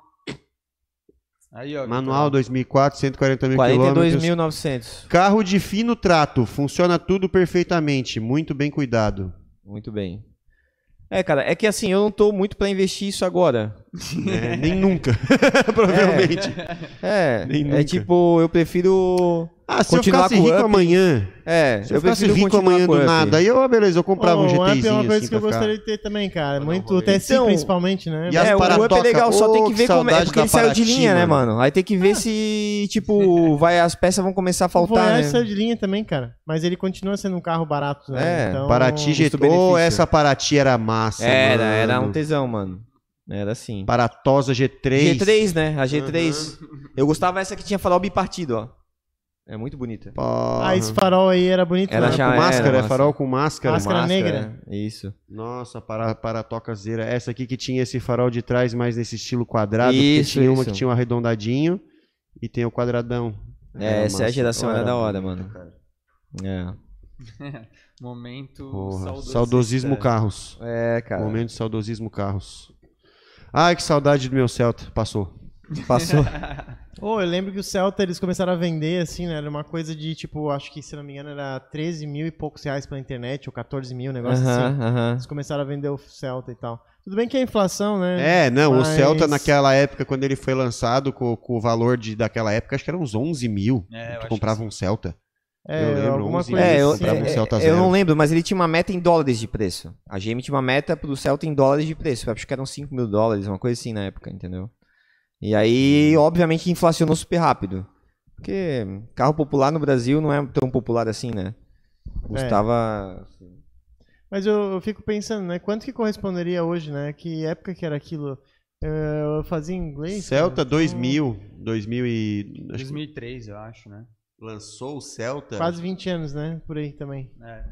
[SPEAKER 5] Aí, ó,
[SPEAKER 1] Manual 2004, 140 mil quilômetros.
[SPEAKER 3] 42.900.
[SPEAKER 1] Carro de fino trato, funciona tudo perfeitamente, muito bem cuidado.
[SPEAKER 3] Muito bem. É, cara, é que assim, eu não tô muito pra investir isso agora.
[SPEAKER 1] né? Nem nunca, provavelmente.
[SPEAKER 3] É,
[SPEAKER 1] Nem
[SPEAKER 3] é
[SPEAKER 1] nunca.
[SPEAKER 3] tipo, eu prefiro...
[SPEAKER 1] Ah, se eu
[SPEAKER 3] Continuar
[SPEAKER 1] ficasse
[SPEAKER 3] com o
[SPEAKER 1] rico
[SPEAKER 3] up.
[SPEAKER 1] amanhã,
[SPEAKER 3] É,
[SPEAKER 1] se eu ficasse rico
[SPEAKER 3] continuar
[SPEAKER 1] amanhã
[SPEAKER 3] com
[SPEAKER 1] do
[SPEAKER 3] o Up.
[SPEAKER 1] nada, aí eu, ah, beleza, eu comprava um
[SPEAKER 4] Ô, o Up
[SPEAKER 1] GTzinho
[SPEAKER 4] é uma coisa
[SPEAKER 1] assim
[SPEAKER 4] que eu
[SPEAKER 1] pra ficar.
[SPEAKER 4] gostaria de ter também, cara.
[SPEAKER 5] Mas
[SPEAKER 4] Muito,
[SPEAKER 5] não
[SPEAKER 4] o
[SPEAKER 5] rolei.
[SPEAKER 4] TSI
[SPEAKER 3] Então-
[SPEAKER 4] principalmente, né?
[SPEAKER 1] E as
[SPEAKER 3] é, o Up é
[SPEAKER 1] paratocas.
[SPEAKER 3] legal, só
[SPEAKER 1] Ô,
[SPEAKER 3] tem que
[SPEAKER 1] que
[SPEAKER 3] ver como é.
[SPEAKER 1] saudade
[SPEAKER 3] Porque
[SPEAKER 1] da
[SPEAKER 3] ele saiu de
[SPEAKER 1] Paraty,
[SPEAKER 3] linha, né,
[SPEAKER 1] mano?
[SPEAKER 3] mano? Aí tem que ver se, tipo, vai, as peças vão começar a
[SPEAKER 4] O
[SPEAKER 3] faltar,
[SPEAKER 4] Voyage
[SPEAKER 3] né?
[SPEAKER 4] saiu de linha também, cara. Mas ele continua sendo um carro barato, né?
[SPEAKER 3] É,
[SPEAKER 4] então,
[SPEAKER 1] Paraty GT.
[SPEAKER 3] custo-benefício.
[SPEAKER 1] Ô, essa Paraty era massa.
[SPEAKER 3] Era, era
[SPEAKER 1] mano.
[SPEAKER 3] um tesão, mano. Era assim.
[SPEAKER 1] Paratosa G3.
[SPEAKER 3] G3, né? A G3.
[SPEAKER 1] Uhum.
[SPEAKER 3] Eu gostava essa que tinha farol bipartido, ó. É muito bonita.
[SPEAKER 1] Porra.
[SPEAKER 4] Ah, esse farol aí era bonito,
[SPEAKER 3] Era
[SPEAKER 4] né?
[SPEAKER 3] já-
[SPEAKER 1] com máscara,
[SPEAKER 3] era
[SPEAKER 1] é
[SPEAKER 3] massa.
[SPEAKER 1] farol com máscara.
[SPEAKER 4] Máscara negra.
[SPEAKER 3] É, Isso.
[SPEAKER 1] Nossa, para, paratocazeira. Essa aqui que tinha esse farol de trás, mas nesse estilo quadrado. porque
[SPEAKER 3] Isso,
[SPEAKER 1] tinha uma
[SPEAKER 3] isso.
[SPEAKER 1] que tinha um arredondadinho e tem o quadradão.
[SPEAKER 3] É,
[SPEAKER 1] Era
[SPEAKER 3] essa é a
[SPEAKER 1] massa.
[SPEAKER 3] geração, era da hora,
[SPEAKER 1] bonito,
[SPEAKER 3] mano.
[SPEAKER 1] cara.
[SPEAKER 3] É,
[SPEAKER 5] Momento
[SPEAKER 1] Porra,
[SPEAKER 5] saudosista.
[SPEAKER 1] saudosismo carros.
[SPEAKER 3] é cara.
[SPEAKER 1] Momento de saudosismo carros. Ai, que saudade do meu Celta. Passou.
[SPEAKER 3] Passou.
[SPEAKER 4] Ô, eu lembro que o Celta eles começaram a vender, assim, né? Era uma coisa de, tipo, acho que, se não me engano, era 13 mil e poucos reais pela internet, ou 14 mil, um negócio
[SPEAKER 3] Aham,
[SPEAKER 4] assim.
[SPEAKER 3] aham.
[SPEAKER 4] Eles começaram a vender o Celta e tal. Tudo bem que é inflação, né?
[SPEAKER 1] É, não,
[SPEAKER 4] Mas-
[SPEAKER 1] o Celta naquela época, quando ele foi lançado com, com o valor de, daquela época, acho que era uns 11 mil.
[SPEAKER 5] É, eu acho
[SPEAKER 1] tu
[SPEAKER 5] que
[SPEAKER 1] comprava um Celta. eu lembro, 11 mil.
[SPEAKER 3] É, eu,
[SPEAKER 4] assim.
[SPEAKER 1] Pra um
[SPEAKER 3] é,
[SPEAKER 1] Celta
[SPEAKER 3] eu
[SPEAKER 1] zero.
[SPEAKER 3] não lembro, mas ele tinha uma meta em dólares de preço. A GM tinha uma meta pro Celta em dólares de preço. Eu acho que eram 5 mil dólares, uma coisa assim na época, entendeu? E
[SPEAKER 4] Hum.
[SPEAKER 3] aí, obviamente, inflacionou super rápido. Porque carro popular no Brasil não é tão popular assim, né?
[SPEAKER 4] É.
[SPEAKER 3] Custava.
[SPEAKER 4] Mas eu, eu fico pensando, né? Quanto que corresponderia hoje, né? Que época que era aquilo? É, Eu fazia inglês?
[SPEAKER 1] Celta
[SPEAKER 4] cara? então,
[SPEAKER 1] 2000, 2000 e... Acho que
[SPEAKER 5] 2003, eu acho, né?
[SPEAKER 1] lançou o Celta.
[SPEAKER 4] Quase 20 anos, né? Por aí também.
[SPEAKER 5] É.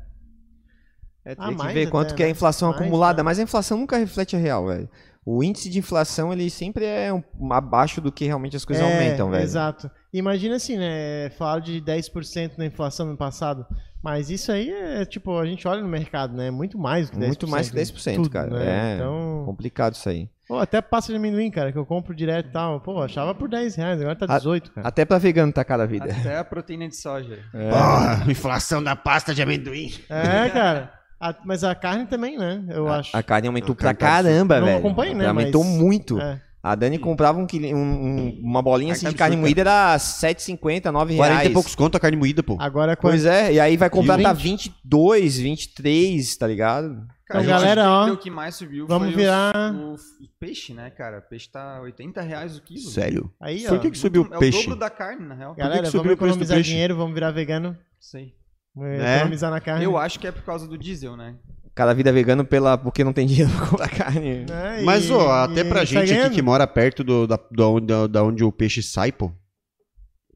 [SPEAKER 3] É,
[SPEAKER 4] Ah,
[SPEAKER 3] teria que
[SPEAKER 4] mais
[SPEAKER 3] ver quanto
[SPEAKER 4] até,
[SPEAKER 3] que é a
[SPEAKER 4] né?
[SPEAKER 3] inflação
[SPEAKER 4] Mais,
[SPEAKER 3] acumulada,
[SPEAKER 4] né?
[SPEAKER 3] mas a inflação nunca reflete a real, velho. O índice de inflação, ele sempre é um- abaixo do que realmente as coisas
[SPEAKER 4] É,
[SPEAKER 3] aumentam, velho.
[SPEAKER 4] Exato. Imagina assim, né? Falaram de 10% na inflação no passado. Mas isso aí é, tipo, a gente olha no mercado, né? Muito mais do que 10%.
[SPEAKER 3] Muito mais que 10%,
[SPEAKER 4] tudo,
[SPEAKER 3] cara.
[SPEAKER 4] né?
[SPEAKER 3] É.
[SPEAKER 4] Então,
[SPEAKER 3] Complicado isso aí.
[SPEAKER 4] pô, até pasta de amendoim, cara, que eu compro direto e tal. Pô, achava por 10 reais, agora tá
[SPEAKER 3] A-
[SPEAKER 4] 18, cara.
[SPEAKER 3] Até pra vegano tá cara a vida.
[SPEAKER 5] Até a proteína de soja.
[SPEAKER 1] É. Porra, inflação da pasta de amendoim.
[SPEAKER 4] É, cara. A- mas a carne também, né? Eu
[SPEAKER 3] a,
[SPEAKER 4] acho.
[SPEAKER 3] a carne aumentou
[SPEAKER 1] A
[SPEAKER 3] pra
[SPEAKER 1] carne tá absurda.
[SPEAKER 3] caramba,
[SPEAKER 4] Não
[SPEAKER 3] velho.
[SPEAKER 4] acompanho, né,
[SPEAKER 3] Aumentou
[SPEAKER 4] mas-
[SPEAKER 3] muito.
[SPEAKER 4] É.
[SPEAKER 3] A Dani comprava um quili- um- um- uma bolinha assim,
[SPEAKER 1] Carne
[SPEAKER 3] de
[SPEAKER 1] tá
[SPEAKER 3] carne
[SPEAKER 1] absurda.
[SPEAKER 3] moída, era 7,50, 9 reais.
[SPEAKER 1] 40 e poucos conto a carne moída, pô.
[SPEAKER 4] Agora com
[SPEAKER 3] Pois é, e aí vai comprar
[SPEAKER 4] Quilo.
[SPEAKER 3] tá 22, 23, tá ligado?
[SPEAKER 5] Cara,
[SPEAKER 4] Então,
[SPEAKER 5] eu acho
[SPEAKER 4] galera,
[SPEAKER 5] que
[SPEAKER 4] ó,
[SPEAKER 5] O que mais subiu
[SPEAKER 4] vamos
[SPEAKER 5] foi
[SPEAKER 4] virar-
[SPEAKER 5] o, o peixe, né, cara? Peixe tá 80 reais o quilo.
[SPEAKER 1] Sério.
[SPEAKER 4] Aí, ó.
[SPEAKER 1] Por que, que subiu
[SPEAKER 5] Muito-
[SPEAKER 1] o peixe?
[SPEAKER 5] É o dobro da carne, na real.
[SPEAKER 4] Galera,
[SPEAKER 1] que subiu
[SPEAKER 4] vamos
[SPEAKER 1] o preço do
[SPEAKER 4] economizar
[SPEAKER 1] peixe?
[SPEAKER 4] dinheiro, vamos virar vegano,
[SPEAKER 5] Sei.
[SPEAKER 4] eh,
[SPEAKER 1] Né?
[SPEAKER 4] economizar na carne.
[SPEAKER 5] Eu acho que é por causa do diesel, né?
[SPEAKER 3] Cada vida vegano pela, porque não tem dinheiro pra comprar carne.
[SPEAKER 4] Né? E-
[SPEAKER 1] Mas, ó, até
[SPEAKER 4] e
[SPEAKER 1] pra
[SPEAKER 4] tá
[SPEAKER 1] gente aqui
[SPEAKER 4] ganhando.
[SPEAKER 1] que mora perto do, da, da onde, da- da onde o peixe sai, pô.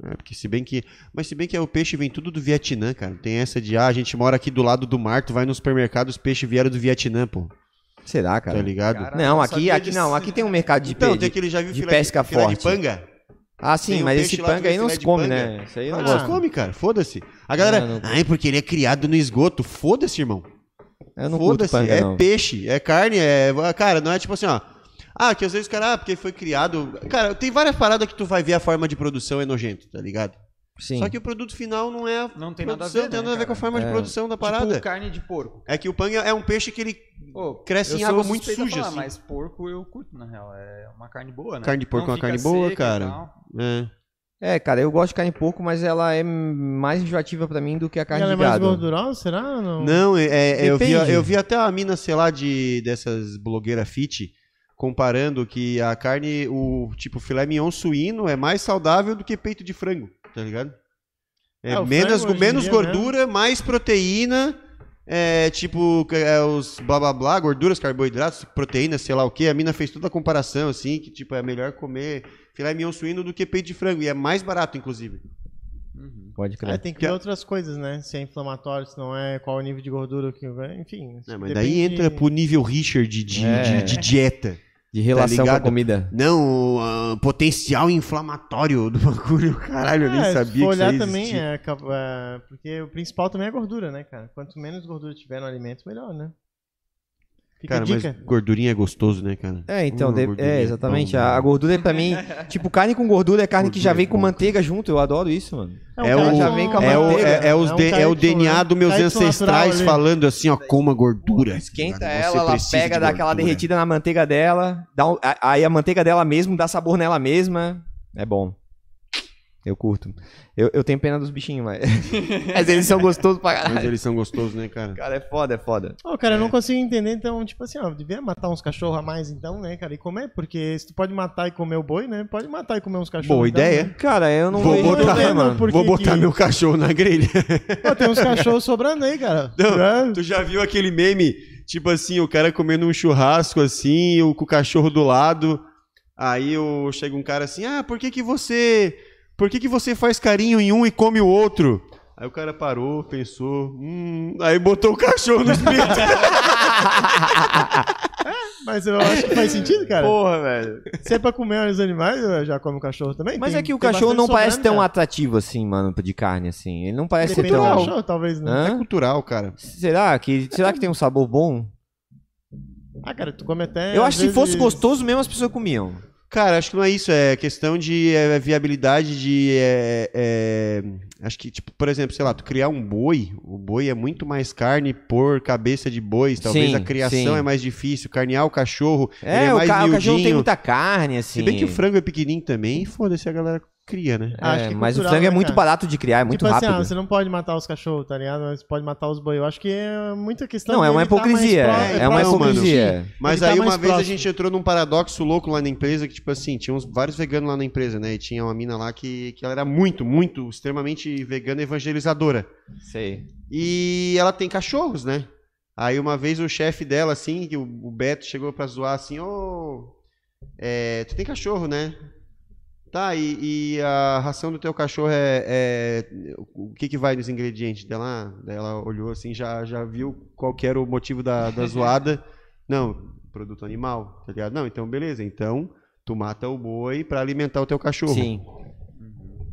[SPEAKER 1] É, porque se bem que. Mas se bem que o peixe vem tudo do Vietnã, cara. Tem essa de, ah, a gente mora aqui do lado do mar, tu vai no supermercado, os peixes vieram do Vietnã, pô.
[SPEAKER 3] Será,
[SPEAKER 1] Tá
[SPEAKER 3] cara?
[SPEAKER 1] ligado?
[SPEAKER 5] Cara,
[SPEAKER 3] Não,
[SPEAKER 5] eu
[SPEAKER 3] aqui,
[SPEAKER 5] sabia
[SPEAKER 3] aqui
[SPEAKER 5] disso.
[SPEAKER 3] não, aqui tem um mercado de
[SPEAKER 1] então,
[SPEAKER 3] peixe.
[SPEAKER 1] tem aquele já viu
[SPEAKER 3] de
[SPEAKER 1] filé
[SPEAKER 3] pesca
[SPEAKER 1] filé
[SPEAKER 3] forte.
[SPEAKER 1] de panga.
[SPEAKER 3] Ah, sim,
[SPEAKER 1] tem um
[SPEAKER 3] mas
[SPEAKER 1] peixe
[SPEAKER 3] esse
[SPEAKER 1] lá que
[SPEAKER 3] panga aí
[SPEAKER 1] vem
[SPEAKER 3] não
[SPEAKER 1] filé
[SPEAKER 3] se
[SPEAKER 1] de
[SPEAKER 3] come,
[SPEAKER 1] panga.
[SPEAKER 3] né? Isso aí
[SPEAKER 1] Ah,
[SPEAKER 3] não
[SPEAKER 1] nós
[SPEAKER 3] gosta.
[SPEAKER 1] come, cara. Foda-se. A galera,
[SPEAKER 3] Não, não gosto.
[SPEAKER 1] ai, porque ele é criado no esgoto. Foda-se, irmão.
[SPEAKER 3] Eu não curto
[SPEAKER 1] Foda-se,
[SPEAKER 3] panga,
[SPEAKER 1] é
[SPEAKER 3] não.
[SPEAKER 1] peixe, é carne, é. Cara, não é tipo assim, ó. Ah, que às vezes o cara, ah, porque foi criado. Cara, tem várias paradas que tu vai ver a forma de produção é nojento, tá ligado?
[SPEAKER 3] Sim.
[SPEAKER 1] Só que o produto final não é. a
[SPEAKER 5] Não tem nada a
[SPEAKER 1] produção,
[SPEAKER 5] ver,
[SPEAKER 1] tem
[SPEAKER 5] né,
[SPEAKER 1] nada a ver
[SPEAKER 5] cara?
[SPEAKER 1] com a forma de
[SPEAKER 3] É.
[SPEAKER 1] produção da parada.
[SPEAKER 5] Tipo, carne de porco.
[SPEAKER 1] É que o panga é um peixe que ele.
[SPEAKER 5] Ô,
[SPEAKER 1] Cresce
[SPEAKER 5] eu
[SPEAKER 1] em
[SPEAKER 5] sou
[SPEAKER 1] água muito
[SPEAKER 5] suspeito a
[SPEAKER 1] suja,
[SPEAKER 5] falar,
[SPEAKER 1] assim.
[SPEAKER 5] Mas porco eu curto, na real. É uma carne boa, né?
[SPEAKER 1] Carne de porco
[SPEAKER 5] Não
[SPEAKER 1] é uma
[SPEAKER 5] fica
[SPEAKER 1] carne boa,
[SPEAKER 5] seca e
[SPEAKER 1] cara.
[SPEAKER 5] tal.
[SPEAKER 1] É.
[SPEAKER 3] É, cara, eu gosto de carne porco, mas ela é mais enjoativa pra mim do que a carne
[SPEAKER 4] Ela é
[SPEAKER 3] de
[SPEAKER 4] mais
[SPEAKER 3] gado.
[SPEAKER 4] gordurosa, será? ou Não.
[SPEAKER 1] Não, é, é- eu, vi,
[SPEAKER 3] Depende.
[SPEAKER 1] eu vi até uma mina, sei lá, de, dessas blogueiras fit. comparando que a carne, o tipo filé mignon suíno é mais saudável do que peito de frango, tá ligado? É,
[SPEAKER 4] É, o
[SPEAKER 1] menos,
[SPEAKER 4] frango hoje em
[SPEAKER 1] menos
[SPEAKER 4] dia, né?
[SPEAKER 1] gordura, mais proteína, é, tipo é, os blá blá blá, gorduras, carboidratos, proteína, sei lá o que. A mina fez toda a comparação, assim, que tipo é melhor comer filé mignon suíno do que peito de frango. E é mais barato, inclusive.
[SPEAKER 3] Pode
[SPEAKER 4] É,
[SPEAKER 3] crer.
[SPEAKER 4] tem que
[SPEAKER 1] Que
[SPEAKER 4] ver
[SPEAKER 1] a-
[SPEAKER 4] outras coisas, né? Se é inflamatório, se não é, qual é o nível de gordura que. Enfim.
[SPEAKER 1] Né, mas daí
[SPEAKER 4] depende-
[SPEAKER 1] entra pro nível Richard de, de-
[SPEAKER 3] É.
[SPEAKER 1] de- de dieta.
[SPEAKER 3] De relação com a
[SPEAKER 1] ligado?
[SPEAKER 3] comida.
[SPEAKER 1] Não, o ah, potencial inflamatório do bagulho. Caralho, eu nem
[SPEAKER 4] É,
[SPEAKER 1] sabia
[SPEAKER 4] se for
[SPEAKER 1] que
[SPEAKER 4] olhar
[SPEAKER 1] isso
[SPEAKER 4] também,
[SPEAKER 1] existia.
[SPEAKER 4] é, acaba- é, porque o principal também é a gordura, né, cara? Quanto menos gordura tiver no alimento, melhor, né? Fica
[SPEAKER 1] Cara,
[SPEAKER 4] a
[SPEAKER 1] mas
[SPEAKER 4] dica.
[SPEAKER 1] gordurinha é gostoso, né, cara?
[SPEAKER 3] É, então,
[SPEAKER 1] Uma
[SPEAKER 3] de-
[SPEAKER 1] gordurinha. né?
[SPEAKER 3] é, exatamente. A, a
[SPEAKER 1] Bom,
[SPEAKER 3] gordura pra mim, tipo, carne com gordura é carne que já vem com manteiga junto. Eu adoro isso, mano.
[SPEAKER 1] É
[SPEAKER 4] um
[SPEAKER 1] o-
[SPEAKER 4] cara
[SPEAKER 3] já vem com a
[SPEAKER 4] com-
[SPEAKER 1] É o,
[SPEAKER 3] manteiga.
[SPEAKER 1] é, é os
[SPEAKER 4] É um
[SPEAKER 1] de- é o
[SPEAKER 4] calypso,
[SPEAKER 1] DNA
[SPEAKER 4] né?
[SPEAKER 1] dos meus
[SPEAKER 4] Calypso
[SPEAKER 1] ancestrais
[SPEAKER 4] natural ali.
[SPEAKER 1] falando assim, ó, coma gordura.
[SPEAKER 3] Esquenta
[SPEAKER 1] Cara, você
[SPEAKER 3] ela, ela
[SPEAKER 1] precisa
[SPEAKER 3] pega,
[SPEAKER 1] de
[SPEAKER 3] dá aquela
[SPEAKER 1] gordura.
[SPEAKER 3] derretida na manteiga dela. Dá um- a- aí a manteiga dela mesmo dá sabor nela mesma. É bom. Eu curto. Eu, eu tenho pena dos bichinhos, mas. mas eles são gostosos pra
[SPEAKER 1] Mas
[SPEAKER 3] caralho.
[SPEAKER 1] eles são gostosos, né, cara?
[SPEAKER 3] Cara, é foda, é foda.
[SPEAKER 4] Ô, cara, eu não consigo entender, então, tipo assim, ó, devia matar uns cachorros a mais, então, né, cara, e comer, porque se tu pode matar e comer o boi, né, pode matar e comer uns cachorros.
[SPEAKER 1] Boa
[SPEAKER 4] então,
[SPEAKER 1] ideia.
[SPEAKER 3] Cara, eu não
[SPEAKER 1] Vou
[SPEAKER 3] vejo
[SPEAKER 1] botar-
[SPEAKER 3] problema.
[SPEAKER 4] Por
[SPEAKER 1] Vou
[SPEAKER 4] que
[SPEAKER 1] botar
[SPEAKER 4] que-
[SPEAKER 1] meu cachorro na grelha.
[SPEAKER 4] né? Pô, tem uns cachorros sobrando aí, cara. É.
[SPEAKER 1] Não, tu já viu aquele meme? Tipo assim, o cara comendo um churrasco assim, o, com o cachorro do lado. Aí o, chega um cara assim, ah, por que que você. Por que que você faz carinho em um e come o outro? Aí o cara parou, pensou, hum. Aí botou o cachorro no espeto.
[SPEAKER 4] Mas eu acho que faz sentido, cara.
[SPEAKER 3] Porra, velho.
[SPEAKER 4] Se é pra comer os animais, eu já come o cachorro também.
[SPEAKER 3] Mas
[SPEAKER 4] Tem-
[SPEAKER 3] é que o
[SPEAKER 4] tem
[SPEAKER 3] cachorro
[SPEAKER 4] bastante
[SPEAKER 3] não parece
[SPEAKER 4] sobrando,
[SPEAKER 3] tão
[SPEAKER 4] cara.
[SPEAKER 3] atrativo assim, mano, de carne, assim. Ele não parece
[SPEAKER 4] Depende
[SPEAKER 3] ser
[SPEAKER 4] do
[SPEAKER 3] tão.
[SPEAKER 4] cachorro, talvez, né?
[SPEAKER 3] Hã?
[SPEAKER 1] Cultural, cara.
[SPEAKER 3] Será que, será que tem um sabor bom?
[SPEAKER 4] Ah, cara, tu come até.
[SPEAKER 3] eu
[SPEAKER 4] às
[SPEAKER 3] acho que se
[SPEAKER 4] vezes-
[SPEAKER 3] fosse gostoso mesmo, as pessoas comiam.
[SPEAKER 1] Cara, acho que não é isso, é questão de é, viabilidade de. é, é, acho que, tipo, por exemplo, sei lá, tu criar um boi, o boi é muito mais carne por cabeça de boi, talvez
[SPEAKER 3] Sim,
[SPEAKER 1] a criação
[SPEAKER 3] sim.
[SPEAKER 1] é mais difícil, carnear o cachorro, ele
[SPEAKER 3] É,
[SPEAKER 1] é
[SPEAKER 3] o,
[SPEAKER 1] mais
[SPEAKER 3] ca o cachorro tem
[SPEAKER 1] miudinho.
[SPEAKER 3] muita carne, assim.
[SPEAKER 1] Se bem que o frango é pequenininho também, foda-se, a galera cria, né?
[SPEAKER 4] Ah, acho
[SPEAKER 3] É,
[SPEAKER 4] que é
[SPEAKER 3] mas o
[SPEAKER 4] cultural,
[SPEAKER 3] frango é
[SPEAKER 4] né,
[SPEAKER 3] muito
[SPEAKER 4] cara?
[SPEAKER 3] barato de criar, é muito
[SPEAKER 4] tipo
[SPEAKER 3] rápido.
[SPEAKER 4] assim, ah, você não pode matar os cachorros, tá ligado? Mas pode matar os boi. Eu acho que é muita questão.
[SPEAKER 3] não, é
[SPEAKER 4] de
[SPEAKER 3] uma
[SPEAKER 4] ele tá mais
[SPEAKER 3] hipocrisia.
[SPEAKER 4] pro-
[SPEAKER 1] é
[SPEAKER 3] É, uma
[SPEAKER 1] próximo, mano.
[SPEAKER 3] hipocrisia.
[SPEAKER 1] Mas
[SPEAKER 4] Ele tá
[SPEAKER 1] aí uma
[SPEAKER 4] mais
[SPEAKER 1] vez a
[SPEAKER 4] próximo.
[SPEAKER 1] gente entrou num paradoxo louco lá na empresa, que tipo assim, tinha uns vários veganos lá na empresa, né? E tinha uma mina lá que, que ela era muito, muito, extremamente vegana evangelizadora.
[SPEAKER 3] Sei.
[SPEAKER 1] E ela tem cachorros, né? Aí uma vez o chefe dela, assim, que o o Beto chegou pra zoar assim, ô. é, tu tem cachorro, né? Tá, e, e a ração do teu cachorro é. é- o que, que vai nos ingredientes dela? Ah, daí Ela olhou assim, já, já viu qual que era o motivo da, da zoada. Não, produto animal, tá ligado? Não, então beleza. Então, tu mata o boi pra alimentar o teu cachorro.
[SPEAKER 3] Sim.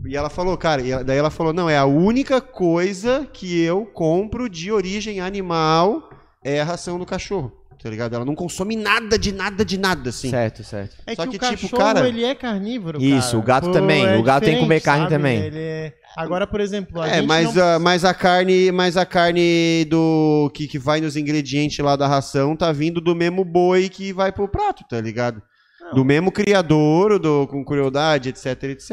[SPEAKER 1] E ela falou, cara, e ela- daí ela falou: não, é a única coisa que eu compro de origem animal é a ração do cachorro, tá ligado? Ela não consome nada de nada de nada, assim.
[SPEAKER 3] Certo, certo.
[SPEAKER 4] É
[SPEAKER 1] Só
[SPEAKER 4] que,
[SPEAKER 1] que,
[SPEAKER 4] o
[SPEAKER 1] tipo,
[SPEAKER 4] cachorro,
[SPEAKER 1] cara-
[SPEAKER 4] ele é carnívoro,
[SPEAKER 3] Isso,
[SPEAKER 4] cara.
[SPEAKER 3] o gato
[SPEAKER 4] Pô,
[SPEAKER 3] também.
[SPEAKER 4] é
[SPEAKER 3] O gato tem que comer
[SPEAKER 4] diferente,
[SPEAKER 3] carne
[SPEAKER 4] sabe?
[SPEAKER 3] também.
[SPEAKER 4] Ele é- Agora, por exemplo, a
[SPEAKER 1] É,
[SPEAKER 4] gente
[SPEAKER 1] mas,
[SPEAKER 4] não...
[SPEAKER 1] a, mas a carne, mas a carne do que, que vai nos ingredientes lá da ração tá vindo do mesmo boi que vai pro prato, tá ligado?
[SPEAKER 4] Não.
[SPEAKER 1] Do mesmo criador, do com crueldade, etc, etc.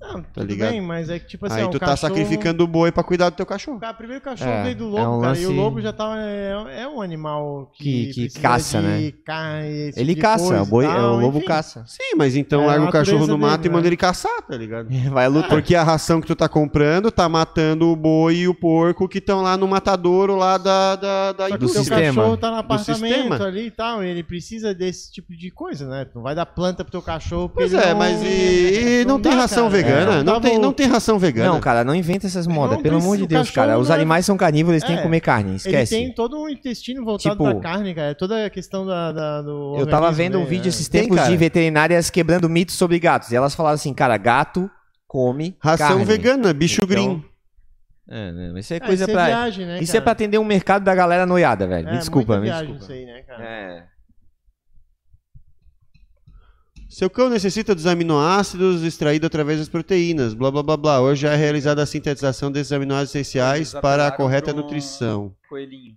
[SPEAKER 4] Não, tudo
[SPEAKER 1] tá ligado?
[SPEAKER 4] bem, mas é que, tipo assim,
[SPEAKER 1] Aí
[SPEAKER 4] ó, o
[SPEAKER 1] tu tá
[SPEAKER 4] cachorro-
[SPEAKER 1] sacrificando o boi pra cuidar do teu cachorro.
[SPEAKER 4] Cara, primeiro o cachorro
[SPEAKER 3] É,
[SPEAKER 4] veio do
[SPEAKER 3] é
[SPEAKER 4] lobo,
[SPEAKER 3] um
[SPEAKER 4] cara. E o
[SPEAKER 3] lance-
[SPEAKER 4] lobo já tava. É, é um animal que.
[SPEAKER 3] Que- que
[SPEAKER 4] precisa
[SPEAKER 3] caça,
[SPEAKER 4] de
[SPEAKER 3] né?
[SPEAKER 4] Carne, esse
[SPEAKER 3] Ele
[SPEAKER 4] tipo de
[SPEAKER 3] caça, é
[SPEAKER 4] coisa
[SPEAKER 3] o,
[SPEAKER 4] e
[SPEAKER 3] boi,
[SPEAKER 4] tal,
[SPEAKER 3] o lobo
[SPEAKER 4] enfim.
[SPEAKER 3] caça.
[SPEAKER 1] Sim, mas então
[SPEAKER 4] É a
[SPEAKER 1] larga o
[SPEAKER 4] natureza
[SPEAKER 1] cachorro no
[SPEAKER 4] dele,
[SPEAKER 1] mato e
[SPEAKER 4] né?
[SPEAKER 1] manda ele caçar, tá ligado?
[SPEAKER 3] Vai lutar.
[SPEAKER 1] Porque a ração que tu tá comprando tá matando o boi e o porco que estão lá no matadouro lá da, da, da
[SPEAKER 4] Só que
[SPEAKER 3] Do
[SPEAKER 4] o seu
[SPEAKER 1] indústria.
[SPEAKER 3] sistema.
[SPEAKER 4] cachorro tá no
[SPEAKER 1] sistema.
[SPEAKER 4] apartamento ali e tal, ele precisa desse tipo de coisa, né? Tu não vai dar planta pro teu cachorro. porque
[SPEAKER 1] Pois
[SPEAKER 4] ele
[SPEAKER 1] é,
[SPEAKER 4] não- né?
[SPEAKER 1] mas e, e não, tem
[SPEAKER 4] dá,
[SPEAKER 1] ração
[SPEAKER 4] cara. É. tá
[SPEAKER 1] vegana? Não,
[SPEAKER 4] dá
[SPEAKER 1] tem,
[SPEAKER 4] o-
[SPEAKER 1] não tem ração vegana.
[SPEAKER 3] Não, cara, É, não inventa essas modas.
[SPEAKER 4] Não
[SPEAKER 3] Pelo amor de
[SPEAKER 4] precisa, o
[SPEAKER 3] Deus, cara.
[SPEAKER 4] cachorro
[SPEAKER 3] Os
[SPEAKER 4] não é-
[SPEAKER 3] animais são carnívoros, eles têm que
[SPEAKER 4] É.
[SPEAKER 3] comer carne.
[SPEAKER 4] Ele
[SPEAKER 3] Esquece.
[SPEAKER 4] tem todo um intestino voltado
[SPEAKER 3] Tipo-
[SPEAKER 4] pra carne, cara. É toda a questão da. da- do
[SPEAKER 3] Eu tava
[SPEAKER 4] organismo
[SPEAKER 3] vendo um
[SPEAKER 4] dele,
[SPEAKER 3] vídeo
[SPEAKER 4] né?
[SPEAKER 3] esses
[SPEAKER 1] Tem,
[SPEAKER 3] tempos
[SPEAKER 1] cara.
[SPEAKER 3] de veterinárias quebrando mitos sobre gatos. E elas falaram assim, cara, gato come
[SPEAKER 1] Ração
[SPEAKER 3] carne.
[SPEAKER 1] vegana, bicho
[SPEAKER 3] Então,
[SPEAKER 1] green.
[SPEAKER 3] É, né, mas isso é
[SPEAKER 4] Ah,
[SPEAKER 3] coisa
[SPEAKER 4] isso é
[SPEAKER 3] pra...
[SPEAKER 4] viagem, né,
[SPEAKER 3] isso é pra
[SPEAKER 4] cara?
[SPEAKER 3] atender um mercado da galera noiada, velho. me
[SPEAKER 4] É,
[SPEAKER 3] desculpa,
[SPEAKER 4] muita
[SPEAKER 3] me
[SPEAKER 4] viagem
[SPEAKER 3] desculpa.
[SPEAKER 4] isso aí, né, cara?
[SPEAKER 3] É.
[SPEAKER 1] Seu cão necessita dos aminoácidos extraídos através das proteínas, blá blá blá blá. Hoje já é realizada a sintetização desses aminoácidos essenciais
[SPEAKER 5] Eles
[SPEAKER 1] para a
[SPEAKER 5] apelaram
[SPEAKER 1] correta
[SPEAKER 5] pra um-
[SPEAKER 1] nutrição.
[SPEAKER 5] Coelhinho.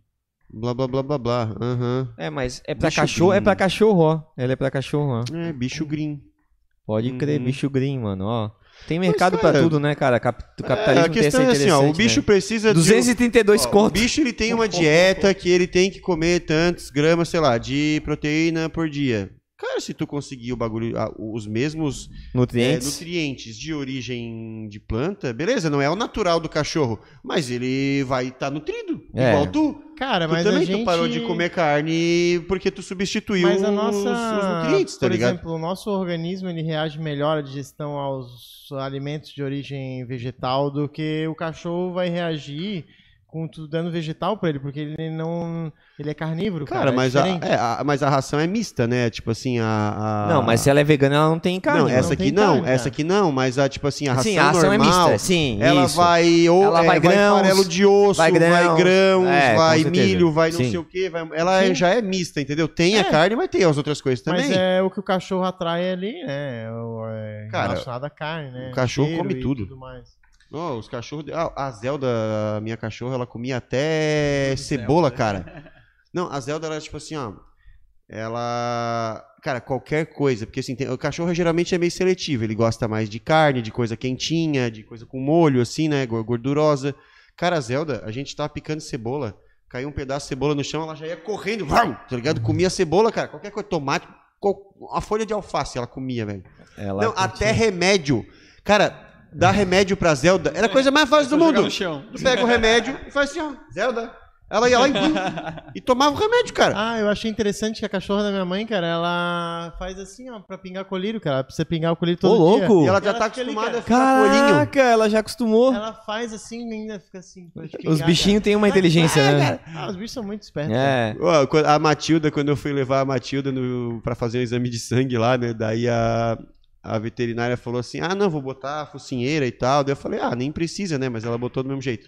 [SPEAKER 1] Blá blá blá blá blá. Aham.
[SPEAKER 3] É, mas é pra
[SPEAKER 1] Bicho
[SPEAKER 3] cachorro, é
[SPEAKER 1] green.
[SPEAKER 3] pra cachorro, ó. Ela é pra cachorro, ó.
[SPEAKER 1] É, bicho green.
[SPEAKER 3] Pode crer,
[SPEAKER 1] Uhum.
[SPEAKER 3] bicho green, mano, ó. Tem mercado
[SPEAKER 4] é.
[SPEAKER 1] cara,
[SPEAKER 3] pra tudo, né, cara? Cap o
[SPEAKER 1] É,
[SPEAKER 3] capitalismo
[SPEAKER 1] a questão
[SPEAKER 3] tem
[SPEAKER 1] é
[SPEAKER 3] essa
[SPEAKER 1] assim, ó, o
[SPEAKER 3] interessante,
[SPEAKER 1] bicho
[SPEAKER 3] né?
[SPEAKER 1] precisa de um-
[SPEAKER 3] 232
[SPEAKER 1] Ó, O
[SPEAKER 3] Um conto.
[SPEAKER 1] bicho ele tem uma dieta que ele tem que comer tantos gramas, sei lá, de proteína por dia. Cara, se tu conseguir o bagulho, a- os mesmos é,
[SPEAKER 3] Nutrientes.
[SPEAKER 1] nutrientes de origem de planta, beleza, não é o natural do cachorro, mas ele vai estar nutrido,
[SPEAKER 3] É.
[SPEAKER 1] igual tu.
[SPEAKER 4] Cara,
[SPEAKER 1] Tu
[SPEAKER 4] mas
[SPEAKER 1] também
[SPEAKER 4] a
[SPEAKER 1] tu
[SPEAKER 4] gente...
[SPEAKER 1] parou de comer carne porque tu substituiu
[SPEAKER 4] Mas a
[SPEAKER 1] os,
[SPEAKER 4] nossa,
[SPEAKER 1] os nutrientes, tá
[SPEAKER 4] por
[SPEAKER 1] ligado?
[SPEAKER 4] exemplo, o nosso organismo ele reage melhor à digestão aos alimentos de origem vegetal do que o cachorro vai reagir com tu dando vegetal pra ele, porque ele não, ele é carnívoro, cara.
[SPEAKER 1] Cara,
[SPEAKER 4] é
[SPEAKER 1] mas, a,
[SPEAKER 4] diferente.
[SPEAKER 1] é, a- mas a ração é mista, né? Tipo assim, a... a-
[SPEAKER 3] Não, mas se ela é vegana, ela não tem carne.
[SPEAKER 1] Não, essa
[SPEAKER 4] não
[SPEAKER 1] aqui
[SPEAKER 4] tem
[SPEAKER 1] não,
[SPEAKER 4] carne,
[SPEAKER 1] essa
[SPEAKER 4] cara.
[SPEAKER 1] aqui não, mas a, tipo assim, a
[SPEAKER 3] mano.
[SPEAKER 1] ração,
[SPEAKER 3] Sim, a ração
[SPEAKER 1] normal...
[SPEAKER 3] é mista. Sim,
[SPEAKER 1] Ela
[SPEAKER 3] isso.
[SPEAKER 1] vai ou
[SPEAKER 3] Ela
[SPEAKER 1] é,
[SPEAKER 3] vai grãos,
[SPEAKER 1] farelo de osso, vai
[SPEAKER 3] vai
[SPEAKER 1] grãos, vai,
[SPEAKER 3] grãos, é, com certeza.
[SPEAKER 1] milho, vai não
[SPEAKER 3] Sim.
[SPEAKER 1] sei o quê. vai- ela é- já é mista, entendeu? Tem a carne, mas tem as outras coisas também.
[SPEAKER 4] Mas é o que o cachorro atrai ali, né? O- É
[SPEAKER 1] Cara,
[SPEAKER 4] relacionado à carne, né?
[SPEAKER 1] o cachorro
[SPEAKER 4] Cheiro
[SPEAKER 1] come
[SPEAKER 4] e
[SPEAKER 1] tudo.
[SPEAKER 4] mais.
[SPEAKER 1] Ó, os cachorros. Ah, a Zelda, a minha cachorra, ela comia até cebola, cara. Não, a Zelda era tipo assim, ó. Ela. Cara, qualquer coisa. Porque assim, tem- o cachorro geralmente é meio seletivo. Ele gosta mais de carne, de coisa quentinha, de coisa com molho, assim, né? gor- Gordurosa. Cara, a Zelda, a gente tava picando cebola. Caiu um pedaço de cebola no chão, ela já ia correndo, vau, tá ligado? Comia cebola, cara. Qualquer coisa, tomate, qual- uma folha de alface ela comia, velho.
[SPEAKER 3] Ela-
[SPEAKER 1] Não, até remédio. Cara, dar remédio pra Zelda era a coisa mais fácil do
[SPEAKER 5] Vou jogar
[SPEAKER 1] mundo.
[SPEAKER 5] no chão.
[SPEAKER 1] Tu pega o remédio e faz assim, ó, Zelda. Ela ia lá e, e tomava o remédio, cara.
[SPEAKER 4] Ah, eu achei interessante que a cachorra da minha mãe, cara, ela faz assim, ó, pra pingar colírio, cara. Ela precisa pingar o colírio todo
[SPEAKER 3] Ô,
[SPEAKER 4] dia.
[SPEAKER 3] louco!
[SPEAKER 1] E ela já
[SPEAKER 4] Ela
[SPEAKER 1] tá
[SPEAKER 4] fica ali,
[SPEAKER 1] acostumada a ficar olhinho.
[SPEAKER 3] Caraca, ela já acostumou.
[SPEAKER 4] Ela faz assim e ainda fica assim. pra te
[SPEAKER 3] Os
[SPEAKER 4] pingar,
[SPEAKER 3] bichinhos têm uma inteligência, né?
[SPEAKER 4] cara. Ah, os bichos são muito espertos. cara.
[SPEAKER 3] É.
[SPEAKER 1] Ó, quando- A Matilda, quando eu fui levar a Matilda no, pra fazer o exame de sangue lá, né? Daí a, a veterinária falou assim: ah, não, vou botar a focinheira e tal. Daí eu falei: ah, nem precisa, né? Mas ela botou do mesmo jeito.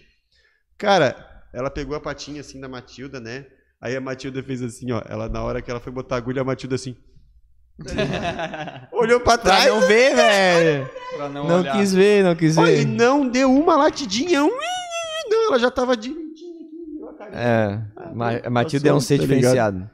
[SPEAKER 1] Cara, ela pegou a patinha assim da Matilda, né? Aí a Matilda fez assim, ó. Ela, na hora que ela foi botar a agulha, a Matilda assim. Olhou pra
[SPEAKER 3] Pra
[SPEAKER 1] trás.
[SPEAKER 3] não ver, velho.
[SPEAKER 5] pra não,
[SPEAKER 3] Não
[SPEAKER 5] olhar.
[SPEAKER 3] quis ver, não quis
[SPEAKER 1] ó, e
[SPEAKER 3] ver.
[SPEAKER 1] não deu uma latidinha. um, Não, ela já tava direitinho aqui. viu a carinha?
[SPEAKER 3] É. Ma Matilde é um ser
[SPEAKER 1] Tá ligado?
[SPEAKER 3] diferenciado.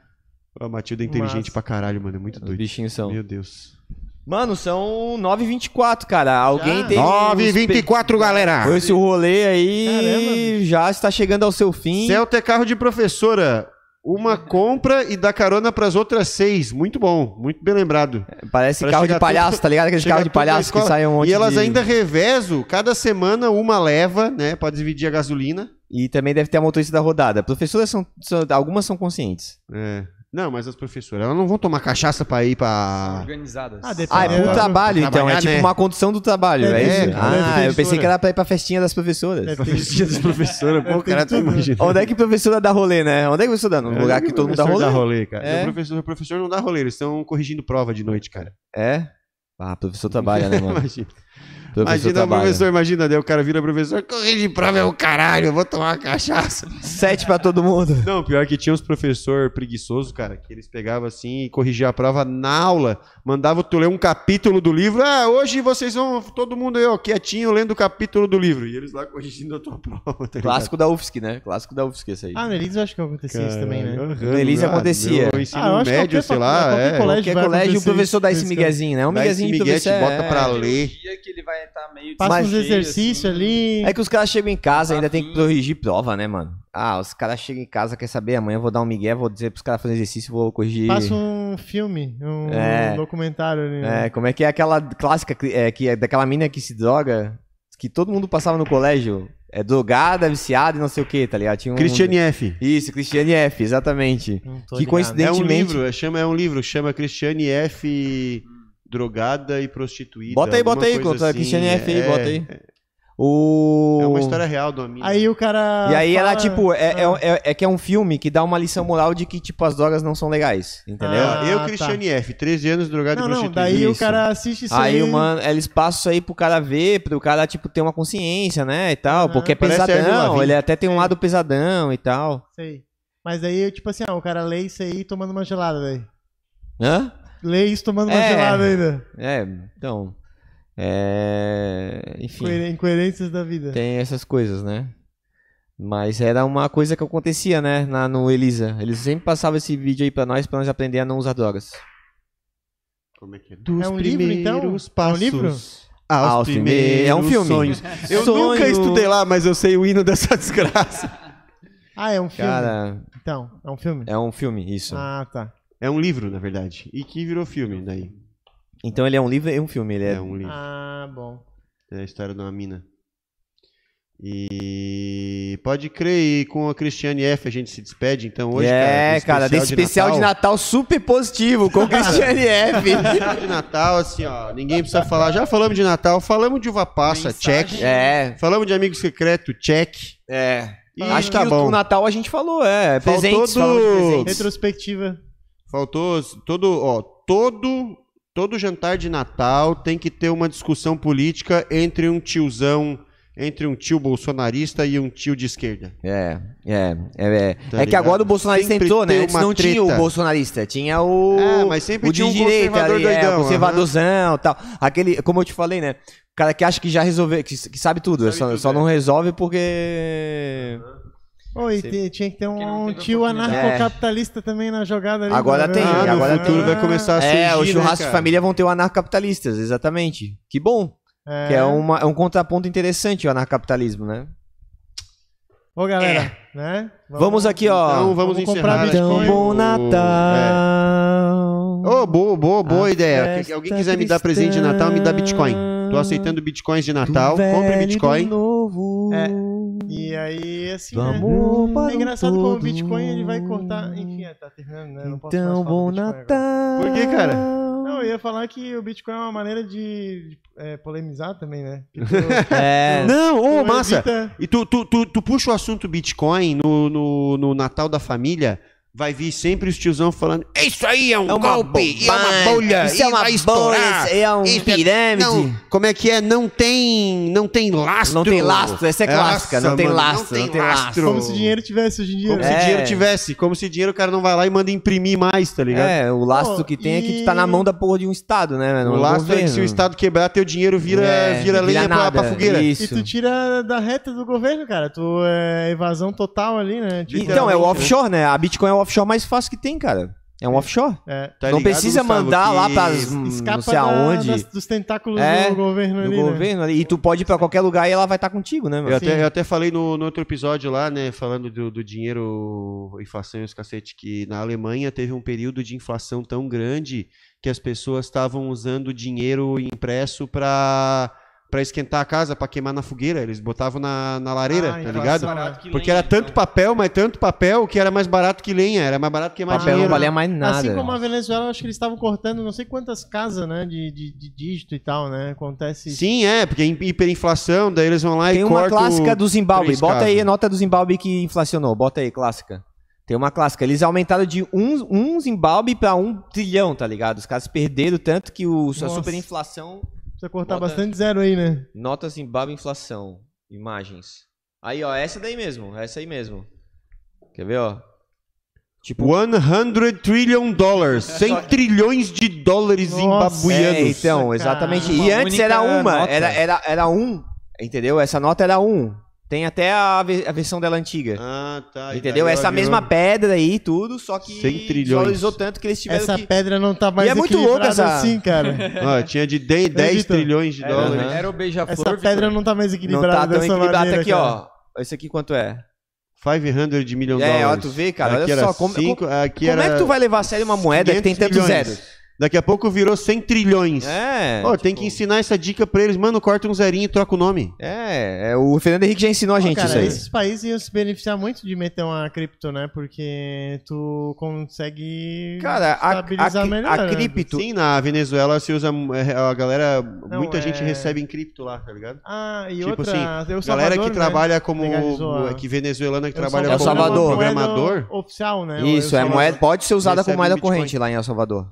[SPEAKER 1] A Matilda é inteligente
[SPEAKER 4] Mas-
[SPEAKER 1] pra caralho, mano. É muito
[SPEAKER 3] Os
[SPEAKER 1] doido.
[SPEAKER 3] bichinhos são.
[SPEAKER 1] Meu Deus.
[SPEAKER 3] Mano, são 9h24, cara. Alguém
[SPEAKER 4] Já?
[SPEAKER 3] tem.
[SPEAKER 1] Nove e vinte e quatro,
[SPEAKER 3] Com
[SPEAKER 1] galera.
[SPEAKER 3] esse rolê aí já está chegando ao seu fim.
[SPEAKER 1] Celta é carro de professora. Uma compra e dá carona pras outras seis. Muito bom, muito bem lembrado.
[SPEAKER 3] Parece
[SPEAKER 1] Pra
[SPEAKER 3] carro
[SPEAKER 1] chegar
[SPEAKER 3] de palhaço,
[SPEAKER 1] tudo-
[SPEAKER 3] tá ligado? Aqueles
[SPEAKER 1] chegar
[SPEAKER 3] carros de
[SPEAKER 1] tudo na
[SPEAKER 3] palhaço que
[SPEAKER 1] escola.
[SPEAKER 3] saem um monte
[SPEAKER 1] e elas
[SPEAKER 3] de-
[SPEAKER 1] ainda revezam, cada semana uma leva, né? Pra dividir a gasolina.
[SPEAKER 3] E também deve ter a motorista da rodada. Professoras são. são- algumas são conscientes.
[SPEAKER 1] É. Não, mas as professoras, elas não vão tomar cachaça pra ir pra.
[SPEAKER 5] Organizadas.
[SPEAKER 4] Ah, depende.
[SPEAKER 3] Ah, é pro
[SPEAKER 4] É,
[SPEAKER 3] trabalho,
[SPEAKER 1] pra
[SPEAKER 3] então. É
[SPEAKER 1] trabalhar,
[SPEAKER 3] tipo
[SPEAKER 1] né?
[SPEAKER 3] uma condução do trabalho, é,
[SPEAKER 4] É,
[SPEAKER 3] isso?
[SPEAKER 1] cara,
[SPEAKER 3] ah,
[SPEAKER 1] professora.
[SPEAKER 3] eu pensei que era pra ir pra festinha das professoras.
[SPEAKER 1] Professia das professoras. Pô, o cara tá imaginando.
[SPEAKER 3] Onde é que professora dá rolê, né? Onde é que professora dá? Num
[SPEAKER 1] um
[SPEAKER 3] lugar que todo mundo dá
[SPEAKER 1] Professor
[SPEAKER 3] rolê?
[SPEAKER 1] cara.
[SPEAKER 3] É.
[SPEAKER 1] O, professor, o professor não dá rolê, eles estão corrigindo prova de noite, cara.
[SPEAKER 3] É? Ah, professor trabalha,
[SPEAKER 1] É.
[SPEAKER 3] né, mano?
[SPEAKER 1] Imagina.
[SPEAKER 3] Professor
[SPEAKER 1] imagina,
[SPEAKER 3] trabalha.
[SPEAKER 1] professor, imagina, daí o cara vira professor, corrige prova é o caralho, eu vou tomar uma cachaça.
[SPEAKER 3] Sete pra todo mundo.
[SPEAKER 1] Não, pior que tinha uns professor preguiçoso, cara, que eles pegavam assim e corrigiam a prova na aula, mandava tu ler um capítulo do livro, ah, hoje vocês vão, todo mundo aí, ó, quietinho, lendo o capítulo do livro, e eles lá corrigindo a tua prova, tá ligado?
[SPEAKER 3] Clássico da UFSC, né? Clássico da UFSC, esse aí.
[SPEAKER 4] Ah, no Elise eu acho que acontecia isso também, né?
[SPEAKER 1] Aham,
[SPEAKER 3] No Elise
[SPEAKER 1] ah,
[SPEAKER 3] acontecia.
[SPEAKER 1] meu ensino
[SPEAKER 4] Ah, eu acho que
[SPEAKER 1] médio,
[SPEAKER 4] qualquer
[SPEAKER 1] sei
[SPEAKER 4] faculdade,
[SPEAKER 1] lá,
[SPEAKER 4] qualquer
[SPEAKER 1] é.
[SPEAKER 4] colégio
[SPEAKER 3] Porque
[SPEAKER 4] vai
[SPEAKER 3] colégio, o
[SPEAKER 4] acontecer
[SPEAKER 3] professor dá
[SPEAKER 4] isso,
[SPEAKER 3] esse
[SPEAKER 4] isso que eu-
[SPEAKER 3] miguezinho, né? Um
[SPEAKER 1] Dá esse
[SPEAKER 3] miguezinho de
[SPEAKER 1] migué, te
[SPEAKER 3] professor.
[SPEAKER 1] bota
[SPEAKER 3] é-
[SPEAKER 1] pra
[SPEAKER 5] Tem um
[SPEAKER 1] ler.
[SPEAKER 5] dia que ele vai estar meio
[SPEAKER 4] Passa
[SPEAKER 3] Mas-
[SPEAKER 4] uns exercícios
[SPEAKER 5] assim.
[SPEAKER 4] ali.
[SPEAKER 3] É que os caras chegam em casa, ainda tem que
[SPEAKER 5] Afim.
[SPEAKER 3] corrigir prova, né, mano? Ah, os caras chegam em casa, quer saber, amanhã eu vou dar um migué, vou dizer pros caras fazerem exercício, vou corrigir.
[SPEAKER 4] Passa um filme, um
[SPEAKER 3] É.
[SPEAKER 4] documentário ali. né?
[SPEAKER 3] É, como é que é aquela clássica que- é, que é daquela mina que se droga, que todo mundo passava no colégio. É drogada, viciada e não sei o que, tá ligado? Tinha um...
[SPEAKER 1] Christiane F.
[SPEAKER 3] Isso, Cristiane F, exatamente.
[SPEAKER 4] Não tô
[SPEAKER 3] Que
[SPEAKER 4] ligado.
[SPEAKER 3] coincidência.
[SPEAKER 1] É um
[SPEAKER 3] Evidentemente.
[SPEAKER 1] livro, é, chama, é um livro, chama Cristiane F. Drogada e prostituída.
[SPEAKER 3] Bota aí, bota
[SPEAKER 1] Então, alguma
[SPEAKER 3] aí,
[SPEAKER 1] coisa
[SPEAKER 3] contra a
[SPEAKER 1] assim,
[SPEAKER 3] Cristiane F aí,
[SPEAKER 1] é-
[SPEAKER 3] bota aí. O...
[SPEAKER 1] É uma história real do amigo.
[SPEAKER 4] Aí o cara.
[SPEAKER 3] E aí ela,
[SPEAKER 4] fala-
[SPEAKER 3] tipo, é, é,
[SPEAKER 4] Ah.
[SPEAKER 3] é- é que é um filme que dá uma lição moral de que, tipo, as drogas não são legais, entendeu?
[SPEAKER 4] Ah,
[SPEAKER 1] eu,
[SPEAKER 4] tá.
[SPEAKER 1] Cristiane F., 13 anos drogada
[SPEAKER 4] Não,
[SPEAKER 1] e
[SPEAKER 4] não,
[SPEAKER 1] prostituída.
[SPEAKER 4] daí o
[SPEAKER 3] é Isso.
[SPEAKER 4] cara assiste isso
[SPEAKER 3] Aí, mano, eles passam isso aí pro cara ver, pro cara, tipo, ter uma consciência, né, e tal,
[SPEAKER 4] Aham.
[SPEAKER 3] porque é
[SPEAKER 1] Parece Avril
[SPEAKER 3] pesadão,
[SPEAKER 1] Lavigne. É.
[SPEAKER 3] ele até tem um lado pesadão e tal.
[SPEAKER 4] Sei. Mas aí, tipo assim, ó, o cara lê isso aí tomando uma gelada, velho.
[SPEAKER 3] Hã?
[SPEAKER 4] Lê isso tomando uma
[SPEAKER 3] É.
[SPEAKER 4] gelada ainda.
[SPEAKER 3] É, então, é... Enfim,
[SPEAKER 4] Coer- Incoerências da vida.
[SPEAKER 3] tem essas coisas, né? Mas era uma coisa que acontecia, né, na, no Elisa. Eles sempre passavam esse vídeo aí pra nós, pra nós aprender a não usar drogas.
[SPEAKER 1] Como é que é? Dos
[SPEAKER 4] um livro, então?
[SPEAKER 1] primeiros
[SPEAKER 4] É um livro?
[SPEAKER 1] passos Aos,
[SPEAKER 3] Aos
[SPEAKER 1] primeiros,
[SPEAKER 3] primeiros- é um filme.
[SPEAKER 1] sonhos. Eu
[SPEAKER 3] Sonho.
[SPEAKER 1] nunca estudei lá, mas eu sei o hino dessa desgraça.
[SPEAKER 4] Ah, é um filme.
[SPEAKER 3] Cara,
[SPEAKER 4] Então, é um filme?
[SPEAKER 3] é um filme, isso.
[SPEAKER 4] Ah, tá.
[SPEAKER 1] É um livro, na verdade. E que virou filme daí.
[SPEAKER 3] Então ele é um livro e um filme. Ele é,
[SPEAKER 1] É um livro.
[SPEAKER 4] Ah, bom.
[SPEAKER 1] É a história de uma mina. E pode crer, e com a Cristiane F a gente se despede então hoje.
[SPEAKER 3] é, cara, desse especial de Natal super positivo com o Cristiane F.
[SPEAKER 1] Especial de Natal, assim, ó. Ninguém precisa falar. Já falamos de Natal, falamos de uva passa, check.
[SPEAKER 3] É,
[SPEAKER 1] Falamos de amigo secreto, check.
[SPEAKER 3] é.
[SPEAKER 1] E
[SPEAKER 3] Acho
[SPEAKER 1] tá
[SPEAKER 3] que o-
[SPEAKER 1] bom.
[SPEAKER 3] o Natal a gente falou, é.
[SPEAKER 1] Faltou
[SPEAKER 3] Presentes,
[SPEAKER 1] do-
[SPEAKER 3] falamos de presentes.
[SPEAKER 4] Retrospectiva.
[SPEAKER 1] Faltou s- todo, ó, todo todo jantar de Natal tem que ter uma discussão política entre um tiozão, entre um tio bolsonarista e um tio de esquerda.
[SPEAKER 3] É, é, é. É,
[SPEAKER 1] Tá
[SPEAKER 3] é que
[SPEAKER 1] ligado?
[SPEAKER 3] agora o bolsonarista
[SPEAKER 1] Sempre
[SPEAKER 3] entrou, né?
[SPEAKER 1] tem
[SPEAKER 3] Antes
[SPEAKER 1] uma
[SPEAKER 3] não tinha o
[SPEAKER 1] treta.
[SPEAKER 3] bolsonarista, tinha o.
[SPEAKER 1] É, mas sempre
[SPEAKER 3] o
[SPEAKER 1] tinha um
[SPEAKER 3] de direita
[SPEAKER 1] conservador
[SPEAKER 3] ali,
[SPEAKER 1] doidão,
[SPEAKER 3] é, o
[SPEAKER 1] aham.
[SPEAKER 3] conservadorzão e tal. Aquele, como eu te falei, né? O cara que acha que já resolveu, que, que sabe tudo,
[SPEAKER 1] Sabe
[SPEAKER 3] só,
[SPEAKER 1] tudo,
[SPEAKER 3] só
[SPEAKER 1] é.
[SPEAKER 3] não resolve porque.
[SPEAKER 4] Oh, e
[SPEAKER 3] Sim.
[SPEAKER 4] te- tinha que ter
[SPEAKER 5] Porque não
[SPEAKER 4] um
[SPEAKER 5] teve
[SPEAKER 4] tio
[SPEAKER 5] oportunidade.
[SPEAKER 4] anarcocapitalista também na jogada ali.
[SPEAKER 3] Agora
[SPEAKER 4] né?
[SPEAKER 3] tem,
[SPEAKER 1] Ah,
[SPEAKER 3] e
[SPEAKER 1] no
[SPEAKER 3] agora
[SPEAKER 1] futuro
[SPEAKER 3] tem.
[SPEAKER 1] vai começar a surgir,
[SPEAKER 3] É, o churrasco
[SPEAKER 1] né,
[SPEAKER 3] de
[SPEAKER 1] cara?
[SPEAKER 3] família vão ter o anarcapitalistas, exatamente. Que bom. Que é, uma- é um contraponto interessante o anarcapitalismo, né?
[SPEAKER 4] Ô, galera, né?
[SPEAKER 3] É. Vamos aqui, ó.
[SPEAKER 1] Então vamos,
[SPEAKER 4] Vamos
[SPEAKER 1] encerrar.
[SPEAKER 4] comprar
[SPEAKER 1] acho
[SPEAKER 4] Bitcoin.
[SPEAKER 1] que
[SPEAKER 4] Então,
[SPEAKER 1] o- É.
[SPEAKER 3] bom Natal.
[SPEAKER 1] Ô, boa, boa, boa
[SPEAKER 3] A
[SPEAKER 1] ideia. Que- Alguém
[SPEAKER 3] festa
[SPEAKER 1] quiser me dar presente de Natal, me dá Bitcoin. Tô aceitando Bitcoins de Natal. Compre Bitcoin.
[SPEAKER 3] Novo.
[SPEAKER 4] É. E aí, assim,
[SPEAKER 3] Vamos
[SPEAKER 4] né?
[SPEAKER 3] para
[SPEAKER 4] É engraçado
[SPEAKER 3] um
[SPEAKER 4] como o
[SPEAKER 3] todo.
[SPEAKER 4] Bitcoin ele vai cortar. Enfim, é, tá terminando, né? Não posso
[SPEAKER 3] Então,
[SPEAKER 4] mais falar do
[SPEAKER 3] bom
[SPEAKER 4] Bitcoin agora.
[SPEAKER 3] Natal.
[SPEAKER 1] Por que, cara?
[SPEAKER 4] Não, eu ia falar que o Bitcoin é uma maneira de, de, é, polemizar também, né?
[SPEAKER 3] É.
[SPEAKER 1] Não, ô,
[SPEAKER 4] Não
[SPEAKER 1] massa.
[SPEAKER 4] evita-
[SPEAKER 1] E tu, tu, tu, tu puxa o assunto Bitcoin no, no, no Natal da família, vai vir sempre os tiozão falando: Isso aí é um golpe, é uma bolha,
[SPEAKER 3] Isso é uma
[SPEAKER 1] vai
[SPEAKER 3] bolha,
[SPEAKER 1] estourar.
[SPEAKER 3] isso é um
[SPEAKER 1] Isso é-
[SPEAKER 3] pirâmide.
[SPEAKER 1] Não, como é que é? Não tem, não tem lastro.
[SPEAKER 3] Não tem lastro, essa é clássica, não tem lastro, não tem lastro.
[SPEAKER 4] Como se dinheiro tivesse hoje em dia.
[SPEAKER 1] Como
[SPEAKER 4] né?
[SPEAKER 1] se
[SPEAKER 3] É.
[SPEAKER 1] dinheiro tivesse, como se dinheiro o cara não vai lá e manda imprimir mais, tá ligado?
[SPEAKER 3] É, o lastro
[SPEAKER 4] Pô,
[SPEAKER 3] que tem é que
[SPEAKER 4] e-
[SPEAKER 3] tá na mão da porra de um Estado, né?
[SPEAKER 1] O
[SPEAKER 3] mano? Um
[SPEAKER 1] lastro é que se o
[SPEAKER 3] governo.
[SPEAKER 1] Estado quebrar, teu dinheiro vira,
[SPEAKER 3] É,
[SPEAKER 1] vira lenha pra,
[SPEAKER 3] nada.
[SPEAKER 1] pra fogueira.
[SPEAKER 4] E
[SPEAKER 3] Isso.
[SPEAKER 4] tu tira da reta do governo, cara. Tu é evasão total ali, né? Tipo,
[SPEAKER 3] Então, é o
[SPEAKER 1] Literalmente,
[SPEAKER 3] offshore, né? A Bitcoin é o offshore mais fácil que tem, cara. É um offshore.
[SPEAKER 4] É.
[SPEAKER 1] Tá
[SPEAKER 3] não
[SPEAKER 1] ligado,
[SPEAKER 3] precisa
[SPEAKER 1] Gustavo,
[SPEAKER 3] mandar lá
[SPEAKER 1] que
[SPEAKER 3] pras
[SPEAKER 4] Escapa
[SPEAKER 3] Hum, não sei
[SPEAKER 4] da-
[SPEAKER 3] aonde.
[SPEAKER 4] das- dos tentáculos
[SPEAKER 3] É,
[SPEAKER 4] do governo
[SPEAKER 3] do
[SPEAKER 4] ali. né?
[SPEAKER 3] governo ali. E tu pode ir pra qualquer lugar e ela vai estar contigo, né,
[SPEAKER 1] Eu
[SPEAKER 3] meu?
[SPEAKER 4] Assim
[SPEAKER 1] até, eu até falei no, no outro episódio lá, né, falando do, do dinheiro, inflação e os cacete, que na Alemanha teve um período de inflação tão grande que as pessoas estavam usando dinheiro impresso pra, pra esquentar a casa, pra queimar na fogueira. Eles botavam na, na lareira,
[SPEAKER 4] Ah,
[SPEAKER 1] tá
[SPEAKER 4] inflação,
[SPEAKER 1] ligado?
[SPEAKER 4] né?
[SPEAKER 1] Porque era tanto
[SPEAKER 5] então.
[SPEAKER 1] papel, mas tanto papel que era mais barato que lenha, era mais barato que mais
[SPEAKER 3] Papel não
[SPEAKER 1] dinheiro. né?
[SPEAKER 3] valia mais nada.
[SPEAKER 4] Assim como a Venezuela, eu acho que eles estavam cortando não sei quantas casas, né? De, de, de dígito e tal, né? Acontece isso.
[SPEAKER 1] Sim, é, porque hi- hiperinflação, daí eles vão lá
[SPEAKER 3] Tem
[SPEAKER 1] e
[SPEAKER 3] uma
[SPEAKER 1] cortam...
[SPEAKER 3] clássica do Zimbábue.
[SPEAKER 1] três
[SPEAKER 3] Bota aí
[SPEAKER 1] casos.
[SPEAKER 3] a nota do Zimbábue que inflacionou. Bota aí, clássica. Tem uma clássica. Eles aumentaram de um, um Zimbábue pra um trilhão, tá ligado? Os caras perderam tanto que o, a
[SPEAKER 4] Nossa.
[SPEAKER 3] superinflação.
[SPEAKER 4] Precisa cortar
[SPEAKER 3] Bota-
[SPEAKER 4] bastante zero aí, né?
[SPEAKER 3] Nota Zimbábue inflação. Imagens. Aí, ó. Essa daí mesmo. Essa aí mesmo. Quer ver, ó? Tipo.
[SPEAKER 1] 100 trillion dollars, 100 trilhões de dólares
[SPEAKER 4] Nossa.
[SPEAKER 1] zimbabuianos.
[SPEAKER 3] É, então,
[SPEAKER 4] cara.
[SPEAKER 3] exatamente.
[SPEAKER 5] Uma
[SPEAKER 3] e antes
[SPEAKER 5] única
[SPEAKER 3] era uma.
[SPEAKER 5] nota.
[SPEAKER 3] Era, era, era um. Entendeu? Essa nota era um. Tem até a, ve- a versão dela antiga.
[SPEAKER 1] Ah, tá. E
[SPEAKER 3] Entendeu?
[SPEAKER 1] daí
[SPEAKER 3] Essa
[SPEAKER 1] ela virou-
[SPEAKER 3] mesma pedra aí, tudo, só que
[SPEAKER 1] 100 trilhões.
[SPEAKER 3] valorizou tanto que eles tiveram
[SPEAKER 4] Essa
[SPEAKER 3] que.
[SPEAKER 4] pedra não tá mais
[SPEAKER 3] E é muito
[SPEAKER 4] equilibrada
[SPEAKER 3] louca essa- É
[SPEAKER 4] assim, cara.
[SPEAKER 1] Ó, tinha de 10, 10
[SPEAKER 4] Vitor?
[SPEAKER 1] trilhões de
[SPEAKER 5] Era,
[SPEAKER 1] dólares.
[SPEAKER 3] Aham.
[SPEAKER 5] era o
[SPEAKER 4] Essa
[SPEAKER 5] beija-flor.
[SPEAKER 4] pedra não tá mais
[SPEAKER 3] Não
[SPEAKER 4] equilibrada
[SPEAKER 3] tá tão
[SPEAKER 4] dessa
[SPEAKER 3] equilibrado.
[SPEAKER 4] maneira,
[SPEAKER 3] aqui,
[SPEAKER 4] cara.
[SPEAKER 3] ó. Esse aqui quanto é?
[SPEAKER 1] 500 million
[SPEAKER 3] É, ó,
[SPEAKER 1] dólares.
[SPEAKER 3] tu vê,
[SPEAKER 1] Aqui
[SPEAKER 3] cara, olha
[SPEAKER 1] era
[SPEAKER 3] só como.
[SPEAKER 1] cinco, aqui
[SPEAKER 3] como é
[SPEAKER 1] era
[SPEAKER 3] que tu vai levar a sério uma moeda que tem
[SPEAKER 1] 500
[SPEAKER 3] tanto
[SPEAKER 1] milhões.
[SPEAKER 3] zero?
[SPEAKER 1] Daqui a pouco virou 100 trilhões.
[SPEAKER 3] É.
[SPEAKER 1] Ó, tem que ensinar essa dica pra eles. Mano, corta um zerinho e troca o nome.
[SPEAKER 3] É, é, o Fernando Henrique já ensinou a gente
[SPEAKER 4] Cara,
[SPEAKER 3] isso aí.
[SPEAKER 4] esses países iam se beneficiar muito de meter uma cripto, né? Porque tu consegue
[SPEAKER 3] Cara, a, a,
[SPEAKER 4] estabilizar
[SPEAKER 3] cri-
[SPEAKER 4] melhor.
[SPEAKER 3] a
[SPEAKER 4] né?
[SPEAKER 3] cripto.
[SPEAKER 1] Sim, na Venezuela se usa. é, A galera. muita
[SPEAKER 4] é-
[SPEAKER 1] gente recebe em cripto lá, tá ligado?
[SPEAKER 4] Ah, e
[SPEAKER 1] Tipo
[SPEAKER 4] outra, assim,
[SPEAKER 1] galera que trabalha como.
[SPEAKER 4] Legalizou a- É
[SPEAKER 1] Que venezuelana que
[SPEAKER 4] El
[SPEAKER 1] trabalha
[SPEAKER 3] El
[SPEAKER 1] como
[SPEAKER 3] É Salvador.
[SPEAKER 5] né?
[SPEAKER 4] É
[SPEAKER 1] programador.
[SPEAKER 4] oficial, né?
[SPEAKER 3] Isso,
[SPEAKER 4] El
[SPEAKER 3] é
[SPEAKER 4] Salvador.
[SPEAKER 3] moeda, pode ser usada
[SPEAKER 1] Recebe
[SPEAKER 3] como moeda
[SPEAKER 1] um Bitcoin.
[SPEAKER 3] corrente lá em El Salvador.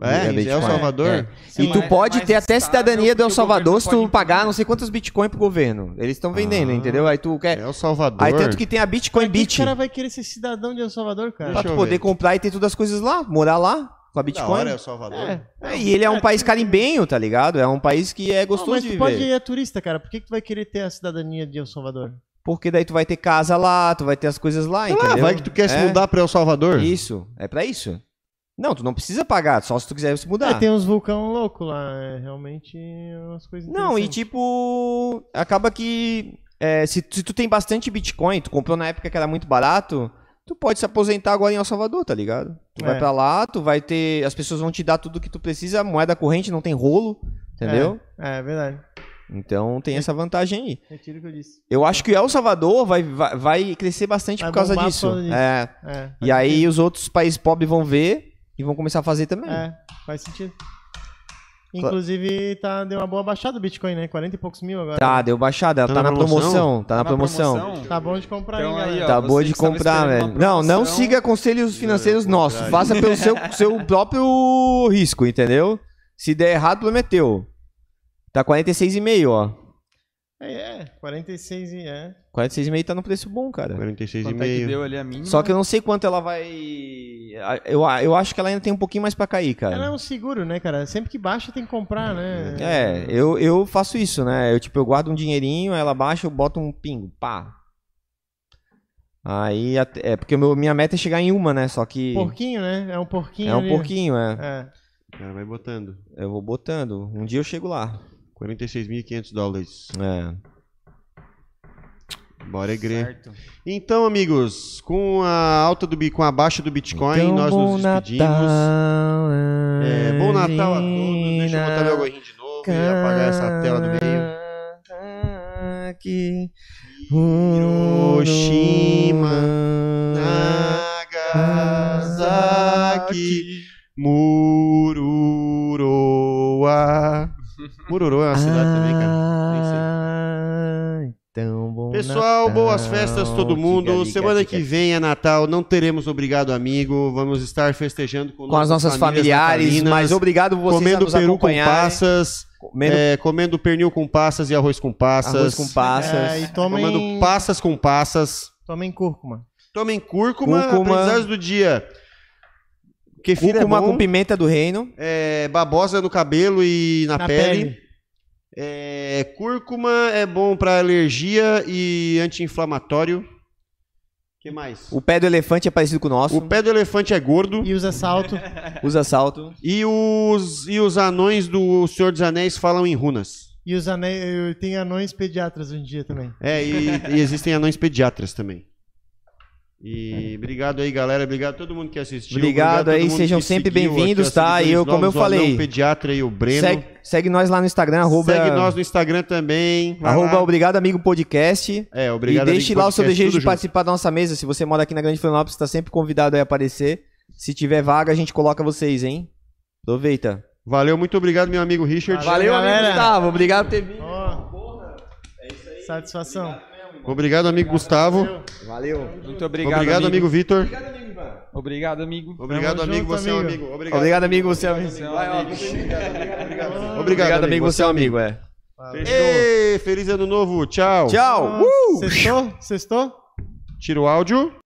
[SPEAKER 1] É,
[SPEAKER 3] É,
[SPEAKER 1] em El
[SPEAKER 3] Bitcoin.
[SPEAKER 1] Salvador.
[SPEAKER 4] Sim, é
[SPEAKER 3] E tu
[SPEAKER 5] mas-
[SPEAKER 3] pode
[SPEAKER 5] mas
[SPEAKER 3] ter até
[SPEAKER 5] estável
[SPEAKER 3] cidadania do El
[SPEAKER 5] porque o governo
[SPEAKER 3] Salvador se tu
[SPEAKER 5] pode
[SPEAKER 3] pagar
[SPEAKER 5] imprimir.
[SPEAKER 3] não sei quantos bitcoins pro governo. Eles estão vendendo,
[SPEAKER 1] Ah.
[SPEAKER 3] entendeu? Aí tu quer.
[SPEAKER 1] El Salvador.
[SPEAKER 3] Aí tanto que tem a Bitcoin
[SPEAKER 4] Por que que
[SPEAKER 3] Beach.
[SPEAKER 4] o cara vai querer ser cidadão de El Salvador, cara?
[SPEAKER 3] pra
[SPEAKER 1] Deixa
[SPEAKER 3] tu
[SPEAKER 1] eu
[SPEAKER 3] poder
[SPEAKER 1] ver.
[SPEAKER 3] comprar e ter todas as coisas lá, morar lá com
[SPEAKER 1] Da
[SPEAKER 3] a Bitcoin.
[SPEAKER 1] hora, El Salvador.
[SPEAKER 3] É, e ele é um país carimbenho, tá ligado? É um país que é
[SPEAKER 4] Não,
[SPEAKER 3] gostoso
[SPEAKER 4] mas
[SPEAKER 3] de
[SPEAKER 4] tu
[SPEAKER 3] viver.
[SPEAKER 4] pode ir a turista, cara. Por que, que tu vai querer ter a cidadania de El Salvador?
[SPEAKER 3] Porque daí tu vai ter casa lá, tu vai ter as coisas lá,
[SPEAKER 1] Ah,
[SPEAKER 3] entendeu?
[SPEAKER 1] vai que tu quer se
[SPEAKER 3] É.
[SPEAKER 1] mudar pra El Salvador?
[SPEAKER 3] Isso, é pra isso. Não, tu não precisa pagar, só se tu quiser se
[SPEAKER 4] É,
[SPEAKER 3] mudar.
[SPEAKER 4] tem uns vulcão louco lá. É realmente umas coisas
[SPEAKER 3] Não, e
[SPEAKER 4] interessantes.
[SPEAKER 3] tipo, acaba que é, se, se tu tem bastante Bitcoin, tu comprou na época que era muito barato, tu pode se aposentar agora em El Salvador, tá ligado? Tu vai
[SPEAKER 4] É.
[SPEAKER 3] pra lá, tu vai ter. As pessoas vão te dar tudo que tu precisa, moeda corrente, não tem rolo, entendeu?
[SPEAKER 4] É, é verdade.
[SPEAKER 3] Então tem essa vantagem aí.
[SPEAKER 4] Retiro o que eu disse.
[SPEAKER 3] Eu acho que o El Salvador vai, vai, vai crescer bastante
[SPEAKER 4] Vai
[SPEAKER 3] por causa
[SPEAKER 4] bombar por
[SPEAKER 3] disso.
[SPEAKER 4] causa disso.
[SPEAKER 3] É.
[SPEAKER 4] É, faz
[SPEAKER 3] E aí os outros países pobres vão ver e vão começar a fazer também.
[SPEAKER 4] É, faz sentido. Inclusive, tá, deu uma boa baixada o Bitcoin, né? 40 e poucos mil agora.
[SPEAKER 3] Tá, deu baixada, ela tá, na promoção, tá na, promoção.
[SPEAKER 4] Tá bom de comprar
[SPEAKER 5] Então
[SPEAKER 4] aí,
[SPEAKER 5] aí,
[SPEAKER 4] galera.
[SPEAKER 5] ó.
[SPEAKER 3] Tá boa
[SPEAKER 5] vocês
[SPEAKER 3] de
[SPEAKER 5] que estavam
[SPEAKER 3] comprar,
[SPEAKER 5] esperando
[SPEAKER 3] velho.
[SPEAKER 5] uma
[SPEAKER 3] Não, não tá
[SPEAKER 5] promoção.
[SPEAKER 3] siga conselhos financeiros
[SPEAKER 1] Não, é o
[SPEAKER 3] nossos.
[SPEAKER 1] contrário.
[SPEAKER 3] Faça pelo seu, seu próprio risco, entendeu? Se der errado, prometeu. Tá 46,5, ó.
[SPEAKER 4] É, é, 46 e é.
[SPEAKER 3] 46,5 tá no preço bom, cara.
[SPEAKER 5] Quanto é que
[SPEAKER 1] 46,5.
[SPEAKER 5] deu ali a mínima?
[SPEAKER 3] Só que eu não sei quanto ela vai. Eu, eu acho que ela ainda tem um pouquinho mais pra cair,
[SPEAKER 4] Ela é
[SPEAKER 3] cara.
[SPEAKER 4] um seguro, né, cara? Sempre que baixa tem que comprar, né?
[SPEAKER 3] É, eu, eu faço isso, né? Eu, tipo, eu guardo um dinheirinho, ela baixa, eu boto um pingo, pá. Aí, até- é porque meu- minha meta é chegar em uma, né? Só que.
[SPEAKER 4] Porquinho, né? É um porquinho.
[SPEAKER 3] É um
[SPEAKER 4] ali.
[SPEAKER 3] pouquinho, é.
[SPEAKER 4] É.
[SPEAKER 1] Cara, vai botando.
[SPEAKER 3] Eu vou botando. Um dia eu chego lá.
[SPEAKER 1] 46.500 dólares.
[SPEAKER 3] É.
[SPEAKER 1] Bora, igreja.
[SPEAKER 5] Certo.
[SPEAKER 1] Então, amigos, com a alta do bi- com a baixa do Bitcoin,
[SPEAKER 3] um
[SPEAKER 4] Então,
[SPEAKER 1] nós nos despedimos. É, bom Natal a todos. Deixa eu botar meu gorrinho de novo e apagar essa tela do meio. Hiroshima, Nagasaki, Mururoa. Mururoa é uma
[SPEAKER 4] Ah,
[SPEAKER 1] cidade
[SPEAKER 4] tá
[SPEAKER 1] também, cara. Nem sei.
[SPEAKER 3] Então, bom
[SPEAKER 1] Pessoal,
[SPEAKER 3] Natal.
[SPEAKER 1] boas festas todo mundo.
[SPEAKER 3] Diga, diga,
[SPEAKER 1] Semana
[SPEAKER 3] diga.
[SPEAKER 1] que vem é Natal, não teremos obrigado amigo. Vamos estar festejando com,
[SPEAKER 3] com as nossas familiares,
[SPEAKER 1] natalinas,
[SPEAKER 3] mas obrigado vocês a
[SPEAKER 1] comendo
[SPEAKER 3] nos
[SPEAKER 1] peru com
[SPEAKER 3] acompanharem.
[SPEAKER 1] passas,
[SPEAKER 3] comendo
[SPEAKER 1] é, comendo pernil com passas e arroz com passas,
[SPEAKER 3] arroz com passas.
[SPEAKER 4] É, e
[SPEAKER 1] comendo
[SPEAKER 4] tomem,
[SPEAKER 1] passas com passas.
[SPEAKER 4] tomem cúrcuma.
[SPEAKER 1] Tomem cúrcuma,
[SPEAKER 3] Cúrcuma.
[SPEAKER 1] aprendizados do dia. Kefir é
[SPEAKER 3] Cúrcuma
[SPEAKER 1] bom,
[SPEAKER 3] com pimenta do reino.
[SPEAKER 1] é, babosa no cabelo e na,
[SPEAKER 4] Na
[SPEAKER 1] pele.
[SPEAKER 4] pele.
[SPEAKER 1] É, cúrcuma é bom para alergia e anti-inflamatório. que mais?
[SPEAKER 3] O pé do elefante é parecido com o nosso.
[SPEAKER 1] O pé do elefante é gordo
[SPEAKER 4] E usa salto.
[SPEAKER 3] Usa salto.
[SPEAKER 1] e os, e os anões do Senhor dos Anéis falam em runas.
[SPEAKER 4] e os anéis. Tem anões pediatras hoje em dia também.
[SPEAKER 1] É, e, e existem anões pediatras também. E obrigado aí, galera. Obrigado a todo mundo que assistiu. a
[SPEAKER 3] Obrigado
[SPEAKER 1] todo
[SPEAKER 3] aí,
[SPEAKER 1] mundo
[SPEAKER 3] sejam
[SPEAKER 1] que
[SPEAKER 3] sempre
[SPEAKER 1] seguiu.
[SPEAKER 3] bem-vindos,
[SPEAKER 1] Aqui, ó,
[SPEAKER 3] tá?
[SPEAKER 1] seguidores
[SPEAKER 3] E eu, como
[SPEAKER 1] novos,
[SPEAKER 3] eu
[SPEAKER 1] o anão
[SPEAKER 3] falei,
[SPEAKER 1] pediatra e o Breno.
[SPEAKER 3] Segue,
[SPEAKER 1] Segue,
[SPEAKER 3] segue nós lá no Instagram, arroba,
[SPEAKER 1] nós no Instagram também. Vai
[SPEAKER 3] arroba
[SPEAKER 1] lá.
[SPEAKER 3] Obrigado Amigo Podcast.
[SPEAKER 1] É, obrigado.
[SPEAKER 3] e deixe
[SPEAKER 1] Amigo
[SPEAKER 3] lá o seu
[SPEAKER 1] Podcast,
[SPEAKER 3] desejo
[SPEAKER 1] tudo
[SPEAKER 3] de
[SPEAKER 1] junto.
[SPEAKER 3] participar da nossa mesa. Se você mora aqui na Grande Florianópolis, está sempre convidado aí a aparecer. Se tiver vaga, a gente coloca vocês, hein? Aproveita.
[SPEAKER 1] Valeu, muito obrigado, meu amigo Richard.
[SPEAKER 4] Valeu, galera.
[SPEAKER 3] Gustavo. Obrigado por ter vindo.
[SPEAKER 4] Ó. é Satisfação.
[SPEAKER 1] Obrigado, amigo Gustavo.
[SPEAKER 3] Valeu.
[SPEAKER 5] Muito obrigado,
[SPEAKER 1] Obrigado, amigo Vitor.
[SPEAKER 5] Obrigado, amigo.
[SPEAKER 1] Obrigado,
[SPEAKER 4] Tamo
[SPEAKER 1] amigo.
[SPEAKER 4] junto,
[SPEAKER 1] Você é um
[SPEAKER 4] amigo.
[SPEAKER 1] amigo. Obrigado.
[SPEAKER 3] Obrigado, amigo. Você é um amigo.
[SPEAKER 5] Você é um amigo.
[SPEAKER 1] Obrigado, amigo.
[SPEAKER 3] Você é um amigo, é.
[SPEAKER 1] Ei, feliz ano novo. Tchau.
[SPEAKER 3] Tchau. Uh!
[SPEAKER 4] Sextou? Sextou?
[SPEAKER 1] Tira o áudio.